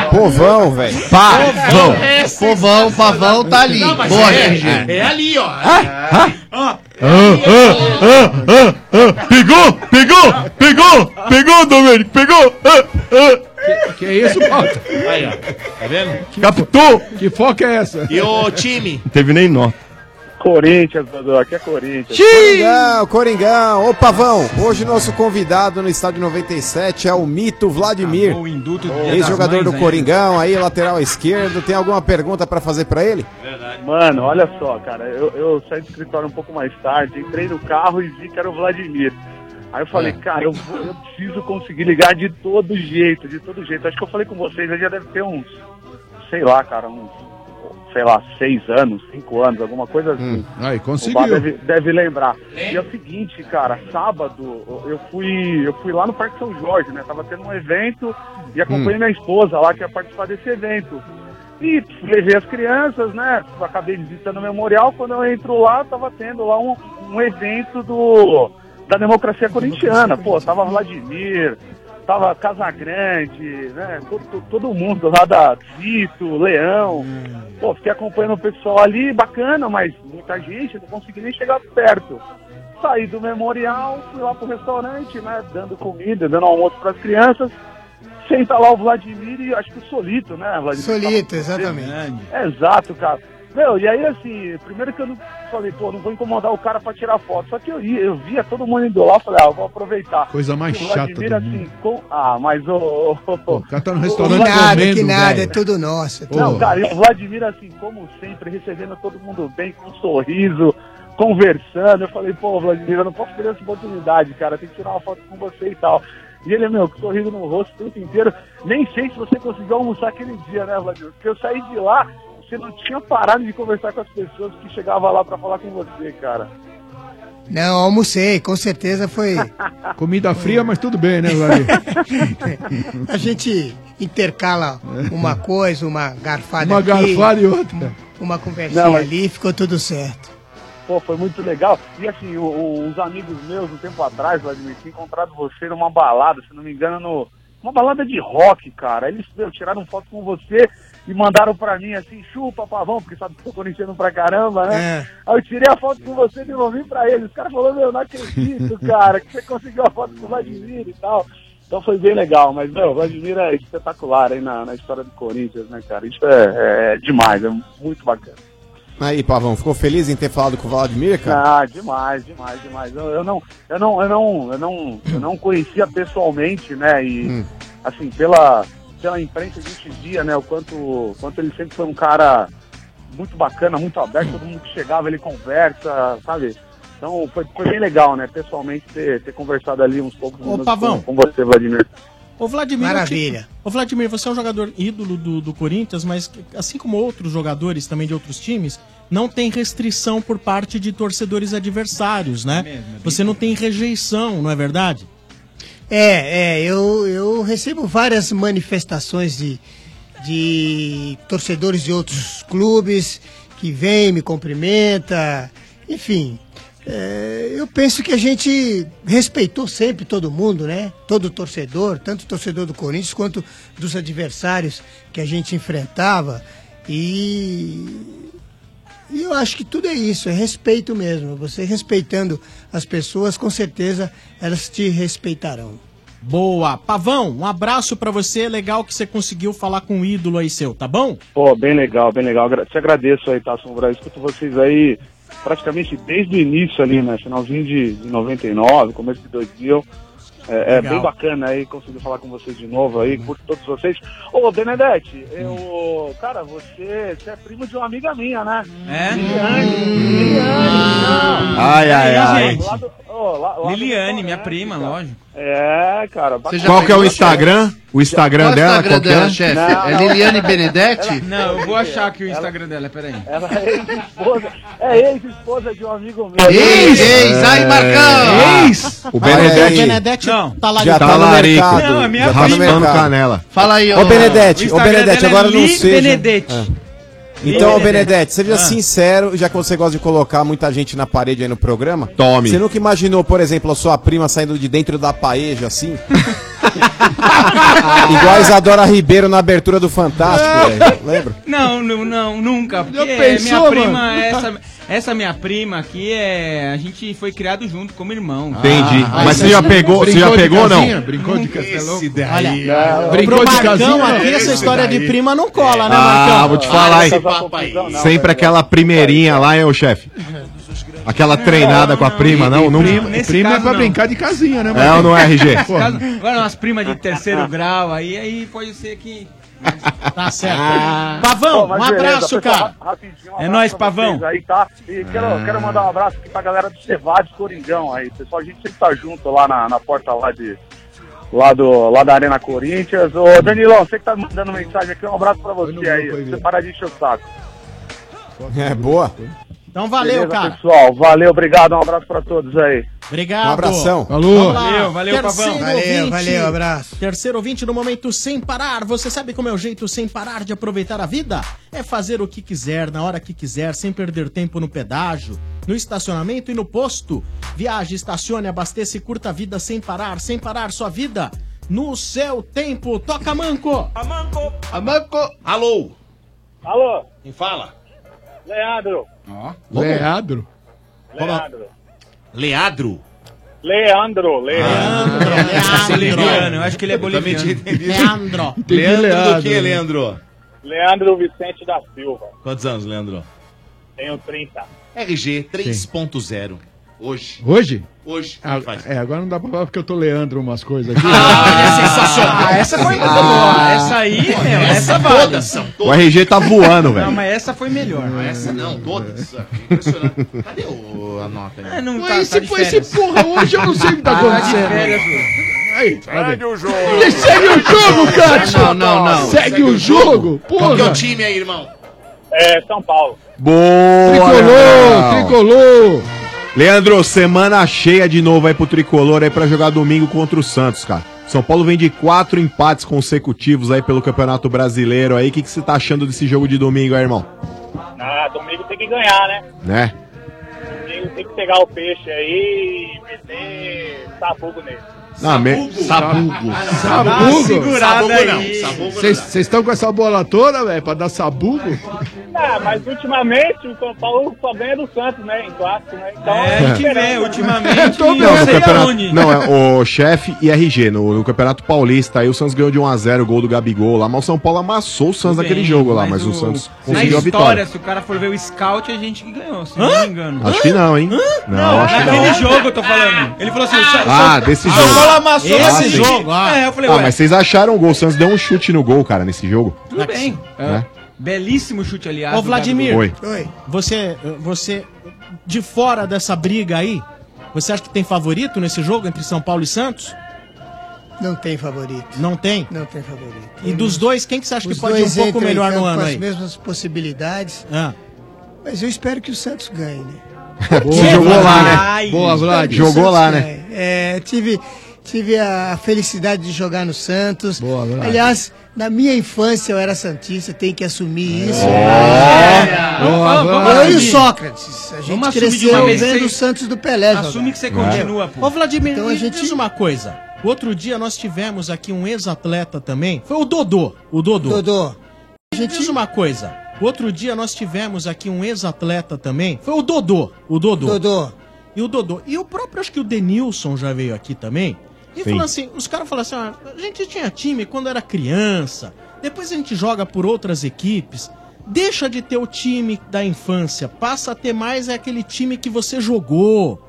S22: era-
S21: Povão, velho.
S22: Pavão.
S19: É,
S24: Povão, pavão tá ali.
S3: Não, mas
S24: Boa,
S3: é,
S24: RG.
S3: é ali, ó.
S24: Ah, Ah,
S9: Pegou, pegou, pegou, pegou, Domênico, pegou.
S22: Que, que é isso, Pauta?
S3: Aí, ó. Tá vendo?
S22: Captou! Que foca é essa?
S3: E o time?
S20: Não teve nem nota.
S30: Corinthians, Dodô, aqui é Corinthians.
S21: Coringão, Coringão, ô Pavão, hoje nosso convidado no estádio 97 é o mito Vladimir,
S25: Induto
S21: ex-jogador do Coringão, aí lateral esquerdo, tem alguma pergunta pra fazer pra ele?
S30: Mano, olha só, cara, eu, eu saí do escritório um pouco mais tarde, entrei no carro e vi que era o Vladimir. Aí eu
S24: É.
S30: falei, cara, eu, vou- eu preciso conseguir ligar de todo jeito, de todo jeito. Acho que eu falei com vocês, aí já deve ter uns, sei lá, cara, uns, sei lá, seis anos, cinco anos, alguma coisa
S24: Hum.
S30: assim.
S22: Aí,
S30: O Bar
S22: conseguiu.
S30: deve, deve lembrar. E é o seguinte, cara, sábado eu fui, eu fui lá no Parque São Jorge, né? Tava tendo um evento e acompanhei
S31: Hum.
S30: minha esposa lá que ia participar desse evento. E levei as crianças, né? Acabei visitando o memorial. Quando eu entro lá, tava tendo lá um, um evento do, da democracia corintiana. Pô, tava Vladimir, tava Casagrande, né? to- to- Todo mundo lá da Zito, Leão. Pô, fiquei acompanhando o pessoal ali, bacana, mas muita gente, não consegui nem chegar perto. Saí do memorial, fui lá pro restaurante, né? Dando comida, dando almoço pras crianças. Senta lá o Vladimir e acho que o Solito, né, Vladimir?
S14: Solito,
S30: Tava-
S14: exatamente.
S30: Exato, cara. Meu, e aí assim, primeiro que eu não falei, pô, não vou incomodar o cara pra tirar foto. Só que eu ia, eu via todo mundo indo lá, eu falei, ah, eu vou aproveitar.
S22: Coisa mais
S30: E o
S22: chata
S30: Vladimir,
S22: do
S30: assim, com- Ah, mas o. O
S22: cara tá no
S14: Que
S22: restaurante
S14: nada,
S22: comendo,
S14: que nada, é
S22: velho.
S14: tudo nosso. é tudo
S30: Não,
S14: nosso.
S30: cara, e o Vladimir, assim, como sempre, recebendo todo mundo bem, com um sorriso, conversando. Eu falei, pô, Vladimir, eu não posso perder essa oportunidade, cara, tem que tirar uma foto com você e tal. E ele, meu, com um sorriso no rosto o tempo inteiro. Nem sei se você conseguiu almoçar aquele dia, né, Vladimir? Porque eu saí de lá, você não tinha parado de conversar com as pessoas que chegavam lá pra falar com você, cara.
S14: Não, almocei, com certeza foi.
S22: Comida fria, mas tudo bem, né, Vladimir?
S14: A gente intercala uma coisa, uma garfada
S22: É. Uma
S14: aqui,
S22: garfada e outra.
S14: uma conversinha
S30: Não, mas-
S14: ali, ficou tudo certo.
S30: Pô, foi muito legal. E assim, o- o- uns amigos meus, um tempo atrás, Vladimir, tinha encontrado você numa balada, se não me engano, no, uma balada de rock, cara. Eles meu, tiraram foto com você e mandaram pra mim assim, chupa, pavão, porque sabe que eu tô conhecendo pra caramba, né? Aí eu tirei a foto com você e devolvi pra eles. Os caras falaram, meu, não acredito, cara, que você conseguiu a foto com o Vladimir e tal. Então foi bem legal, mas, meu, o Vladimir é espetacular aí na, na história do Corinthians, né, cara? Isso é- é demais, é muito bacana.
S21: Aí, Pavão, ficou feliz em ter falado com o Vladimir, cara?
S30: Ah, demais, demais, demais. Eu, eu não, eu não, eu não, eu não, eu não conhecia pessoalmente, né? E assim, pela pela imprensa a gente via, né, o quanto, o quanto ele sempre foi um cara muito bacana, muito aberto, todo mundo que chegava ele conversa, sabe? Então foi, foi bem legal, né, pessoalmente ter, ter conversado ali uns poucos minutos
S19: Pavão.
S30: com, com você, Vladimir.
S19: Ô Vladimir,
S14: Maravilha.
S19: eu te- Ô Vladimir, você é um jogador ídolo do, do Corinthians, mas que- assim como outros jogadores também de outros times, não tem restrição por parte de torcedores adversários,
S24: É
S19: né? você não tem rejeição, não é verdade?
S14: É, é, eu, eu recebo várias manifestações de, de torcedores de outros clubes que vêm, me cumprimenta, enfim. é, eu penso que a gente respeitou sempre todo mundo, né? Todo torcedor, tanto o torcedor do Corinthians quanto dos adversários que a gente enfrentava. E e eu acho que tudo é isso, é respeito mesmo. Você respeitando as pessoas, com certeza elas te respeitarão.
S19: Boa. Pavão, um abraço pra você. Legal que você conseguiu falar com um ídolo aí seu, tá bom?
S30: Pô, bem legal, bem legal. Agra- Te agradeço aí, tá, Sombra? Eu escuto vocês aí praticamente desde o início ali, né? Finalzinho de, de 99, começo de 2000. É, é
S10: Legal.
S30: bem bacana aí conseguir falar com vocês de novo aí, curto todos vocês. Ô, Benedete, eu. Cara, você, você é primo de uma amiga minha, né? É? Liliane, Liliane, não.
S24: Ai, ai, ai.
S30: Gente. Lá do- ô, lá- lá do
S25: Liliane, minha prima, lógico.
S30: É, cara.
S24: Você já
S26: Qual que é o
S24: pegou,
S26: Instagram? O Instagram
S24: Qual é o
S26: dela?
S24: Instagram
S26: qual que é?
S24: dela, chefe?
S30: Não,
S24: É
S30: não.
S24: Liliane Benedetti?
S25: Não, eu vou achar aqui o Instagram dela, peraí.
S30: Ela é ex-esposa. É ex-esposa de um amigo meu.
S25: Ex, ex, ai, Marcão!
S24: Ex!
S26: É. O Benedetti.
S19: não, tá
S26: Já tá larico.
S25: Não, é minha
S26: já tá
S25: prima.
S26: raspando canela.
S24: Fala aí,
S21: Ô,
S24: ô,
S21: Benedetti, ô,
S19: Instagram
S21: Benedetti,
S19: dela é
S21: agora não
S19: Li
S21: seja...
S19: Benedetti.
S21: Ah.
S19: Li
S21: Então, ô,
S19: Benedetti.
S21: Benedetti, seja
S19: Ah.
S21: sincero, já que você gosta de colocar muita gente na parede aí no programa.
S26: Tome.
S21: Você nunca imaginou, por exemplo, a sua prima saindo de dentro da paeja assim? Igual a Isadora Ribeiro na Ah. abertura do Fantástico, velho. Lembra?
S25: É. Não, não, não, nunca. Porque
S19: pensou,
S25: minha prima
S19: mano?
S25: é essa. Essa minha prima aqui é. A gente foi criado junto como irmão. Ah,
S20: Entendi. Mas você já pegou- você já pegou ou não?
S25: Brincou de castelão?
S20: é
S19: Olha,
S35: Brincou
S19: pro
S35: de
S19: Marcão
S35: casinha?
S19: aqui, essa
S35: Esse
S19: história de
S35: daí.
S19: prima não cola, né, Marcão?
S20: Ah, vou te falar, hein?
S19: aí.
S20: Sempre aquela primeirinha lá, hein, ô chefe? Aquela treinada com a prima, não? não
S22: Prima é pra brincar de casinha, né?
S20: É ou não é, RG?
S22: Pô,
S25: Caso- Agora umas primas de terceiro grau aí, aí pode ser que.
S19: Tá certo.
S25: Pavão,
S19: Pô, mas um beleza, abraço, foi cara.
S25: É nóis,
S30: um pra vocês
S25: Pavão.
S30: Aí, tá? E quero,
S25: Ah.
S30: quero mandar um abraço aqui pra galera do Cevades Coringão aí. Pessoal, a gente sempre tá junto lá na, na porta lá de. Lá, do, lá da Arena Corinthians. Ô, Danilão, você que tá mandando mensagem aqui, um abraço pra você aí. Pra Você para de encher o saco.
S21: É boa.
S19: Então valeu,
S30: Beleza,
S19: cara.
S30: pessoal. Valeu, obrigado. Um abraço pra todos aí.
S19: Obrigado.
S30: Um abração. Falou. Valeu, valeu, Pavão. Valeu, valeu,
S19: abraço. Terceiro ouvinte do Momento Sem Parar. Você sabe como é o jeito sem parar de aproveitar a vida? É fazer o que quiser, na hora que quiser, sem perder tempo no pedágio, no estacionamento e no posto. Viaje, estacione, abasteça e curta a vida sem parar, sem parar sua vida. No seu tempo. Toca, Manco. Amanco. Amanco.
S3: Alô.
S30: Alô.
S3: Quem fala?
S30: Leandro.
S3: Leandro.
S30: Leandro.
S3: Leandro?
S30: Leandro. Leandro.
S25: Boliviano, eu acho que ele é boliviano.
S19: Leandro.
S3: Leandro, do que, Leandro?
S30: Leandro Vicente da Silva.
S3: Quantos anos, Leandro?
S30: Tenho 30.
S3: É RG 3.0. Hoje.
S22: Hoje?
S3: Hoje.
S22: Ah, é, agora não dá pra falar porque eu tô leandro umas coisas aqui.
S25: Ah, é sensacional. Ah, Essa foi muito boa. Essa aí, meu, essa vale.
S3: Todas são.
S20: O RG tá voando,
S25: Não,
S20: velho.
S25: mas essa foi melhor.
S3: Essa não, todas. Impressionante. Cadê o, a nota? Né?
S25: não
S3: Pô,
S25: tá-
S3: esse-
S25: tá de
S3: pô,
S25: férias.
S3: esse porra, hoje eu não sei o que tá
S25: de
S3: acontecendo.
S25: férias,
S22: Aí,
S3: Segue o jogo.
S22: Segue o jogo, cara!
S3: Não, não, não.
S22: Segue, o jogo!
S3: Qual que é o
S22: Porra!
S3: time aí, irmão?
S30: É, São Paulo.
S20: Boa!
S22: Tricolor,
S20: Leandrão.
S22: tricolor!
S20: Leandro, semana cheia de novo aí pro Tricolor aí pra jogar domingo contra o Santos, cara. São Paulo vem de quatro empates consecutivos aí pelo Campeonato Brasileiro aí. O que que você tá achando desse jogo de domingo aí, irmão?
S30: Ah, domingo tem que ganhar, né?
S20: Né?
S30: Domingo tem que pegar o peixe aí e meter sabugo nele.
S20: Não, me...
S22: Sabugo.
S30: Dá uma
S22: Sabugo?
S30: segurada Ah, Sabugo não, aí. sabugo não dá.
S22: Vocês estão com essa bola toda, velho, pra dar sabugo?
S30: Ah, mas ultimamente o São Paulo só ganha do Santos, né? Em clássico, né? Então,
S25: É,
S30: tá
S25: a gente vê,
S30: esperando, né?
S25: ultimamente.
S20: Não,
S25: não
S20: no
S25: sei
S20: campeonato,
S25: aonde.
S20: não, é o chefe e RG. No, no Campeonato Paulista aí o Santos ganhou de 1x0 o gol do Gabigol lá, mas o São Paulo amassou o Santos naquele jogo lá, mas o, Santos
S25: Na
S20: conseguiu a vitória.
S25: história, se o cara for ver o scout, a gente que ganhou, se não me engano.
S20: Acho que não, hein? Não, acho que não.
S25: Naquele é jogo eu tô falando. Ele falou assim: o Sa- Sa-
S20: Ah, desse
S25: São Paulo
S20: jogo.
S25: amassou
S20: Esse
S25: nesse
S20: jogo,
S25: É, eu falei,
S20: Ah,
S25: ué,
S20: mas vocês acharam o gol. O Santos deu um chute no gol, cara, nesse jogo.
S25: tudo bem.
S20: Né?
S25: Belíssimo chute, aliás.
S19: Ô,
S25: do
S19: Vladimir,
S25: Gabigol.
S20: Oi.
S19: Você, você, de fora dessa briga aí, você acha que tem favorito nesse jogo entre São Paulo e Santos?
S14: Não tem favorito.
S19: Não tem?
S14: Não tem favorito.
S19: E dos dois, quem que você acha que
S14: Os
S19: pode ir um
S14: dois
S19: pouco
S14: entram em
S19: melhor no
S14: campo
S19: ano
S14: com As
S19: aí?
S14: mesmas possibilidades.
S19: Ah.
S14: Mas eu espero que o Santos ganhe, né?
S20: Você jogou lá, né?
S14: Ai,
S20: Boa, Vlad.
S14: espero que o
S20: Jogou
S14: Santos
S20: lá, né?
S14: ganhe. É, tive, tive a felicidade de jogar no Santos. Boa,
S20: Vlad.
S14: Aliás, na minha infância eu era santista, tem que assumir isso.
S19: É. Boa, Vlad.
S14: eu e o Sócrates. A gente
S19: Vamos assumir de uma
S14: cresceu
S19: vez,
S14: vendo
S19: hein?
S14: o Santos do Pelé. jogar.
S20: É.
S19: Ô, Vladimir,
S14: Então a
S19: me
S14: gente
S19: diz uma coisa. Outro dia nós tivemos aqui um ex-atleta também. Foi o Dodô. O Dodô.
S14: Dodô.
S19: A gente diz uma coisa. Outro dia nós tivemos aqui um ex-atleta também. Foi o Dodô. O Dodô.
S14: Dodô.
S19: E o Dodô. E o próprio, acho que o Denilson já veio aqui também. E
S36: Sim.
S19: falou assim: os caras falaram assim, "Ah, a gente tinha time quando era criança. Depois a gente joga por outras equipes. Deixa de ter o time da infância. Passa a ter mais é aquele time que você jogou.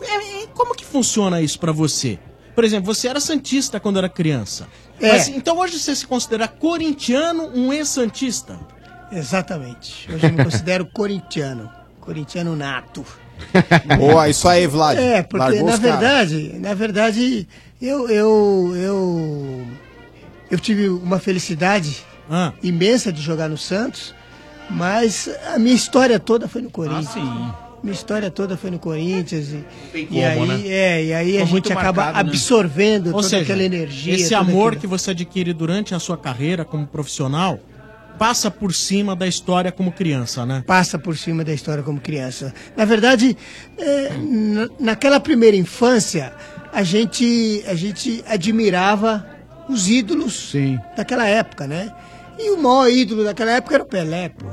S19: É, é, como que funciona isso pra você? Por exemplo, você era santista quando era criança.
S14: É.
S19: Mas, então hoje você se considera corintiano, um ex-santista.
S14: Exatamente. Hoje eu me considero corintiano. Corintiano nato.
S21: Boa, isso aí, Vlad.
S14: É, porque
S21: Largou
S14: na
S21: os caras.
S14: verdade, na verdade, eu eu eu eu tive uma felicidade
S19: Ah.
S14: imensa de jogar no Santos, mas a minha história toda foi no
S19: Ah,
S14: Corinthians. Minha história toda foi no Corinthians e,
S19: tem
S14: e
S19: como,
S14: aí,
S19: né?
S14: é, e aí a
S19: Ficou
S14: gente
S19: muito
S14: acaba
S19: marcado, né?
S14: absorvendo
S19: Ou
S14: toda
S19: seja,
S14: aquela energia.
S19: Esse
S14: todo
S19: amor
S14: aquele-
S19: que você adquire durante a sua carreira como profissional passa por cima da história como criança, né?
S14: passa por cima da história como criança. Na verdade, é, na- naquela primeira infância, a gente, a gente admirava os ídolos daquela época, né? E o maior ídolo daquela época era o Pelé, pô.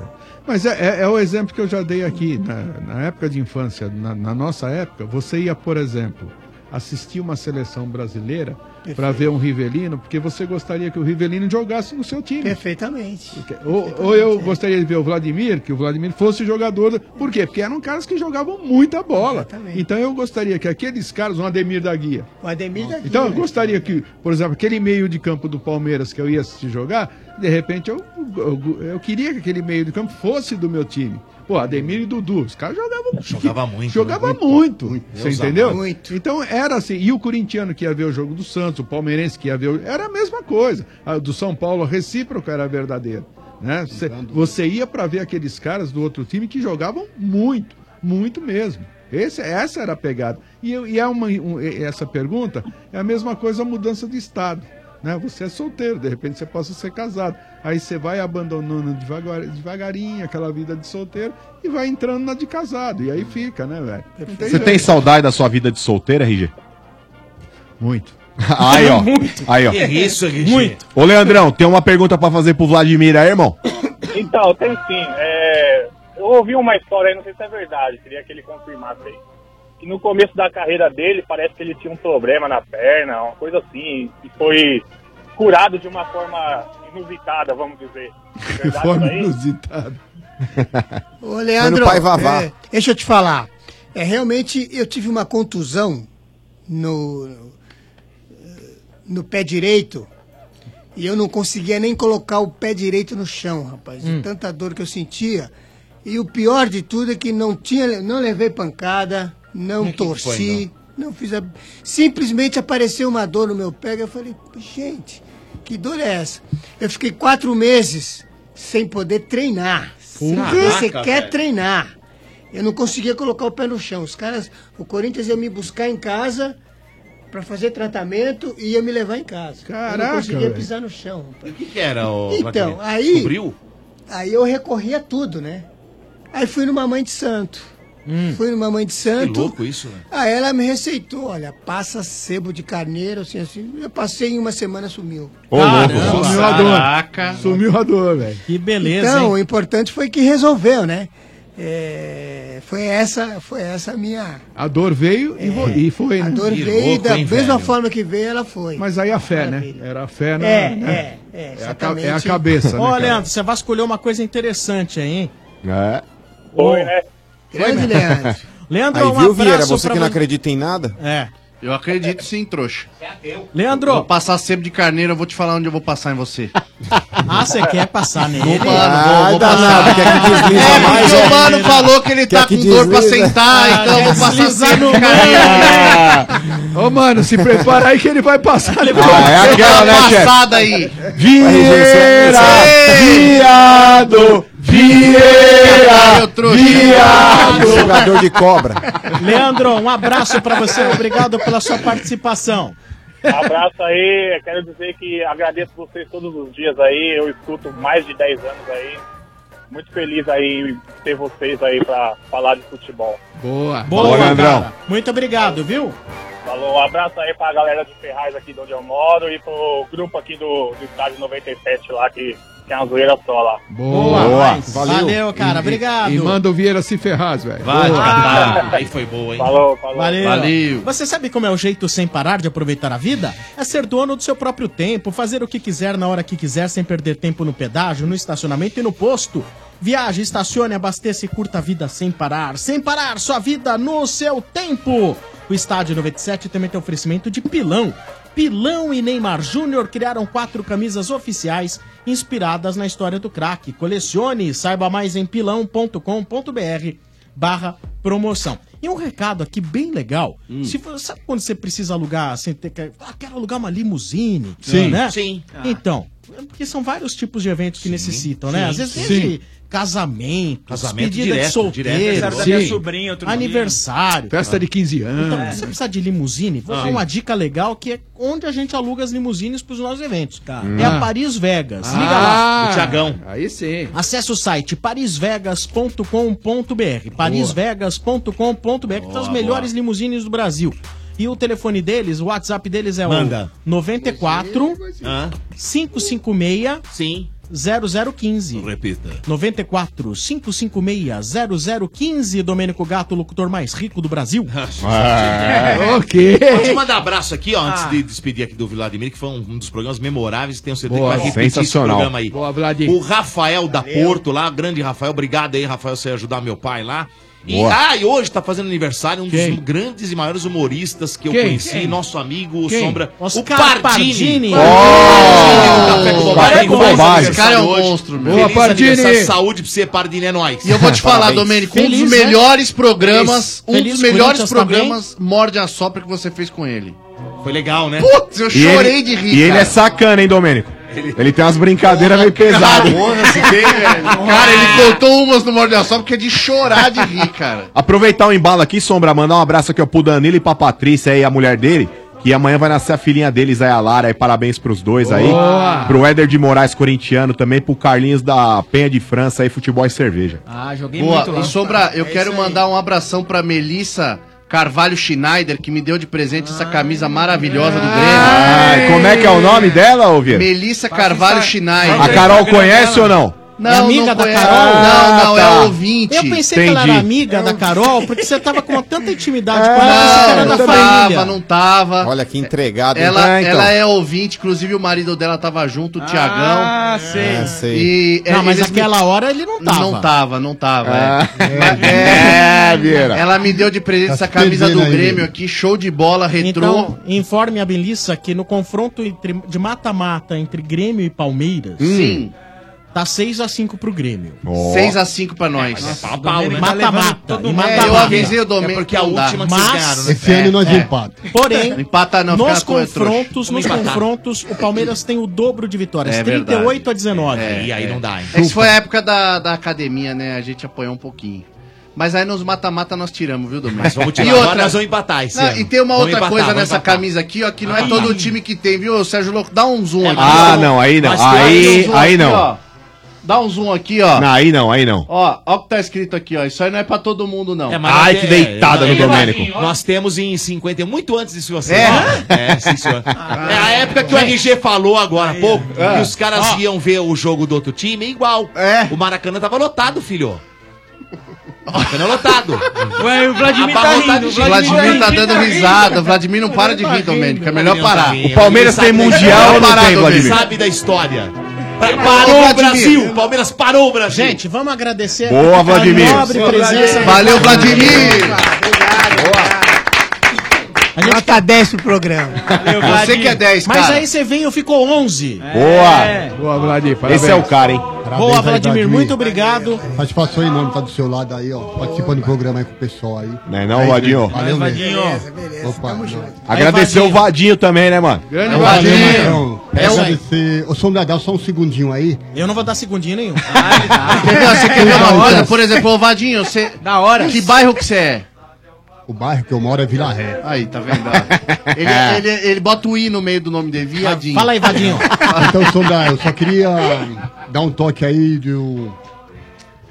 S22: Mas é, é- é o exemplo que eu já dei aqui. Na, na época de infância, na, na nossa época, você ia, por exemplo, assistir uma seleção brasileira para
S14: Perfeito.
S22: ver um Rivelino, porque você gostaria que o Rivelino jogasse no seu time.
S14: Perfeitamente.
S22: Ou, ou eu gostaria de ver o Vladimir, que o Vladimir fosse jogador. do- Por quê? Porque eram caras que jogavam muita bola. Então eu gostaria que aqueles caras, um Ademir da Guia.
S14: O Ademir daqui.
S22: Então eu
S14: né?
S22: gostaria que, por exemplo, aquele meio de campo do Palmeiras que eu ia assistir jogar, de repente eu, eu, eu queria que aquele meio de campo fosse do meu time. Pô, Ademir e Dudu, os caras jogavam
S3: Jogava muito. né?
S22: Jogava muito, você
S3: Deus
S22: entendeu?
S3: amado.
S22: Então era assim, e o corintiano que ia ver o jogo do Santos, o palmeirense que ia ver, o- era a mesma coisa. A do São Paulo, a recíproca era verdadeira, né? Cê- você ia pra ver aqueles caras do outro time que jogavam muito, muito mesmo. Esse, essa era a pegada. E, eu- e é uma, um- e- essa pergunta é a mesma coisa a mudança de estado. Né? Você é solteiro, de repente você possa ser casado. Aí você vai abandonando devagar, devagarinho aquela vida de solteiro e vai entrando na de casado. E aí fica, né, velho? Não
S26: Você
S22: jeito.
S26: tem saudade da sua vida de solteira, RG?
S22: Muito.
S26: Aí, ó.
S22: Muito.
S26: Aí, ó.
S3: Que é isso, RG?
S26: Muito. Ô, Leandrão, tem uma pergunta pra fazer pro Vladimir aí, irmão?
S31: Então, tem sim. É, eu ouvi uma história aí, não sei se é verdade, queria que ele confirmasse aí. Que no começo da carreira dele, parece que ele tinha um problema na perna, uma coisa assim, e foi curado de uma forma inusitada, vamos dizer. É Verdade isso aí?
S22: inusitada.
S14: Ô, Leandro,
S21: Pai Vavá.
S14: é, deixa eu te falar. É, realmente, eu tive uma contusão no, no pé direito e eu não conseguia nem colocar o pé direito no chão, rapaz. De
S10: Hum.
S14: tanta dor que eu sentia. E o pior de tudo é que não, tinha, não levei pancada, não
S10: E o que que
S14: torci,
S10: foi, então?
S14: não fiz... A... Simplesmente apareceu uma dor no meu pé e eu falei, gente, que dor é essa? Eu fiquei quatro meses sem poder treinar.
S10: Caraca,
S14: Você quer
S10: velho.
S14: treinar. Eu não conseguia colocar o pé no chão. Os caras, o Corinthians ia me buscar em casa pra fazer tratamento e ia me levar em casa. eu
S3: Caraca,
S14: não conseguia
S3: velho.
S14: pisar no chão. rapaz.
S3: O que, que era, ô, Vladimir?
S14: Então, aí-
S3: Descobriu?
S14: Aí eu recorri a tudo, né? Aí fui numa mãe de santo. Fui numa mãe de santo.
S3: Hum. Que louco isso, né?
S14: Aí Ah, ela me receitou, olha, passa sebo de carneiro, assim, assim. Eu passei em uma semana, sumiu.
S22: Ô, louco. Sumiu a dor. Sumiu a dor, velho.
S19: Que beleza,
S14: então, o
S19: hein?
S14: importante foi que resolveu, né? É, foi essa foi essa a minha...
S22: A dor veio e, vo- e foi, né?
S14: A dor veio e da mesma forma que veio, ela foi.
S22: Mas aí a fé, né? Era a fé na...
S14: É,
S22: né?
S14: é, é,
S22: a ca-
S14: exatamente.
S22: é a cabeça, né,
S19: Ó,
S22: cara?
S19: Leandro, você vasculhou uma coisa interessante aí, hein?
S26: É.
S19: Foi,
S31: né?
S19: Grande Leandro. Leandro,
S21: Aí,
S19: um
S21: viu, Vieira?
S19: abraço
S21: Você
S19: pra
S21: que não
S19: você.
S21: acredita em nada?
S19: É.
S24: Eu acredito sim, trouxa.
S19: Leandro!
S24: Vou passar sebo de carneiro, eu vou te falar onde eu vou passar em você.
S19: Ah, você quer passar nele?
S24: Vou, mano, Ah, vou, vou passar. é, porque o mano falou que ele tá com dor pra sentar, então eu vou passar sebo de
S22: Ô, mano, se prepara aí que ele vai passar. Ah,
S24: é aquela, né, chefe? Passada aí.
S22: Vieira,
S26: viado,
S22: Vieira,
S19: viado.
S21: Jogador de cobra.
S19: Leandro, um abraço pra você, obrigado pela sua participação.
S31: Abraço aí, quero dizer que agradeço vocês todos os dias aí, eu escuto mais de 10 anos aí. Muito feliz aí em ter vocês aí pra falar de futebol.
S22: Boa.
S19: Boa,
S31: Boa, Leandrão.
S19: cara. Muito obrigado, viu?
S31: Falou, um abraço aí pra galera de Ferraz aqui de onde eu moro e pro grupo aqui do, do estádio 97 lá que tem uma zoeira só lá.
S22: Boa.
S19: Boa. Valeu. Valeu, cara,
S22: E- e-
S19: obrigado.
S22: E, manda o Vieira se ferraz, velho.
S19: Vai,
S22: Boa.
S19: Catar.
S3: Aí foi boa, hein?
S31: Falou, falou.
S19: Valeu.
S22: Valeu.
S19: Você sabe como é o jeito sem parar de aproveitar a vida? É ser dono do seu próprio tempo, fazer o que quiser na hora que quiser, sem perder tempo no pedágio, no estacionamento e no posto. Viaje, estacione, abasteça e curta a vida sem parar. Sem parar, sua vida no seu tempo. O Estádio 97 também tem oferecimento de pilão. Pilão e Neymar Júnior criaram quatro camisas oficiais inspiradas na história do craque. Colecione e saiba mais em pilão.com.br barra promoção. E um recado aqui bem legal.
S3: Hum.
S19: Se você, sabe quando você precisa alugar, assim, ter que- ah, quero alugar uma limusine,
S3: Sim.
S19: né?
S3: Sim. Ah.
S19: Então, é porque são vários tipos de eventos que necessitam, né?
S3: Sim.
S19: Às vezes
S3: Sim.
S19: desde casamento,
S3: Casamento
S19: despedida
S3: direto,
S19: de solteiro,
S3: direto. Aniversário da minha sobrinha outro dia.
S19: aniversário.
S22: Festa de 15 anos.
S19: Então, se você precisar de limusine, vou
S22: Ah.
S19: dar uma dica legal que é onde a gente aluga as limusines para os nossos eventos.
S3: Tá.
S19: É
S22: Ah.
S19: a Paris Vegas. Liga
S22: Ah.
S19: lá.
S22: Do Thiagão.
S19: Aí sim. Acesse o site parisvegas.com.br. Parisvegas.com.br, que tá as
S23: Boa,
S19: melhores limusines do Brasil. E o telefone deles, o WhatsApp deles é
S23: Manda.
S19: o 94 556
S3: Sim.
S19: 0015.
S37: Repita.
S19: 94 556 0015, Domênico Gato, o locutor mais rico do Brasil. é.
S3: Vou te Ah, mandar abraço aqui, ó, antes
S19: Ah.
S3: de despedir aqui do Vladimir, que foi um, um dos programas memoráveis, que tenho certeza
S23: Boa,
S3: que vai repetir
S23: sensacional.
S3: esse programa aí.
S23: Boa, Vladimir.
S3: O Rafael da Porto lá, grande Rafael, obrigado aí, Rafael, você ajudar meu pai lá. E,
S23: Boa.
S3: ah, e hoje tá fazendo aniversário um
S23: Quem?
S3: dos grandes e maiores humoristas que
S23: Quem?
S3: eu conheci,
S23: Quem?
S3: nosso amigo
S23: Quem?
S3: Sombra,
S19: Oscar
S3: o Pardini.
S19: Pardini.
S3: Pardini,
S19: Oh!
S3: do Café com
S19: Café
S3: Bobagem. Feliz
S19: com Bobagem.
S3: aniversário
S19: Esse cara é um
S3: hoje.
S19: monstro, meu.
S3: Feliz
S19: Boa, Pardini.
S3: aniversário, Saúde pra você, Pardini, é nóis.
S24: E eu vou te falar, Domênico, um dos melhores programas, um dos melhores programas morde a sopra que você fez com ele.
S3: Foi legal, né?
S24: Putz, eu
S20: E ele-
S24: chorei de rir.
S20: E ele
S24: cara.
S20: é sacana, hein, Domênico? Ele, tem umas brincadeiras meio pesadas.
S24: Porra, se bem,
S19: né?
S24: velho. Cara, ele contou umas no Morde a Sopra que é de chorar de rir, cara.
S20: Aproveitar o embalo aqui, Sombra, mandar um abraço aqui ó, pro Danilo e pra Patrícia aí, a mulher dele. Que amanhã vai nascer a filhinha deles aí, a Lara. Aí, parabéns pros dois aí.
S26: Boa.
S20: Pro Éder de Moraes, corintiano. Também pro Carlinhos da Penha de França aí, futebol e cerveja.
S19: Ah, joguei
S24: Boa,
S19: muito lá.
S24: e Sombra, eu
S19: É
S24: quero
S19: isso aí.
S24: mandar um abração pra Melissa Carvalho Schneider, que me deu de presente essa camisa maravilhosa do Grêmio.
S20: Ai, como é que é o nome dela, ô Vieira?
S24: Melissa Carvalho Schneider.
S20: A Carol conhece ou não?
S19: É
S24: Não,
S19: amiga
S24: não
S19: da
S24: conhece.
S19: Carol?
S24: Não, não,
S19: Ah, tá.
S24: é ouvinte.
S19: Eu pensei que ela era amiga da Carol, porque você tava com uma tanta intimidade com ela, pensei que
S24: Não,
S19: era
S24: Ah, não
S19: é da
S24: tava,
S19: família.
S24: não tava.
S38: Olha que entregado. hein?
S24: Ela,
S38: Ah, então.
S24: ela é ouvinte, inclusive o marido dela tava junto, o Tiagão.
S19: Ah, sei.
S38: Ah, sei.
S24: E,
S19: Não,
S24: é,
S19: mas
S24: eles me-
S19: naquela hora ele não tava.
S24: Não tava, não tava.
S19: Ah.
S24: é. Mas-
S19: É,
S24: é,
S19: Vieira.
S24: Ela me deu de presente
S19: Tá
S24: essa
S19: se
S24: camisa do
S19: perdendo aí,
S24: Grêmio
S19: Vieira.
S24: aqui, show de bola, retrô.
S19: Então, informe a Melissa que no confronto entre- de mata-mata entre Grêmio e Palmeiras,
S24: Hum. Sim.
S19: tá 6x5 pro Grêmio.
S24: 6x5 pra
S19: É,
S24: nós.
S19: um
S24: né?
S19: né? Tá
S24: Tá
S19: Mata-mata. e
S24: É, eu
S19: mata-mata. É,
S24: avisei o Domênico. não dá.
S19: né?
S24: né?
S26: Esse ano nós empatamos.
S19: Porém,
S24: Não empata não,
S19: nos
S24: fica com- é trouxa.
S19: confrontos,
S24: Vamos
S19: nos
S24: empatar.
S19: confrontos, o Palmeiras tem o dobro de vitórias,
S24: É
S19: 38
S24: verdade.
S19: a 19.
S24: É, é.
S19: Chupa.
S24: Essa foi a época da, da academia, né? A gente apoiou um pouquinho. Mas aí nos mata-mata nós tiramos, viu, Domingos?
S3: Mas vamos tirar.
S24: E
S3: Agora
S24: outra...
S3: nós vamos empatar esse
S24: Não,
S3: ano.
S24: E tem uma
S3: Vamos
S24: outra
S3: empatar,
S24: coisa
S3: vamos
S24: nessa
S3: empatar.
S24: camisa aqui, ó, que não
S3: Ah,
S24: é todo
S3: tá.
S24: o time que tem, viu, Sérgio Louco? Dá um zoom aqui.
S20: Ah,
S24: ó.
S20: não, aí não,
S24: Mas tem
S20: aí-
S24: um zoom
S20: aí
S24: aqui,
S20: não.
S24: ó. Dá um zoom aqui, ó.
S20: Não, aí não, aí não.
S24: Ó, ó o que tá escrito aqui, ó. Isso aí não é pra todo mundo, não.
S3: É, mas
S20: Ai,
S3: nós
S20: que
S3: te- é,
S20: deitada no
S3: nós-
S20: Domênico.
S3: Nós temos em 50, muito antes disso você.
S24: É?
S3: é sim, senhor. É a época que o RG falou agora há pouco,
S24: É.
S3: que os caras iam ver o jogo do outro time, é igual. O Maracanã tava lotado, filho. O Maracanã é lotado. Ué, o
S24: Vladimir tá rindo, o Vladimir tá dando risada, o Vladimir não para de
S3: tá
S24: rir, Domênico, é melhor parar. O Palmeiras tem mundial ou não tem, Vladimir?
S3: sabe da história. Pra-
S19: Ô,
S3: Parou o
S19: Vladimir.
S3: Brasil, Palmeiras parou o Brasil.
S19: Gente, vamos agradecer
S3: Boa, Vladimir.
S19: nobre
S3: Boa,
S19: presença.
S3: Vladimir.
S24: Valeu,
S19: Vladimir.
S14: Nota 10 pro programa.
S24: Você que é 10, cara.
S19: Mas aí você veio, ficou 11.
S26: Boa.
S22: Boa, Vladimir.
S26: Esse é o cara, hein?
S19: Boa, Vladimir, muito obrigado.
S26: Satisfação enorme estar do seu lado aí, ó. Participando do programa aí com o pessoal aí.
S20: Não é não, Vadinho?
S26: Valeu, mesmo.
S19: Beleza,
S14: beleza.
S26: Opa, não.
S20: Agradecer o Vadinho também, né, mano?
S26: Grande
S20: É o
S26: Vadinho.
S20: Vadinho.
S26: Então,
S19: É
S26: quero
S19: isso aí.
S26: agradecer. Ô, Sombra, dá só um segundinho aí.
S19: Eu não vou dar segundinho nenhum.
S24: Entendeu? Você quer ver uma
S26: Não,
S24: coisa?
S26: não.
S24: Por exemplo, ô Vadinho, você. Da hora. Que bairro que você é?
S26: O bairro que eu moro é Vila Ré.
S24: Aí, tá vendo? ó? Ele,
S20: É.
S24: ele- ele bota o I no meio do nome dele, Viadinho.
S26: Fala aí,
S24: Vadinho.
S26: Então, Sombra, eu só queria dar um toque aí do.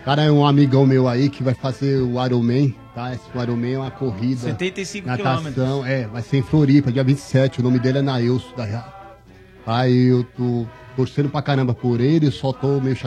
S26: Cara, é um amigão meu aí que vai fazer o Ironman, tá? Esse Ironman é uma corrida.
S10: 75
S26: natação,
S10: quilômetros.
S26: é, vai ser em Floripa, dia 27. O nome dele é Nailson da Aí eu tô torcendo pra caramba por ele, só tô meio chateado.